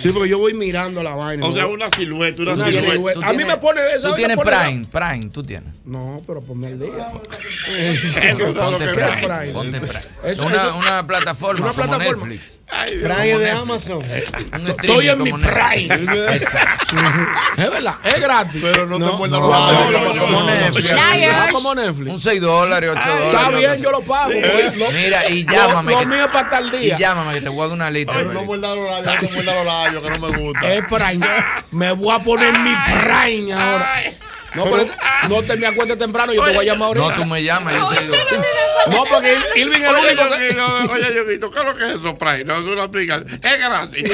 [SPEAKER 13] Sí, porque yo voy mirando la vaina.
[SPEAKER 3] O sea,
[SPEAKER 13] ¿no?
[SPEAKER 3] una silueta, una,
[SPEAKER 13] Una
[SPEAKER 3] silueta.
[SPEAKER 13] silueta.
[SPEAKER 18] Tú
[SPEAKER 13] A mí
[SPEAKER 18] tienes-
[SPEAKER 13] me pone esa
[SPEAKER 18] Tú
[SPEAKER 13] vaina
[SPEAKER 18] tienes
[SPEAKER 13] pone la-
[SPEAKER 18] Prime, Prime, tú tienes.
[SPEAKER 13] No, pero ponme el día.
[SPEAKER 18] Ponte
[SPEAKER 13] que-
[SPEAKER 18] Prime,
[SPEAKER 13] Prime.
[SPEAKER 18] ponte Prime.
[SPEAKER 13] Eso-
[SPEAKER 18] una,
[SPEAKER 13] eso-
[SPEAKER 18] una plataforma
[SPEAKER 13] Una
[SPEAKER 18] como
[SPEAKER 13] plataforma.
[SPEAKER 18] Netflix.
[SPEAKER 13] Prime
[SPEAKER 18] Como
[SPEAKER 13] de
[SPEAKER 18] Netflix.
[SPEAKER 13] Amazon.
[SPEAKER 18] Un
[SPEAKER 13] Eh, Estoy
[SPEAKER 18] streaming
[SPEAKER 13] en mi
[SPEAKER 18] como Netflix.
[SPEAKER 13] Prime.
[SPEAKER 18] Exacto.
[SPEAKER 13] Es verdad, es gratis. Pero no, te muerdas los
[SPEAKER 18] Como Netflix.
[SPEAKER 13] No como Netflix.
[SPEAKER 18] Un 6 dólares, 8 dólares.
[SPEAKER 13] Está
[SPEAKER 18] una
[SPEAKER 13] bien,
[SPEAKER 18] cosa
[SPEAKER 13] yo lo pago. pues,
[SPEAKER 18] así.
[SPEAKER 13] lo-
[SPEAKER 18] Mira, y
[SPEAKER 13] lo-
[SPEAKER 18] llámame.
[SPEAKER 13] Lo
[SPEAKER 18] que-
[SPEAKER 13] mío es para tal
[SPEAKER 18] y
[SPEAKER 13] día.
[SPEAKER 18] llámame que te voy a dar una lista.
[SPEAKER 7] Ay,
[SPEAKER 18] Félix.
[SPEAKER 7] No muerda los labios, no te muerda los labios, que no me gusta.
[SPEAKER 13] Es Prime. yo Me voy a poner mi Prime ahora. No, pero no te me acuerdes temprano, yo te voy a llamar ahorita.
[SPEAKER 18] No, tú me llamas, yo te digo.
[SPEAKER 13] No, porque Il- Irving es el
[SPEAKER 3] Oye,
[SPEAKER 13] único
[SPEAKER 3] yo,
[SPEAKER 13] que.
[SPEAKER 3] yo- oye, yo grito, ¿qué es lo que es eso, Prime? No, tú lo aplicas. Es gratis.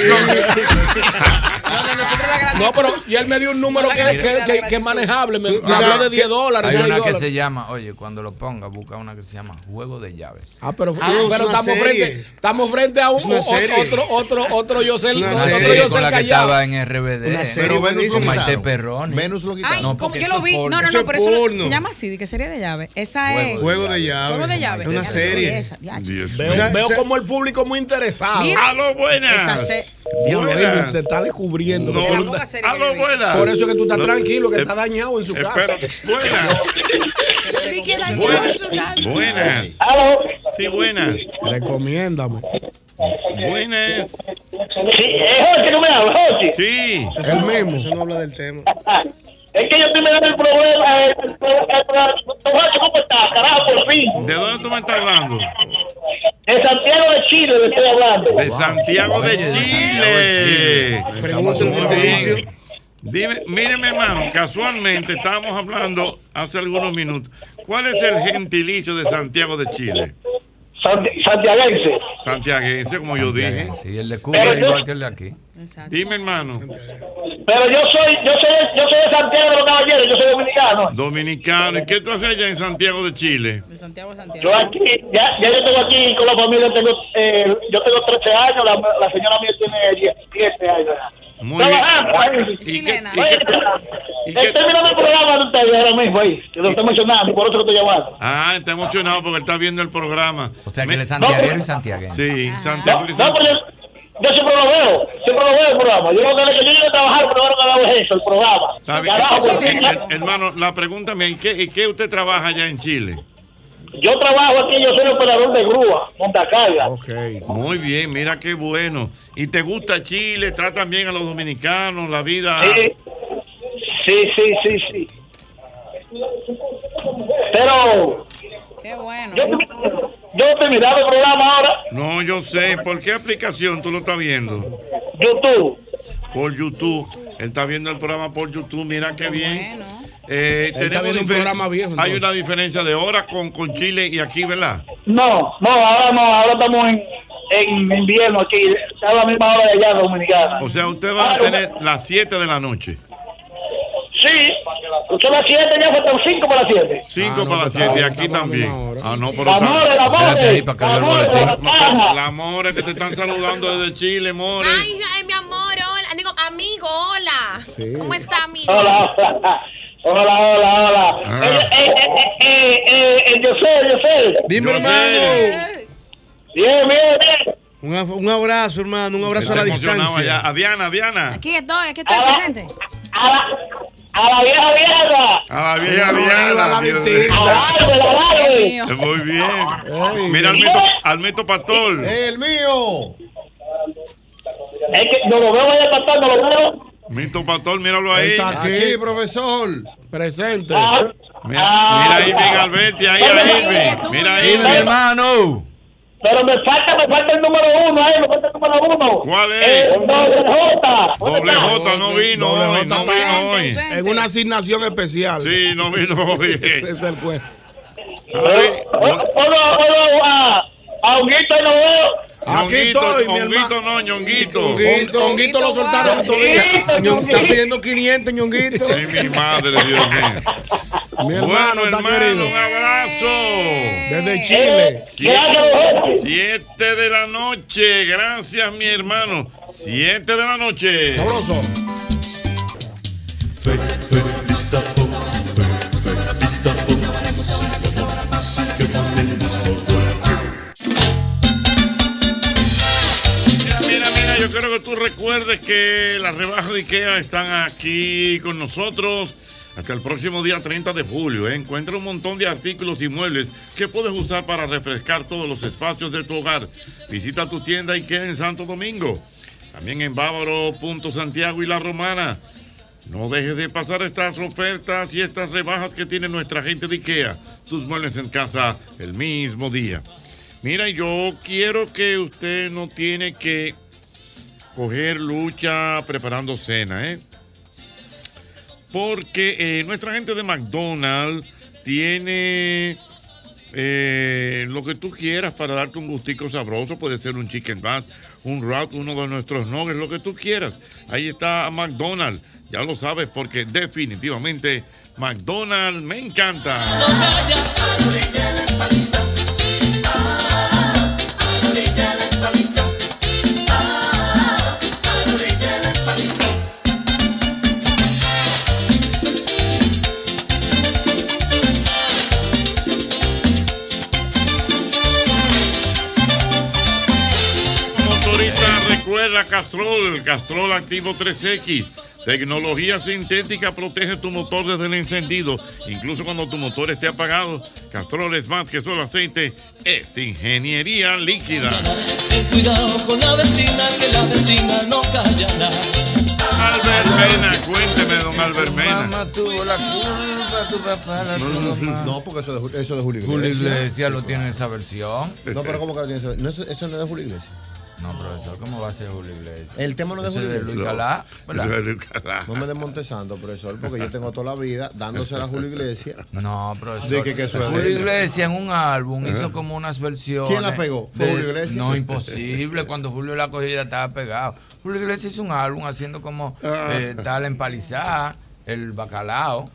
[SPEAKER 13] No, pero ya él me dio un número que, que, que- que es manejable. Me, me
[SPEAKER 18] Tú sabes
[SPEAKER 13] habló de
[SPEAKER 18] que
[SPEAKER 13] 10 dólares,
[SPEAKER 18] Hay
[SPEAKER 13] 6
[SPEAKER 18] una que
[SPEAKER 13] dólares.
[SPEAKER 18] se llama, oye, cuando lo ponga, busca una que se llama Juego de Llaves.
[SPEAKER 13] Ah, pero,
[SPEAKER 18] Ah, es
[SPEAKER 13] pero
[SPEAKER 18] una
[SPEAKER 13] estamos,
[SPEAKER 18] serie.
[SPEAKER 13] frente, estamos frente a un,
[SPEAKER 18] Es una
[SPEAKER 13] o-
[SPEAKER 18] serie.
[SPEAKER 13] otro, otro, otro Yosel,
[SPEAKER 18] Una
[SPEAKER 13] otro
[SPEAKER 18] serie con
[SPEAKER 13] Yosel
[SPEAKER 18] la que
[SPEAKER 13] Callao.
[SPEAKER 18] estaba en RBD.
[SPEAKER 13] Una serie
[SPEAKER 18] Pero Venus
[SPEAKER 13] buenísima.
[SPEAKER 18] con Maite Perroni.
[SPEAKER 7] Venus lo
[SPEAKER 5] Ay, como
[SPEAKER 18] No, porque
[SPEAKER 5] yo
[SPEAKER 18] eso
[SPEAKER 5] lo vi.
[SPEAKER 18] es
[SPEAKER 5] No,
[SPEAKER 18] porno.
[SPEAKER 5] no,
[SPEAKER 18] Eso
[SPEAKER 5] no,
[SPEAKER 18] es
[SPEAKER 5] pero eso
[SPEAKER 18] porno.
[SPEAKER 5] se llama así, de que sería de llave. Esa es.
[SPEAKER 18] Juego de llaves.
[SPEAKER 5] Juego de llave.
[SPEAKER 18] Es una serie.
[SPEAKER 13] Veo,
[SPEAKER 5] O sea,
[SPEAKER 13] veo
[SPEAKER 5] o sea,
[SPEAKER 13] como el público muy interesado.
[SPEAKER 5] Mira.
[SPEAKER 3] ¡Aló, buenas!
[SPEAKER 5] Esta se-
[SPEAKER 13] Diablo,
[SPEAKER 3] Buenas.
[SPEAKER 13] Irving, te está descubriendo.
[SPEAKER 3] No,
[SPEAKER 13] que tú
[SPEAKER 3] no.
[SPEAKER 13] estás-
[SPEAKER 3] ¡Aló, buenas!
[SPEAKER 13] Por eso es que tú estás
[SPEAKER 3] No,
[SPEAKER 13] tranquilo, que
[SPEAKER 3] eh,
[SPEAKER 13] está dañado en su casa.
[SPEAKER 3] Espérate. Buenas. Buenas. Buenas. Sí, buenas.
[SPEAKER 13] Recomiéndame.
[SPEAKER 3] Buenas.
[SPEAKER 32] Sí, es Jorge que me habla, Jorge.
[SPEAKER 3] Sí.
[SPEAKER 13] El mismo.
[SPEAKER 20] Eso no habla del tema.
[SPEAKER 32] Es que yo estoy mirando el problema. el- el- el- el- Jorge, ¿Cómo estás? Carajo, por fin.
[SPEAKER 3] ¿De dónde tú me estás hablando?
[SPEAKER 32] De Santiago de Chile le estoy hablando.
[SPEAKER 3] De Santiago de Chile. Muy bien. Dime, míreme, hermano, casualmente estábamos hablando hace algunos minutos. ¿Cuál es el gentilicio de Santiago de Chile?
[SPEAKER 32] Santi- santiaguense.
[SPEAKER 3] Santiaguense, como yo dije.
[SPEAKER 18] Sí, el de
[SPEAKER 32] Cuba Pero es yo- igual
[SPEAKER 18] que el de aquí.
[SPEAKER 3] Dime, hermano.
[SPEAKER 32] Pero yo soy, yo soy, yo soy de Santiago de los Caballeros, yo soy dominicano.
[SPEAKER 3] Dominicano. ¿Y qué tú haces allá en Santiago de Chile?
[SPEAKER 32] Yo aquí, ya, ya yo tengo aquí con la familia, tengo, eh, yo tengo 13 años, la, la señora mía tiene 17 años.
[SPEAKER 3] Muy
[SPEAKER 32] Trabajando,
[SPEAKER 3] bien. ¿Y qué- y
[SPEAKER 32] Oye,
[SPEAKER 3] qué-
[SPEAKER 32] estoy mirando el programa de ustedes ahora mismo ahí, que lo estoy mencionando, por eso lo estoy llamando.
[SPEAKER 3] Ah, está emocionado porque él está viendo el programa. O sea, que él es
[SPEAKER 32] santiaguero
[SPEAKER 3] santiaguero
[SPEAKER 32] y
[SPEAKER 18] santiaguense.
[SPEAKER 3] Sí,
[SPEAKER 32] Ah. No,
[SPEAKER 3] santiaguero y
[SPEAKER 32] no, pero yo, yo siempre lo veo, siempre lo veo el programa. Yo lo que que yo llego a trabajar, pero ahora no veo eso, el programa.
[SPEAKER 3] Está bien.
[SPEAKER 32] Carajo,
[SPEAKER 3] Eso-
[SPEAKER 32] porque-
[SPEAKER 3] eh, eh, Hermano, la pregunta mía, ¿en qué, en qué usted trabaja allá en Chile?
[SPEAKER 32] Yo trabajo aquí, yo soy operador de grúa, montacarga.
[SPEAKER 3] Muy bien, mira qué bueno. ¿Y te gusta Chile? ¿Tratan bien a los dominicanos? ¿La vida?
[SPEAKER 32] Sí, sí, sí, sí. Pero. Yo, yo te miraba el programa ahora.
[SPEAKER 3] No, yo sé. ¿Por qué aplicación tú lo estás viendo?
[SPEAKER 32] YouTube.
[SPEAKER 3] Por YouTube. Él está viendo el programa por YouTube. Mira qué bien. Eh,
[SPEAKER 13] Él está
[SPEAKER 3] tenemos
[SPEAKER 13] viendo un
[SPEAKER 3] difer-
[SPEAKER 13] programa viejo, entonces.
[SPEAKER 3] Hay una diferencia de horas con, con Chile y aquí, ¿verdad?
[SPEAKER 32] No, no, ahora no, ahora estamos en, en invierno aquí. Está a la misma hora de allá, Dominicana. Ah,
[SPEAKER 3] O sea, usted va a
[SPEAKER 32] Claro.
[SPEAKER 3] tener las 7 de la noche.
[SPEAKER 32] Sí. Usted a las 7 ya faltan 5 para las 7.
[SPEAKER 3] 5
[SPEAKER 13] Ah,
[SPEAKER 3] para las 7 y aquí también. Ah, no, pero
[SPEAKER 32] Amores,
[SPEAKER 3] está-
[SPEAKER 32] amores,
[SPEAKER 3] Espérate ahí para que vea el
[SPEAKER 32] amores,
[SPEAKER 3] boletín.
[SPEAKER 32] amores.
[SPEAKER 3] No, pero- la amores que te están saludando desde Chile, amores.
[SPEAKER 6] Ay, ay, mi amor, hola. Digo, amigo, hola.
[SPEAKER 3] Sí.
[SPEAKER 6] ¿Cómo está, amigo?
[SPEAKER 32] Hola, hola. Hola, hola, hola.
[SPEAKER 3] Ah.
[SPEAKER 32] Eh, eh, eh, eh, eh, eh, yo sé, yo sé.
[SPEAKER 3] Dime,
[SPEAKER 32] hermano. Bien, bien, bien.
[SPEAKER 20] Un, af- un abrazo, hermano, un abrazo a la
[SPEAKER 3] emocionado
[SPEAKER 20] distancia.
[SPEAKER 3] allá. A Diana, Diana.
[SPEAKER 5] Aquí estoy, aquí estoy presente.
[SPEAKER 32] A la vieja vieja.
[SPEAKER 3] A la vieja Diana. Dios mío. Muy bien. Mira, Almeto, Almeto Pastor.
[SPEAKER 7] El mío.
[SPEAKER 32] eh, Es que no lo veo allá pastor, no lo veo.
[SPEAKER 3] Mito Pastor, míralo ahí.
[SPEAKER 13] Está aquí. Aquí,
[SPEAKER 3] profesor.
[SPEAKER 13] Presente.
[SPEAKER 32] Ah,
[SPEAKER 3] Mira, mira ahí, Miguel Alberti, ahí,
[SPEAKER 32] Dame
[SPEAKER 3] ahí,
[SPEAKER 32] la
[SPEAKER 3] ve.
[SPEAKER 32] idea,
[SPEAKER 3] Mira
[SPEAKER 32] tú,
[SPEAKER 3] ahí,
[SPEAKER 32] dime,
[SPEAKER 3] ve.
[SPEAKER 32] mi
[SPEAKER 18] hermano.
[SPEAKER 32] Pero me falta, me falta el número uno, eh, me falta el número uno. Eh,
[SPEAKER 3] ¿Cuál es?
[SPEAKER 32] doble J.
[SPEAKER 3] Doble J no vino hoy, no vino hoy.
[SPEAKER 13] En una asignación especial.
[SPEAKER 3] Sí, no vino hoy. Ese
[SPEAKER 13] es el cuento.
[SPEAKER 32] Hola, hola, a- a Honguito ahí lo veo.
[SPEAKER 13] Aquí estoy, mi hermano.
[SPEAKER 3] Ñonguito no, Ñonguito.
[SPEAKER 13] Honguito, honguito lo soltaron estos días.
[SPEAKER 20] Ñon-
[SPEAKER 13] Ñon-
[SPEAKER 20] Está
[SPEAKER 13] Está
[SPEAKER 20] pidiendo 500, ñonguito.
[SPEAKER 3] Ay, mi madre, Dios mío.
[SPEAKER 13] Mi
[SPEAKER 3] hermano,
[SPEAKER 13] hermano, está querido.
[SPEAKER 3] un abrazo.
[SPEAKER 13] Desde Chile.
[SPEAKER 3] Siete, siete de la noche. Gracias, mi hermano. Siete de la noche.
[SPEAKER 13] Sabroso.
[SPEAKER 3] Mira, mira, yo quiero que tú recuerdes que las rebajas de IKEA están aquí con nosotros. Hasta el próximo día 30 de julio, ¿eh? encuentra un montón de artículos y muebles que puedes usar para refrescar todos los espacios de tu hogar. Visita tu tienda IKEA en Santo Domingo, también en Bávaro, Punto Santiago y La Romana. No dejes de pasar estas ofertas y estas rebajas que tiene nuestra gente de IKEA. Tus muebles en casa el mismo día. Mira, yo quiero que usted no tiene que coger lucha preparando cena, ¿eh? Porque eh, nuestra gente de McDonald's tiene eh, lo que tú quieras para darte un gustico sabroso. Puede ser un chicken bass, un wrap, uno de nuestros nuggets, lo que tú quieras. Ahí está McDonald's. Ya lo sabes porque definitivamente McDonald's me encanta. Motorista, recuerda Castrol, Castrol Activo 3X. Tecnología sintética protege tu motor desde el encendido, incluso cuando tu motor esté apagado. Castrol es más que solo aceite, es ingeniería líquida.
[SPEAKER 1] Cuidado con la vecina, que la vecina no callará.
[SPEAKER 3] Albert Mena, cuénteme, don Albert Mena.
[SPEAKER 7] No, porque eso de, Ju- eso de Julio Iglesias.
[SPEAKER 18] Julio Iglesias lo tiene esa versión.
[SPEAKER 7] No, pero ¿cómo que lo tiene eso? No, eso, eso no es de Julio Iglesias.
[SPEAKER 18] No, profesor, ¿cómo va a ser Julio Iglesias?
[SPEAKER 7] El tema no de
[SPEAKER 18] Ese
[SPEAKER 7] Julio Iglesias.
[SPEAKER 18] Luis Calá, ¿verdad?
[SPEAKER 7] No me desmonte santo, profesor, porque yo tengo toda la vida dándosela a Julio Iglesias.
[SPEAKER 18] No, profesor.
[SPEAKER 7] Sí, que, que suena.
[SPEAKER 18] Julio Iglesias en un álbum hizo
[SPEAKER 7] Ajá.
[SPEAKER 18] como unas versiones.
[SPEAKER 7] ¿Quién la pegó? ¿Fue
[SPEAKER 18] de-
[SPEAKER 7] Julio Iglesias?
[SPEAKER 18] No, imposible. Cuando Julio la cogió ya estaba pegado. Julio Iglesias hizo un álbum haciendo como
[SPEAKER 3] Ah.
[SPEAKER 18] eh, tal empalizada, el bacalao.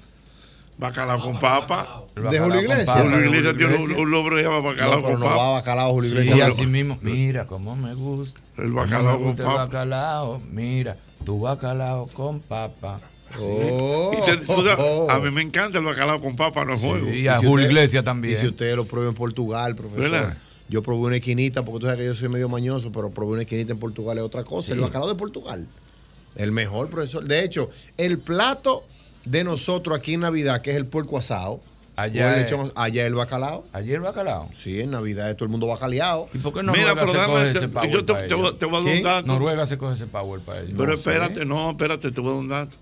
[SPEAKER 3] Bacalao con papa.
[SPEAKER 18] El bacalao con papa.
[SPEAKER 3] Julio Iglesias tiene un, un logro que se llama bacalao
[SPEAKER 18] No, pero
[SPEAKER 3] con
[SPEAKER 18] no
[SPEAKER 3] papa.
[SPEAKER 18] va bacalao, Julio Iglesias. Y así mismo, mira cómo me gusta.
[SPEAKER 3] El
[SPEAKER 18] Cómo me
[SPEAKER 3] bacalao con
[SPEAKER 18] gusta el
[SPEAKER 3] papa.
[SPEAKER 18] bacalao, mira, tu bacalao con papa. Sí.
[SPEAKER 3] Oh. Y te- tú sabes, A mí me encanta el bacalao con papa, no es juego.
[SPEAKER 18] y a
[SPEAKER 7] si
[SPEAKER 18] Julio
[SPEAKER 7] usted-
[SPEAKER 18] Iglesias también.
[SPEAKER 7] Y si usted lo prueba en Portugal, profesor.
[SPEAKER 3] ¿Verdad?
[SPEAKER 7] Yo probé una esquinita, porque tú sabes que yo soy medio mañoso, pero probé una esquinita en Portugal es otra cosa.
[SPEAKER 3] Sí.
[SPEAKER 7] El bacalao de Portugal. El mejor, profesor. De hecho, el plato de nosotros aquí en Navidad, que es el puerco asado.
[SPEAKER 18] Allá
[SPEAKER 7] o el
[SPEAKER 18] es-
[SPEAKER 7] lechón- allá el bacalao.
[SPEAKER 18] Allá el bacalao.
[SPEAKER 7] Sí, en Navidad es todo el mundo bacaleado.
[SPEAKER 18] ¿Y por qué Pues Noruega se coge ese power para ellos? ¿Qué? Noruega se coge ese power para ellos.
[SPEAKER 3] Pero
[SPEAKER 18] No sé.
[SPEAKER 3] espérate, no, espérate, te voy a dar un dato.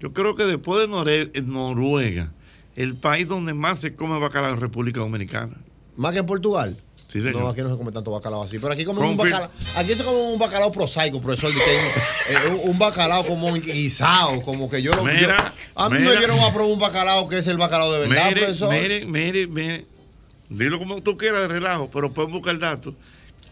[SPEAKER 3] Yo creo que después de Nore- eh, Noruega, el país donde más se come bacalao es República Dominicana.
[SPEAKER 7] ¿Más que en Portugal?
[SPEAKER 3] Sí, señor.
[SPEAKER 7] No, aquí no se come tanto bacalao así. Pero aquí comen un
[SPEAKER 3] Confir-
[SPEAKER 7] bacalao. Aquí se come un bacalao prosaico, profesor. de que, eh, un, un bacalao como guisado, como que yo lo
[SPEAKER 3] Mira,
[SPEAKER 7] yo- A mí me
[SPEAKER 3] mira.
[SPEAKER 7] dieron a probar un bacalao que es el bacalao de verdad,
[SPEAKER 3] mire,
[SPEAKER 7] profesor.
[SPEAKER 3] mire, mire, mire. Dilo como tú quieras de relajo, pero puedes buscar el dato.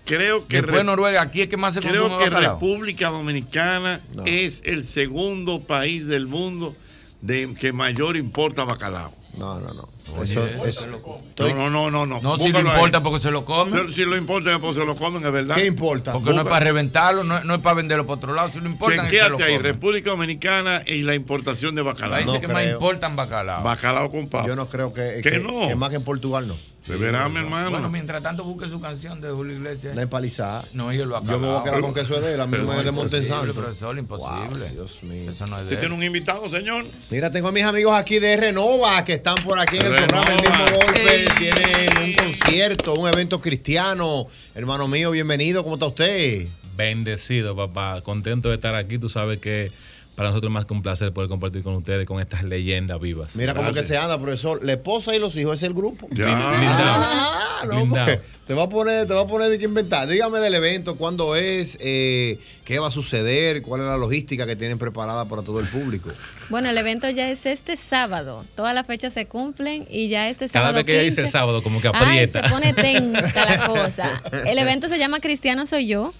[SPEAKER 3] Creo que
[SPEAKER 18] Después de
[SPEAKER 3] Re-
[SPEAKER 18] Noruega, aquí es que más se
[SPEAKER 3] Creo
[SPEAKER 18] consume
[SPEAKER 3] que
[SPEAKER 18] bacalao.
[SPEAKER 3] República Dominicana es el segundo país del mundo de, que mayor importa bacalao.
[SPEAKER 7] No, no, no.
[SPEAKER 18] Oye, eso es loco.
[SPEAKER 3] no, no, no, no.
[SPEAKER 18] No, si lo
[SPEAKER 3] Búscalo
[SPEAKER 18] importa porque se lo comen.
[SPEAKER 3] Si, si lo importa porque se lo comen, es verdad.
[SPEAKER 18] ¿Qué
[SPEAKER 7] importa?
[SPEAKER 18] Porque no es para reventarlo, no, es- no es para venderlo por otro lado, si lo importan es que se lo
[SPEAKER 3] Chequéate ahí,
[SPEAKER 18] comen.
[SPEAKER 3] República Dominicana y la importación de bacalao.
[SPEAKER 18] Países que más importan bacalao.
[SPEAKER 3] Bacalao con papa.
[SPEAKER 7] Yo no creo que,
[SPEAKER 3] Que
[SPEAKER 7] que-
[SPEAKER 3] no.
[SPEAKER 7] que más que en Portugal no.
[SPEAKER 3] Se verá, mi hermano.
[SPEAKER 18] Bueno, mientras tanto busque su canción de Julio Iglesias.
[SPEAKER 7] La empalizada.
[SPEAKER 18] No, y el bacalao.
[SPEAKER 7] Yo me voy a quedar con queso de él, a mí
[SPEAKER 18] Pero
[SPEAKER 7] no me
[SPEAKER 18] es
[SPEAKER 7] desmonten
[SPEAKER 18] imposible,
[SPEAKER 7] santo.
[SPEAKER 18] profesor, imposible.
[SPEAKER 7] Dios mío.
[SPEAKER 18] Eso no es de
[SPEAKER 3] Usted tiene
[SPEAKER 18] él.
[SPEAKER 3] un invitado, señor.
[SPEAKER 7] Mira, tengo a mis amigos aquí de Renova que están por aquí en el
[SPEAKER 3] Renova.
[SPEAKER 7] programa El mismo golpe. Tienen un concierto, un evento cristiano. Hermano mío, bienvenido. ¿Cómo está usted?
[SPEAKER 33] Bendecido, papá. Contento de estar aquí. Tú sabes que para nosotros es más que un placer poder compartir con ustedes, con estas leyendas vivas.
[SPEAKER 7] Mira cómo que se anda, profesor. La esposa y los hijos es el grupo.
[SPEAKER 33] Ya.
[SPEAKER 7] Ah, no,
[SPEAKER 33] Blindado.
[SPEAKER 7] pues, te va a poner, te va a poner de que inventar. Dígame del evento, cuándo es, eh, qué va a suceder, cuál es la logística que tienen preparada para todo el público.
[SPEAKER 12] Bueno, el evento ya es este sábado. Todas las fechas se cumplen y ya este sábado.
[SPEAKER 33] Cada vez que ella
[SPEAKER 12] 15
[SPEAKER 33] dice sábado, como que
[SPEAKER 12] Ay,
[SPEAKER 33] aprieta.
[SPEAKER 12] se pone tensa la cosa. El evento se llama Cristiano Soy Yo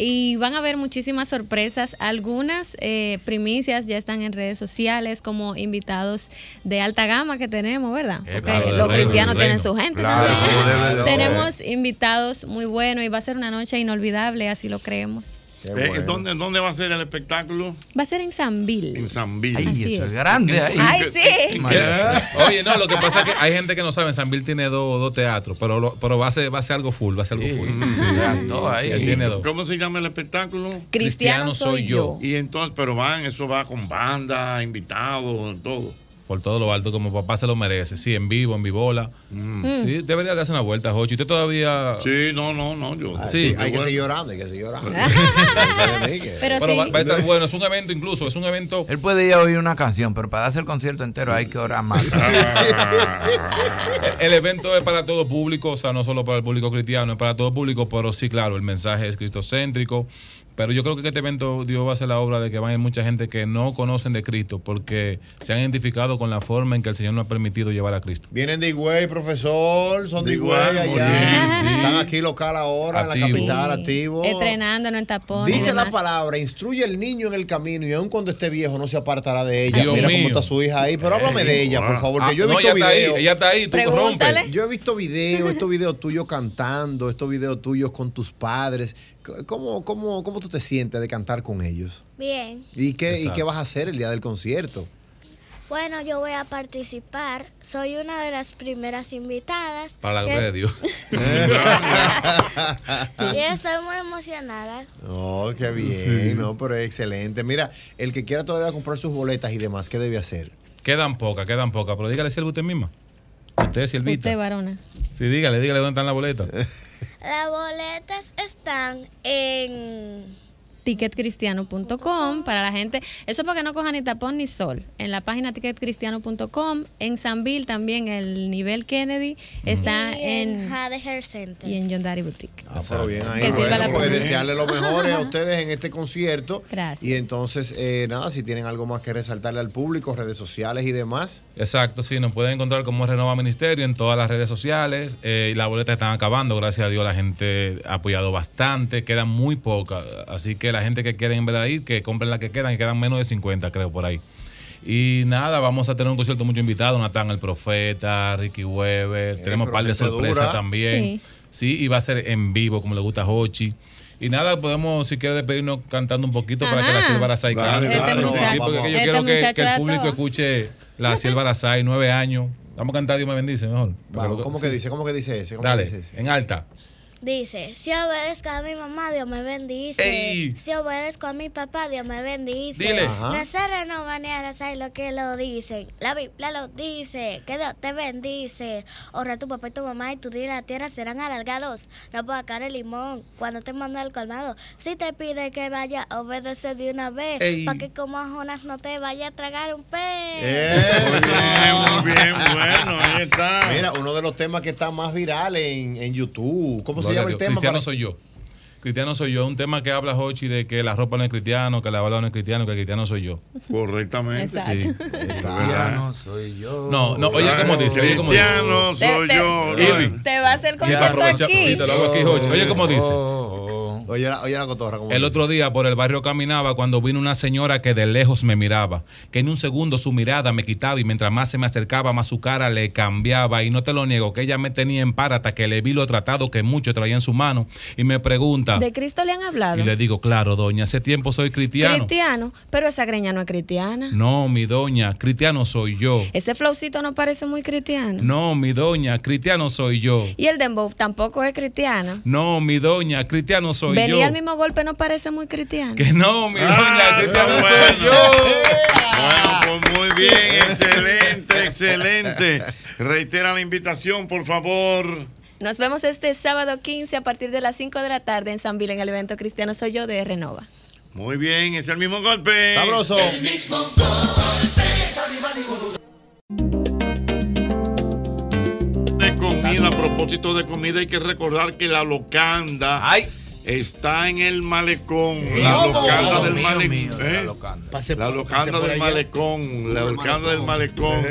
[SPEAKER 12] y van a haber muchísimas sorpresas. Algunas eh, primicias ya están en redes sociales como invitados de alta gama que tenemos, ¿verdad? Porque
[SPEAKER 8] claro, del
[SPEAKER 12] los
[SPEAKER 8] reino,
[SPEAKER 12] cristianos
[SPEAKER 8] del
[SPEAKER 12] tienen
[SPEAKER 8] reino.
[SPEAKER 12] su gente
[SPEAKER 8] Claro,
[SPEAKER 12] también.
[SPEAKER 8] como debe de ser.
[SPEAKER 12] Tenemos invitados muy buenos y va a ser una noche inolvidable, así lo creemos.
[SPEAKER 3] Eh, ¿dónde, dónde va a ser el espectáculo?
[SPEAKER 12] Va a ser en Sanville.
[SPEAKER 3] En San Bill.
[SPEAKER 12] Ay, Así eso es es.
[SPEAKER 33] grande ahí.
[SPEAKER 12] Ay, sí.
[SPEAKER 33] Oye, no, lo que pasa es que hay gente que no sabe, Sanville tiene dos dos teatros, pero, lo- pero va, a ser, va a ser algo full, va a ser algo full. Sí,
[SPEAKER 3] Todo ahí.
[SPEAKER 33] Él tiene dos.
[SPEAKER 3] ¿Cómo se llama el espectáculo? Cristiano,
[SPEAKER 33] Cristiano soy yo.
[SPEAKER 3] Y entonces, pero van, eso va con banda, invitados, todo.
[SPEAKER 33] Por todo lo alto, como papá se lo merece. Sí, en vivo, en vivola. Sí, debería darse una vuelta, Jochi. Usted todavía.
[SPEAKER 3] Mm. Sí, no, no, no, yo.
[SPEAKER 33] Sí,
[SPEAKER 7] Ah, hay que seguir llorando, hay que seguir llorando.
[SPEAKER 33] Pero va, va a estar bueno, es un evento incluso, es un evento.
[SPEAKER 18] Él puede ir a oír una canción, pero para darse el concierto entero hay que orar más.
[SPEAKER 33] El evento es para todo público, o sea, no solo para el público cristiano, es para todo público, pero sí, claro, el mensaje es cristocéntrico. Pero yo creo que este evento Dios va a hacer la obra de que van a ir mucha gente que no conocen de Cristo porque se han identificado con la forma en que el Señor nos ha permitido llevar a Cristo.
[SPEAKER 7] Vienen de Higüey, profesor, son de Higüey allá. Están aquí local ahora en
[SPEAKER 33] Activo.
[SPEAKER 7] la capital, activo.
[SPEAKER 23] Este
[SPEAKER 12] Entrenándonos en tapones. y
[SPEAKER 7] Dice la
[SPEAKER 12] demás.
[SPEAKER 7] palabra, instruye el niño en el camino y aun cuando esté viejo no se apartará de ella.
[SPEAKER 33] Dios
[SPEAKER 7] Mira
[SPEAKER 33] mío.
[SPEAKER 7] cómo está su hija ahí, pero háblame de ella, por favor, que
[SPEAKER 33] Ah,
[SPEAKER 7] yo he
[SPEAKER 33] no,
[SPEAKER 7] visto
[SPEAKER 33] ella está ahí,
[SPEAKER 7] videos.
[SPEAKER 33] ella está ahí, tú Pregúntale. rompes.
[SPEAKER 7] Yo he visto videos, estos videos tuyos cantando, estos videos tuyos con tus padres. C- ¿Cómo, cómo, cómo tú te sientes de cantar con ellos?
[SPEAKER 34] Bien.
[SPEAKER 7] ¿Y qué, ¿Y
[SPEAKER 33] Exacto.
[SPEAKER 7] qué vas a hacer el día del concierto?
[SPEAKER 34] Bueno, yo voy a participar. Soy una de las primeras invitadas.
[SPEAKER 33] Para la
[SPEAKER 34] Y
[SPEAKER 33] gloria de
[SPEAKER 34] es-
[SPEAKER 33] Dios.
[SPEAKER 34] Y estoy muy emocionada.
[SPEAKER 7] Oh, qué
[SPEAKER 33] Sí.
[SPEAKER 7] bien, no, pero excelente. Mira, el que quiera todavía comprar sus boletas y demás, ¿qué debe hacer?
[SPEAKER 33] Quedan pocas, quedan pocas, pero dígale siervo usted misma. Usted, siervita.
[SPEAKER 12] Usted, varona.
[SPEAKER 33] Sí, dígale, dígale dónde están las boletas.
[SPEAKER 34] Las boletas están en
[SPEAKER 12] ticketcristiano.com para la gente. Eso es para que no coja ni tapón ni sol. En la página ticketcristiano.com, en Sanville también el nivel Kennedy está
[SPEAKER 34] Y
[SPEAKER 12] en
[SPEAKER 34] Jade Hair Center.
[SPEAKER 12] y en John Daddy Boutique.
[SPEAKER 7] Ah, pero bien ahí.
[SPEAKER 12] Que sirva
[SPEAKER 7] bueno,
[SPEAKER 12] la
[SPEAKER 7] pues,
[SPEAKER 12] comida.
[SPEAKER 7] desearle lo mejor a ustedes en este concierto.
[SPEAKER 12] Gracias.
[SPEAKER 7] Y entonces, eh, nada, si tienen algo más que resaltarle al público, redes sociales y demás.
[SPEAKER 33] Exacto, sí, nos pueden encontrar como Renova Ministerio en todas las redes sociales. eh, y las boletas están acabando, gracias a Dios la gente ha apoyado bastante, quedan muy pocas. Así que la gente que quiere en verdad ir, que compren las que quedan, que quedan menos de 50, creo, por ahí. Y nada, vamos a tener un concierto mucho invitado, Natán el Profeta, Ricky
[SPEAKER 12] Eh,
[SPEAKER 33] Weber, tenemos un
[SPEAKER 7] pero
[SPEAKER 33] par de
[SPEAKER 7] gente
[SPEAKER 33] sorpresas
[SPEAKER 7] dura.
[SPEAKER 33] también.
[SPEAKER 7] Sí.
[SPEAKER 33] Sí. y va a ser en vivo, como le gusta a Hochi. Y nada, podemos, si quiere, despedirnos cantando un poquito para que la
[SPEAKER 12] Ajá.
[SPEAKER 33] Silvara Sai
[SPEAKER 12] Dale,
[SPEAKER 33] cante.
[SPEAKER 12] dale,
[SPEAKER 33] Sí,
[SPEAKER 12] vamos,
[SPEAKER 33] porque
[SPEAKER 12] vamos.
[SPEAKER 33] yo
[SPEAKER 12] Ah. Este
[SPEAKER 33] quiero que- que,
[SPEAKER 12] muchacho
[SPEAKER 33] el
[SPEAKER 12] da
[SPEAKER 33] público
[SPEAKER 12] todo.
[SPEAKER 33] escuche la Silva Arasai, nueve años. Vamos a cantar Dios me bendice, mejor.
[SPEAKER 7] Vamos, ¿cómo que dice? ¿Cómo que dice ese? ¿Cómo que
[SPEAKER 33] Dale,
[SPEAKER 7] dice
[SPEAKER 33] en alta.
[SPEAKER 34] Dice, si obedezco a mi mamá, Dios me bendice.
[SPEAKER 33] Ey.
[SPEAKER 34] Si obedezco a mi papá, Dios me bendice.
[SPEAKER 33] Dile. Ajá.
[SPEAKER 34] Nazareno, maneras hay lo que lo dicen. La Biblia lo dice, que Dios te bendice. Ahora tu papá y tu mamá y tu tía y la tierra serán alargados. No puedo sacar el limón cuando te manda el colmado. Si te pide que vaya, obedece de una vez.
[SPEAKER 3] Ey.
[SPEAKER 34] Pa' que como a Jonas no te vaya a tragar un pez.
[SPEAKER 12] Eh.
[SPEAKER 7] Muy bien,
[SPEAKER 3] muy bien, bueno, ahí está.
[SPEAKER 7] Eh, Mira, uno de los temas que está más viral en, en YouTube. ¿Cómo se
[SPEAKER 33] Gloria
[SPEAKER 7] llama el
[SPEAKER 33] a Dios.
[SPEAKER 7] tema?
[SPEAKER 33] Cristiano
[SPEAKER 7] para-
[SPEAKER 33] soy yo. Cristiano soy yo. Un tema que habla Hochi de que la ropa no es cristiano, que la bala no es cristiano, que el cristiano soy yo.
[SPEAKER 3] Correctamente.
[SPEAKER 33] Sí.
[SPEAKER 7] Ah.
[SPEAKER 18] Cristiano soy yo.
[SPEAKER 33] No, no, oye cómo dice, oye cómo dice.
[SPEAKER 18] Cristiano soy
[SPEAKER 33] Te- te-
[SPEAKER 18] yo.
[SPEAKER 33] Irving.
[SPEAKER 26] Te va a hacer
[SPEAKER 33] Sí,
[SPEAKER 26] concierto
[SPEAKER 33] aprovecha-
[SPEAKER 26] aquí.
[SPEAKER 33] sí, te lo hago aquí, Hochi. Oye cómo dice.
[SPEAKER 7] Oye, la- oye la cotorra. ¿cómo
[SPEAKER 33] El
[SPEAKER 7] dice?
[SPEAKER 33] otro día por el barrio caminaba cuando vino una señora que de lejos me miraba, que en un segundo su mirada me quitaba y mientras más se me acercaba, más su cara le cambiaba. Y no te lo niego, que ella me tenía en par hasta que le vi lo tratado que mucho traía en su mano y me pregunta.
[SPEAKER 23] De Cristo le han hablado.
[SPEAKER 33] Y le digo, claro, doña, hace tiempo soy cristiano.
[SPEAKER 23] Cristiano, pero esa greña no es cristiana.
[SPEAKER 33] No, mi doña, cristiano soy yo.
[SPEAKER 23] Ese flowcito no parece muy cristiano.
[SPEAKER 33] No, mi doña, cristiano soy yo.
[SPEAKER 23] Y el dembow tampoco es cristiano.
[SPEAKER 33] No, mi doña, cristiano soy
[SPEAKER 23] Belía
[SPEAKER 33] yo.
[SPEAKER 23] al mismo golpe no parece muy cristiano.
[SPEAKER 33] Que no, mi doña, cristiano soy yo.
[SPEAKER 3] Bueno, pues muy bien, excelente, excelente. Reitera la invitación, por favor.
[SPEAKER 23] Nos vemos este sábado 15 a partir de las 5 de la tarde en San Vil en el evento Cristiano Soy Yo de Renova.
[SPEAKER 3] Muy bien, es el mismo golpe.
[SPEAKER 23] Sabroso. El
[SPEAKER 3] mismo De comida, a propósito de comida, hay que recordar que la locanda está en el malecón. La
[SPEAKER 19] ¿Cómo?
[SPEAKER 3] locanda
[SPEAKER 19] Mío,
[SPEAKER 3] del
[SPEAKER 19] mío,
[SPEAKER 3] malecón.
[SPEAKER 19] de la
[SPEAKER 3] ¿eh?
[SPEAKER 19] locanda.
[SPEAKER 3] La
[SPEAKER 19] pase
[SPEAKER 3] locanda
[SPEAKER 19] por
[SPEAKER 3] del
[SPEAKER 19] allá.
[SPEAKER 3] malecón. La
[SPEAKER 19] Del
[SPEAKER 3] locanda del malecón.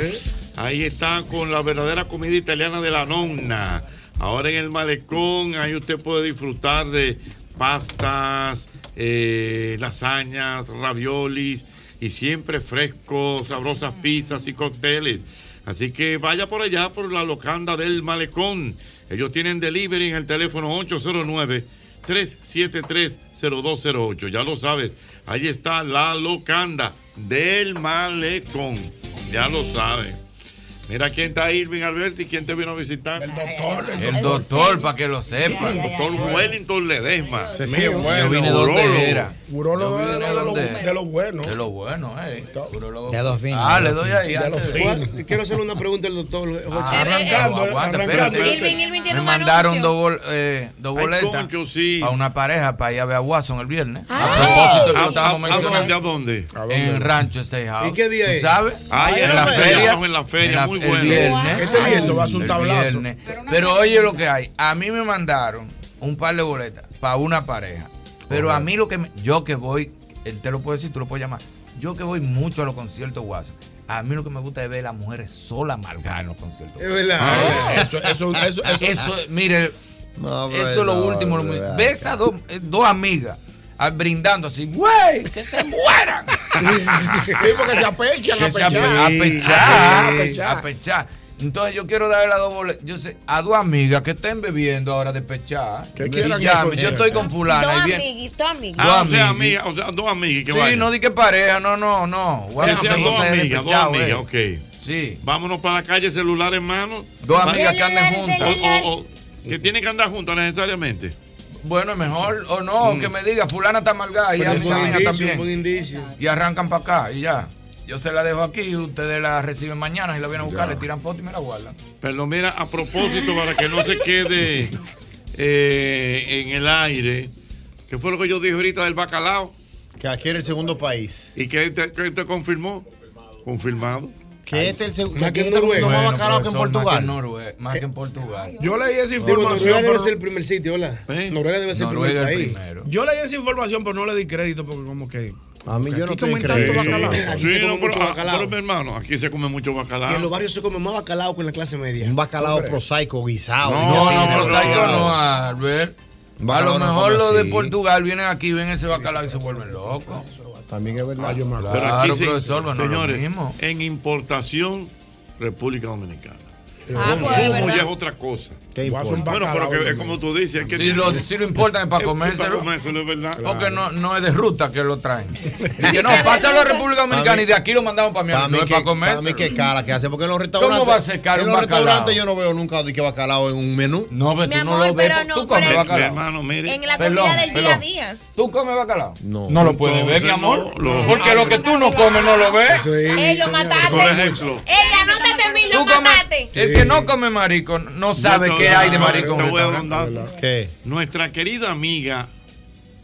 [SPEAKER 3] Ahí está con la verdadera comida italiana de la nonna. Ahora en el malecón, ahí usted puede disfrutar de pastas, eh, lasañas, raviolis y siempre frescos, sabrosas pizzas y cócteles. Así que vaya por allá, por la locanda del malecón. Ellos tienen delivery en el teléfono 809. 373-0208. Ya lo sabes, ahí está la locanda del malecón. Ya lo sabes. Mira quién está Irving Alberti, quién te vino a visitar. El doctor.
[SPEAKER 18] El doctor, para que lo sepa.
[SPEAKER 3] El doctor Wellington Ledesma.
[SPEAKER 18] Sí,
[SPEAKER 3] Mío,
[SPEAKER 18] bueno. Yo vine de
[SPEAKER 3] urólogo.
[SPEAKER 18] donde era.
[SPEAKER 13] Urólogo
[SPEAKER 18] Yo vine
[SPEAKER 13] de,
[SPEAKER 18] de
[SPEAKER 13] de lo,
[SPEAKER 18] donde-
[SPEAKER 13] de lo bueno.
[SPEAKER 18] De lo bueno, eh. Urólogo.
[SPEAKER 13] De los finos,
[SPEAKER 18] Ah,
[SPEAKER 13] de
[SPEAKER 18] le
[SPEAKER 13] los
[SPEAKER 18] doy
[SPEAKER 13] finos.
[SPEAKER 18] ahí.
[SPEAKER 13] De los
[SPEAKER 18] antes.
[SPEAKER 13] finos.
[SPEAKER 20] Juan, quiero hacerle una pregunta al doctor Jochi.
[SPEAKER 18] Ah, arrancando, aguanta, espérate.
[SPEAKER 20] Irving, Irving tiene
[SPEAKER 18] Me
[SPEAKER 20] un
[SPEAKER 18] mandaron
[SPEAKER 20] anuncio.
[SPEAKER 18] dos, bol- eh, dos
[SPEAKER 20] Ay,
[SPEAKER 18] boletas a una pareja para ir a ver a Watson el viernes.
[SPEAKER 3] Ah.
[SPEAKER 18] a propósito que
[SPEAKER 3] ¿A-
[SPEAKER 18] lo estábamos
[SPEAKER 3] a- a dónde,
[SPEAKER 18] mencionando.
[SPEAKER 3] a dónde?
[SPEAKER 18] En Rancho Steakhouse.
[SPEAKER 3] ¿Y qué día
[SPEAKER 18] ¿Tú
[SPEAKER 3] es?
[SPEAKER 18] sabes?
[SPEAKER 3] Ay, en la
[SPEAKER 18] en, la
[SPEAKER 3] feria.
[SPEAKER 18] feria.
[SPEAKER 3] En la feria, muy
[SPEAKER 18] el
[SPEAKER 3] bueno.
[SPEAKER 18] viernes.
[SPEAKER 13] Este día eso va a ser un
[SPEAKER 18] El
[SPEAKER 13] tablazo.
[SPEAKER 18] viernes. Pero oye lo que hay. A mí me mandaron un par de boletas para una pareja. Pero a mí lo que me- yo que voy, él te lo puedo decir, tú lo puedes llamar. Yo que voy mucho a los conciertos Watson. A mí lo que me gusta es ver a las mujeres solas malgar en los conciertos.
[SPEAKER 13] Es verdad.
[SPEAKER 18] Ah.
[SPEAKER 13] Eso- eso- eso- eso-
[SPEAKER 18] mire, eso es lo
[SPEAKER 13] no,
[SPEAKER 18] último. lo
[SPEAKER 13] de
[SPEAKER 18] mu-
[SPEAKER 13] verdad.
[SPEAKER 18] Ves a dos, eh, dos amigas ah, brindando así, güey, que se mueran.
[SPEAKER 21] Sí, porque se apechan,
[SPEAKER 18] Que se ape-
[SPEAKER 21] apechan.
[SPEAKER 18] a pechar,
[SPEAKER 21] Sí.
[SPEAKER 18] a pechar, a pechar. Entonces yo quiero darle a dos boletas. Yo sé, a dos amigas que estén bebiendo ahora de pechar. Y
[SPEAKER 3] quieran
[SPEAKER 18] llame,
[SPEAKER 3] ir a
[SPEAKER 18] yo estoy con fulana
[SPEAKER 6] Dos
[SPEAKER 18] y viene.
[SPEAKER 6] amiguis, dos amiguis.
[SPEAKER 3] Ah, o sea,
[SPEAKER 18] amiguis.
[SPEAKER 3] amiga, o sea, dos amigas que
[SPEAKER 18] sí,
[SPEAKER 3] vayan.
[SPEAKER 18] no di que pareja, no, no, no. Bueno,
[SPEAKER 3] Que sean
[SPEAKER 18] no
[SPEAKER 3] dos
[SPEAKER 18] se dejen
[SPEAKER 3] amigas, dos
[SPEAKER 18] pechar,
[SPEAKER 3] amigas,
[SPEAKER 18] güey.
[SPEAKER 3] ok.
[SPEAKER 18] Sí.
[SPEAKER 3] Vámonos para la calle, celular en mano.
[SPEAKER 18] Dos amigas que anden Celular, juntas. celular.
[SPEAKER 3] O- o- o- que tienen que andar juntas necesariamente.
[SPEAKER 18] Bueno, mejor o no, que me diga, fulana está amargada y
[SPEAKER 3] Pero
[SPEAKER 18] a
[SPEAKER 3] es un indicio,
[SPEAKER 18] también.
[SPEAKER 3] un
[SPEAKER 18] Y arrancan para acá y ya. Yo se la dejo aquí, ustedes la reciben mañana y la vienen a buscar,
[SPEAKER 3] Ya.
[SPEAKER 18] le tiran foto y me la guardan.
[SPEAKER 3] Perdón, mira, a propósito, para que no se quede eh, en el aire, ¿Qué fue lo que yo dije ahorita del bacalao?
[SPEAKER 7] Que aquí era el segundo país.
[SPEAKER 3] ¿Y qué te, qué te confirmó? Confirmado.
[SPEAKER 7] Que este es el segundo.
[SPEAKER 3] Más
[SPEAKER 7] Que
[SPEAKER 3] que
[SPEAKER 7] aquí estamos
[SPEAKER 3] Noruega.
[SPEAKER 7] tomando
[SPEAKER 3] Bueno,
[SPEAKER 7] bacalao que en
[SPEAKER 3] profesor, más
[SPEAKER 7] Portugal. Eh,
[SPEAKER 3] que
[SPEAKER 18] Noruega, más que en Portugal.
[SPEAKER 4] Yo leí esa
[SPEAKER 18] Digo,
[SPEAKER 4] información.
[SPEAKER 18] Noruega debe
[SPEAKER 4] pero-
[SPEAKER 18] ser
[SPEAKER 4] el primer sitio, ¿verdad?
[SPEAKER 3] ¿Eh?
[SPEAKER 18] Noruega debe ser el Noruega primer el país.
[SPEAKER 4] Yo leí esa información, pero no le di crédito porque como que.
[SPEAKER 7] A mí
[SPEAKER 4] yo no
[SPEAKER 3] Sí, Sí, no, pero, ah, pero, mi hermano, aquí se come mucho bacalao.
[SPEAKER 4] Y
[SPEAKER 18] ah.
[SPEAKER 4] en los barrios se come más bacalao que en la clase media.
[SPEAKER 7] Un bacalao prosaico guisado.
[SPEAKER 18] No, no,
[SPEAKER 7] pero
[SPEAKER 18] prosaico no, Albert. A
[SPEAKER 7] Bacalao
[SPEAKER 18] lo
[SPEAKER 7] no
[SPEAKER 18] mejor
[SPEAKER 7] come
[SPEAKER 18] los de
[SPEAKER 7] así.
[SPEAKER 18] Portugal vienen aquí, ven ese bacalao y se vuelven locos.
[SPEAKER 7] También es verdad.
[SPEAKER 18] yo me acuerdo.
[SPEAKER 3] Pero
[SPEAKER 18] Claro,
[SPEAKER 3] aquí sí,
[SPEAKER 18] profesor, bueno, lo
[SPEAKER 3] señores,
[SPEAKER 18] mismo.
[SPEAKER 3] en importación, República Dominicana.
[SPEAKER 18] Ah,
[SPEAKER 3] Consumo
[SPEAKER 18] pues, ¿verdad?
[SPEAKER 3] ya es otra cosa.
[SPEAKER 18] ¿Qué importa?
[SPEAKER 3] Bueno, pero que es como tú dices. es que
[SPEAKER 18] Si
[SPEAKER 3] tiene-
[SPEAKER 18] lo, si lo importan es para
[SPEAKER 3] es
[SPEAKER 18] comérselo.
[SPEAKER 3] Para comérselo, es verdad.
[SPEAKER 18] Porque no, no es de ruta que lo traen. Dije, no, pásalo a República Dominicana y de aquí lo mandamos para Miami. No es para comer.
[SPEAKER 7] A mí qué cara que hace, porque en los restaurantes.
[SPEAKER 18] va a ser caro
[SPEAKER 7] En
[SPEAKER 18] un
[SPEAKER 7] los
[SPEAKER 18] bacalao?
[SPEAKER 7] restaurantes yo no veo nunca de que bacalao en un menú.
[SPEAKER 18] No,
[SPEAKER 6] Mi amor, pero no, pero en- en la comida
[SPEAKER 7] Perdón,
[SPEAKER 6] del día a
[SPEAKER 7] perdón.
[SPEAKER 6] día.
[SPEAKER 18] ¿Tú comes bacalao?
[SPEAKER 7] No.
[SPEAKER 18] No lo puedes ver, mi amor. Porque lo que tú no comes no lo ves.
[SPEAKER 6] Ey, lo mataste.
[SPEAKER 18] Por ejemplo.
[SPEAKER 6] Ey, anótate mil, lo
[SPEAKER 18] Tú comes-
[SPEAKER 6] mataste.
[SPEAKER 18] El que no come marico no sabe
[SPEAKER 3] Yo te-
[SPEAKER 18] qué hay de marico. en
[SPEAKER 3] Te
[SPEAKER 18] un
[SPEAKER 3] voy a dar un
[SPEAKER 18] restaurante.
[SPEAKER 3] dato. Nuestra querida amiga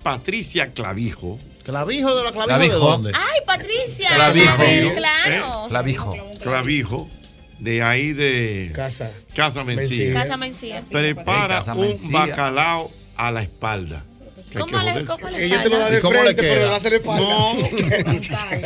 [SPEAKER 3] Patricia Clavijo.
[SPEAKER 7] ¿Clavijo de la clavijo,
[SPEAKER 3] Clavijo.
[SPEAKER 7] de dónde?
[SPEAKER 18] Ah,
[SPEAKER 6] Ay, Patricia.
[SPEAKER 3] Clavijo.
[SPEAKER 6] Clavel,
[SPEAKER 3] ¿eh?
[SPEAKER 6] claro.
[SPEAKER 3] Clavijo. Clavijo. De ahí de. Casa. Casa Mencía.
[SPEAKER 6] Casa Mencía.
[SPEAKER 3] Prepara
[SPEAKER 6] En Casa
[SPEAKER 3] un
[SPEAKER 6] Mencía.
[SPEAKER 3] bacalao a la espalda. Que hay
[SPEAKER 6] ¿Cómo
[SPEAKER 3] que
[SPEAKER 6] le-
[SPEAKER 3] joderse.
[SPEAKER 6] cómo le
[SPEAKER 4] Ella te lo da de frente, pero le va a hacer espalda.
[SPEAKER 3] No.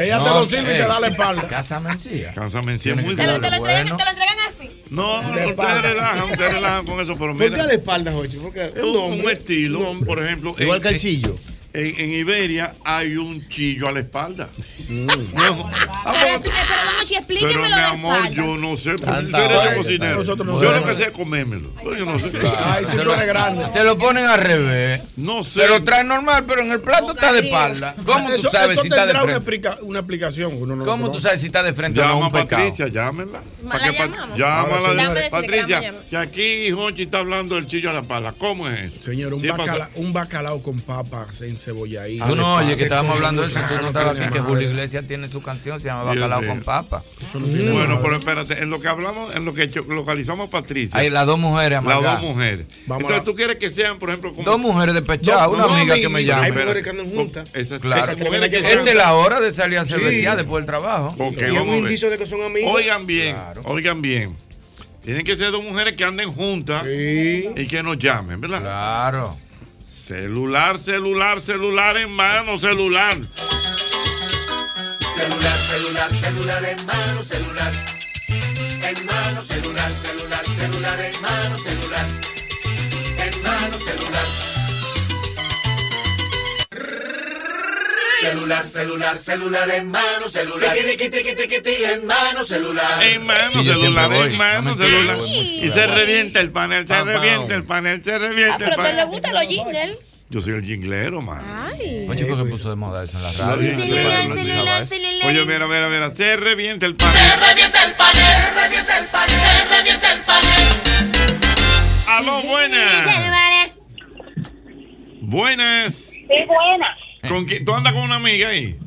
[SPEAKER 4] Ella te lo sirve y te da la
[SPEAKER 18] espalda. Casa Mencía.
[SPEAKER 3] Casa Mencía es muy
[SPEAKER 6] Te lo, te lo
[SPEAKER 3] dura.
[SPEAKER 6] entregan, te lo entregan así.
[SPEAKER 3] No, no,
[SPEAKER 4] De
[SPEAKER 3] no, ustedes
[SPEAKER 4] espalda.
[SPEAKER 3] relajan, ustedes relajan con eso, pero
[SPEAKER 4] ¿Por qué
[SPEAKER 3] mira.
[SPEAKER 4] a la espalda, Jochi? Porque
[SPEAKER 3] Es un, un estilo, por ejemplo.
[SPEAKER 7] Igual que el
[SPEAKER 3] chillo. En, en Iberia hay un chillo a la espalda. No,
[SPEAKER 6] Pero, tú- eh, pero vamos, explíqueme
[SPEAKER 3] pero mi
[SPEAKER 6] lo de
[SPEAKER 3] amor,
[SPEAKER 6] espalda.
[SPEAKER 3] yo no sé. porque
[SPEAKER 18] Tanta
[SPEAKER 3] Usted eres
[SPEAKER 18] vaina.
[SPEAKER 3] de cocinero.
[SPEAKER 18] Nosotros no
[SPEAKER 3] yo lo
[SPEAKER 18] sabemos.
[SPEAKER 3] que sé es comérmelo. Yo no sé.
[SPEAKER 18] Ay, si tú eres grande. Te lo ponen al revés.
[SPEAKER 3] No sé.
[SPEAKER 18] Te lo traen normal, pero en el plato está de espalda. ¿Cómo tú
[SPEAKER 13] Eso-
[SPEAKER 18] sabes
[SPEAKER 13] eso
[SPEAKER 18] si está de
[SPEAKER 13] tendrá una,
[SPEAKER 18] frente?
[SPEAKER 13] explica- una explicación. uno no lo
[SPEAKER 18] ¿Cómo tú
[SPEAKER 13] conoce.
[SPEAKER 18] sabes si está de frente o no?
[SPEAKER 13] Llama
[SPEAKER 18] Un pecado.
[SPEAKER 3] Patricia, llámenla.
[SPEAKER 6] Ma- La llamamos.
[SPEAKER 3] Llámala,
[SPEAKER 6] Dame decirle que la
[SPEAKER 3] Patricia.
[SPEAKER 6] vamos a llamar.
[SPEAKER 3] Que aquí Jonchi está hablando del chillo a la espalda. ¿Cómo es eso?
[SPEAKER 13] Señor, un,
[SPEAKER 3] ¿Qué pasa?
[SPEAKER 13] bacala- un bacalao con papas en cebollaí.
[SPEAKER 18] Tú no oye que estábamos hablando de eso. Tú no estabas aquí que Julio Iglesias tiene su canción, se llama
[SPEAKER 3] Dios
[SPEAKER 18] Bacalao
[SPEAKER 3] mío.
[SPEAKER 18] con Papa.
[SPEAKER 3] Mm. bueno, pero espérate, en lo que hablamos, en lo que cho- localizamos a Patricia.
[SPEAKER 18] Hay las dos mujeres,
[SPEAKER 3] Las
[SPEAKER 18] amargadas.
[SPEAKER 3] dos mujeres. Entonces tú quieres que sean, por ejemplo, como.
[SPEAKER 18] Dos mujeres de pechada, una amiga que me llama.
[SPEAKER 3] Hay mujeres que andan juntas. Esas,
[SPEAKER 18] Claro.
[SPEAKER 3] esas mujeres que
[SPEAKER 18] Esta es la hora de salir a
[SPEAKER 3] Sí.
[SPEAKER 18] cervecear después del trabajo.
[SPEAKER 3] Ok,
[SPEAKER 4] Y es un
[SPEAKER 3] vamos a ver.
[SPEAKER 4] indicio de que son amigos.
[SPEAKER 3] Oigan bien, oigan bien. Tienen que ser dos mujeres que anden juntas y que nos llamen, ¿verdad?
[SPEAKER 18] Claro.
[SPEAKER 3] Celular, celular, celular en mano, celular.
[SPEAKER 1] Celular, celular, celular en mano, celular. En mano, celular, celular, celular en mano, celular. En mano, celular. Celular, celular, celular en mano, celular. Tiki, tiki, tiki, tiki, tiki, en mano, celular.
[SPEAKER 3] En mano,
[SPEAKER 1] Sí, yo
[SPEAKER 3] celular,
[SPEAKER 1] siempre voy.
[SPEAKER 3] en mano,
[SPEAKER 1] No me
[SPEAKER 3] celular.
[SPEAKER 1] quiero, voy mucho.
[SPEAKER 3] Y se revienta el panel, se
[SPEAKER 1] Pam, pam.
[SPEAKER 3] revienta el panel, se
[SPEAKER 6] Ah,
[SPEAKER 3] revienta el
[SPEAKER 6] pero te le
[SPEAKER 3] panel.
[SPEAKER 6] gustan los jingles.
[SPEAKER 3] Yo soy el jinglero, man.
[SPEAKER 6] Ay.
[SPEAKER 18] Oye, ¿por qué puso de moda eso en la
[SPEAKER 3] Lo
[SPEAKER 18] radio?
[SPEAKER 3] dije, claro, no escuchaba eso. Oye, mira, mira, mira, se revienta el panel. Se revienta el panel, se revienta el panel, se revienta el panel. Aló, buenas. Buenas.
[SPEAKER 8] Sí, buena.
[SPEAKER 3] ¿Con quién? ¿Tú andas con una amiga ahí?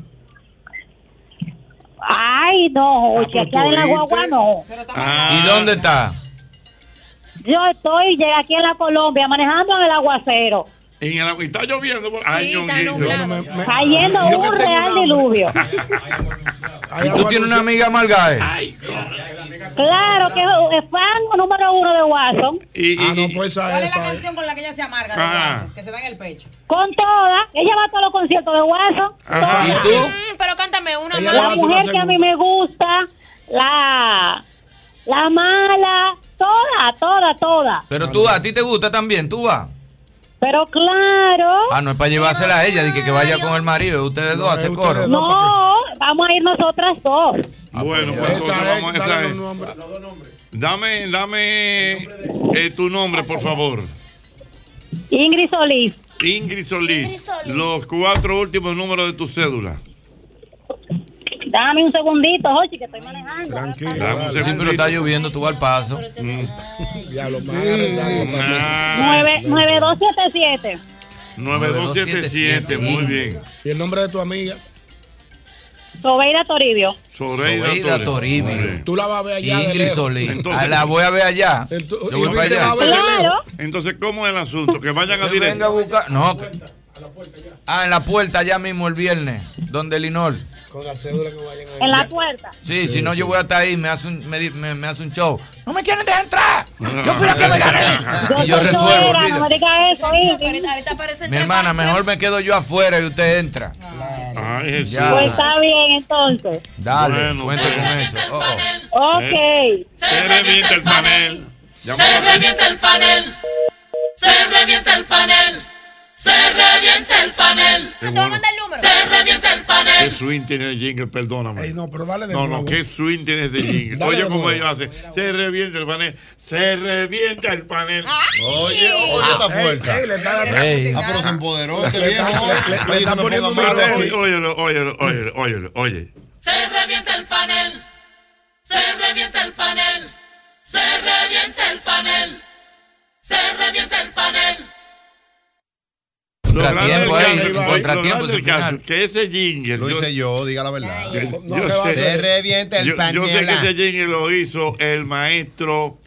[SPEAKER 8] Ay, no, oye,
[SPEAKER 3] pero
[SPEAKER 8] aquí
[SPEAKER 3] tú
[SPEAKER 8] en la guagua
[SPEAKER 3] oíste.
[SPEAKER 8] no.
[SPEAKER 3] Ah.
[SPEAKER 18] ¿Y dónde está?
[SPEAKER 8] Yo estoy llega aquí en la Colombia manejando en el aguacero.
[SPEAKER 3] En el agua. Está lloviendo. por- Ay, ñonguito.
[SPEAKER 8] Cayendo un real diluvio.
[SPEAKER 18] ¿Y tú tienes una amiga amargada? eh?
[SPEAKER 8] Claro que es fan número uno de Watson.
[SPEAKER 13] Ah, no, pues
[SPEAKER 5] ¿Cuál es la
[SPEAKER 13] a
[SPEAKER 8] eh.
[SPEAKER 13] esa.
[SPEAKER 5] canción con la que ella se amarga? de
[SPEAKER 13] Ah.
[SPEAKER 5] Guaso? Que se da en el pecho.
[SPEAKER 8] Con toda. Ella va a todos los conciertos de Watson.
[SPEAKER 6] ¿Y
[SPEAKER 8] Ah, tú?
[SPEAKER 6] pero cántame una más.
[SPEAKER 8] La mujer que a mí me gusta. La, la mala. Toda, toda, toda.
[SPEAKER 18] Pero tú, ¿a ti te gusta también? ¿Tú vas?
[SPEAKER 8] Pero claro.
[SPEAKER 18] Ah, no es para llevársela a ella, de que, que vaya con el marido. Ustedes dos hacen coro. Ah,
[SPEAKER 8] No, vamos a ir nosotras dos.
[SPEAKER 3] Bueno, pues entonces vamos a esa. es. Dame, dame eh, tu nombre, por favor.
[SPEAKER 8] Ingrid Solís.
[SPEAKER 3] Ingrid Solís. Los cuatro últimos números de tu cédula.
[SPEAKER 8] Dame un segundito, Jochi, que estoy manejando.
[SPEAKER 18] Tranquilo. Sí, pero está lloviendo, tú vas al paso.
[SPEAKER 3] Mm.
[SPEAKER 13] Ya lo más.
[SPEAKER 3] Ah,
[SPEAKER 8] 9- 9277.
[SPEAKER 3] 9277, muy bien.
[SPEAKER 18] mm.
[SPEAKER 13] ¿Y el nombre de tu amiga?
[SPEAKER 8] Sobeira Toribio.
[SPEAKER 3] Soreida,
[SPEAKER 18] Sobeida Toribio.
[SPEAKER 13] Tú la vas a ver allá. de
[SPEAKER 18] Ingrid
[SPEAKER 13] lejos.
[SPEAKER 18] Solís.
[SPEAKER 3] Entonces-
[SPEAKER 18] Ah, la voy a ver allá. Yo voy para allá.
[SPEAKER 3] Entonces, ¿cómo es el asunto? Que vayan a directo.
[SPEAKER 18] Venga a buscar. No. que- Ah, en la puerta allá mismo el viernes, donde Linol.
[SPEAKER 4] Con la cédula que vayan
[SPEAKER 8] En la puerta.
[SPEAKER 18] Sí, si no, yo voy hasta ahí, me hace un, me, di- me- me hace un show. No me quieren dejar entrar. Yo fui la que me gané. Y yo resuelvo,
[SPEAKER 8] Sobeira, Ah, no
[SPEAKER 18] olvídate.
[SPEAKER 8] me digas eso, Irving.
[SPEAKER 6] Ahorita aparece
[SPEAKER 18] Mi hermana, mejor me quedo yo afuera y usted entra. Ya.
[SPEAKER 8] Pues está bien, entonces.
[SPEAKER 18] Dale, cuenta con eso. Oh, oh.
[SPEAKER 8] Ok.
[SPEAKER 3] Se revienta el panel.
[SPEAKER 1] Se revienta el panel. Se revienta el panel. Se revienta el panel.
[SPEAKER 3] Qué bueno.
[SPEAKER 6] Se
[SPEAKER 1] revienta el panel.
[SPEAKER 3] Qué swing tiene el jingle, perdóname. no, pero dale de No, no, qué swing tiene ese jingle.
[SPEAKER 13] Dale
[SPEAKER 3] Oye,
[SPEAKER 13] de
[SPEAKER 3] cómo
[SPEAKER 13] nuevo.
[SPEAKER 3] ellos hacen. Se revienta el panel. Se revienta el panel.
[SPEAKER 7] Oye, oye, esta
[SPEAKER 3] Ah,
[SPEAKER 7] fuerza.
[SPEAKER 3] ey, ey, le está dando-
[SPEAKER 7] Ey. Ah, pero se empoderó este
[SPEAKER 3] Le está-
[SPEAKER 7] viejo.
[SPEAKER 3] le- le- le
[SPEAKER 7] Oye,
[SPEAKER 3] está
[SPEAKER 7] se me
[SPEAKER 3] poniendo
[SPEAKER 7] pongo
[SPEAKER 3] un
[SPEAKER 7] malo
[SPEAKER 3] video.
[SPEAKER 7] aquí.
[SPEAKER 3] Óyelo, óyelo, óyelo, óyelo, oye.
[SPEAKER 1] Se revienta el panel. Se revienta el panel. Se revienta el panel. Se revienta el panel.
[SPEAKER 3] Lo grande del
[SPEAKER 7] Contratiempo ahí,
[SPEAKER 3] caso- oye, lo
[SPEAKER 7] contratiempo
[SPEAKER 3] grande
[SPEAKER 7] al
[SPEAKER 3] del caso, que ese jingle.
[SPEAKER 7] Lo hice yo, diga la verdad.
[SPEAKER 3] Yo,
[SPEAKER 7] No,
[SPEAKER 3] yo
[SPEAKER 7] ¿qué va a
[SPEAKER 3] sé,
[SPEAKER 7] hacer? Se revienta el
[SPEAKER 3] yo- Yo sé que
[SPEAKER 7] panela.
[SPEAKER 3] ese jingle lo hizo el maestro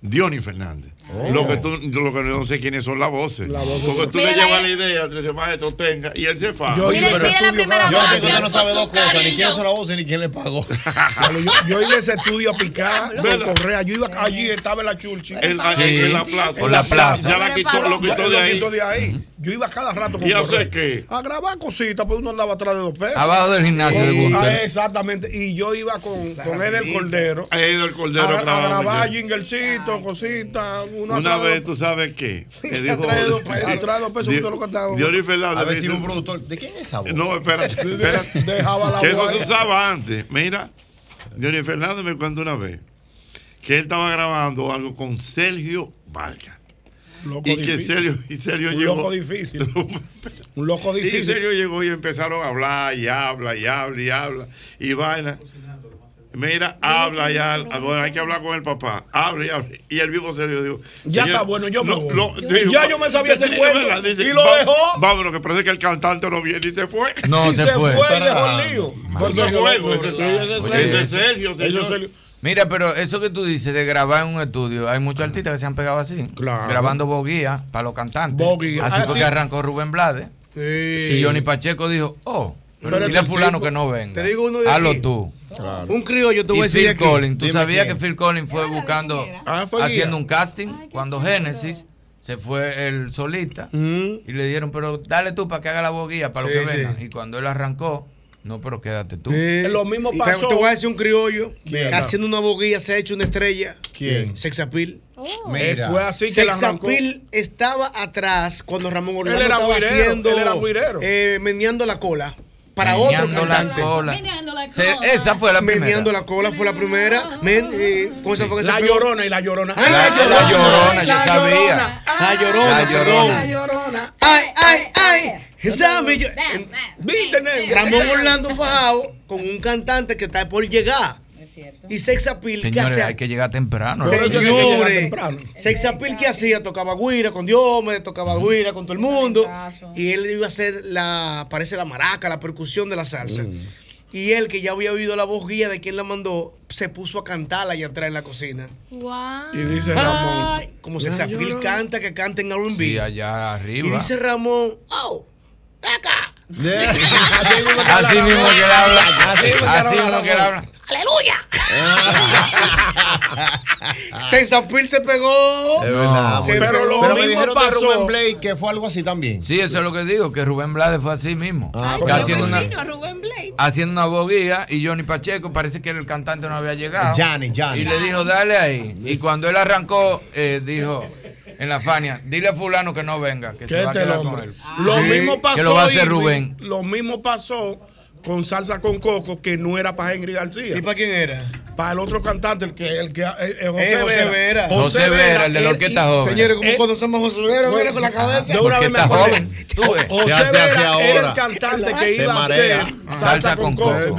[SPEAKER 3] Diony Fernández. Lo, que tú, lo que no sé quiénes son las voces. Porque tú
[SPEAKER 7] Mira
[SPEAKER 3] le
[SPEAKER 7] la-
[SPEAKER 3] llevas la idea, te dices, maestro, tenga, y él se fa.
[SPEAKER 13] Yo Mira, hice- mira la
[SPEAKER 7] Yo
[SPEAKER 13] primera
[SPEAKER 7] sé que
[SPEAKER 13] voz,
[SPEAKER 7] usted no
[SPEAKER 13] fue
[SPEAKER 7] sabe
[SPEAKER 13] su
[SPEAKER 7] dos cosas, ni
[SPEAKER 13] cariño.
[SPEAKER 7] quién hizo la voz ni quién le pagó.
[SPEAKER 13] Diablo, Yo, yo iba a ese estudio a picar con correa. Yo iba allí, estaba en la chulchi.
[SPEAKER 3] En la- Sí. en la plaza. Por la plaza. Ya la quitó- lo quitó
[SPEAKER 13] Ya
[SPEAKER 3] de ahí.
[SPEAKER 13] ahí. Yo iba cada rato con
[SPEAKER 3] ¿Y hace
[SPEAKER 13] correa.
[SPEAKER 3] qué?
[SPEAKER 13] A grabar cositas, pues uno andaba atrás de los pesos.
[SPEAKER 18] Abajo del gimnasio de
[SPEAKER 13] Y-
[SPEAKER 18] Gunther.
[SPEAKER 13] ah, Exactamente. Y yo iba con, con Edel Cordero.
[SPEAKER 3] Edel Cordero
[SPEAKER 13] A, a
[SPEAKER 3] grababa
[SPEAKER 13] grabar
[SPEAKER 3] mucho.
[SPEAKER 13] jinglecito, cositas. Una,
[SPEAKER 3] Una
[SPEAKER 13] atrás de
[SPEAKER 3] vez, tú sabes qué. Le dijo.
[SPEAKER 13] Atrás de dos pesos. Atrás de dos pesos,
[SPEAKER 3] Di-
[SPEAKER 13] usted lo cantaba.
[SPEAKER 3] Diony Fernández.
[SPEAKER 13] A ver
[SPEAKER 3] le
[SPEAKER 13] si
[SPEAKER 3] dice-
[SPEAKER 13] un
[SPEAKER 7] productor, ¿de quién es esa voz?
[SPEAKER 3] No, espérate, espérate.
[SPEAKER 13] Dejaba la
[SPEAKER 3] que eso
[SPEAKER 13] voz
[SPEAKER 3] se
[SPEAKER 13] ahí.
[SPEAKER 3] usaba antes. Mira, Diony Fernández me contó una vez que él estaba grabando algo con Sergio Vargas.
[SPEAKER 13] Loco
[SPEAKER 3] y que
[SPEAKER 13] difícil.
[SPEAKER 3] Sergio, y Sergio
[SPEAKER 13] Un
[SPEAKER 3] llegó.
[SPEAKER 13] loco difícil. un loco
[SPEAKER 3] Y
[SPEAKER 13] difícil.
[SPEAKER 3] Sergio llegó y empezaron a hablar y habla y habla y habla y vaina. Mira, habla y habla. Ah, Bueno, hay que hablar con el papá. Habla y habla. Y el vivo Sergio dijo:
[SPEAKER 13] Ya
[SPEAKER 3] señor,
[SPEAKER 13] está bueno, yo me
[SPEAKER 3] no,
[SPEAKER 13] voy.
[SPEAKER 3] no,
[SPEAKER 13] Ya
[SPEAKER 3] dijo,
[SPEAKER 13] yo me sabía ese
[SPEAKER 3] dice,
[SPEAKER 13] cuento.
[SPEAKER 3] ¿verdad? Dice,
[SPEAKER 13] Y lo
[SPEAKER 3] "Va-
[SPEAKER 13] dejó".
[SPEAKER 3] Vámonos, que parece que el cantante no viene y se fue.
[SPEAKER 18] No,
[SPEAKER 3] Y
[SPEAKER 18] se fue.
[SPEAKER 3] y dejó el lío.
[SPEAKER 18] Maldito.
[SPEAKER 3] Eso es bueno,
[SPEAKER 18] Oye,
[SPEAKER 3] ese- ese es
[SPEAKER 18] oye,
[SPEAKER 3] Sergio,
[SPEAKER 18] ese-
[SPEAKER 3] Sergio,
[SPEAKER 18] ese es
[SPEAKER 3] señor.
[SPEAKER 18] Sergio. Mira, pero eso que tú dices de grabar en un estudio, hay muchos artistas que se han pegado así, grabando boguía para los cantantes. Así
[SPEAKER 13] Ah, sí.
[SPEAKER 18] fue que arrancó Rubén Blades. Y Johnny Pacheco dijo, oh, pero,
[SPEAKER 13] Pero
[SPEAKER 18] dile a
[SPEAKER 13] te
[SPEAKER 18] fulano
[SPEAKER 13] explico-
[SPEAKER 18] que no venga.
[SPEAKER 13] te digo uno de
[SPEAKER 18] Hazlo
[SPEAKER 13] aquí.
[SPEAKER 18] tú.
[SPEAKER 4] Un criollo, te
[SPEAKER 18] Y
[SPEAKER 4] voy a decir
[SPEAKER 18] Phil
[SPEAKER 4] aquí.
[SPEAKER 18] Collins, ¿tú
[SPEAKER 4] Dime
[SPEAKER 18] sabías
[SPEAKER 4] quién.
[SPEAKER 18] que Phil Collins fue buscando,
[SPEAKER 4] Ah, fue guía.
[SPEAKER 18] haciendo un casting cuando Genesis se fue el solista y le dijeron, pero dale tú para que haga la voz guía para
[SPEAKER 4] Mm. Sí,
[SPEAKER 18] lo que
[SPEAKER 4] sí.
[SPEAKER 18] venga. Y cuando él arrancó, no, pero quédate tú.
[SPEAKER 4] Eh, Lo mismo pasó. Te voy a decir un criollo que
[SPEAKER 18] ¿Quién?
[SPEAKER 4] haciendo una boguilla se ha hecho una estrella.
[SPEAKER 18] ¿Quién?
[SPEAKER 4] Sexapil.
[SPEAKER 18] Mira. Eh, fue así que la arrancó.
[SPEAKER 4] Sexapil estaba atrás cuando Ramón Orlando
[SPEAKER 13] Él era
[SPEAKER 4] estaba
[SPEAKER 13] guirero,
[SPEAKER 4] haciendo.
[SPEAKER 13] él era guirero.
[SPEAKER 4] eh, meneando la cola. Para
[SPEAKER 18] Meneando
[SPEAKER 4] otro
[SPEAKER 18] la
[SPEAKER 4] cantante.
[SPEAKER 18] cola. Se- esa fue la primera.
[SPEAKER 4] Meneando la cola fue la primera. Men, eh, ¿cómo se fue que se
[SPEAKER 13] La
[SPEAKER 4] pegó?
[SPEAKER 13] llorona y la llorona.
[SPEAKER 4] Ay, la llorona,
[SPEAKER 18] llorona, yo
[SPEAKER 4] la
[SPEAKER 18] sabía.
[SPEAKER 4] La llorona,
[SPEAKER 18] La
[SPEAKER 4] perdón.
[SPEAKER 18] llorona.
[SPEAKER 4] Ay, ay, ay. Esa millo- en- Ramón Orlando Fajao con un cantante que está por llegar. Y Sex Appeal, ¿qué
[SPEAKER 18] Señores,
[SPEAKER 4] hacía?
[SPEAKER 18] hay que llegar temprano.
[SPEAKER 4] Señores, Sex Appeal, ¿qué hacía? Tocaba guira con Diome, tocaba guira con todo el mundo. Y él iba a hacer la, parece la maraca, la percusión de la salsa.
[SPEAKER 18] Mm.
[SPEAKER 4] Y él, que ya había oído la voz guía de quien la mandó, se puso a cantarla allá atrás en la cocina.
[SPEAKER 6] Wow.
[SPEAKER 13] Y dice
[SPEAKER 4] Ay,
[SPEAKER 13] Ramón,
[SPEAKER 4] como Sex Appeal canta, que canta en R&B.
[SPEAKER 18] Sí,
[SPEAKER 4] y
[SPEAKER 18] allá arriba.
[SPEAKER 4] dice Ramón, ¡oh! ven acá!
[SPEAKER 18] Así mismo que él habla. Así mismo que él habla.
[SPEAKER 4] ¡Aleluya! Sex Appeal se pegó.
[SPEAKER 18] Es verdad.
[SPEAKER 4] Se
[SPEAKER 18] Pero
[SPEAKER 4] pegó.
[SPEAKER 18] lo
[SPEAKER 7] Ah, Pero me
[SPEAKER 18] mismo
[SPEAKER 7] dijeron de
[SPEAKER 18] pasó.
[SPEAKER 7] Rubén Blake que fue algo así también. Ah,
[SPEAKER 18] Sí, eso es lo que digo, que Rubén Blades fue así mismo. Que
[SPEAKER 7] pero
[SPEAKER 18] haciendo, una,
[SPEAKER 6] Vino Rubén Blake.
[SPEAKER 18] haciendo una boguía y Johnny Pacheco parece que el cantante no había llegado.
[SPEAKER 7] Johnny, Johnny.
[SPEAKER 18] Y le dijo, dale ahí. Y cuando él arrancó, eh, dijo en la Fania, dile a fulano que no venga, que
[SPEAKER 13] que
[SPEAKER 18] se va a
[SPEAKER 13] este
[SPEAKER 18] quedar
[SPEAKER 13] hombre.
[SPEAKER 18] con él.
[SPEAKER 4] Ah.
[SPEAKER 13] Lo
[SPEAKER 18] Sí,
[SPEAKER 13] mismo pasó
[SPEAKER 18] Que lo va a hacer
[SPEAKER 13] Irving,
[SPEAKER 18] Rubén.
[SPEAKER 13] Lo mismo pasó con salsa con coco que no era para Henry García. ¿Y
[SPEAKER 4] para quién era?
[SPEAKER 13] Para el otro cantante, el que el que eh, eh,
[SPEAKER 4] Eh,
[SPEAKER 13] José,
[SPEAKER 4] José
[SPEAKER 13] Vera. Pues,
[SPEAKER 4] Vera. eh,
[SPEAKER 18] José Vera, el de la Orquesta Joven.
[SPEAKER 4] Señores, como cuando somos José Vera, mira con la cabeza.
[SPEAKER 13] Eh, de una vez me
[SPEAKER 18] Orquesta
[SPEAKER 13] acordé.
[SPEAKER 4] Este
[SPEAKER 18] joven. Tú ves.
[SPEAKER 13] José Vera es cantante que
[SPEAKER 18] Se
[SPEAKER 13] iba a
[SPEAKER 18] marea.
[SPEAKER 13] hacer
[SPEAKER 18] Salsa con coco.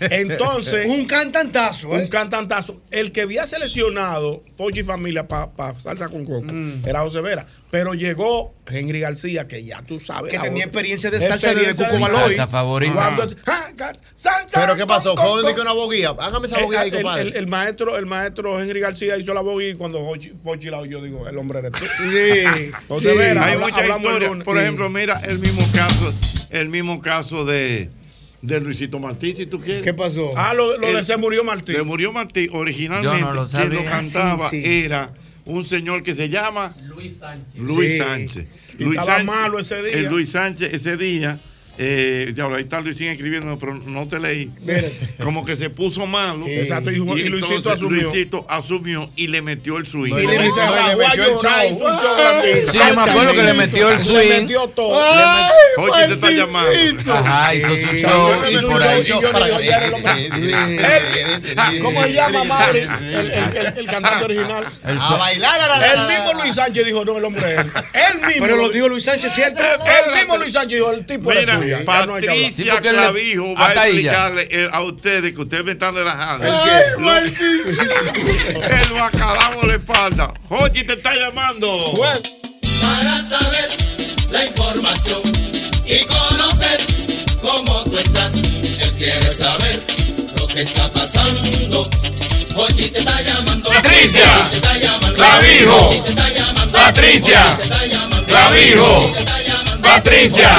[SPEAKER 13] Entonces.
[SPEAKER 4] Un
[SPEAKER 13] cantantazo. ¿eh? Un cantantazo. El que había seleccionado Pochi Familia para salsa con coco era José Vera. Pero llegó Henry García, que ya tú sabes.
[SPEAKER 4] Que
[SPEAKER 13] la
[SPEAKER 4] tenía
[SPEAKER 13] voz.
[SPEAKER 4] experiencia de salsa de
[SPEAKER 13] Experiencia
[SPEAKER 4] Cuco
[SPEAKER 13] salsa.
[SPEAKER 4] Baloy.
[SPEAKER 7] Salsa favorita.
[SPEAKER 13] Cuando es-
[SPEAKER 7] Pero ¿qué pasó?
[SPEAKER 13] con,
[SPEAKER 7] Fue
[SPEAKER 13] con.
[SPEAKER 7] que una boguía. Hágame esa
[SPEAKER 13] El-
[SPEAKER 7] boguía ahí,
[SPEAKER 13] el,
[SPEAKER 7] compadre.
[SPEAKER 13] el- el maestro, el maestro Henry García hizo la boguía y cuando Pochi- Pochi la oyó, digo, el hombre eres tú. Entonces,
[SPEAKER 3] Sí,
[SPEAKER 13] Vera,
[SPEAKER 3] hay
[SPEAKER 13] Pues habla-
[SPEAKER 3] muchas
[SPEAKER 13] hablamos el
[SPEAKER 3] historias.
[SPEAKER 13] lunes.
[SPEAKER 3] Por
[SPEAKER 13] Sí.
[SPEAKER 3] ejemplo, mira el mismo caso, el mismo caso de, de Luisito Martí, si tú quieres.
[SPEAKER 13] ¿Qué pasó? Ah, lo- lo de Se murió Martí.
[SPEAKER 3] Se murió Martí. Originalmente,
[SPEAKER 13] Yo no lo
[SPEAKER 3] quien lo
[SPEAKER 13] sabía.
[SPEAKER 3] cantaba
[SPEAKER 13] Ah, sí, sí.
[SPEAKER 3] era un señor que se llama Luis Sánchez. Luis
[SPEAKER 13] Sí.
[SPEAKER 3] Sánchez.
[SPEAKER 13] Y estaba malo ese día.
[SPEAKER 3] El Luis Sánchez ese día. Eh, diablo, ahí está Luisín escribiendo, pero no te leí. Como que se puso malo.
[SPEAKER 13] Sí. Exacto, y- y Luisito
[SPEAKER 3] entonces
[SPEAKER 13] asumió.
[SPEAKER 3] Luisito asumió y le metió el swing.
[SPEAKER 13] Y le metió-
[SPEAKER 3] Ah,
[SPEAKER 13] le metió el
[SPEAKER 3] guayonao,
[SPEAKER 13] show. Ah.
[SPEAKER 3] un show grandísimo.
[SPEAKER 13] Sí, yo me acuerdo que le metió el swing.
[SPEAKER 3] Le metió todo.
[SPEAKER 13] Ay,
[SPEAKER 3] Oye, te está llamando.
[SPEAKER 18] Ajá, hizo su
[SPEAKER 3] Sí.
[SPEAKER 18] show,
[SPEAKER 3] Yo le
[SPEAKER 18] y
[SPEAKER 3] metí
[SPEAKER 18] por
[SPEAKER 3] un
[SPEAKER 18] ahí-
[SPEAKER 3] show y yo le digo, ya era el hombre. Eh,
[SPEAKER 13] Él- ¿Cómo se llama Mauri? El, el- el- el cantante original.
[SPEAKER 4] El so- A bailar, la, la, la,
[SPEAKER 13] El mismo Luis Sánchez dijo, no, el hombre es él. Él mismo.
[SPEAKER 4] Pero lo dijo Luis Sánchez, ¿cierto?
[SPEAKER 13] El mismo Luis Sánchez dijo, el tipo era
[SPEAKER 3] Mira,
[SPEAKER 13] tuyo. Ya no hay que hablar.
[SPEAKER 3] Patricia Clavijo va a explicarle eh, a ustedes que ustedes me están relajando.
[SPEAKER 13] ¿El qué?
[SPEAKER 3] Lo- El bacalao de espalda. Jochi te está llamando.
[SPEAKER 1] Para saber la información y conocer cómo tú estás. Él quiere saber lo que está pasando. Oye, te está llamando. Patricia.
[SPEAKER 35] Clavijo. Patricia. Clavijo.
[SPEAKER 3] Patricia.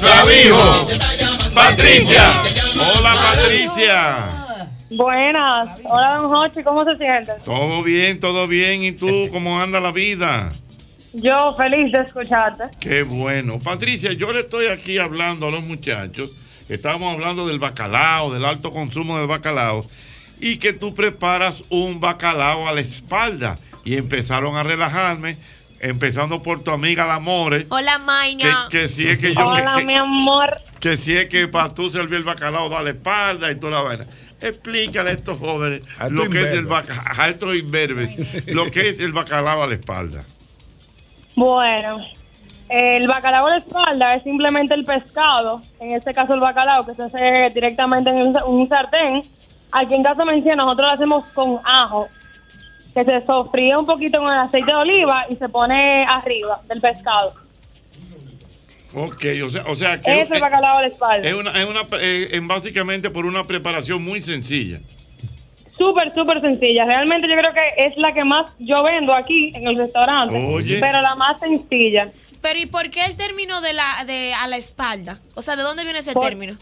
[SPEAKER 3] Clavijo. Patricia. Hola, Patricia.
[SPEAKER 36] Buenas. Hola, don Hochi, ¿cómo se siente?
[SPEAKER 3] Todo bien, todo bien. ¿Y tú cómo anda la vida?
[SPEAKER 36] Yo feliz de escucharte.
[SPEAKER 3] Qué bueno. Patricia, yo le estoy aquí hablando a los muchachos. Estábamos hablando del bacalao, del alto consumo del bacalao. Y que tú preparas un bacalao a la espalda. Y empezaron a relajarme, empezando por tu amiga La More.
[SPEAKER 6] Hola,
[SPEAKER 3] Que,
[SPEAKER 6] Maña.
[SPEAKER 3] que si es que yo.
[SPEAKER 36] Hola,
[SPEAKER 3] que,
[SPEAKER 36] mi amor.
[SPEAKER 3] que si es que para tú servir el bacalao da la espalda y toda la vaina. Explícale a estos jóvenes lo que es el bacalao, a estos imberbes, lo que es el bacalao a la espalda.
[SPEAKER 36] Bueno, el bacalao a la espalda es simplemente el pescado, en este caso el bacalao, que se hace directamente en un- un sartén. Aquí en Casa Mencía nosotros lo hacemos con ajo, que se sofría un poquito con el aceite de oliva y se pone arriba del pescado.
[SPEAKER 3] Ok, o sea, o sea que
[SPEAKER 36] Ese es el bacalao a la espalda.
[SPEAKER 3] es una, es una eh, en básicamente por una preparación muy sencilla.
[SPEAKER 36] Súper, súper sencilla. Realmente yo creo que es la que más yo vendo aquí en el restaurante.
[SPEAKER 3] Oye.
[SPEAKER 36] Pero la más sencilla.
[SPEAKER 6] Pero ¿y por qué el término de la de a la espalda? O sea, ¿de dónde viene ese
[SPEAKER 36] Por-
[SPEAKER 6] término?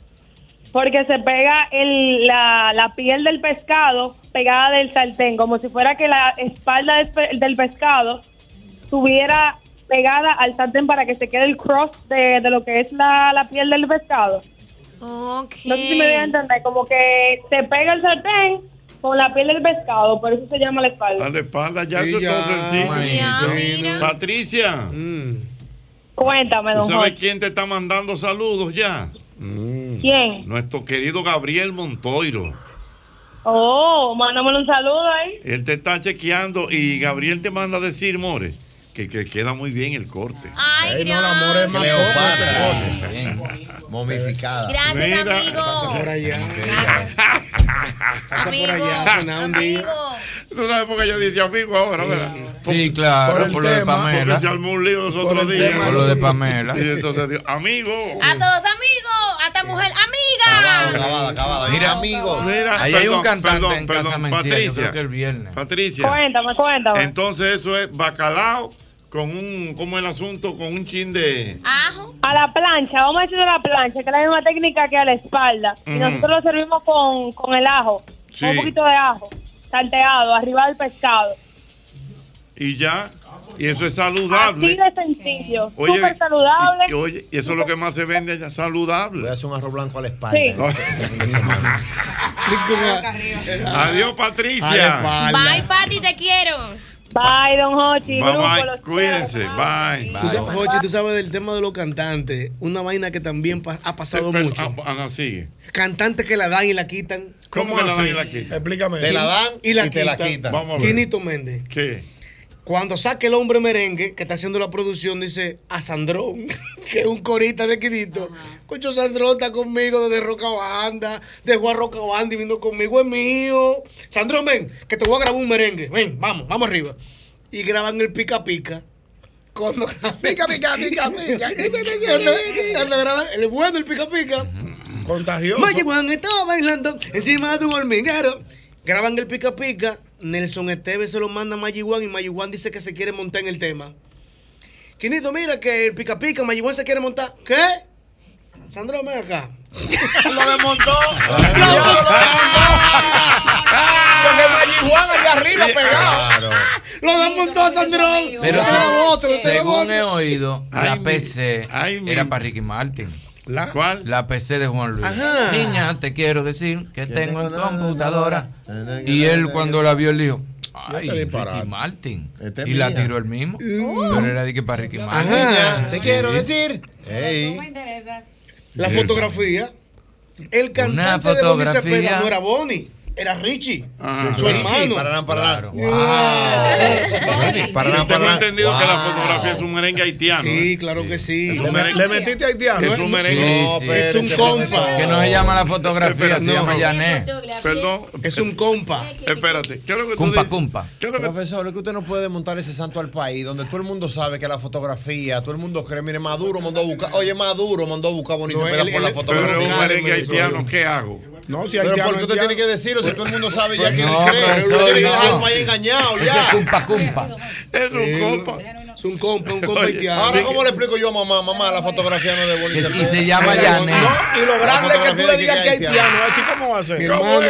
[SPEAKER 36] Porque se pega el, la, la piel del pescado pegada del sartén, como si fuera que la espalda del, pe- del pescado estuviera pegada al sartén para que se quede el cross de, de lo que es la, la piel del pescado. No sé si me voy a entender, como que se pega el sartén con la piel del pescado, por eso se llama la espalda.
[SPEAKER 3] A la espalda ya eso
[SPEAKER 13] ya,
[SPEAKER 3] es todo sencillo.
[SPEAKER 36] Ya, mira.
[SPEAKER 3] Patricia, Mm.
[SPEAKER 36] Cuéntame,
[SPEAKER 3] ¿tú
[SPEAKER 36] don
[SPEAKER 3] sabes
[SPEAKER 36] Jorge.
[SPEAKER 3] quién te está mandando saludos ya? Mm.
[SPEAKER 36] ¿Quién?
[SPEAKER 3] Nuestro querido Gabriel Montoiro.
[SPEAKER 36] Oh, mándamelo un saludo ahí.
[SPEAKER 3] Él te está chequeando y Gabriel te manda a decir, More, que, que queda muy bien el corte.
[SPEAKER 6] Ay,
[SPEAKER 3] Ay,
[SPEAKER 6] gracias.
[SPEAKER 7] Momificada.
[SPEAKER 6] Gracias, amigo. Pasa por Amigo, amigo.
[SPEAKER 3] Tú sabes por qué yo dice amigo ahora, ¿verdad?
[SPEAKER 18] Sí, claro, por,
[SPEAKER 3] el
[SPEAKER 18] lo de
[SPEAKER 3] tema,
[SPEAKER 18] Pamela.
[SPEAKER 3] Porque se armó un lío los otros
[SPEAKER 18] el
[SPEAKER 3] días.
[SPEAKER 18] tema, Por lo de sí. Pamela.
[SPEAKER 3] Y entonces dijo, amigo.
[SPEAKER 6] A todos amigos, a esta mujer
[SPEAKER 18] Ah,
[SPEAKER 6] amiga.
[SPEAKER 7] Mira, amigos.
[SPEAKER 3] Mira,
[SPEAKER 18] Ahí hay un cantante
[SPEAKER 3] perdón,
[SPEAKER 18] en
[SPEAKER 3] perdón,
[SPEAKER 18] Casa Mencía, yo
[SPEAKER 3] Patricia.
[SPEAKER 18] creo que el viernes.
[SPEAKER 3] Patricia.
[SPEAKER 36] Cuéntame, cuéntame.
[SPEAKER 3] Entonces eso es bacalao con un, ¿cómo es el asunto? Con un chin de...
[SPEAKER 36] A la plancha, vamos a decirlo a la plancha, que es la misma técnica que a la espalda. Y
[SPEAKER 3] Ujú.
[SPEAKER 36] nosotros lo servimos con, con el ajo,
[SPEAKER 3] Sí.
[SPEAKER 36] con un poquito de ajo, salteado, arriba del pescado.
[SPEAKER 3] Y ya, y eso es
[SPEAKER 36] Así
[SPEAKER 3] saludable.
[SPEAKER 36] de sencillo,
[SPEAKER 3] Ah, Oye,
[SPEAKER 36] súper saludable.
[SPEAKER 3] Y, oye, y eso es lo que más se vende allá, saludable. Voy a hacer un arroz blanco a la espalda.
[SPEAKER 36] Sí.
[SPEAKER 3] Adiós, Patricia.
[SPEAKER 6] Bye, Patty, te quiero.
[SPEAKER 36] Bye, don
[SPEAKER 3] Bye,
[SPEAKER 36] Hochi. grupo,
[SPEAKER 3] bye.
[SPEAKER 36] los
[SPEAKER 3] Cuídense. Bye.
[SPEAKER 4] Tú sabes, Jochi, tú sabes del tema de los cantantes, una vaina que también pa- ha pasado
[SPEAKER 3] Pero,
[SPEAKER 4] mucho.
[SPEAKER 3] ah, ah, sigue.
[SPEAKER 4] Cantantes que la dan y la quitan.
[SPEAKER 3] ¿Cómo que la dan y la quitan?
[SPEAKER 4] Explícame.
[SPEAKER 3] Te la dan
[SPEAKER 4] y la
[SPEAKER 3] y te la
[SPEAKER 4] quitan.
[SPEAKER 3] quitan. Vamos a ver.
[SPEAKER 4] Quinito Méndez.
[SPEAKER 3] ¿Qué?
[SPEAKER 4] Cuando saque el hombre merengue que está haciendo la producción, dice a Sandrón, que es un corista de Quinito. Cocho Sandrón está conmigo desde Roca Banda, dejó a Roca Banda y vino conmigo, es mío. Sandrón, ven, que te voy a grabar un merengue. Ven, vamos, vamos arriba. Y graban el pica pica. Cuando pica, pica, pica, pica. Cuando graban el bueno, el pica pica.
[SPEAKER 13] Contagioso.
[SPEAKER 4] Magic Juan estaba bailando encima de un hormiguero. Graban el pica pica. Nelson Esteves se lo manda a Magic Juan y Magic Juan dice que se quiere montar en el tema. Quinito, mira que el pica pica, Magic Juan se quiere montar. ¿Qué? Sandro, ven acá. lo desmontó.
[SPEAKER 1] Lo
[SPEAKER 4] Porque Magic Juan allá arriba pegado.
[SPEAKER 18] Claro.
[SPEAKER 4] Lo desmontó a Sandrón.
[SPEAKER 18] Pero
[SPEAKER 4] Usted era otro, usted era
[SPEAKER 18] según
[SPEAKER 4] otro.
[SPEAKER 18] he oído,
[SPEAKER 4] Ay,
[SPEAKER 18] la
[SPEAKER 4] mi-
[SPEAKER 18] PC era para Ricky Martin.
[SPEAKER 4] ¿La
[SPEAKER 18] cuál? La PC de Juan Luis.
[SPEAKER 4] Ajá.
[SPEAKER 18] Niña, te quiero decir que tengo en computadora. Y él cuando la vio, le dijo, ay, Ricky Martin.
[SPEAKER 4] Este
[SPEAKER 7] es
[SPEAKER 18] Y la
[SPEAKER 7] mía.
[SPEAKER 18] tiró él mismo.
[SPEAKER 4] Oh.
[SPEAKER 18] Pero era de que para Ricky Martin.
[SPEAKER 7] Niña, te
[SPEAKER 18] Sí.
[SPEAKER 7] quiero decir.
[SPEAKER 4] La
[SPEAKER 18] Esa.
[SPEAKER 4] fotografía. El cantante de Bonnie
[SPEAKER 18] fotografía.
[SPEAKER 4] Cepeda no era Bonnie, era Richie,
[SPEAKER 3] Ajá.
[SPEAKER 4] su
[SPEAKER 3] Richie,
[SPEAKER 4] hermano.
[SPEAKER 3] pararán, pararán.
[SPEAKER 4] Wow.
[SPEAKER 3] Para
[SPEAKER 4] Pararán,
[SPEAKER 3] Yo tengo
[SPEAKER 4] pararán.
[SPEAKER 3] entendido que la fotografía es un merengue haitiano. ¿eh?
[SPEAKER 4] Sí, claro que sí.
[SPEAKER 3] Es un merengue.
[SPEAKER 13] Le metiste haitiano.
[SPEAKER 3] Es un merengue.
[SPEAKER 18] Sí, sí.
[SPEAKER 4] es un compa.
[SPEAKER 18] Que no se llama la fotografía, se llama Yané.
[SPEAKER 3] Perdón.
[SPEAKER 4] Es un compa.
[SPEAKER 3] Espérate. ¿Qué es lo que tú
[SPEAKER 18] Cumpa,
[SPEAKER 3] dices?
[SPEAKER 18] cumpa.
[SPEAKER 7] Profesor, es que usted no puede montar ese santo al país, donde todo el mundo sabe que la fotografía, todo el mundo cree, mire, Maduro mandó a buscar, oye, Maduro mandó a buscar a Bonnie
[SPEAKER 3] No,
[SPEAKER 7] Cepeda
[SPEAKER 3] él-
[SPEAKER 7] por la
[SPEAKER 3] él-
[SPEAKER 7] fotografía.
[SPEAKER 3] pero es un merengue haitiano, ¿qué hago?
[SPEAKER 13] No,
[SPEAKER 3] si
[SPEAKER 7] Pero
[SPEAKER 3] haitiano,
[SPEAKER 7] ¿por qué usted
[SPEAKER 3] haitiano.
[SPEAKER 7] tiene que decirlo si todo el mundo sabe ya
[SPEAKER 3] Pues
[SPEAKER 7] que
[SPEAKER 3] no,
[SPEAKER 7] él cree?
[SPEAKER 3] profesor,
[SPEAKER 7] Usted tiene que
[SPEAKER 3] no.
[SPEAKER 7] decir un país engañado
[SPEAKER 3] Eso
[SPEAKER 7] ya.
[SPEAKER 3] es cumpa,
[SPEAKER 7] cumpa.
[SPEAKER 3] Es un compa.
[SPEAKER 4] Es un compa, un compa
[SPEAKER 7] Oye,
[SPEAKER 4] haitiano.
[SPEAKER 7] Ahora, ¿cómo le explico yo a mamá? Mamá, la fotografía no es de Bolívar.
[SPEAKER 18] Y se llama Yané.
[SPEAKER 13] No, y lo grande es que tú le digas que haitiano. Así como va a
[SPEAKER 7] Mi
[SPEAKER 13] ser.
[SPEAKER 7] hermano,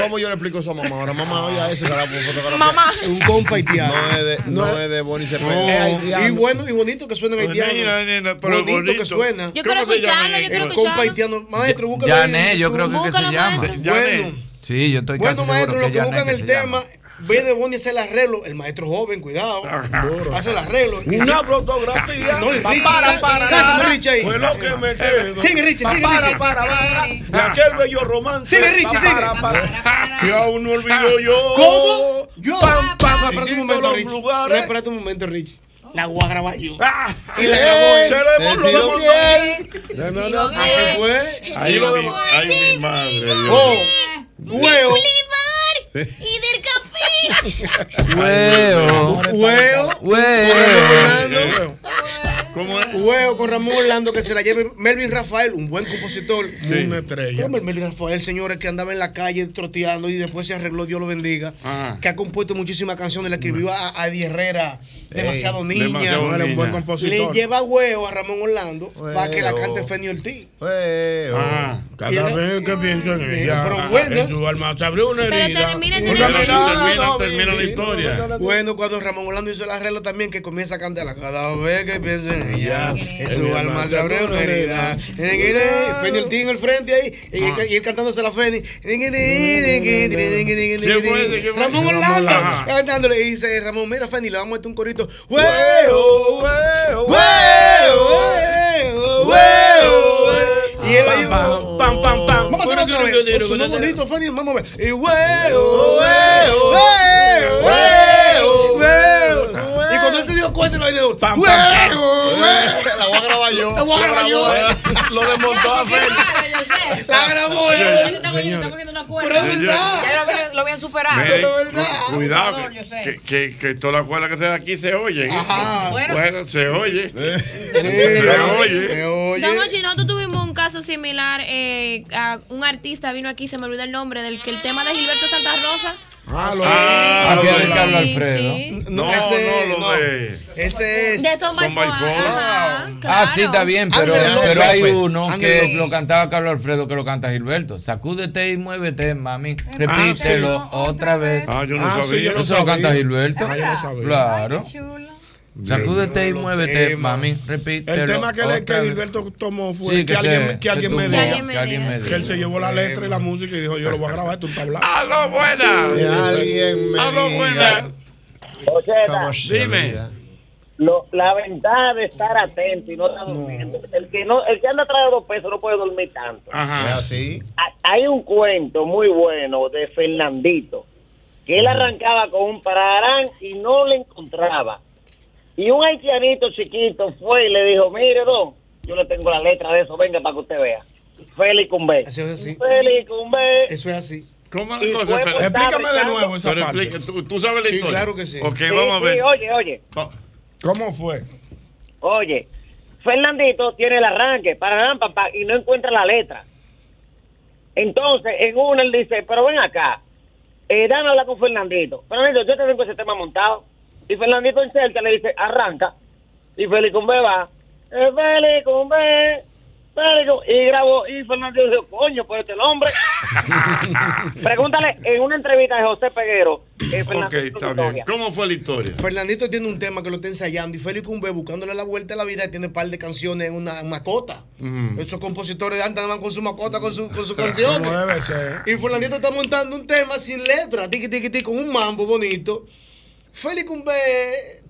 [SPEAKER 7] ¿Cómo yo le explico eso a mamá? Ahora, mamá, oye, eso que la fotografía.
[SPEAKER 13] Mamá.
[SPEAKER 4] Un compa haitiano.
[SPEAKER 7] No es de, no es de Bonnie Cepeda.
[SPEAKER 4] Eh, y bueno y bonito que suena en haitiano.
[SPEAKER 7] Pues Nena, nena, pero
[SPEAKER 4] bonito,
[SPEAKER 7] bonito.
[SPEAKER 4] que suena.
[SPEAKER 7] Yo quiero ¿Cómo se llama escucharlo, yo en quiero
[SPEAKER 4] El compa
[SPEAKER 7] escucharlo.
[SPEAKER 4] haitiano. Maestro, búscalo
[SPEAKER 18] Yané,
[SPEAKER 4] ahí.
[SPEAKER 18] yo creo que, que se
[SPEAKER 4] Búscalo,
[SPEAKER 18] llama.
[SPEAKER 4] maestro. Bueno.
[SPEAKER 18] Sí, yo estoy
[SPEAKER 4] Bueno,
[SPEAKER 18] casi
[SPEAKER 4] maestro, lo
[SPEAKER 18] seguro que
[SPEAKER 4] que
[SPEAKER 18] Yané
[SPEAKER 4] buscan
[SPEAKER 18] que
[SPEAKER 4] el
[SPEAKER 18] se
[SPEAKER 4] tema, viene Bonnie a hacer el arreglo. El maestro joven, cuidado. Hace el arreglo.
[SPEAKER 13] Una fotografía.
[SPEAKER 4] No, y
[SPEAKER 13] Pa-
[SPEAKER 4] Richie,
[SPEAKER 13] para,
[SPEAKER 4] está-
[SPEAKER 13] para,
[SPEAKER 4] está
[SPEAKER 13] para.
[SPEAKER 4] con Richie ahí.
[SPEAKER 13] Fue lo que me quedo.
[SPEAKER 4] Sigue, Richie,
[SPEAKER 13] Pa-
[SPEAKER 4] sigue,
[SPEAKER 13] para,
[SPEAKER 4] Richie.
[SPEAKER 13] para, para. De aquel bello romance.
[SPEAKER 4] Sigue, Richie,
[SPEAKER 13] Pa-
[SPEAKER 4] sigue.
[SPEAKER 13] para, para. Que aún no olvido yo.
[SPEAKER 4] ¿Cómo? Yo.
[SPEAKER 13] Pam, pam,
[SPEAKER 4] No, espérate un
[SPEAKER 13] distintos
[SPEAKER 4] momento,
[SPEAKER 13] los
[SPEAKER 4] Richie. No,
[SPEAKER 13] lugares.
[SPEAKER 4] espérate un momento, Richie. La voy a grabar yo.
[SPEAKER 13] Y la grabó él. Se lo hemos- lo
[SPEAKER 4] Decido
[SPEAKER 13] hemos-
[SPEAKER 4] bien.
[SPEAKER 13] No, no, no.
[SPEAKER 4] Así fue.
[SPEAKER 3] Ahí lo vi. Ay, mi madre. Dios.
[SPEAKER 4] Oh, huevo.
[SPEAKER 6] Y del café.
[SPEAKER 18] Hueo.
[SPEAKER 4] Hueo.
[SPEAKER 3] Hueo. ¿Cómo es?
[SPEAKER 4] Hueo con Ramón Orlando que se la lleve Melvin Rafael, un buen compositor.
[SPEAKER 13] Sí. Una estrella.
[SPEAKER 4] Como el Melvin Rafael, señores, que andaba en la calle troteando y después se arregló, Dios lo bendiga.
[SPEAKER 3] Ah.
[SPEAKER 4] Que ha compuesto muchísimas canciones, le escribió a, a Eddie Herrera, demasiado niña.
[SPEAKER 3] demasiado
[SPEAKER 4] Era
[SPEAKER 3] niña.
[SPEAKER 4] Le lleva huevo a Ramón Orlando para que la cante Feni Ortiz.
[SPEAKER 3] Ah,
[SPEAKER 13] Cada vez que pienso en ella,
[SPEAKER 4] Pero bueno.
[SPEAKER 13] en su alma se abrió una
[SPEAKER 4] Pero
[SPEAKER 13] herida.
[SPEAKER 4] termina,
[SPEAKER 13] Una
[SPEAKER 4] termina.
[SPEAKER 13] mirada,
[SPEAKER 4] Termina,
[SPEAKER 3] termina la historia.
[SPEAKER 4] Bueno, cuando Ramón Orlando hizo el arreglo también, que comienza a cantarla. Cada vez que pienso en ella, en su alma se abre una herida. Feni Ortiz en el frente ahí, y,
[SPEAKER 13] Ah.
[SPEAKER 4] él- y él cantándose la Feni. Ramón Orlando cantándole. Y dice Ramón, mira Feni, le vamos a meter un corito. ¡Hueo! ¡Hueo! ¡Hueo! ¡Hueo! Y él ahí,
[SPEAKER 13] pam, pam, pam.
[SPEAKER 4] Vamos a hacer otra vez. Pues sonó bonito, Fanny, vamos a ver. Y huevo,
[SPEAKER 1] huevo,
[SPEAKER 4] huevo, huevo, huevo. Y cuando él se dio cuenta, lo dio. ¡Huevo! huevo.
[SPEAKER 7] La voy a grabar yo.
[SPEAKER 4] La voy a grabar yo.
[SPEAKER 7] Lo desmontó a
[SPEAKER 4] La grabó él.
[SPEAKER 3] eh. Pero es verdad.
[SPEAKER 5] Ya lo habían- lo habían superado.
[SPEAKER 3] Miren,
[SPEAKER 5] Pero
[SPEAKER 3] cu-
[SPEAKER 5] verdad.
[SPEAKER 3] Cuidado,
[SPEAKER 5] Abusador, yo sé.
[SPEAKER 3] que, que, que todas las cuerdas que se dan aquí se oyen. ¿eh?
[SPEAKER 5] Ajá.
[SPEAKER 3] Bueno,
[SPEAKER 5] Bueno.
[SPEAKER 3] se oye.
[SPEAKER 4] se
[SPEAKER 3] se oye.
[SPEAKER 4] Se
[SPEAKER 6] Don Ochi, nosotros tuvimos un caso similar. eh, a un artista vino aquí, se me olvidó el nombre, del que el tema de Gilberto Santa Rosa.
[SPEAKER 13] Ah,
[SPEAKER 3] lo ah,
[SPEAKER 18] Aquí
[SPEAKER 3] lo
[SPEAKER 18] de Carlos
[SPEAKER 3] Sí,
[SPEAKER 18] Alfredo.
[SPEAKER 3] sí. No, no, lo de.
[SPEAKER 4] Ese es.
[SPEAKER 6] De Son by
[SPEAKER 3] Son by
[SPEAKER 6] Four,
[SPEAKER 3] Four.
[SPEAKER 6] ajá,
[SPEAKER 18] Ah,
[SPEAKER 6] claro.
[SPEAKER 18] sí, está bien, pero,
[SPEAKER 6] Ángel López.
[SPEAKER 18] pero hay
[SPEAKER 6] López.
[SPEAKER 18] uno
[SPEAKER 6] Ángel
[SPEAKER 18] que
[SPEAKER 6] López.
[SPEAKER 18] lo cantaba Carlos Alfredo que lo canta Gilberto. Sacúdete y muévete, mami. Repítelo otra vez.
[SPEAKER 3] Ah, yo
[SPEAKER 13] no Ah, sí, sabía. yo no
[SPEAKER 18] Eso lo
[SPEAKER 13] sabía.
[SPEAKER 18] canta Gilberto.
[SPEAKER 13] Ah, yo no sabía.
[SPEAKER 18] Claro. Sacúdete y
[SPEAKER 13] Los
[SPEAKER 18] muévete,
[SPEAKER 13] temas.
[SPEAKER 18] mami. Repítelo.
[SPEAKER 13] El tema que, le, que
[SPEAKER 18] otra vez.
[SPEAKER 13] Gilberto tomó fue
[SPEAKER 18] Sí,
[SPEAKER 13] que,
[SPEAKER 18] que
[SPEAKER 13] alguien,
[SPEAKER 18] se-
[SPEAKER 13] que alguien
[SPEAKER 18] que
[SPEAKER 13] me
[SPEAKER 18] tumbó,
[SPEAKER 13] diga
[SPEAKER 18] que Que alguien me diga.
[SPEAKER 13] que él se llevó la letra y la música y dijo, yo lo voy a grabar esto un tablado.
[SPEAKER 3] ¡Aló, buena!
[SPEAKER 13] Que
[SPEAKER 7] alguien
[SPEAKER 13] me
[SPEAKER 3] ¡Aló,
[SPEAKER 13] diga.
[SPEAKER 3] buena!
[SPEAKER 7] Como
[SPEAKER 3] Dime.
[SPEAKER 28] Lo- la ventaja de estar atento y no estar durmiendo. El, que no, el que anda atrás de dos pesos no puede dormir tanto.
[SPEAKER 3] Ajá.
[SPEAKER 28] Ha- Hay un cuento muy bueno de Fernandito. que él arrancaba con un pararán y no le encontraba. Y un haitianito chiquito fue y le dijo, mire, don, yo le tengo la letra de eso, venga para que usted vea. Félix Cumbé.
[SPEAKER 4] Eso es así.
[SPEAKER 28] Félix Cumbé.
[SPEAKER 4] Eso es así.
[SPEAKER 3] ¿Cómo
[SPEAKER 28] Y fue
[SPEAKER 3] pero-
[SPEAKER 28] votado Ricardo.
[SPEAKER 3] Pero explica, tú, tú sabes la
[SPEAKER 13] Sí,
[SPEAKER 3] historia.
[SPEAKER 13] claro que sí.
[SPEAKER 3] Ok,
[SPEAKER 28] Sí,
[SPEAKER 3] vamos a
[SPEAKER 28] sí,
[SPEAKER 3] ver.
[SPEAKER 28] oye, oye.
[SPEAKER 13] ¿Cómo fue?
[SPEAKER 28] Oye, Fernandito tiene el arranque, para papá, y no encuentra la letra. Entonces, en una él dice, pero ven acá, eh, dame hablar con Fernandito. Fernandito, yo te tengo ese tema montado. Y Fernandito en cerca le dice, arranca. Y Félix Cumbé va, eh, Félix Cumbé, Félix Cumbé. Y grabó, y Fernandito dice, coño, pues este es el hombre. Pregúntale, en una entrevista de José Peguero, eh,
[SPEAKER 3] Ok,
[SPEAKER 28] Fernandito
[SPEAKER 3] está
[SPEAKER 28] Victoria.
[SPEAKER 3] bien. ¿Cómo fue la historia?
[SPEAKER 4] Fernandito tiene un tema que lo está ensayando y Félix Cumbe buscándole la vuelta a la vida tiene un par de canciones en una macota.
[SPEAKER 3] Mm.
[SPEAKER 4] Esos compositores andaban con su macota, con su, con su canción.
[SPEAKER 13] Como debe ser.
[SPEAKER 4] Y Fernandito está montando un tema sin letra, tiqui, tiqui, tiqui, con un mambo bonito. Félix Cumbe,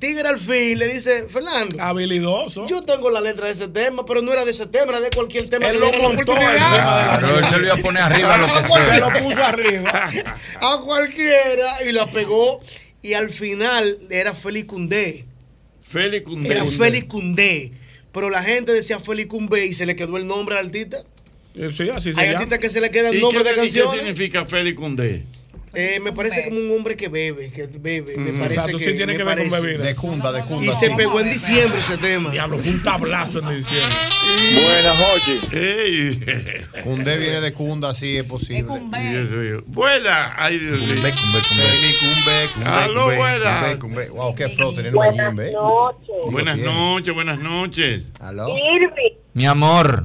[SPEAKER 4] Tigre al fin, le dice, Fernando.
[SPEAKER 13] Habilidoso.
[SPEAKER 4] Yo tengo la letra de ese tema, pero no era de ese tema, era de cualquier tema.
[SPEAKER 13] Él
[SPEAKER 4] que
[SPEAKER 13] lo
[SPEAKER 4] le diera la
[SPEAKER 13] montó
[SPEAKER 4] oportunidad.
[SPEAKER 18] Claro, él se lo iba a poner arriba lo que
[SPEAKER 4] Se
[SPEAKER 18] sea.
[SPEAKER 4] lo puso arriba. A cualquiera y la pegó. Y al final era Félix Cundé.
[SPEAKER 3] Félix Cundé.
[SPEAKER 4] Era Félix Cundé. Pero la gente decía Félix Cundé y se le quedó el nombre al artista.
[SPEAKER 3] Eh,
[SPEAKER 13] Sí, así
[SPEAKER 4] Hay artistas que se le queda el
[SPEAKER 3] ¿Y
[SPEAKER 4] nombre
[SPEAKER 3] qué se-
[SPEAKER 4] de
[SPEAKER 3] y ¿Qué
[SPEAKER 4] canciones.
[SPEAKER 3] significa Félix Cundé?
[SPEAKER 4] Eh, me parece como un hombre que bebe, que bebe. Me
[SPEAKER 3] Mm.
[SPEAKER 4] parece
[SPEAKER 3] Exacto,
[SPEAKER 4] que,
[SPEAKER 3] sí tiene
[SPEAKER 4] me
[SPEAKER 3] que ver con
[SPEAKER 4] parece.
[SPEAKER 3] bebida.
[SPEAKER 7] De cunda, de cunda.
[SPEAKER 4] Y se pegó en diciembre ese tema.
[SPEAKER 13] Diablo, fue un tablazo en diciembre.
[SPEAKER 7] Buenas
[SPEAKER 3] noches.
[SPEAKER 7] Cundé viene de cunda, sí es posible.
[SPEAKER 3] Dios mío. Buena. Ay, Dios mío. Cundé,
[SPEAKER 7] Cundé, Cundé,
[SPEAKER 3] Aló,
[SPEAKER 7] Cundé,
[SPEAKER 3] buenas.
[SPEAKER 7] Cundé, Cundé. Wow, qué flow tenerlo allí,
[SPEAKER 3] Buenas
[SPEAKER 7] ¿ve?
[SPEAKER 3] noches. Buenas
[SPEAKER 7] Digo,
[SPEAKER 3] noches, buenas noches.
[SPEAKER 7] Aló.
[SPEAKER 37] Irving,
[SPEAKER 18] Mi amor.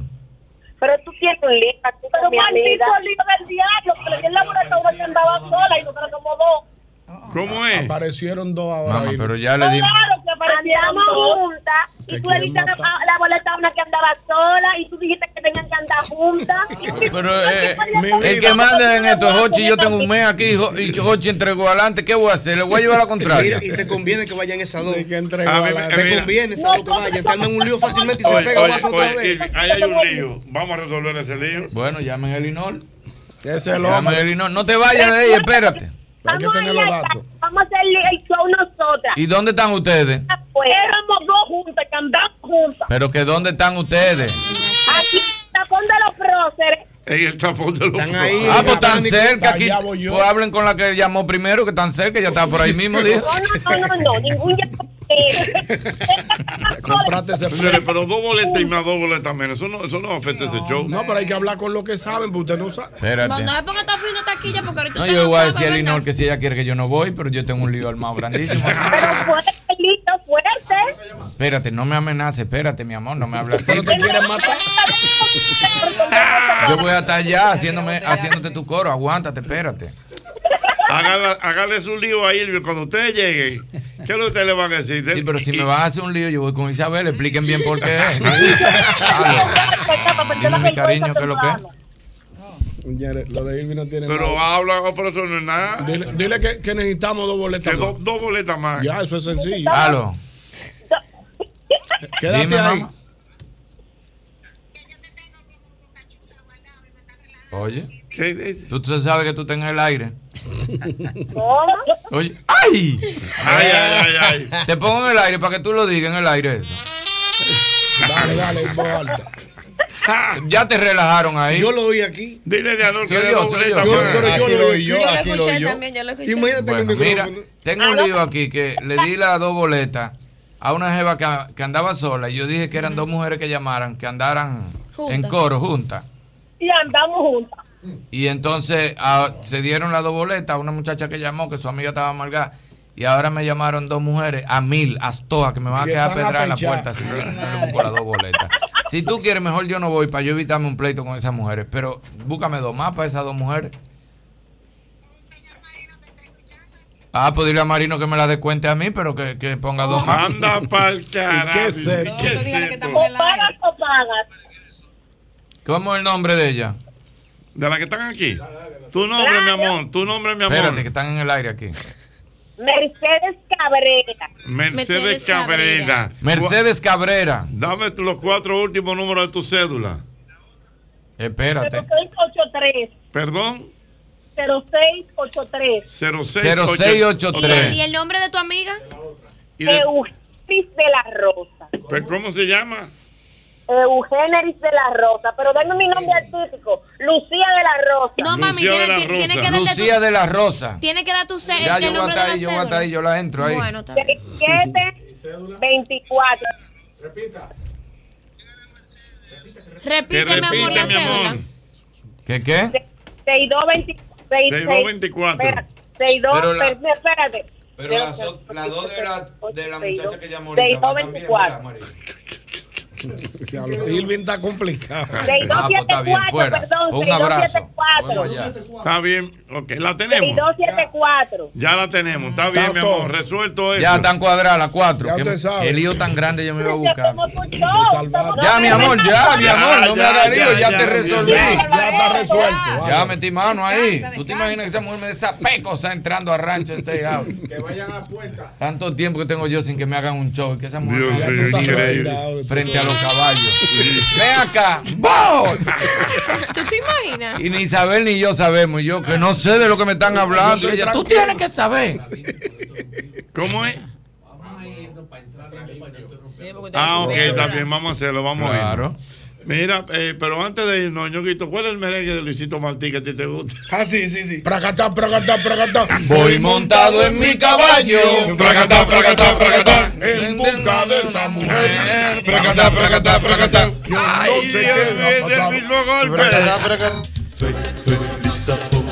[SPEAKER 37] pero tú tienes un lío, tú
[SPEAKER 8] Pero
[SPEAKER 37] mi amiga.
[SPEAKER 8] maldito lío del diablo, que le di en la boleta a una que andaba sola y nosotros somos dos.
[SPEAKER 3] ¿Cómo es?
[SPEAKER 13] Aparecieron dos ahora.
[SPEAKER 18] Mamá,
[SPEAKER 13] ahí.
[SPEAKER 18] pero ya le dimos.
[SPEAKER 8] Claro que aparecieron
[SPEAKER 37] Andamos
[SPEAKER 8] dos.
[SPEAKER 37] juntas
[SPEAKER 13] Te
[SPEAKER 8] y tú le
[SPEAKER 13] quieren
[SPEAKER 8] diste la,
[SPEAKER 13] matar.
[SPEAKER 8] la boleta a una que andaba sola y tú dijiste que tenían que andar juntas.
[SPEAKER 18] Pero eh, el que manda en esto es Hochi. Yo tengo un mes aquí hijo, y Hochi entregó adelante. ¿Qué voy a hacer? ¿Le voy a llevar la contraria?
[SPEAKER 4] Mira, y te conviene que vayan esas dos.
[SPEAKER 3] A mí me-
[SPEAKER 4] te
[SPEAKER 3] mira.
[SPEAKER 4] conviene esas dos que vayan. Te arman un lío fácilmente y se
[SPEAKER 3] Oye,
[SPEAKER 4] pega
[SPEAKER 3] oye,
[SPEAKER 4] más otra
[SPEAKER 3] oye,
[SPEAKER 4] vez.
[SPEAKER 3] Irving, ahí hay un lío. Vamos a resolver ese lío.
[SPEAKER 18] Bueno, llamen a Elinor.
[SPEAKER 13] Ese
[SPEAKER 3] hombre.
[SPEAKER 18] Llamen a Elinor. No te vayas de ahí, espérate.
[SPEAKER 8] Hay que tener los datos. Vamos a hacer el show nosotras.
[SPEAKER 18] ¿Y dónde están ustedes?
[SPEAKER 8] Pues, éramos dos juntas que andamos juntas.
[SPEAKER 18] Pero que dónde están ustedes.
[SPEAKER 8] Aquí tapón de los próceres.
[SPEAKER 3] En el tapón de los
[SPEAKER 13] ahí,
[SPEAKER 18] ah, pues tan
[SPEAKER 13] hablando y-
[SPEAKER 18] cerca aquí.
[SPEAKER 13] Allá voy yo.
[SPEAKER 18] Pues hablen con la que llamó primero, que están cerca, ya está por ahí mismo.
[SPEAKER 8] No,
[SPEAKER 18] dijo.
[SPEAKER 8] no, no, no, no, ningún
[SPEAKER 13] Comprate ese
[SPEAKER 3] Señores, pero dos boletas y más dos boletas menos. Eso no, eso no afecta ese show.
[SPEAKER 13] No, pero hay que hablar con los que saben, porque usted no sabe.
[SPEAKER 6] No,
[SPEAKER 18] Espérate.
[SPEAKER 6] no se ponga tan frío de taquilla porque ahorita
[SPEAKER 18] No,
[SPEAKER 6] usted
[SPEAKER 18] yo voy a
[SPEAKER 6] sabe,
[SPEAKER 18] decir a
[SPEAKER 6] ¿verdad?
[SPEAKER 18] Elinor que si ella quiere que yo no voy, pero yo tengo un lío armado grandísimo.
[SPEAKER 8] Pero fuerte, lindo, fuerte.
[SPEAKER 18] Espérate, no me amenaces, espérate, mi amor, no me hables así. Yo voy a estar allá haciéndome, haciéndote tu coro, aguántate, espérate.
[SPEAKER 3] Hágala- Hágale su lío a Irving cuando ustedes lleguen. ¿Qué es lo que ustedes le van a decir?
[SPEAKER 18] Sí, pero si me vas a hacer un lío, yo voy con Isabel, expliquen bien por qué. Dime mi cariño, ¿qué es lo que es?
[SPEAKER 13] Señores, Lo de Irving no tiene
[SPEAKER 3] Pero
[SPEAKER 13] nada.
[SPEAKER 3] habla, oh, pero eso no es nada.
[SPEAKER 13] Dile, dile que, que necesitamos dos boletas. más.
[SPEAKER 3] Dos boletas más.
[SPEAKER 13] Ya, eso es sencillo.
[SPEAKER 18] Aló.
[SPEAKER 13] Quédate
[SPEAKER 18] Dime,
[SPEAKER 13] ahí.
[SPEAKER 18] mamá. Oye, tú tú sabes que tú tengas el aire. Oye, ¡ay! Eh,
[SPEAKER 3] Ay, ay, ay,
[SPEAKER 18] Te pongo en el aire para que tú lo digas en el aire eso.
[SPEAKER 13] Dale, dale, en voz alta.
[SPEAKER 18] Ya te relajaron ahí.
[SPEAKER 4] Yo lo oí aquí.
[SPEAKER 3] Dile de Adolfo
[SPEAKER 18] Soy yo, soy yo.
[SPEAKER 4] Yo- pero yo
[SPEAKER 18] Aquí
[SPEAKER 4] lo
[SPEAKER 18] lo
[SPEAKER 4] oí
[SPEAKER 18] oí yo,
[SPEAKER 4] aquí.
[SPEAKER 18] aquí lo oí yo.
[SPEAKER 4] Imagínate con
[SPEAKER 18] Bueno,
[SPEAKER 4] el
[SPEAKER 18] mira,
[SPEAKER 4] micrófono.
[SPEAKER 18] tengo un lío aquí que le di las dos boletas a una jeva que, que andaba sola y yo dije que eran dos mujeres que llamaran, que andaran en
[SPEAKER 8] Juntas.
[SPEAKER 18] coro juntas.
[SPEAKER 8] Y andamos juntas.
[SPEAKER 18] Y entonces ah, se dieron las dos boletas a una muchacha que llamó, que su amiga estaba amargada. Y ahora me llamaron dos mujeres, a mil, a todas, que me van a
[SPEAKER 13] Que
[SPEAKER 18] quedar
[SPEAKER 13] están
[SPEAKER 18] pedrada en la
[SPEAKER 13] apechadas.
[SPEAKER 18] puerta si yo no le busco las dos boletas. Si tú quieres, mejor yo no voy para yo evitarme un pleito con esas mujeres. Pero búscame dos más para esas dos mujeres. Ah, pues dile a Marino que me la descuente a mí, pero que, que ponga dos más.
[SPEAKER 3] Anda pa'l carajo.
[SPEAKER 18] ¿Y qué es esto?
[SPEAKER 3] ¿Y qué es esto?
[SPEAKER 8] O pagas o pagas.
[SPEAKER 18] ¿Cómo es el nombre de ella?
[SPEAKER 3] De las que están aquí. Tu nombre, mi amor. Tu nombre, mi amor.
[SPEAKER 18] Espérate, que están en el aire aquí.
[SPEAKER 8] Mercedes Cabrera.
[SPEAKER 3] Mercedes Cabrera.
[SPEAKER 18] Mercedes Cabrera.
[SPEAKER 3] Dame tú los cuatro últimos números de tu cédula.
[SPEAKER 18] Espérate.
[SPEAKER 8] Pero soy 83.
[SPEAKER 3] Perdón.
[SPEAKER 8] 0683.
[SPEAKER 3] 0683.
[SPEAKER 6] ¿Y el nombre de tu amiga?
[SPEAKER 3] Y de-
[SPEAKER 8] Eugéneris de la Rosa.
[SPEAKER 3] ¿Pero ¿Cómo se llama?
[SPEAKER 8] Eugéneris de la Rosa. Pero dame mi nombre artístico. Lucía de la Rosa.
[SPEAKER 6] No, mami,
[SPEAKER 18] Lucía
[SPEAKER 6] tiene,
[SPEAKER 18] de la
[SPEAKER 6] tiene- tiene que
[SPEAKER 18] Rosa.
[SPEAKER 6] darte
[SPEAKER 18] Lucía de la Rosa.
[SPEAKER 6] Tiene que dar tu ce-
[SPEAKER 18] Ya
[SPEAKER 6] el,
[SPEAKER 18] yo voy a
[SPEAKER 6] nombre
[SPEAKER 18] estar
[SPEAKER 6] de la
[SPEAKER 18] ahí, yo voy a estar
[SPEAKER 6] cédula.
[SPEAKER 18] ahí, yo la entro ahí.
[SPEAKER 6] Bueno, está bien.
[SPEAKER 8] 67 24.
[SPEAKER 13] Repita.
[SPEAKER 6] Repite, mi amor, la cédula.
[SPEAKER 18] ¿Qué qué?
[SPEAKER 8] 6224.
[SPEAKER 18] 6224.
[SPEAKER 8] 62,
[SPEAKER 18] Pero la-
[SPEAKER 8] espérate, espérate.
[SPEAKER 18] Pero las la dos de la, de la muchacha que llamó ahorita.
[SPEAKER 8] 6224.
[SPEAKER 13] Diablo, Tilvin está complicado.
[SPEAKER 8] Ah, pues está bien, fuera. Un abrazo. Vamos allá.
[SPEAKER 3] Está bien, ok, la tenemos.
[SPEAKER 8] 6274.
[SPEAKER 3] Ya la tenemos, está bien, mi amor, resuelto eso.
[SPEAKER 18] Ya están cuadradas las cuatro.
[SPEAKER 3] Ya
[SPEAKER 18] Qué-
[SPEAKER 3] usted sabe.
[SPEAKER 18] Qué lío tan grande yo me iba a buscar.
[SPEAKER 8] Ya,
[SPEAKER 18] mi amor, ya, mi amor, no me hagas lío, ya te resolví.
[SPEAKER 13] Ya está resuelto.
[SPEAKER 18] Ya metí mano ahí. ¿Tú te imaginas que esa mujer me desapeco, o sea, entrando a rancho este out?
[SPEAKER 13] Que vayan a puerta.
[SPEAKER 18] Tanto tiempo que tengo yo sin que me hagan un show, que esa mujer
[SPEAKER 13] Dios
[SPEAKER 18] me haga
[SPEAKER 13] mío,
[SPEAKER 18] un tiro
[SPEAKER 13] increíble.
[SPEAKER 18] ahí frente a los caballos. Ven acá, ¡Vos!
[SPEAKER 6] ¿Tú te imaginas?
[SPEAKER 18] Y ni Isabel ni yo sabemos, y yo que no sé de lo que me están hablando. Y ella, tú tienes que saber.
[SPEAKER 3] ¿Cómo es? Ah,
[SPEAKER 18] Ah,
[SPEAKER 3] ok, está bien, vamos a hacerlo, vamos a
[SPEAKER 18] Claro.
[SPEAKER 3] ir. Mira, eh, pero antes de irnos, ñoquito, ¿cuál es el merengue de Luisito Martí que a ti te gusta?
[SPEAKER 13] Ah, sí, sí, sí. Pracatá, pracatá, pracatá.
[SPEAKER 18] Voy montado en mi caballo.
[SPEAKER 13] Pracatá, pracatá, pracatá. En busca de esa mujer. Pracatá, pracatá, pracatá. Yo no sé qué me ha pasado. Pracatá, pracatá.
[SPEAKER 19] Lista pum,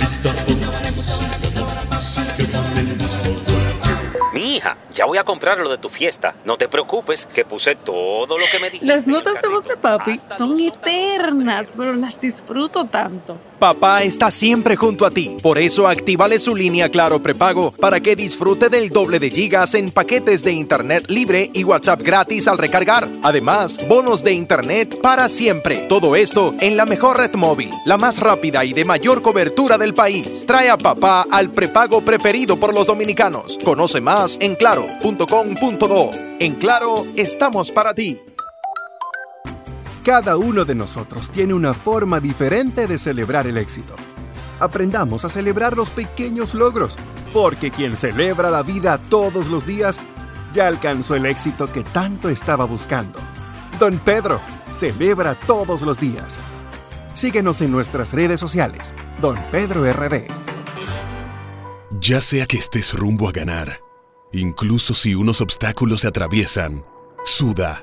[SPEAKER 19] lista pum, sigue pum, sigue pum, el mismo golpe.
[SPEAKER 31] Mi hija, ya voy a comprar lo de tu fiesta. No te preocupes, que puse todo lo que me dijiste.
[SPEAKER 12] Las notas de voz de papi son eternas, pero las disfruto tanto.
[SPEAKER 22] Papá está siempre junto a ti, por eso actívale su línea Claro prepago para que disfrute del doble de gigas en paquetes de internet libre y WhatsApp gratis al recargar. Además, bonos de internet para siempre. Todo esto en la mejor red móvil, la más rápida y de mayor cobertura del país. Trae a papá al prepago preferido por los dominicanos. Conoce más en claro.com.do. En Claro, estamos para ti.
[SPEAKER 38] Cada uno de nosotros tiene una forma diferente de celebrar el éxito. Aprendamos a celebrar los pequeños logros, porque quien celebra la vida todos los días ya alcanzó el éxito que tanto estaba buscando. Don Pedro, celebra todos los días. Síguenos en nuestras redes sociales, Don Pedro RD.
[SPEAKER 39] Ya sea que estés rumbo a ganar, incluso si unos obstáculos se atraviesan, suda,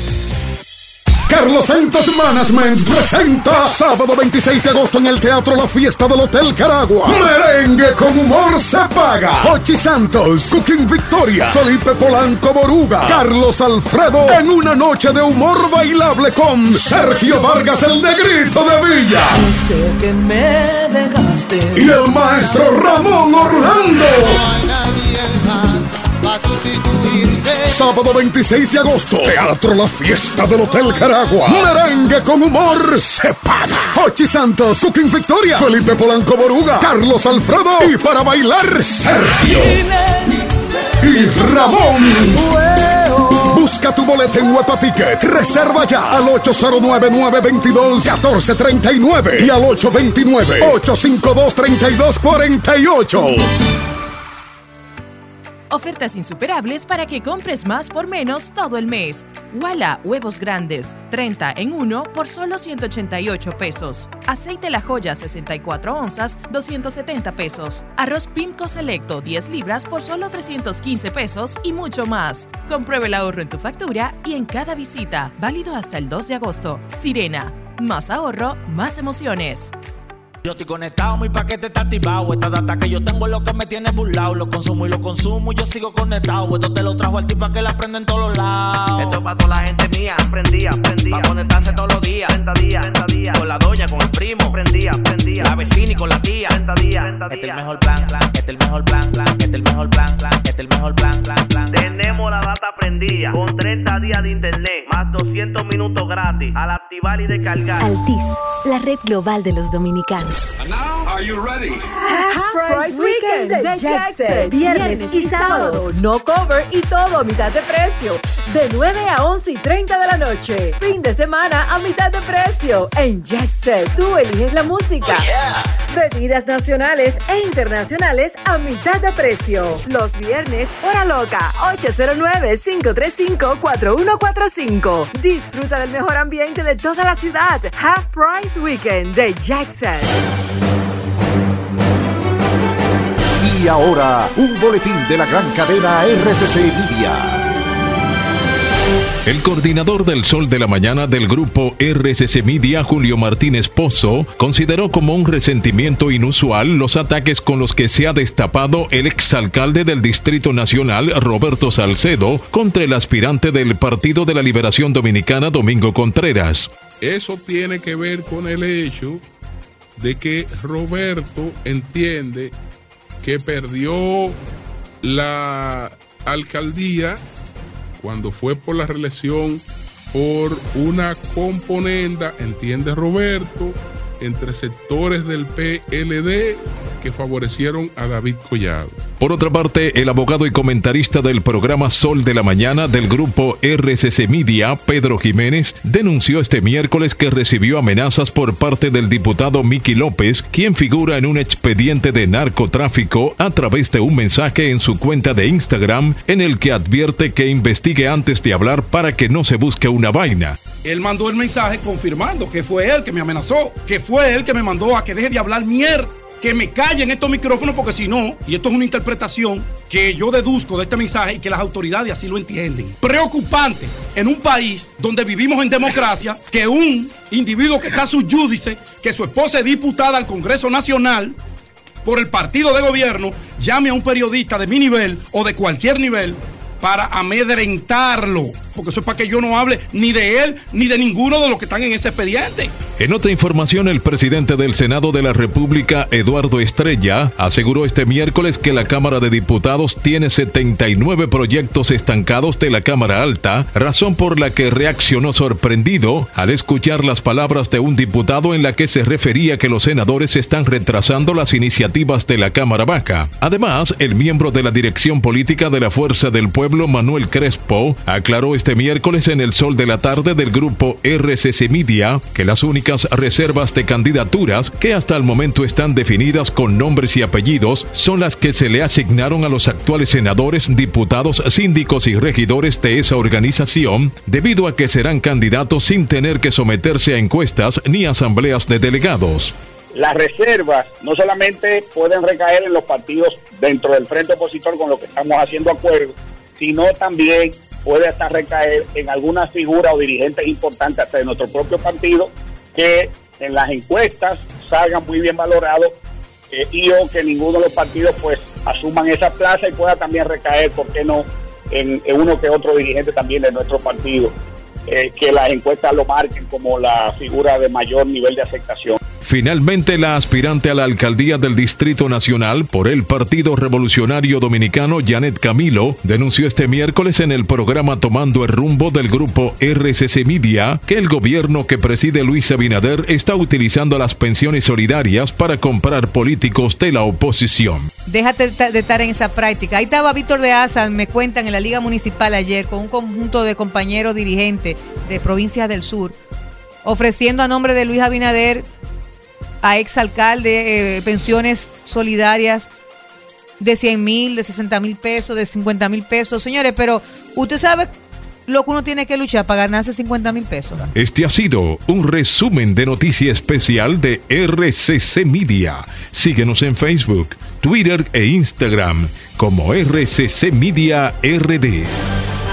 [SPEAKER 40] Carlos Santos Management presenta sábado 26 de agosto en el Teatro La Fiesta del Hotel Caragua. Merengue con humor se paga. Hochi Santos, Cooking Victoria, Felipe Polanco Boruga, Carlos Alfredo en una noche de humor bailable con Sergio Vargas el Negrito de Villa.
[SPEAKER 19] que me dejaste.
[SPEAKER 40] Y el maestro Ramón Orlando. Sábado 26 de agosto, Teatro La Fiesta del Hotel Caragua. Merengue con humor se paga. Hochi Santos, Cooking Victoria, Felipe Polanco Boruga, Carlos Alfredo y para bailar Sergio y Ramón. Busca tu boleto en Huepa Ticket. Reserva ya al 809-922-1439 y al 829-852-3248.
[SPEAKER 41] Ofertas insuperables para que compres más por menos todo el mes. Wala, huevos grandes, 30 en 1 por solo 188 pesos. Aceite La Joya, 64 onzas, 270 pesos. Arroz Pinco Selecto, 10 libras por solo 315 pesos y mucho más. Compruebe el ahorro en tu factura y en cada visita, válido hasta el 2 de agosto. Sirena, más ahorro, más emociones.
[SPEAKER 1] Yo estoy conectado, mi paquete está activado. Esta data que yo tengo es lo que me tiene burlado. Lo consumo y lo consumo y yo sigo conectado. Esto te lo trajo al ti para que la aprenda en todos los lados. Esto es para toda la gente mía. Prendía, prendía. Para conectarse todos los días. 30 días, 30 días. Con la doña, con el primo. Prendía, prendía. La vecina y con la tía. 30 días, 30 días. Este es el mejor plan, plan. Este es el mejor plan, plan. Este es el mejor plan, plan. Este es el mejor plan, plan, plan. Tenemos la data prendida. Con 30 días de internet. Más 200 minutos gratis. Al activar y descargar.
[SPEAKER 27] Altis, la red global de los dominicanos.
[SPEAKER 42] Are you ready?
[SPEAKER 27] Half Price
[SPEAKER 21] Weekend de Jackson. Viernes y sábados. No cover y todo a mitad de precio. De 9 a 11 y 30 de la noche. Fin de semana a mitad de precio. En Jackson. Tú eliges la música. Bebidas nacionales e internacionales a mitad de precio. Los viernes, hora loca, 809-535-4145. Disfruta del mejor ambiente de toda la ciudad. Half Price Weekend de Jackson.
[SPEAKER 40] Y ahora, un boletín de la gran cadena RCC Media.
[SPEAKER 19] El coordinador del Sol de la Mañana del grupo RCC Media, Julio Martínez Pozo, consideró como un resentimiento inusual los ataques con los que se ha destapado el exalcalde del Distrito Nacional, Roberto Salcedo, contra el aspirante del Partido de la Liberación Dominicana, Domingo Contreras.
[SPEAKER 43] Eso tiene que ver con el hecho de que Roberto entiende que perdió la alcaldía cuando fue por la reelección por una componenda, entiende Roberto, entre sectores del PLD que favorecieron a David Collado.
[SPEAKER 19] Por otra parte, el abogado y comentarista del programa Sol de la Mañana del grupo RCC Media, Pedro Jiménez, denunció este miércoles que recibió amenazas por parte del diputado Miki López, quien figura en un expediente de narcotráfico a través de un mensaje en su cuenta de Instagram en el que advierte que investigue antes de hablar para que no se busque una vaina.
[SPEAKER 44] Él mandó el mensaje confirmando que fue él que me amenazó, que fue él que me mandó a que deje de hablar mierda, que me callen estos micrófonos porque si no, y esto es una interpretación que yo deduzco de este mensaje y que las autoridades así lo entienden. Preocupante en un país donde vivimos en democracia que un individuo que está subyúdice, que su esposa es diputada al Congreso Nacional por el partido de gobierno, llame a un periodista de mi nivel o de cualquier nivel para amedrentarlo, porque eso es para que yo no hable ni de él ni de ninguno de los que están en ese expediente.
[SPEAKER 19] En otra información, el presidente del Senado de la República, Eduardo Estrella, aseguró este miércoles que la Cámara de Diputados tiene 79 proyectos estancados de la Cámara Alta, razón por la que reaccionó sorprendido al escuchar las palabras de un diputado en la que se refería que los senadores están retrasando las iniciativas de la Cámara Baja. Además, el miembro de la Dirección Política de la Fuerza del Pueblo, Manuel Crespo, aclaró este miércoles en el sol de la tarde del grupo RCC Media que las únicas reservas de candidaturas que hasta el momento están definidas con nombres y apellidos son las que se le asignaron a los actuales senadores, diputados, síndicos y regidores de esa organización, debido a que serán candidatos sin tener que someterse a encuestas ni asambleas de delegados.
[SPEAKER 32] las reservas no solamente pueden recaer en los partidos dentro del frente opositor con lo que estamos haciendo acuerdo, sino también puede hasta recaer en alguna figura o dirigentes importantes hasta de nuestro propio partido que en las encuestas salgan muy bien valorados eh, y o que ninguno de los partidos pues asuman esa plaza y pueda también recaer, ¿por qué no?, en, en uno que otro dirigente también de nuestro partido, eh, que las encuestas lo marquen como la figura de mayor nivel de aceptación.
[SPEAKER 19] Finalmente, la aspirante a la alcaldía del Distrito Nacional por el Partido Revolucionario Dominicano, Janet Camilo, denunció este miércoles en el programa Tomando el Rumbo del grupo RCC Media que el gobierno que preside Luis Abinader está utilizando las pensiones solidarias para comprar políticos de la oposición.
[SPEAKER 43] Déjate ta- de estar en esa práctica. Ahí estaba Víctor de Asa, me cuentan, en la Liga Municipal ayer con un conjunto de compañeros dirigentes de provincias del sur, ofreciendo a nombre de Luis Abinader a exalcalde eh, pensiones solidarias de 100 mil, de 60 mil pesos, de 50 mil pesos. Señores, pero usted sabe lo que uno tiene que luchar para ganarse 50 mil pesos.
[SPEAKER 19] Este ha sido un resumen de noticia especial de RCC Media. Síguenos en Facebook, Twitter e Instagram como RCC Media RD.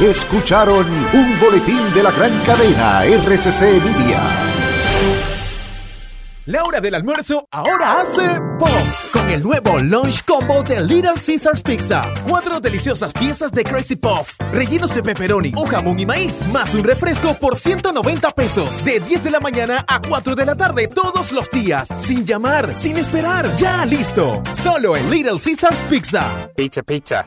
[SPEAKER 40] Escucharon un boletín de la gran cadena RCC Media.
[SPEAKER 2] La hora del almuerzo ahora hace POF con el nuevo Lunch Combo de Little Caesars Pizza. Cuatro deliciosas piezas de Crazy Puff, rellenos de pepperoni o jamón y maíz, más un refresco por 190 pesos. De 10 de la mañana a 4 de la tarde todos los días, sin llamar, sin esperar. Ya Ah, listo, solo en Little Caesars Pizza.
[SPEAKER 29] Pizza, pizza.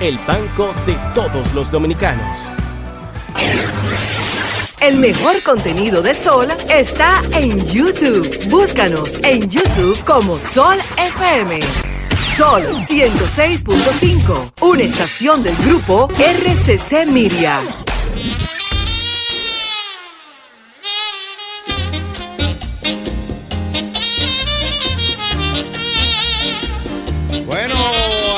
[SPEAKER 29] el banco de todos los dominicanos.
[SPEAKER 26] El mejor contenido de Sol está en YouTube. Búscanos en YouTube como Sol FM. Sol 106.5, una estación del grupo RCC Media.
[SPEAKER 7] Bueno,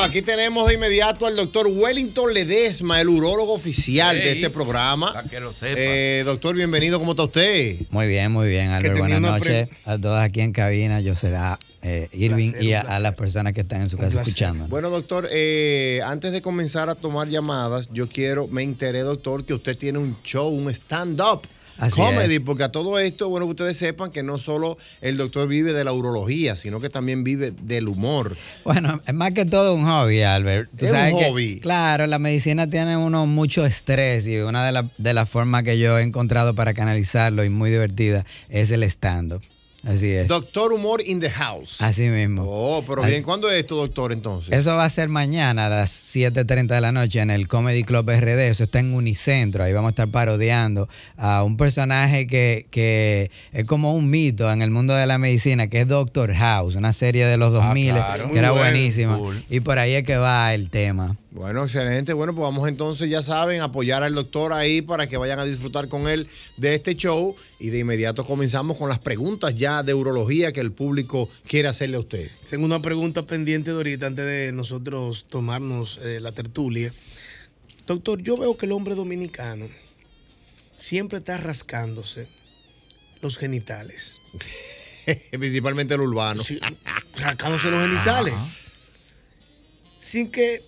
[SPEAKER 7] aquí tenemos de inmediato al doctor Wellington Ledesma, el urólogo oficial de
[SPEAKER 20] Ey,
[SPEAKER 7] este programa.
[SPEAKER 20] que lo
[SPEAKER 7] Eh, doctor, bienvenido, ¿cómo está usted?
[SPEAKER 20] Muy bien, muy bien, Albert.
[SPEAKER 7] tenía
[SPEAKER 20] Buenas
[SPEAKER 7] una
[SPEAKER 20] noches a todos aquí en cabina, yo será eh, Irving
[SPEAKER 7] placer,
[SPEAKER 20] y
[SPEAKER 7] un
[SPEAKER 20] a, a las personas que están en su casa escuchando.
[SPEAKER 7] Bueno, doctor, eh, antes de comenzar a tomar llamadas, yo quiero, me enteré, doctor, que usted tiene un show, un stand-up.
[SPEAKER 20] Así
[SPEAKER 7] comedy,
[SPEAKER 20] es.
[SPEAKER 7] porque a todo esto, bueno, que ustedes sepan que no solo el doctor vive de la urología, sino que también vive del humor.
[SPEAKER 20] Bueno, es más que todo un hobby, Albert. Tú
[SPEAKER 7] Es un
[SPEAKER 20] sabes que,
[SPEAKER 7] hobby.
[SPEAKER 20] claro, la medicina tiene uno mucho estrés y una de, la- de las formas que yo he encontrado para canalizarlo y muy divertida es el stand-up. Así es.
[SPEAKER 7] Doctor Humor in the House.
[SPEAKER 20] Así mismo.
[SPEAKER 7] Oh, pero
[SPEAKER 20] Así-
[SPEAKER 7] bien, ¿cuándo es esto, doctor, entonces?
[SPEAKER 20] Eso va a ser mañana a las 7.30 de la noche en el Comedy Club RD. Eso está en Unicentro. Ahí vamos a estar parodiando a un personaje que, que es como un mito en el mundo de la medicina, que es Doctor House, una serie de los 2000
[SPEAKER 7] Ah, claro. Muy
[SPEAKER 20] que era
[SPEAKER 7] bueno,
[SPEAKER 20] buenísima.
[SPEAKER 7] cool.
[SPEAKER 20] Y por ahí es que va el tema.
[SPEAKER 7] Bueno, excelente. Bueno, pues vamos entonces, ya saben, apoyar al doctor ahí para que vayan a disfrutar con él de este show. Y de inmediato comenzamos con las preguntas ya de urología que el público quiere hacerle a usted.
[SPEAKER 4] Tengo una pregunta pendiente de ahorita antes de nosotros tomarnos eh, la tertulia. Doctor, yo veo que el hombre dominicano siempre está rascándose los genitales.
[SPEAKER 7] Principalmente el urbano.
[SPEAKER 4] rascándose los genitales. Sin que.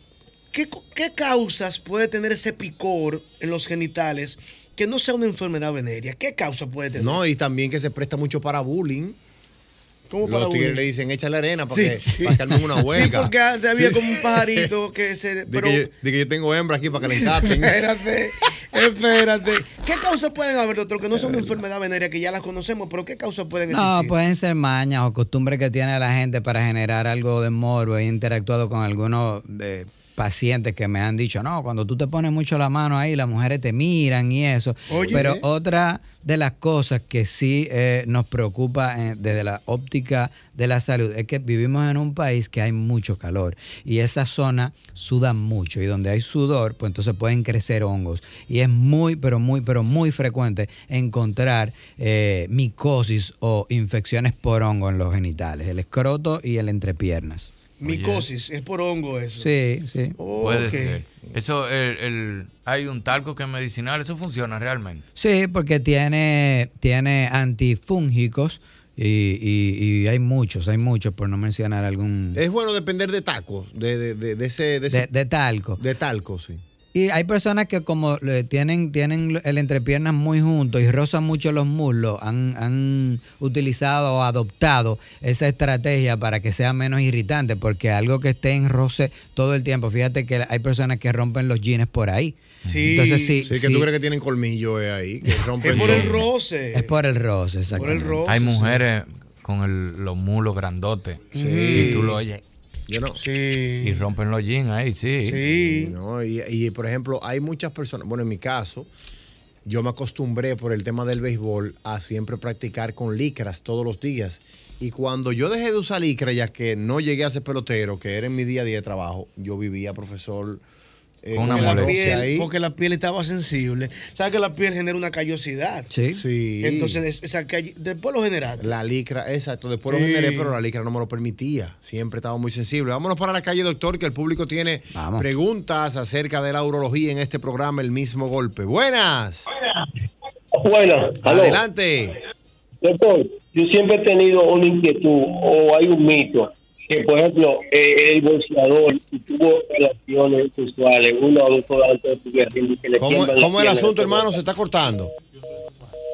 [SPEAKER 4] ¿qué, co- qué causas puede tener ese picor en los genitales que no sea una enfermedad venérea? ¿Qué causa puede tener?
[SPEAKER 7] No, y también que se presta mucho para bullying.
[SPEAKER 4] ¿Cómo para
[SPEAKER 7] Los tigres
[SPEAKER 4] bullying?
[SPEAKER 7] le dicen, échale arena para,
[SPEAKER 4] Sí,
[SPEAKER 7] que,
[SPEAKER 4] sí.
[SPEAKER 7] para que armen una huelga.
[SPEAKER 4] Sí, porque antes había
[SPEAKER 7] Sí.
[SPEAKER 4] como un pajarito que se.
[SPEAKER 7] De
[SPEAKER 4] pero-
[SPEAKER 7] que, yo, de que yo tengo hembra aquí para que le encaten.
[SPEAKER 4] Espérate, espérate. ¿Qué causas pueden haber, doctor? Que no son una enfermedad venérea, que ya las conocemos, pero ¿qué causas pueden
[SPEAKER 20] No,
[SPEAKER 4] existir?
[SPEAKER 20] pueden ser mañas o costumbres que tiene la gente para generar algo de morbo. He interactuado con algunos eh, pacientes que me han dicho, no, cuando tú te pones mucho la mano ahí, las mujeres te miran y eso.
[SPEAKER 6] Oye.
[SPEAKER 20] Pero
[SPEAKER 7] ¿eh?
[SPEAKER 20] otra de las cosas que sí eh, nos preocupa eh, desde la óptica de la salud es que vivimos en un país que hay mucho calor y esa zona suda mucho y donde hay sudor, pues entonces pueden crecer hongos. Y es muy, pero muy, pero muy frecuente encontrar eh, micosis o infecciones por hongo en los genitales, el escroto y el entrepiernas.
[SPEAKER 4] Micosis, es por hongo eso.
[SPEAKER 20] Sí, sí.
[SPEAKER 4] Oh,
[SPEAKER 20] Puede
[SPEAKER 4] ok.
[SPEAKER 20] ser.
[SPEAKER 18] Eso, el, el- hay un talco que es medicinal, eso funciona realmente.
[SPEAKER 20] Sí, porque tiene, tiene antifúngicos y, y- y hay muchos, hay muchos, por no mencionar algún...
[SPEAKER 7] Es bueno depender de tacos, de, de, de, de ese, de, ese-
[SPEAKER 20] De, de talco.
[SPEAKER 7] de talco, sí.
[SPEAKER 20] Y hay personas que como eh, tienen, tienen el entrepiernas muy junto y rozan mucho los muslos, han, han utilizado o adoptado esa estrategia para que sea menos irritante, porque algo que esté en roce todo el tiempo, fíjate que hay personas que rompen los jeans por ahí.
[SPEAKER 4] Sí,
[SPEAKER 20] Entonces, sí,
[SPEAKER 7] Sí, que
[SPEAKER 20] sí.
[SPEAKER 7] tú crees que tienen colmillo eh, ahí, que rompen.
[SPEAKER 4] por el
[SPEAKER 7] todo.
[SPEAKER 4] roce.
[SPEAKER 20] Es por el roce, exactamente.
[SPEAKER 18] hay mujeres con el- los mulos grandotes.
[SPEAKER 7] Sí.
[SPEAKER 18] Y tú lo oyes.
[SPEAKER 7] Yo no.
[SPEAKER 18] Y rompen los jeans ahí, sí.
[SPEAKER 7] ¿no? Y, y, por ejemplo, hay muchas personas, bueno, en mi caso, yo me acostumbré por el tema del béisbol a siempre practicar con licras todos los días. Y cuando yo dejé de usar licras, ya que no llegué a ser pelotero, que era en mi día a día de trabajo, yo vivía, profesor, eh,
[SPEAKER 18] Con una
[SPEAKER 7] con la
[SPEAKER 18] molestia.
[SPEAKER 7] piel,
[SPEAKER 18] Ahí.
[SPEAKER 4] Porque la piel estaba sensible. ¿Sabes que la piel genera una callosidad?
[SPEAKER 7] Sí. Sí.
[SPEAKER 4] Entonces, es- esa calle- después lo generaste.
[SPEAKER 7] La licra, exacto. Después lo generé,
[SPEAKER 4] Sí.
[SPEAKER 7] pero la licra no me lo permitía. Siempre estaba muy sensible. Vámonos para la calle, doctor, que el público tiene preguntas acerca de la urología en este programa, El mismo golpe. Buenas.
[SPEAKER 12] Buenas. aló.
[SPEAKER 7] Adelante.
[SPEAKER 12] Doctor, yo siempre he tenido una inquietud o hay un mito que, por ejemplo, eh, el boxeador que tuvo relaciones sexuales una o dos horas antes de su guerra, y que le
[SPEAKER 7] ¿Cómo,
[SPEAKER 12] siembran la
[SPEAKER 7] cómo es el
[SPEAKER 12] pierna,
[SPEAKER 7] asunto,
[SPEAKER 12] doctor?
[SPEAKER 7] hermano? ¿Se está cortando?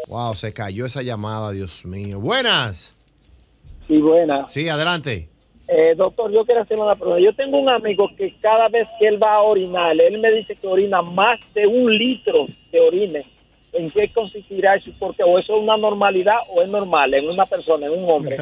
[SPEAKER 7] Wow, se cayó esa llamada, Dios mío. Buenas.
[SPEAKER 12] Sí, buenas.
[SPEAKER 7] Sí, adelante.
[SPEAKER 12] Eh, doctor, yo quiero hacerle una pregunta. Yo tengo un amigo que cada vez que él va a orinar, él me dice que orina más de un litro de orine. ¿En qué consistirá eso? Porque o eso es una normalidad o es normal en una persona, en un hombre.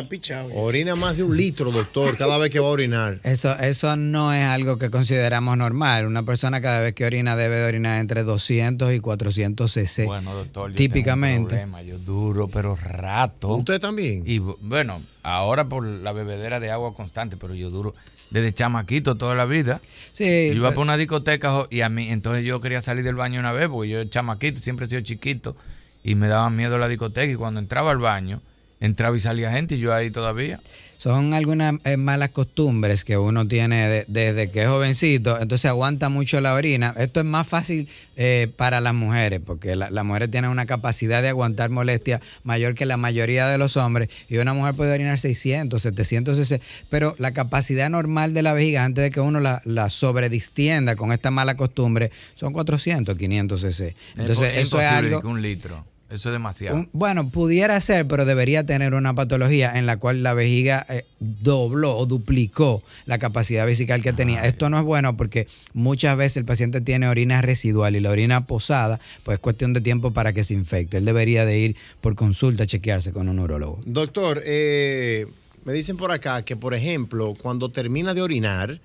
[SPEAKER 7] Orina más de un litro, doctor, cada vez que va a orinar.
[SPEAKER 20] Eso, eso no es algo que consideramos normal. Una persona cada vez que orina debe de orinar entre 200 y 400 cc.
[SPEAKER 18] Bueno, doctor, yo tengo un
[SPEAKER 20] típicamente.
[SPEAKER 18] problema, yo duro, pero rato.
[SPEAKER 20] ¿Usted
[SPEAKER 7] también?
[SPEAKER 18] Y bu- bueno, ahora por la bebedera de agua constante, pero yo duro desde chamaquito toda la vida.
[SPEAKER 20] Sí, pues.
[SPEAKER 18] Yo iba
[SPEAKER 20] pero-
[SPEAKER 18] para una discoteca jo, y a mí, entonces yo quería salir del baño una vez, porque yo chamaquito, siempre he sido chiquito y me daba miedo la discoteca y cuando entraba al baño, entraba y salía gente y yo ahí todavía.
[SPEAKER 20] Son algunas eh, malas costumbres que uno tiene de- desde que es jovencito, entonces aguanta mucho la orina. Esto es más fácil eh, para las mujeres, porque la- las mujeres tienen una capacidad de aguantar molestia mayor que la mayoría de los hombres, y una mujer puede orinar 600, 700 cc, pero la capacidad normal de la vejiga, antes de que uno la, la sobredistienda con esta mala costumbre, son 400, 500 cc. Entonces,
[SPEAKER 18] Es
[SPEAKER 20] eso es
[SPEAKER 18] imposible
[SPEAKER 20] algo...
[SPEAKER 18] que un litro, eso es demasiado.
[SPEAKER 20] Un- bueno, pudiera ser, pero debería tener una patología en la cual la vejiga eh, dobló o duplicó la capacidad vesical que tenía. Esto no es bueno porque muchas veces el paciente tiene orina residual y la orina posada, pues es cuestión de tiempo para que se infecte. Él debería de ir por consulta a chequearse con un urólogo.
[SPEAKER 7] Doctor, eh, me dicen por acá que, por ejemplo, cuando termina de orinar,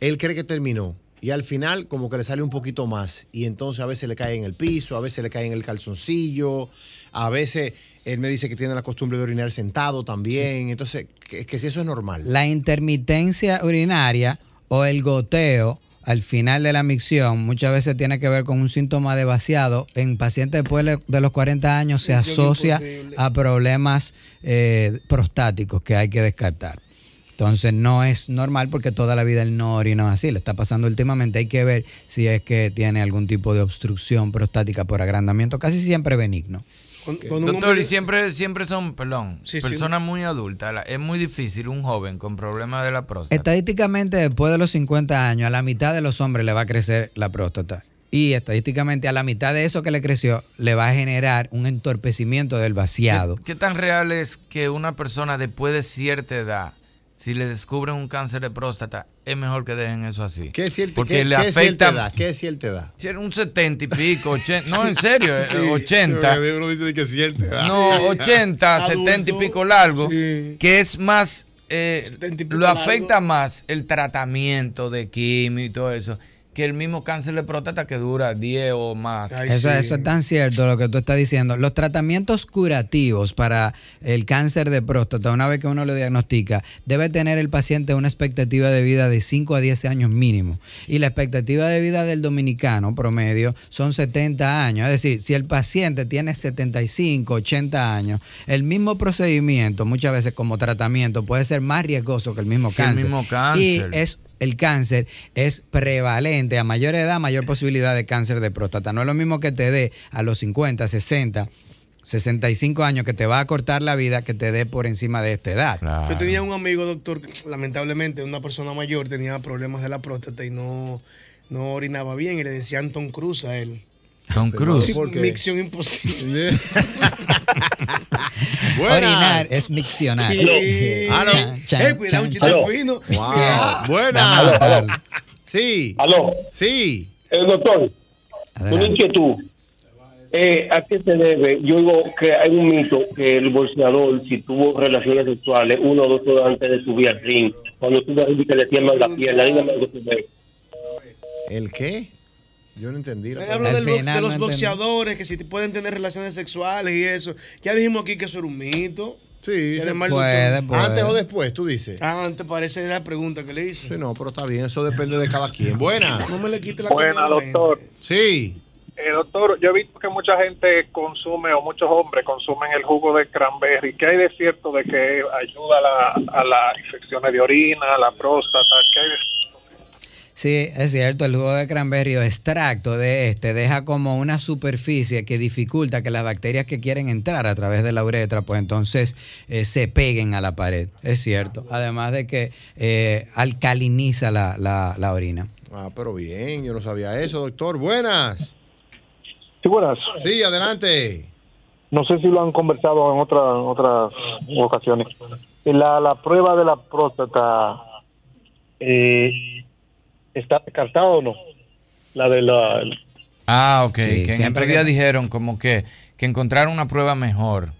[SPEAKER 7] él cree que terminó. Y al final, como que le sale un poquito más. Y entonces a veces le cae en el piso, a veces le cae en el calzoncillo, a veces él me dice que tiene la costumbre de orinar sentado también. Entonces, que, que si eso es normal.
[SPEAKER 20] La intermitencia urinaria o el goteo al final de la micción muchas veces tiene que ver con un síntoma de vaciado. En pacientes después le- de los 40 años se
[SPEAKER 4] Misión
[SPEAKER 20] asocia a problemas eh, prostáticos que hay que descartar. Entonces no es normal porque toda la vida él no orina así, le está pasando últimamente. Hay que ver si es que tiene algún tipo de obstrucción prostática por agrandamiento, casi siempre benigno.
[SPEAKER 4] Cuando un
[SPEAKER 18] Doctor,
[SPEAKER 4] hombre-
[SPEAKER 18] y siempre, siempre son, perdón,
[SPEAKER 20] Sí, sí.
[SPEAKER 18] personas muy adultas. La- Es muy difícil un joven con problemas de la próstata.
[SPEAKER 20] Estadísticamente, después de los 50 años, a la mitad de los hombres le va a crecer la próstata. Y estadísticamente, a la mitad de eso que le creció, le va a generar un entorpecimiento del vaciado.
[SPEAKER 18] ¿Qué tan real es que una persona después de cierta edad, si le descubren un cáncer de próstata, es mejor que dejen eso así?
[SPEAKER 7] ¿Qué es cierto?
[SPEAKER 18] Porque
[SPEAKER 7] ¿Qué,
[SPEAKER 18] le
[SPEAKER 7] qué es cierta edad?
[SPEAKER 18] afecta.
[SPEAKER 7] ¿Qué es cierta edad?
[SPEAKER 18] si era Un 70 y pico, 80, no, en serio, eh,
[SPEAKER 7] Sí,
[SPEAKER 18] 80.
[SPEAKER 7] pero Uno dice que es cierta edad.
[SPEAKER 18] No,
[SPEAKER 7] Sí.
[SPEAKER 18] 80,
[SPEAKER 7] Adulto.
[SPEAKER 18] 70 y pico largo, que es más, eh, lo
[SPEAKER 7] largo.
[SPEAKER 18] afecta más el tratamiento de quimio y todo eso, que el mismo cáncer de próstata que dura 10 o más.
[SPEAKER 20] eso, eso es tan cierto lo que tú estás diciendo. Los tratamientos curativos para el cáncer de próstata, una vez que uno lo diagnostica, debe tener el paciente una expectativa de vida de 5 a 10 años mínimo. Y la expectativa de vida del dominicano promedio son 70 años. Es decir, si el paciente tiene 75, 80 años, el mismo procedimiento, muchas veces como tratamiento, puede ser más riesgoso que el mismo
[SPEAKER 18] Sí, el
[SPEAKER 20] cáncer.
[SPEAKER 18] mismo cáncer.
[SPEAKER 20] Y es el cáncer es prevalente. A mayor edad, mayor posibilidad de cáncer de próstata. No es lo mismo que te dé a los 50, 60, 65 años que te va a cortar la vida que te dé por encima de esta edad.
[SPEAKER 4] Yo tenía un amigo, doctor, que, lamentablemente, una persona mayor, tenía problemas de la próstata y no, no orinaba bien y le decían Tom Cruise a él.
[SPEAKER 18] Tom
[SPEAKER 4] Sí,
[SPEAKER 18] Cruise.
[SPEAKER 4] Micción imposible.
[SPEAKER 20] Orinar es miccionar.
[SPEAKER 4] Sí.
[SPEAKER 7] Aló.
[SPEAKER 20] Chan, chan,
[SPEAKER 7] Eh, cuidado, un
[SPEAKER 20] chan,
[SPEAKER 7] chiste
[SPEAKER 20] chan.
[SPEAKER 7] fino. Wow.
[SPEAKER 20] Yeah.
[SPEAKER 7] Buena.
[SPEAKER 20] Vamos a matar.
[SPEAKER 7] Sí.
[SPEAKER 12] ¿Aló?
[SPEAKER 7] Sí.
[SPEAKER 12] El doctor, una inquietud. Eh, ¿A qué se debe? Yo digo que hay un mito que el boxeador, si tuvo relaciones sexuales uno o dos horas antes de subir al ring, cuando sube al ring que le tiemblan la pierna, dígame algo sobre eso.
[SPEAKER 7] ¿El qué? Yo no entendí. la
[SPEAKER 4] Él
[SPEAKER 7] pregunta.
[SPEAKER 4] habló del box- de los boxeadores, que si te pueden tener relaciones sexuales y eso. Ya dijimos aquí que eso era un mito.
[SPEAKER 7] Sí,
[SPEAKER 4] Ya
[SPEAKER 7] se
[SPEAKER 4] de mal
[SPEAKER 7] puede,
[SPEAKER 4] doctor.
[SPEAKER 7] puede. Antes o después, tú dices.
[SPEAKER 4] Ah, antes parece la pregunta que le hice.
[SPEAKER 7] Sí, no, pero está bien, eso depende de cada quien. Buenas.
[SPEAKER 4] No me le quite la
[SPEAKER 12] Buena,
[SPEAKER 4] comida a la
[SPEAKER 12] doctor.
[SPEAKER 7] Sí.
[SPEAKER 12] Eh, doctor, yo he visto que mucha gente consume, o muchos hombres consumen el jugo de cranberry. ¿Qué hay de cierto de que ayuda a, la- a las infecciones de orina, a la próstata? ¿Qué hay de
[SPEAKER 20] Sí, es cierto, el jugo de cranberry o extracto de este deja como una superficie que dificulta que las bacterias que quieren entrar a través de la uretra, pues entonces eh, se peguen a la pared. Es cierto. Además de que eh, alcaliniza la, la- la orina.
[SPEAKER 7] Ah, pero bien, yo no sabía eso, doctor. Buenas.
[SPEAKER 12] Sí, buenas.
[SPEAKER 7] Sí, adelante.
[SPEAKER 12] No sé si lo han conversado en, otra, en otras ocasiones. Eh, La, la prueba de la próstata eh, está descartada o no? La de la...
[SPEAKER 18] Ah, ok. que en
[SPEAKER 20] siempre
[SPEAKER 18] estos
[SPEAKER 20] que-
[SPEAKER 18] días dijeron como que, que encontraron una prueba mejor.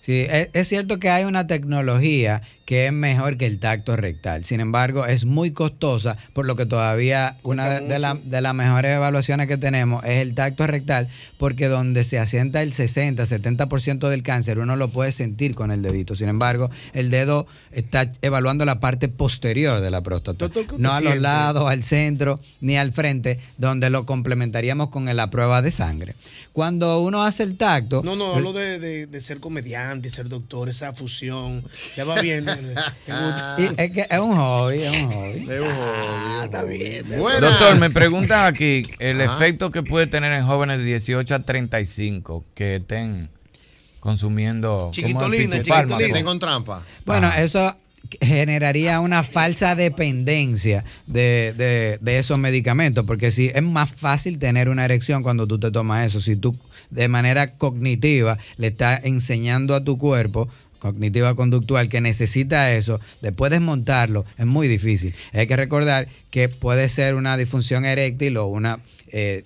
[SPEAKER 20] Sí, e, es, es cierto que hay una tecnología que es mejor que el tacto rectal. Sin embargo, es muy costosa, por lo que todavía una de, de la- de las mejores evaluaciones que tenemos es el tacto rectal, porque donde se asienta el 60, 70% del cáncer, uno lo puede sentir con el dedito. Sin embargo, el dedo está evaluando la parte posterior de la próstata, no a los
[SPEAKER 4] siente?
[SPEAKER 20] lados, al centro, ni al frente, donde lo complementaríamos con la prueba de sangre. Cuando uno hace el tacto...
[SPEAKER 4] No, no, hablo de, de- de ser comediante, ser doctor, esa fusión. Ya va bien. eh, Ah.
[SPEAKER 20] Y es que es un hobby, es un hobby.
[SPEAKER 7] Es un hobby.
[SPEAKER 4] Está bien.
[SPEAKER 18] Doctor, me preguntan aquí el
[SPEAKER 4] Ajá.
[SPEAKER 18] efecto que puede tener en jóvenes de 18 a 35 que estén consumiendo
[SPEAKER 20] Chiquitolina, chiquitolina.
[SPEAKER 7] Tengo trampa. Ah,
[SPEAKER 20] Bueno, eso generaría una falsa dependencia de, de- de esos medicamentos, porque si es más fácil tener una erección cuando tú te tomas eso, si tú de manera cognitiva le estás enseñando a tu cuerpo cognitiva conductual que necesita eso, después desmontarlo es muy difícil. Hay que recordar que puede ser una disfunción eréctil o una eh,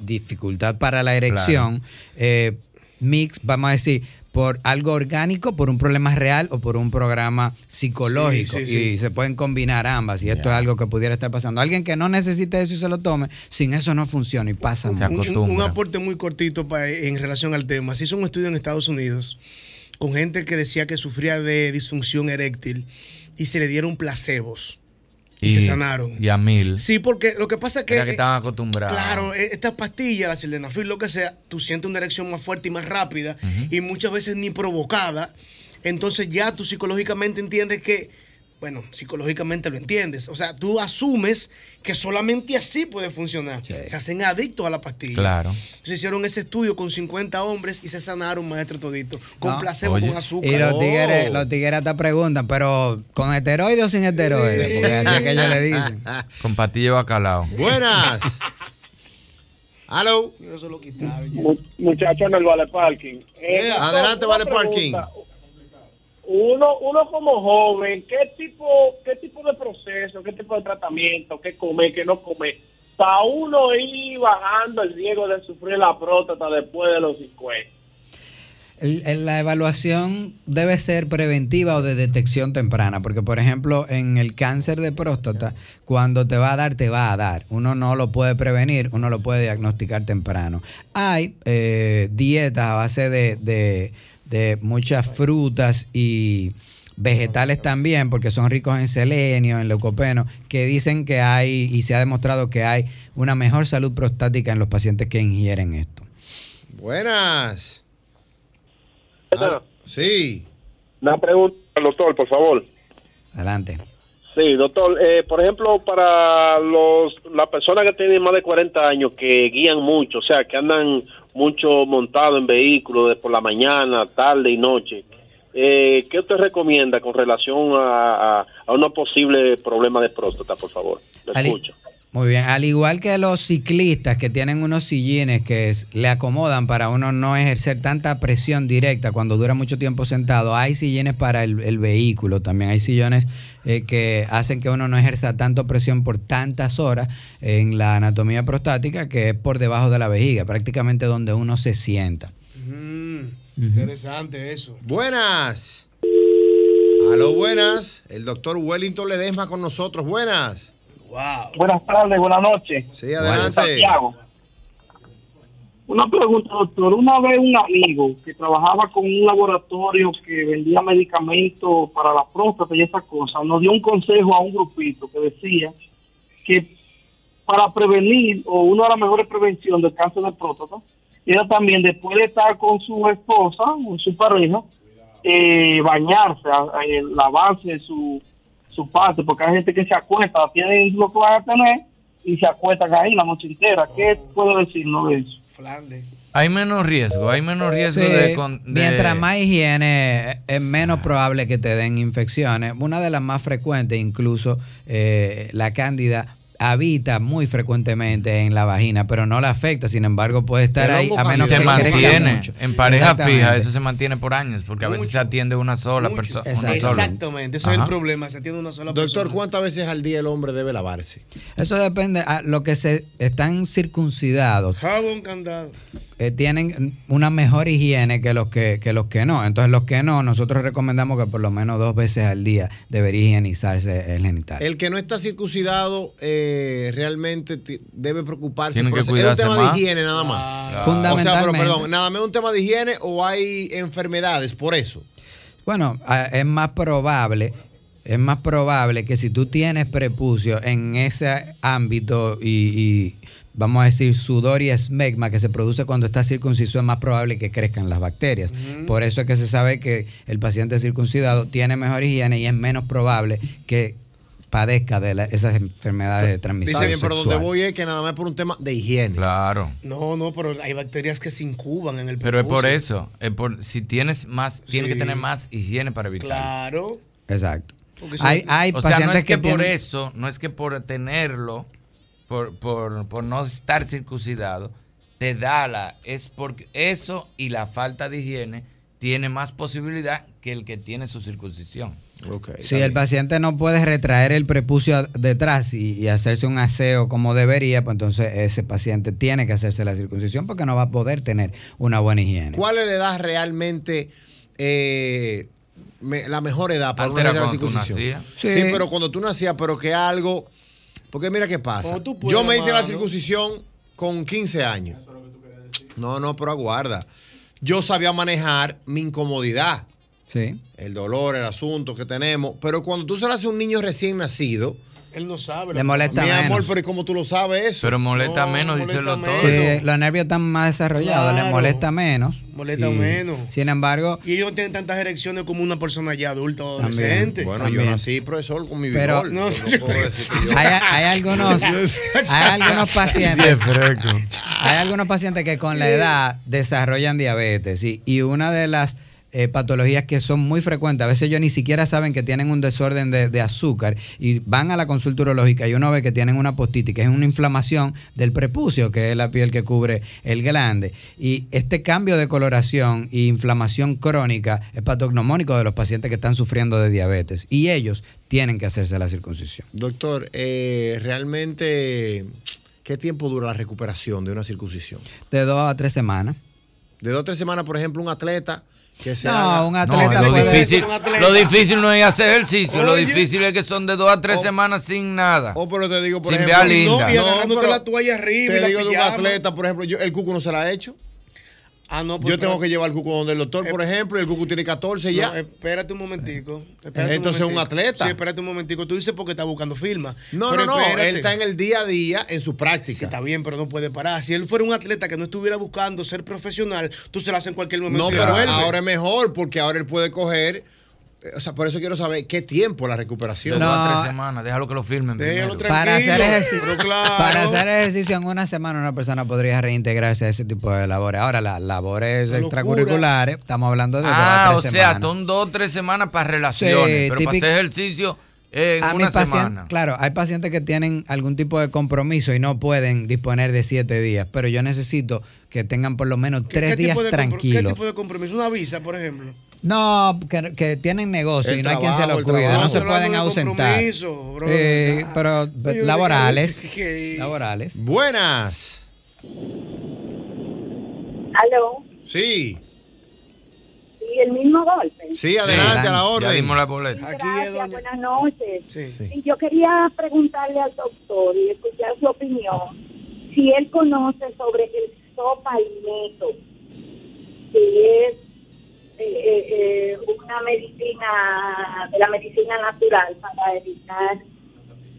[SPEAKER 20] dificultad para la erección, eh, mix, vamos a decir, por algo orgánico, por un problema real o por un programa psicológico.
[SPEAKER 4] Sí, sí,
[SPEAKER 20] Y
[SPEAKER 4] sí.
[SPEAKER 20] se pueden combinar ambas. Y esto es algo que pudiera estar pasando. Alguien que no necesite eso y se lo tome, sin eso no funciona y pasa mucho.
[SPEAKER 4] Un- un, un aporte muy cortito pa- en relación al tema. Se hizo un estudio en Estados Unidos con gente que decía que sufría de disfunción eréctil y se le dieron placebos y, se sanaron.
[SPEAKER 18] Y a mil.
[SPEAKER 4] Sí, porque lo que pasa es que. eh,
[SPEAKER 18] Era que estaban
[SPEAKER 20] Ah.
[SPEAKER 18] acostumbrados.
[SPEAKER 4] Claro, e- estas pastillas, la sildenafil, lo que sea, tú sientes una erección más fuerte y más rápida y muchas veces ni provocada. Entonces ya tú psicológicamente entiendes que, bueno, psicológicamente lo entiendes. O sea, tú asumes que solamente así puede funcionar. Se hacen adictos a la pastilla.
[SPEAKER 18] Claro.
[SPEAKER 4] Se hicieron ese estudio con 50 hombres y se sanaron, maestro todito, con
[SPEAKER 20] No.
[SPEAKER 4] placebo, con azúcar.
[SPEAKER 20] Y los
[SPEAKER 4] Oh.
[SPEAKER 20] tigres, los tigres hasta preguntan, pero ¿con esteroides o sin esteroides? Porque así es que ellos le dicen.
[SPEAKER 7] ah,
[SPEAKER 18] Con patilla de bacalao.
[SPEAKER 7] Buenas. Hello.
[SPEAKER 12] Muchachos en el Vale Parking.
[SPEAKER 7] Eh, Adelante, Vale Parking.
[SPEAKER 12] Uno, uno como joven, ¿qué tipo, ¿qué tipo de proceso, qué tipo de tratamiento, qué comer, qué no comer? Para uno ir bajando el riesgo de sufrir la próstata después de los 50.
[SPEAKER 20] El- el- La evaluación debe ser preventiva o de detección temprana, porque por ejemplo en el cáncer de próstata, cuando te va a dar, te va a dar. Uno no lo puede prevenir, uno lo puede diagnosticar temprano. Hay eh, dietas a base de, de- de muchas frutas y vegetales también, porque son ricos en selenio, en leucopeno, que dicen que hay, y se ha demostrado que hay una mejor salud prostática en los pacientes que ingieren esto.
[SPEAKER 7] Buenas. Ah, Sí.
[SPEAKER 12] Una pregunta al doctor, por favor.
[SPEAKER 20] Adelante.
[SPEAKER 12] Sí, doctor, eh, por ejemplo, para los las personas que tienen más de 40 años, que guían mucho, o sea, que andan mucho montado en vehículos de por la mañana, tarde y noche, eh, ¿qué usted recomienda con relación a, a, a unos posibles problemas de próstata, por favor? Lo
[SPEAKER 20] Ali-
[SPEAKER 12] escucho.
[SPEAKER 20] Muy bien, al igual que los ciclistas que tienen unos sillines que es- le acomodan para uno no ejercer tanta presión directa cuando dura mucho tiempo sentado, hay sillines para el, el vehículo también, hay sillones eh, que hacen que uno no ejerza tanto presión por tantas horas en la anatomía prostática que es por debajo de la vejiga, prácticamente donde uno se sienta.
[SPEAKER 4] Mm,
[SPEAKER 20] Ujú.
[SPEAKER 4] Interesante eso.
[SPEAKER 7] Buenas. Aló, buenas. El doctor Wellington Ledesma con nosotros. Buenas.
[SPEAKER 4] Wow.
[SPEAKER 2] Buenas tardes, buenas noches.
[SPEAKER 7] Sí, adelante.
[SPEAKER 2] Santiago.
[SPEAKER 12] Una pregunta, doctor. Una vez un amigo que trabajaba con un laboratorio que vendía medicamentos para la próstata y esas cosas, nos dio un consejo a un grupito que decía que para prevenir, o una de las mejores prevenciones del cáncer de próstata, era también después de estar con su esposa o su pareja, eh, bañarse, a- a- eh, lavarse su, su parte, porque hay gente que se acuesta, tienen lo que van a tener y se acuestan ahí la noche entera. ¿Qué puedo decirnos de eso?
[SPEAKER 18] Hay menos riesgo, hay menos riesgo
[SPEAKER 20] Sí,
[SPEAKER 18] de, con- de-
[SPEAKER 20] Mientras más higiene, eh, es menos probable que te den infecciones. Una de las más frecuentes, incluso eh, la cándida habita muy frecuentemente en la vagina, pero no la afecta, sin embargo puede estar ahí a menos
[SPEAKER 18] se
[SPEAKER 20] que crezca
[SPEAKER 18] mantiene
[SPEAKER 20] mucho.
[SPEAKER 18] en pareja fija,
[SPEAKER 20] Exactamente.
[SPEAKER 18] eso se mantiene por años, porque a veces
[SPEAKER 20] Mucho,
[SPEAKER 18] se atiende una sola persona.
[SPEAKER 4] Exactamente, ese es el problema. Se atiende una sola
[SPEAKER 7] Doctor, ¿cuántas veces al día el hombre debe lavarse?
[SPEAKER 20] Eso depende a lo que se están circuncidados.
[SPEAKER 4] Jabón candado.
[SPEAKER 20] eh, tienen una mejor higiene que los que, que los que no. Entonces, los que no, nosotros recomendamos que por lo menos dos veces al día debería higienizarse el genital.
[SPEAKER 7] El que no está circuncidado eh, realmente ti- debe preocuparse.
[SPEAKER 20] Tiene
[SPEAKER 7] por
[SPEAKER 20] que
[SPEAKER 7] eso. es un
[SPEAKER 20] cuidarse
[SPEAKER 7] tema
[SPEAKER 20] más.
[SPEAKER 7] de higiene nada más.
[SPEAKER 20] Claro.
[SPEAKER 7] O sea, pero
[SPEAKER 20] Fundamentalmente.
[SPEAKER 7] perdón, nada más es un tema de higiene o hay enfermedades por eso.
[SPEAKER 20] Bueno, a- es más probable, es más probable que si tú tienes prepucio en ese ámbito y, y vamos a decir sudor y esmegma que se produce cuando está circunciso, es más probable que crezcan las bacterias. Por eso es que se sabe que el paciente circuncidado tiene mejor higiene y es menos probable que padezca de la- esas enfermedades de transmisión
[SPEAKER 7] Dice bien, pero donde
[SPEAKER 20] sexual.
[SPEAKER 7] voy es que nada más es por un tema de higiene.
[SPEAKER 18] Claro.
[SPEAKER 4] No, no, pero hay bacterias que se incuban en el
[SPEAKER 18] Pero es por
[SPEAKER 4] prepucio.
[SPEAKER 18] eso, es por, si tienes más, tienes que
[SPEAKER 4] Oh, Sí.
[SPEAKER 18] tener más higiene para evitar.
[SPEAKER 4] Claro.
[SPEAKER 20] Exacto.
[SPEAKER 4] Porque
[SPEAKER 20] Hay- hay
[SPEAKER 18] o sea, no
[SPEAKER 20] pacientes
[SPEAKER 18] es que,
[SPEAKER 20] que
[SPEAKER 18] por
[SPEAKER 20] tienen-
[SPEAKER 18] eso, no es que por tenerlo, por, por, por no estar circuncidado, te da la, es porque eso y la falta de higiene tiene más posibilidad que el que tiene su circuncisión.
[SPEAKER 20] Si el paciente no puede retraer el prepucio a- detrás y, y hacerse un aseo como debería, pues entonces ese paciente tiene que hacerse la circuncisión porque no va a poder tener una buena higiene.
[SPEAKER 7] ¿Cuál es la edad realmente eh, me- la mejor edad para
[SPEAKER 18] Antes
[SPEAKER 7] una
[SPEAKER 18] era
[SPEAKER 7] hacer la
[SPEAKER 18] cuando tú
[SPEAKER 7] circuncisión?
[SPEAKER 18] nacías.
[SPEAKER 7] Sí.
[SPEAKER 18] Sí.
[SPEAKER 7] pero cuando tú nacías, pero que algo. Porque mira qué pasa.
[SPEAKER 4] Cuando tú
[SPEAKER 7] Yo
[SPEAKER 4] puedas,
[SPEAKER 7] me hice la
[SPEAKER 4] mano.
[SPEAKER 7] circuncisión con 15 años. No, no, pero aguarda. Yo sabía manejar mi incomodidad,
[SPEAKER 20] Sí.
[SPEAKER 7] el dolor, el asunto que tenemos. Pero cuando tú se lo haces a un niño recién nacido.
[SPEAKER 4] Él no sabe.
[SPEAKER 7] Mi amor, pero ¿y cómo tú lo sabes eso?
[SPEAKER 18] Pero molesta menos, dice el doctor.
[SPEAKER 20] Sí, los nervios están más desarrollados,
[SPEAKER 4] Claro.
[SPEAKER 20] le molesta menos.
[SPEAKER 4] Molesta
[SPEAKER 20] Y,
[SPEAKER 4] menos.
[SPEAKER 20] Sin embargo,
[SPEAKER 4] Y ellos no tienen tantas erecciones como una persona ya adulta o
[SPEAKER 20] También.
[SPEAKER 4] adolescente.
[SPEAKER 20] Bueno, yo También. nací,
[SPEAKER 7] profesor, con mi
[SPEAKER 20] Pero-
[SPEAKER 4] vigor.
[SPEAKER 20] vigor.
[SPEAKER 4] No,
[SPEAKER 20] Yo no puedo decir que yo- Hay- hay algunos- hay algunos pacientes- Sí, es fresco. hay algunos pacientes que con la edad desarrollan diabetes y, y una de las eh, patologías que son muy frecuentes, a veces ellos ni siquiera saben que tienen un desorden de, de azúcar y van a la consulta urológica y uno ve que tienen una postitis, que es una inflamación del prepucio, que es la piel que cubre el glande. Y este cambio de coloración y inflamación crónica es patognomónico de los pacientes que están sufriendo de diabetes y ellos tienen que hacerse la circuncisión.
[SPEAKER 7] Doctor, eh, realmente, ¿qué tiempo dura la recuperación de una circuncisión?
[SPEAKER 20] De dos a tres semanas.
[SPEAKER 7] De dos o tres semanas, por ejemplo, un atleta que se
[SPEAKER 20] No,
[SPEAKER 7] haga-
[SPEAKER 20] un
[SPEAKER 18] No, lo, difícil, lo difícil no es hacer ejercicio, lo difícil es que son de dos a tres semanas sin nada.
[SPEAKER 7] Oh, pero te digo, por
[SPEAKER 18] sin
[SPEAKER 7] ejemplo,
[SPEAKER 18] vea linda.
[SPEAKER 4] y agarrándote la toalla arriba y
[SPEAKER 7] Te
[SPEAKER 4] la
[SPEAKER 7] digo de un
[SPEAKER 4] pijama.
[SPEAKER 7] atleta, por ejemplo, yo- el cuco no se la ha hecho.
[SPEAKER 4] Ah, no, Eh,
[SPEAKER 7] Yo tengo que llevar el cuco donde el doctor, por ejemplo, y el cuco tiene 14 ya.
[SPEAKER 4] No, eh, espérate un momentico. espérate
[SPEAKER 7] Entonces, un
[SPEAKER 4] momentico.
[SPEAKER 7] atleta.
[SPEAKER 4] Sí, espérate un momentico. Tú dices porque está buscando firma.
[SPEAKER 7] No,
[SPEAKER 4] Pero
[SPEAKER 7] no, no,
[SPEAKER 4] espérate.
[SPEAKER 7] él está en el día a día, en su práctica.
[SPEAKER 4] Sí, está bien, pero no puede parar. Si él fuera un atleta que no estuviera buscando ser profesional, tú se la haces en cualquier momento.
[SPEAKER 7] No,
[SPEAKER 4] y
[SPEAKER 7] pero
[SPEAKER 4] vuelve.
[SPEAKER 7] ahora es mejor porque ahora él puede coger. eh, O sea, por eso quiero saber qué tiempo la
[SPEAKER 18] De
[SPEAKER 7] recuperación.
[SPEAKER 18] dos a tres semanas, déjalo que lo firmen. primero.
[SPEAKER 20] Para hacer, ejerci-
[SPEAKER 4] claro.
[SPEAKER 20] para hacer ejercicio en una semana una persona podría reintegrarse a ese tipo de labores. Ahora, las labores extracurriculares, estamos hablando de
[SPEAKER 18] Ah, o
[SPEAKER 20] dos a tres
[SPEAKER 18] sea,
[SPEAKER 20] semanas.
[SPEAKER 18] son dos o tres semanas para relaciones,
[SPEAKER 20] Sí,
[SPEAKER 18] pero
[SPEAKER 20] típico-
[SPEAKER 18] para hacer ejercicio eh, en
[SPEAKER 20] A
[SPEAKER 18] una
[SPEAKER 20] mis pacien-
[SPEAKER 18] semana.
[SPEAKER 20] Claro, hay pacientes que tienen algún tipo de compromiso y no pueden disponer de siete días, pero yo necesito que tengan por lo menos tres
[SPEAKER 4] ¿Qué
[SPEAKER 20] días
[SPEAKER 4] tipo de compro- ¿Qué
[SPEAKER 20] tranquilos.
[SPEAKER 4] tipo de compromiso? Una visa, por ejemplo.
[SPEAKER 20] No, que, que tienen negocio
[SPEAKER 4] El
[SPEAKER 20] y no hay quien se
[SPEAKER 4] trabajo,
[SPEAKER 20] los
[SPEAKER 4] el
[SPEAKER 20] cuida,
[SPEAKER 4] trabajo.
[SPEAKER 20] no se
[SPEAKER 4] Estamos hablando
[SPEAKER 20] pueden
[SPEAKER 4] de
[SPEAKER 20] ausentar.
[SPEAKER 4] compromiso, bro.
[SPEAKER 20] Eh, pero
[SPEAKER 4] Oye,
[SPEAKER 20] laborales,
[SPEAKER 4] que- que-
[SPEAKER 20] laborales.
[SPEAKER 7] Buenas.
[SPEAKER 8] ¿Aló?
[SPEAKER 7] Sí,
[SPEAKER 8] Sí, el mismo golpe.
[SPEAKER 7] sí, adelante, a la orden. Ah,
[SPEAKER 18] Ya dimos la boleta.
[SPEAKER 8] Gracias, buenas noches. Y yo quería preguntarle al doctor y escuchar su opinión, si él conoce sobre el sopa y neto, que es eh, eh, eh, una medicina, de la medicina natural para evitar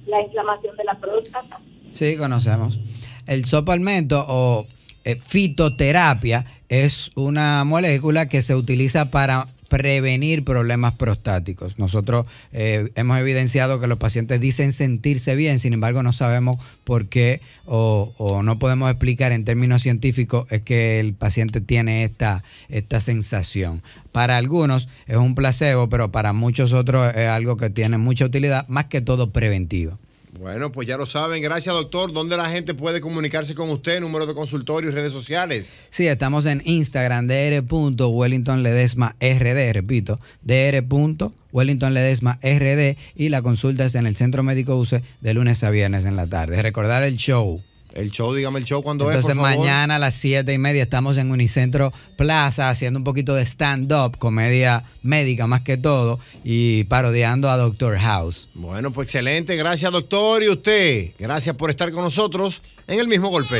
[SPEAKER 8] la inflamación de la próstata.
[SPEAKER 20] Sí, conocemos. El sopalmento o eh, fitoterapia es una molécula que se utiliza para prevenir problemas prostáticos. Nosotros eh, hemos evidenciado que los pacientes dicen sentirse bien, sin embargo no sabemos por qué o, o no podemos explicar en términos científicos es que el paciente tiene esta, esta sensación. Para algunos es un placebo, pero para muchos otros es algo que tiene mucha utilidad, más que todo preventiva.
[SPEAKER 7] Bueno, pues ya lo saben. Gracias, doctor. ¿Dónde la gente puede comunicarse con usted? Número de consultorio y redes sociales.
[SPEAKER 20] Sí, estamos en Instagram, dr.wellingtonledesmaRD, repito, dr.wellingtonledesmaRD y la consulta es en el Centro Médico UCE de lunes a viernes en la tarde. Recordar el show.
[SPEAKER 7] El show, dígame el show cuando es,
[SPEAKER 20] Entonces
[SPEAKER 7] por favor.
[SPEAKER 20] mañana a las 7 y media estamos en Unicentro Plaza haciendo un poquito de stand-up, comedia médica más que todo y parodiando a Doctor House.
[SPEAKER 7] Bueno, pues excelente. Gracias, doctor. Y usted, gracias por estar con nosotros en el mismo golpe.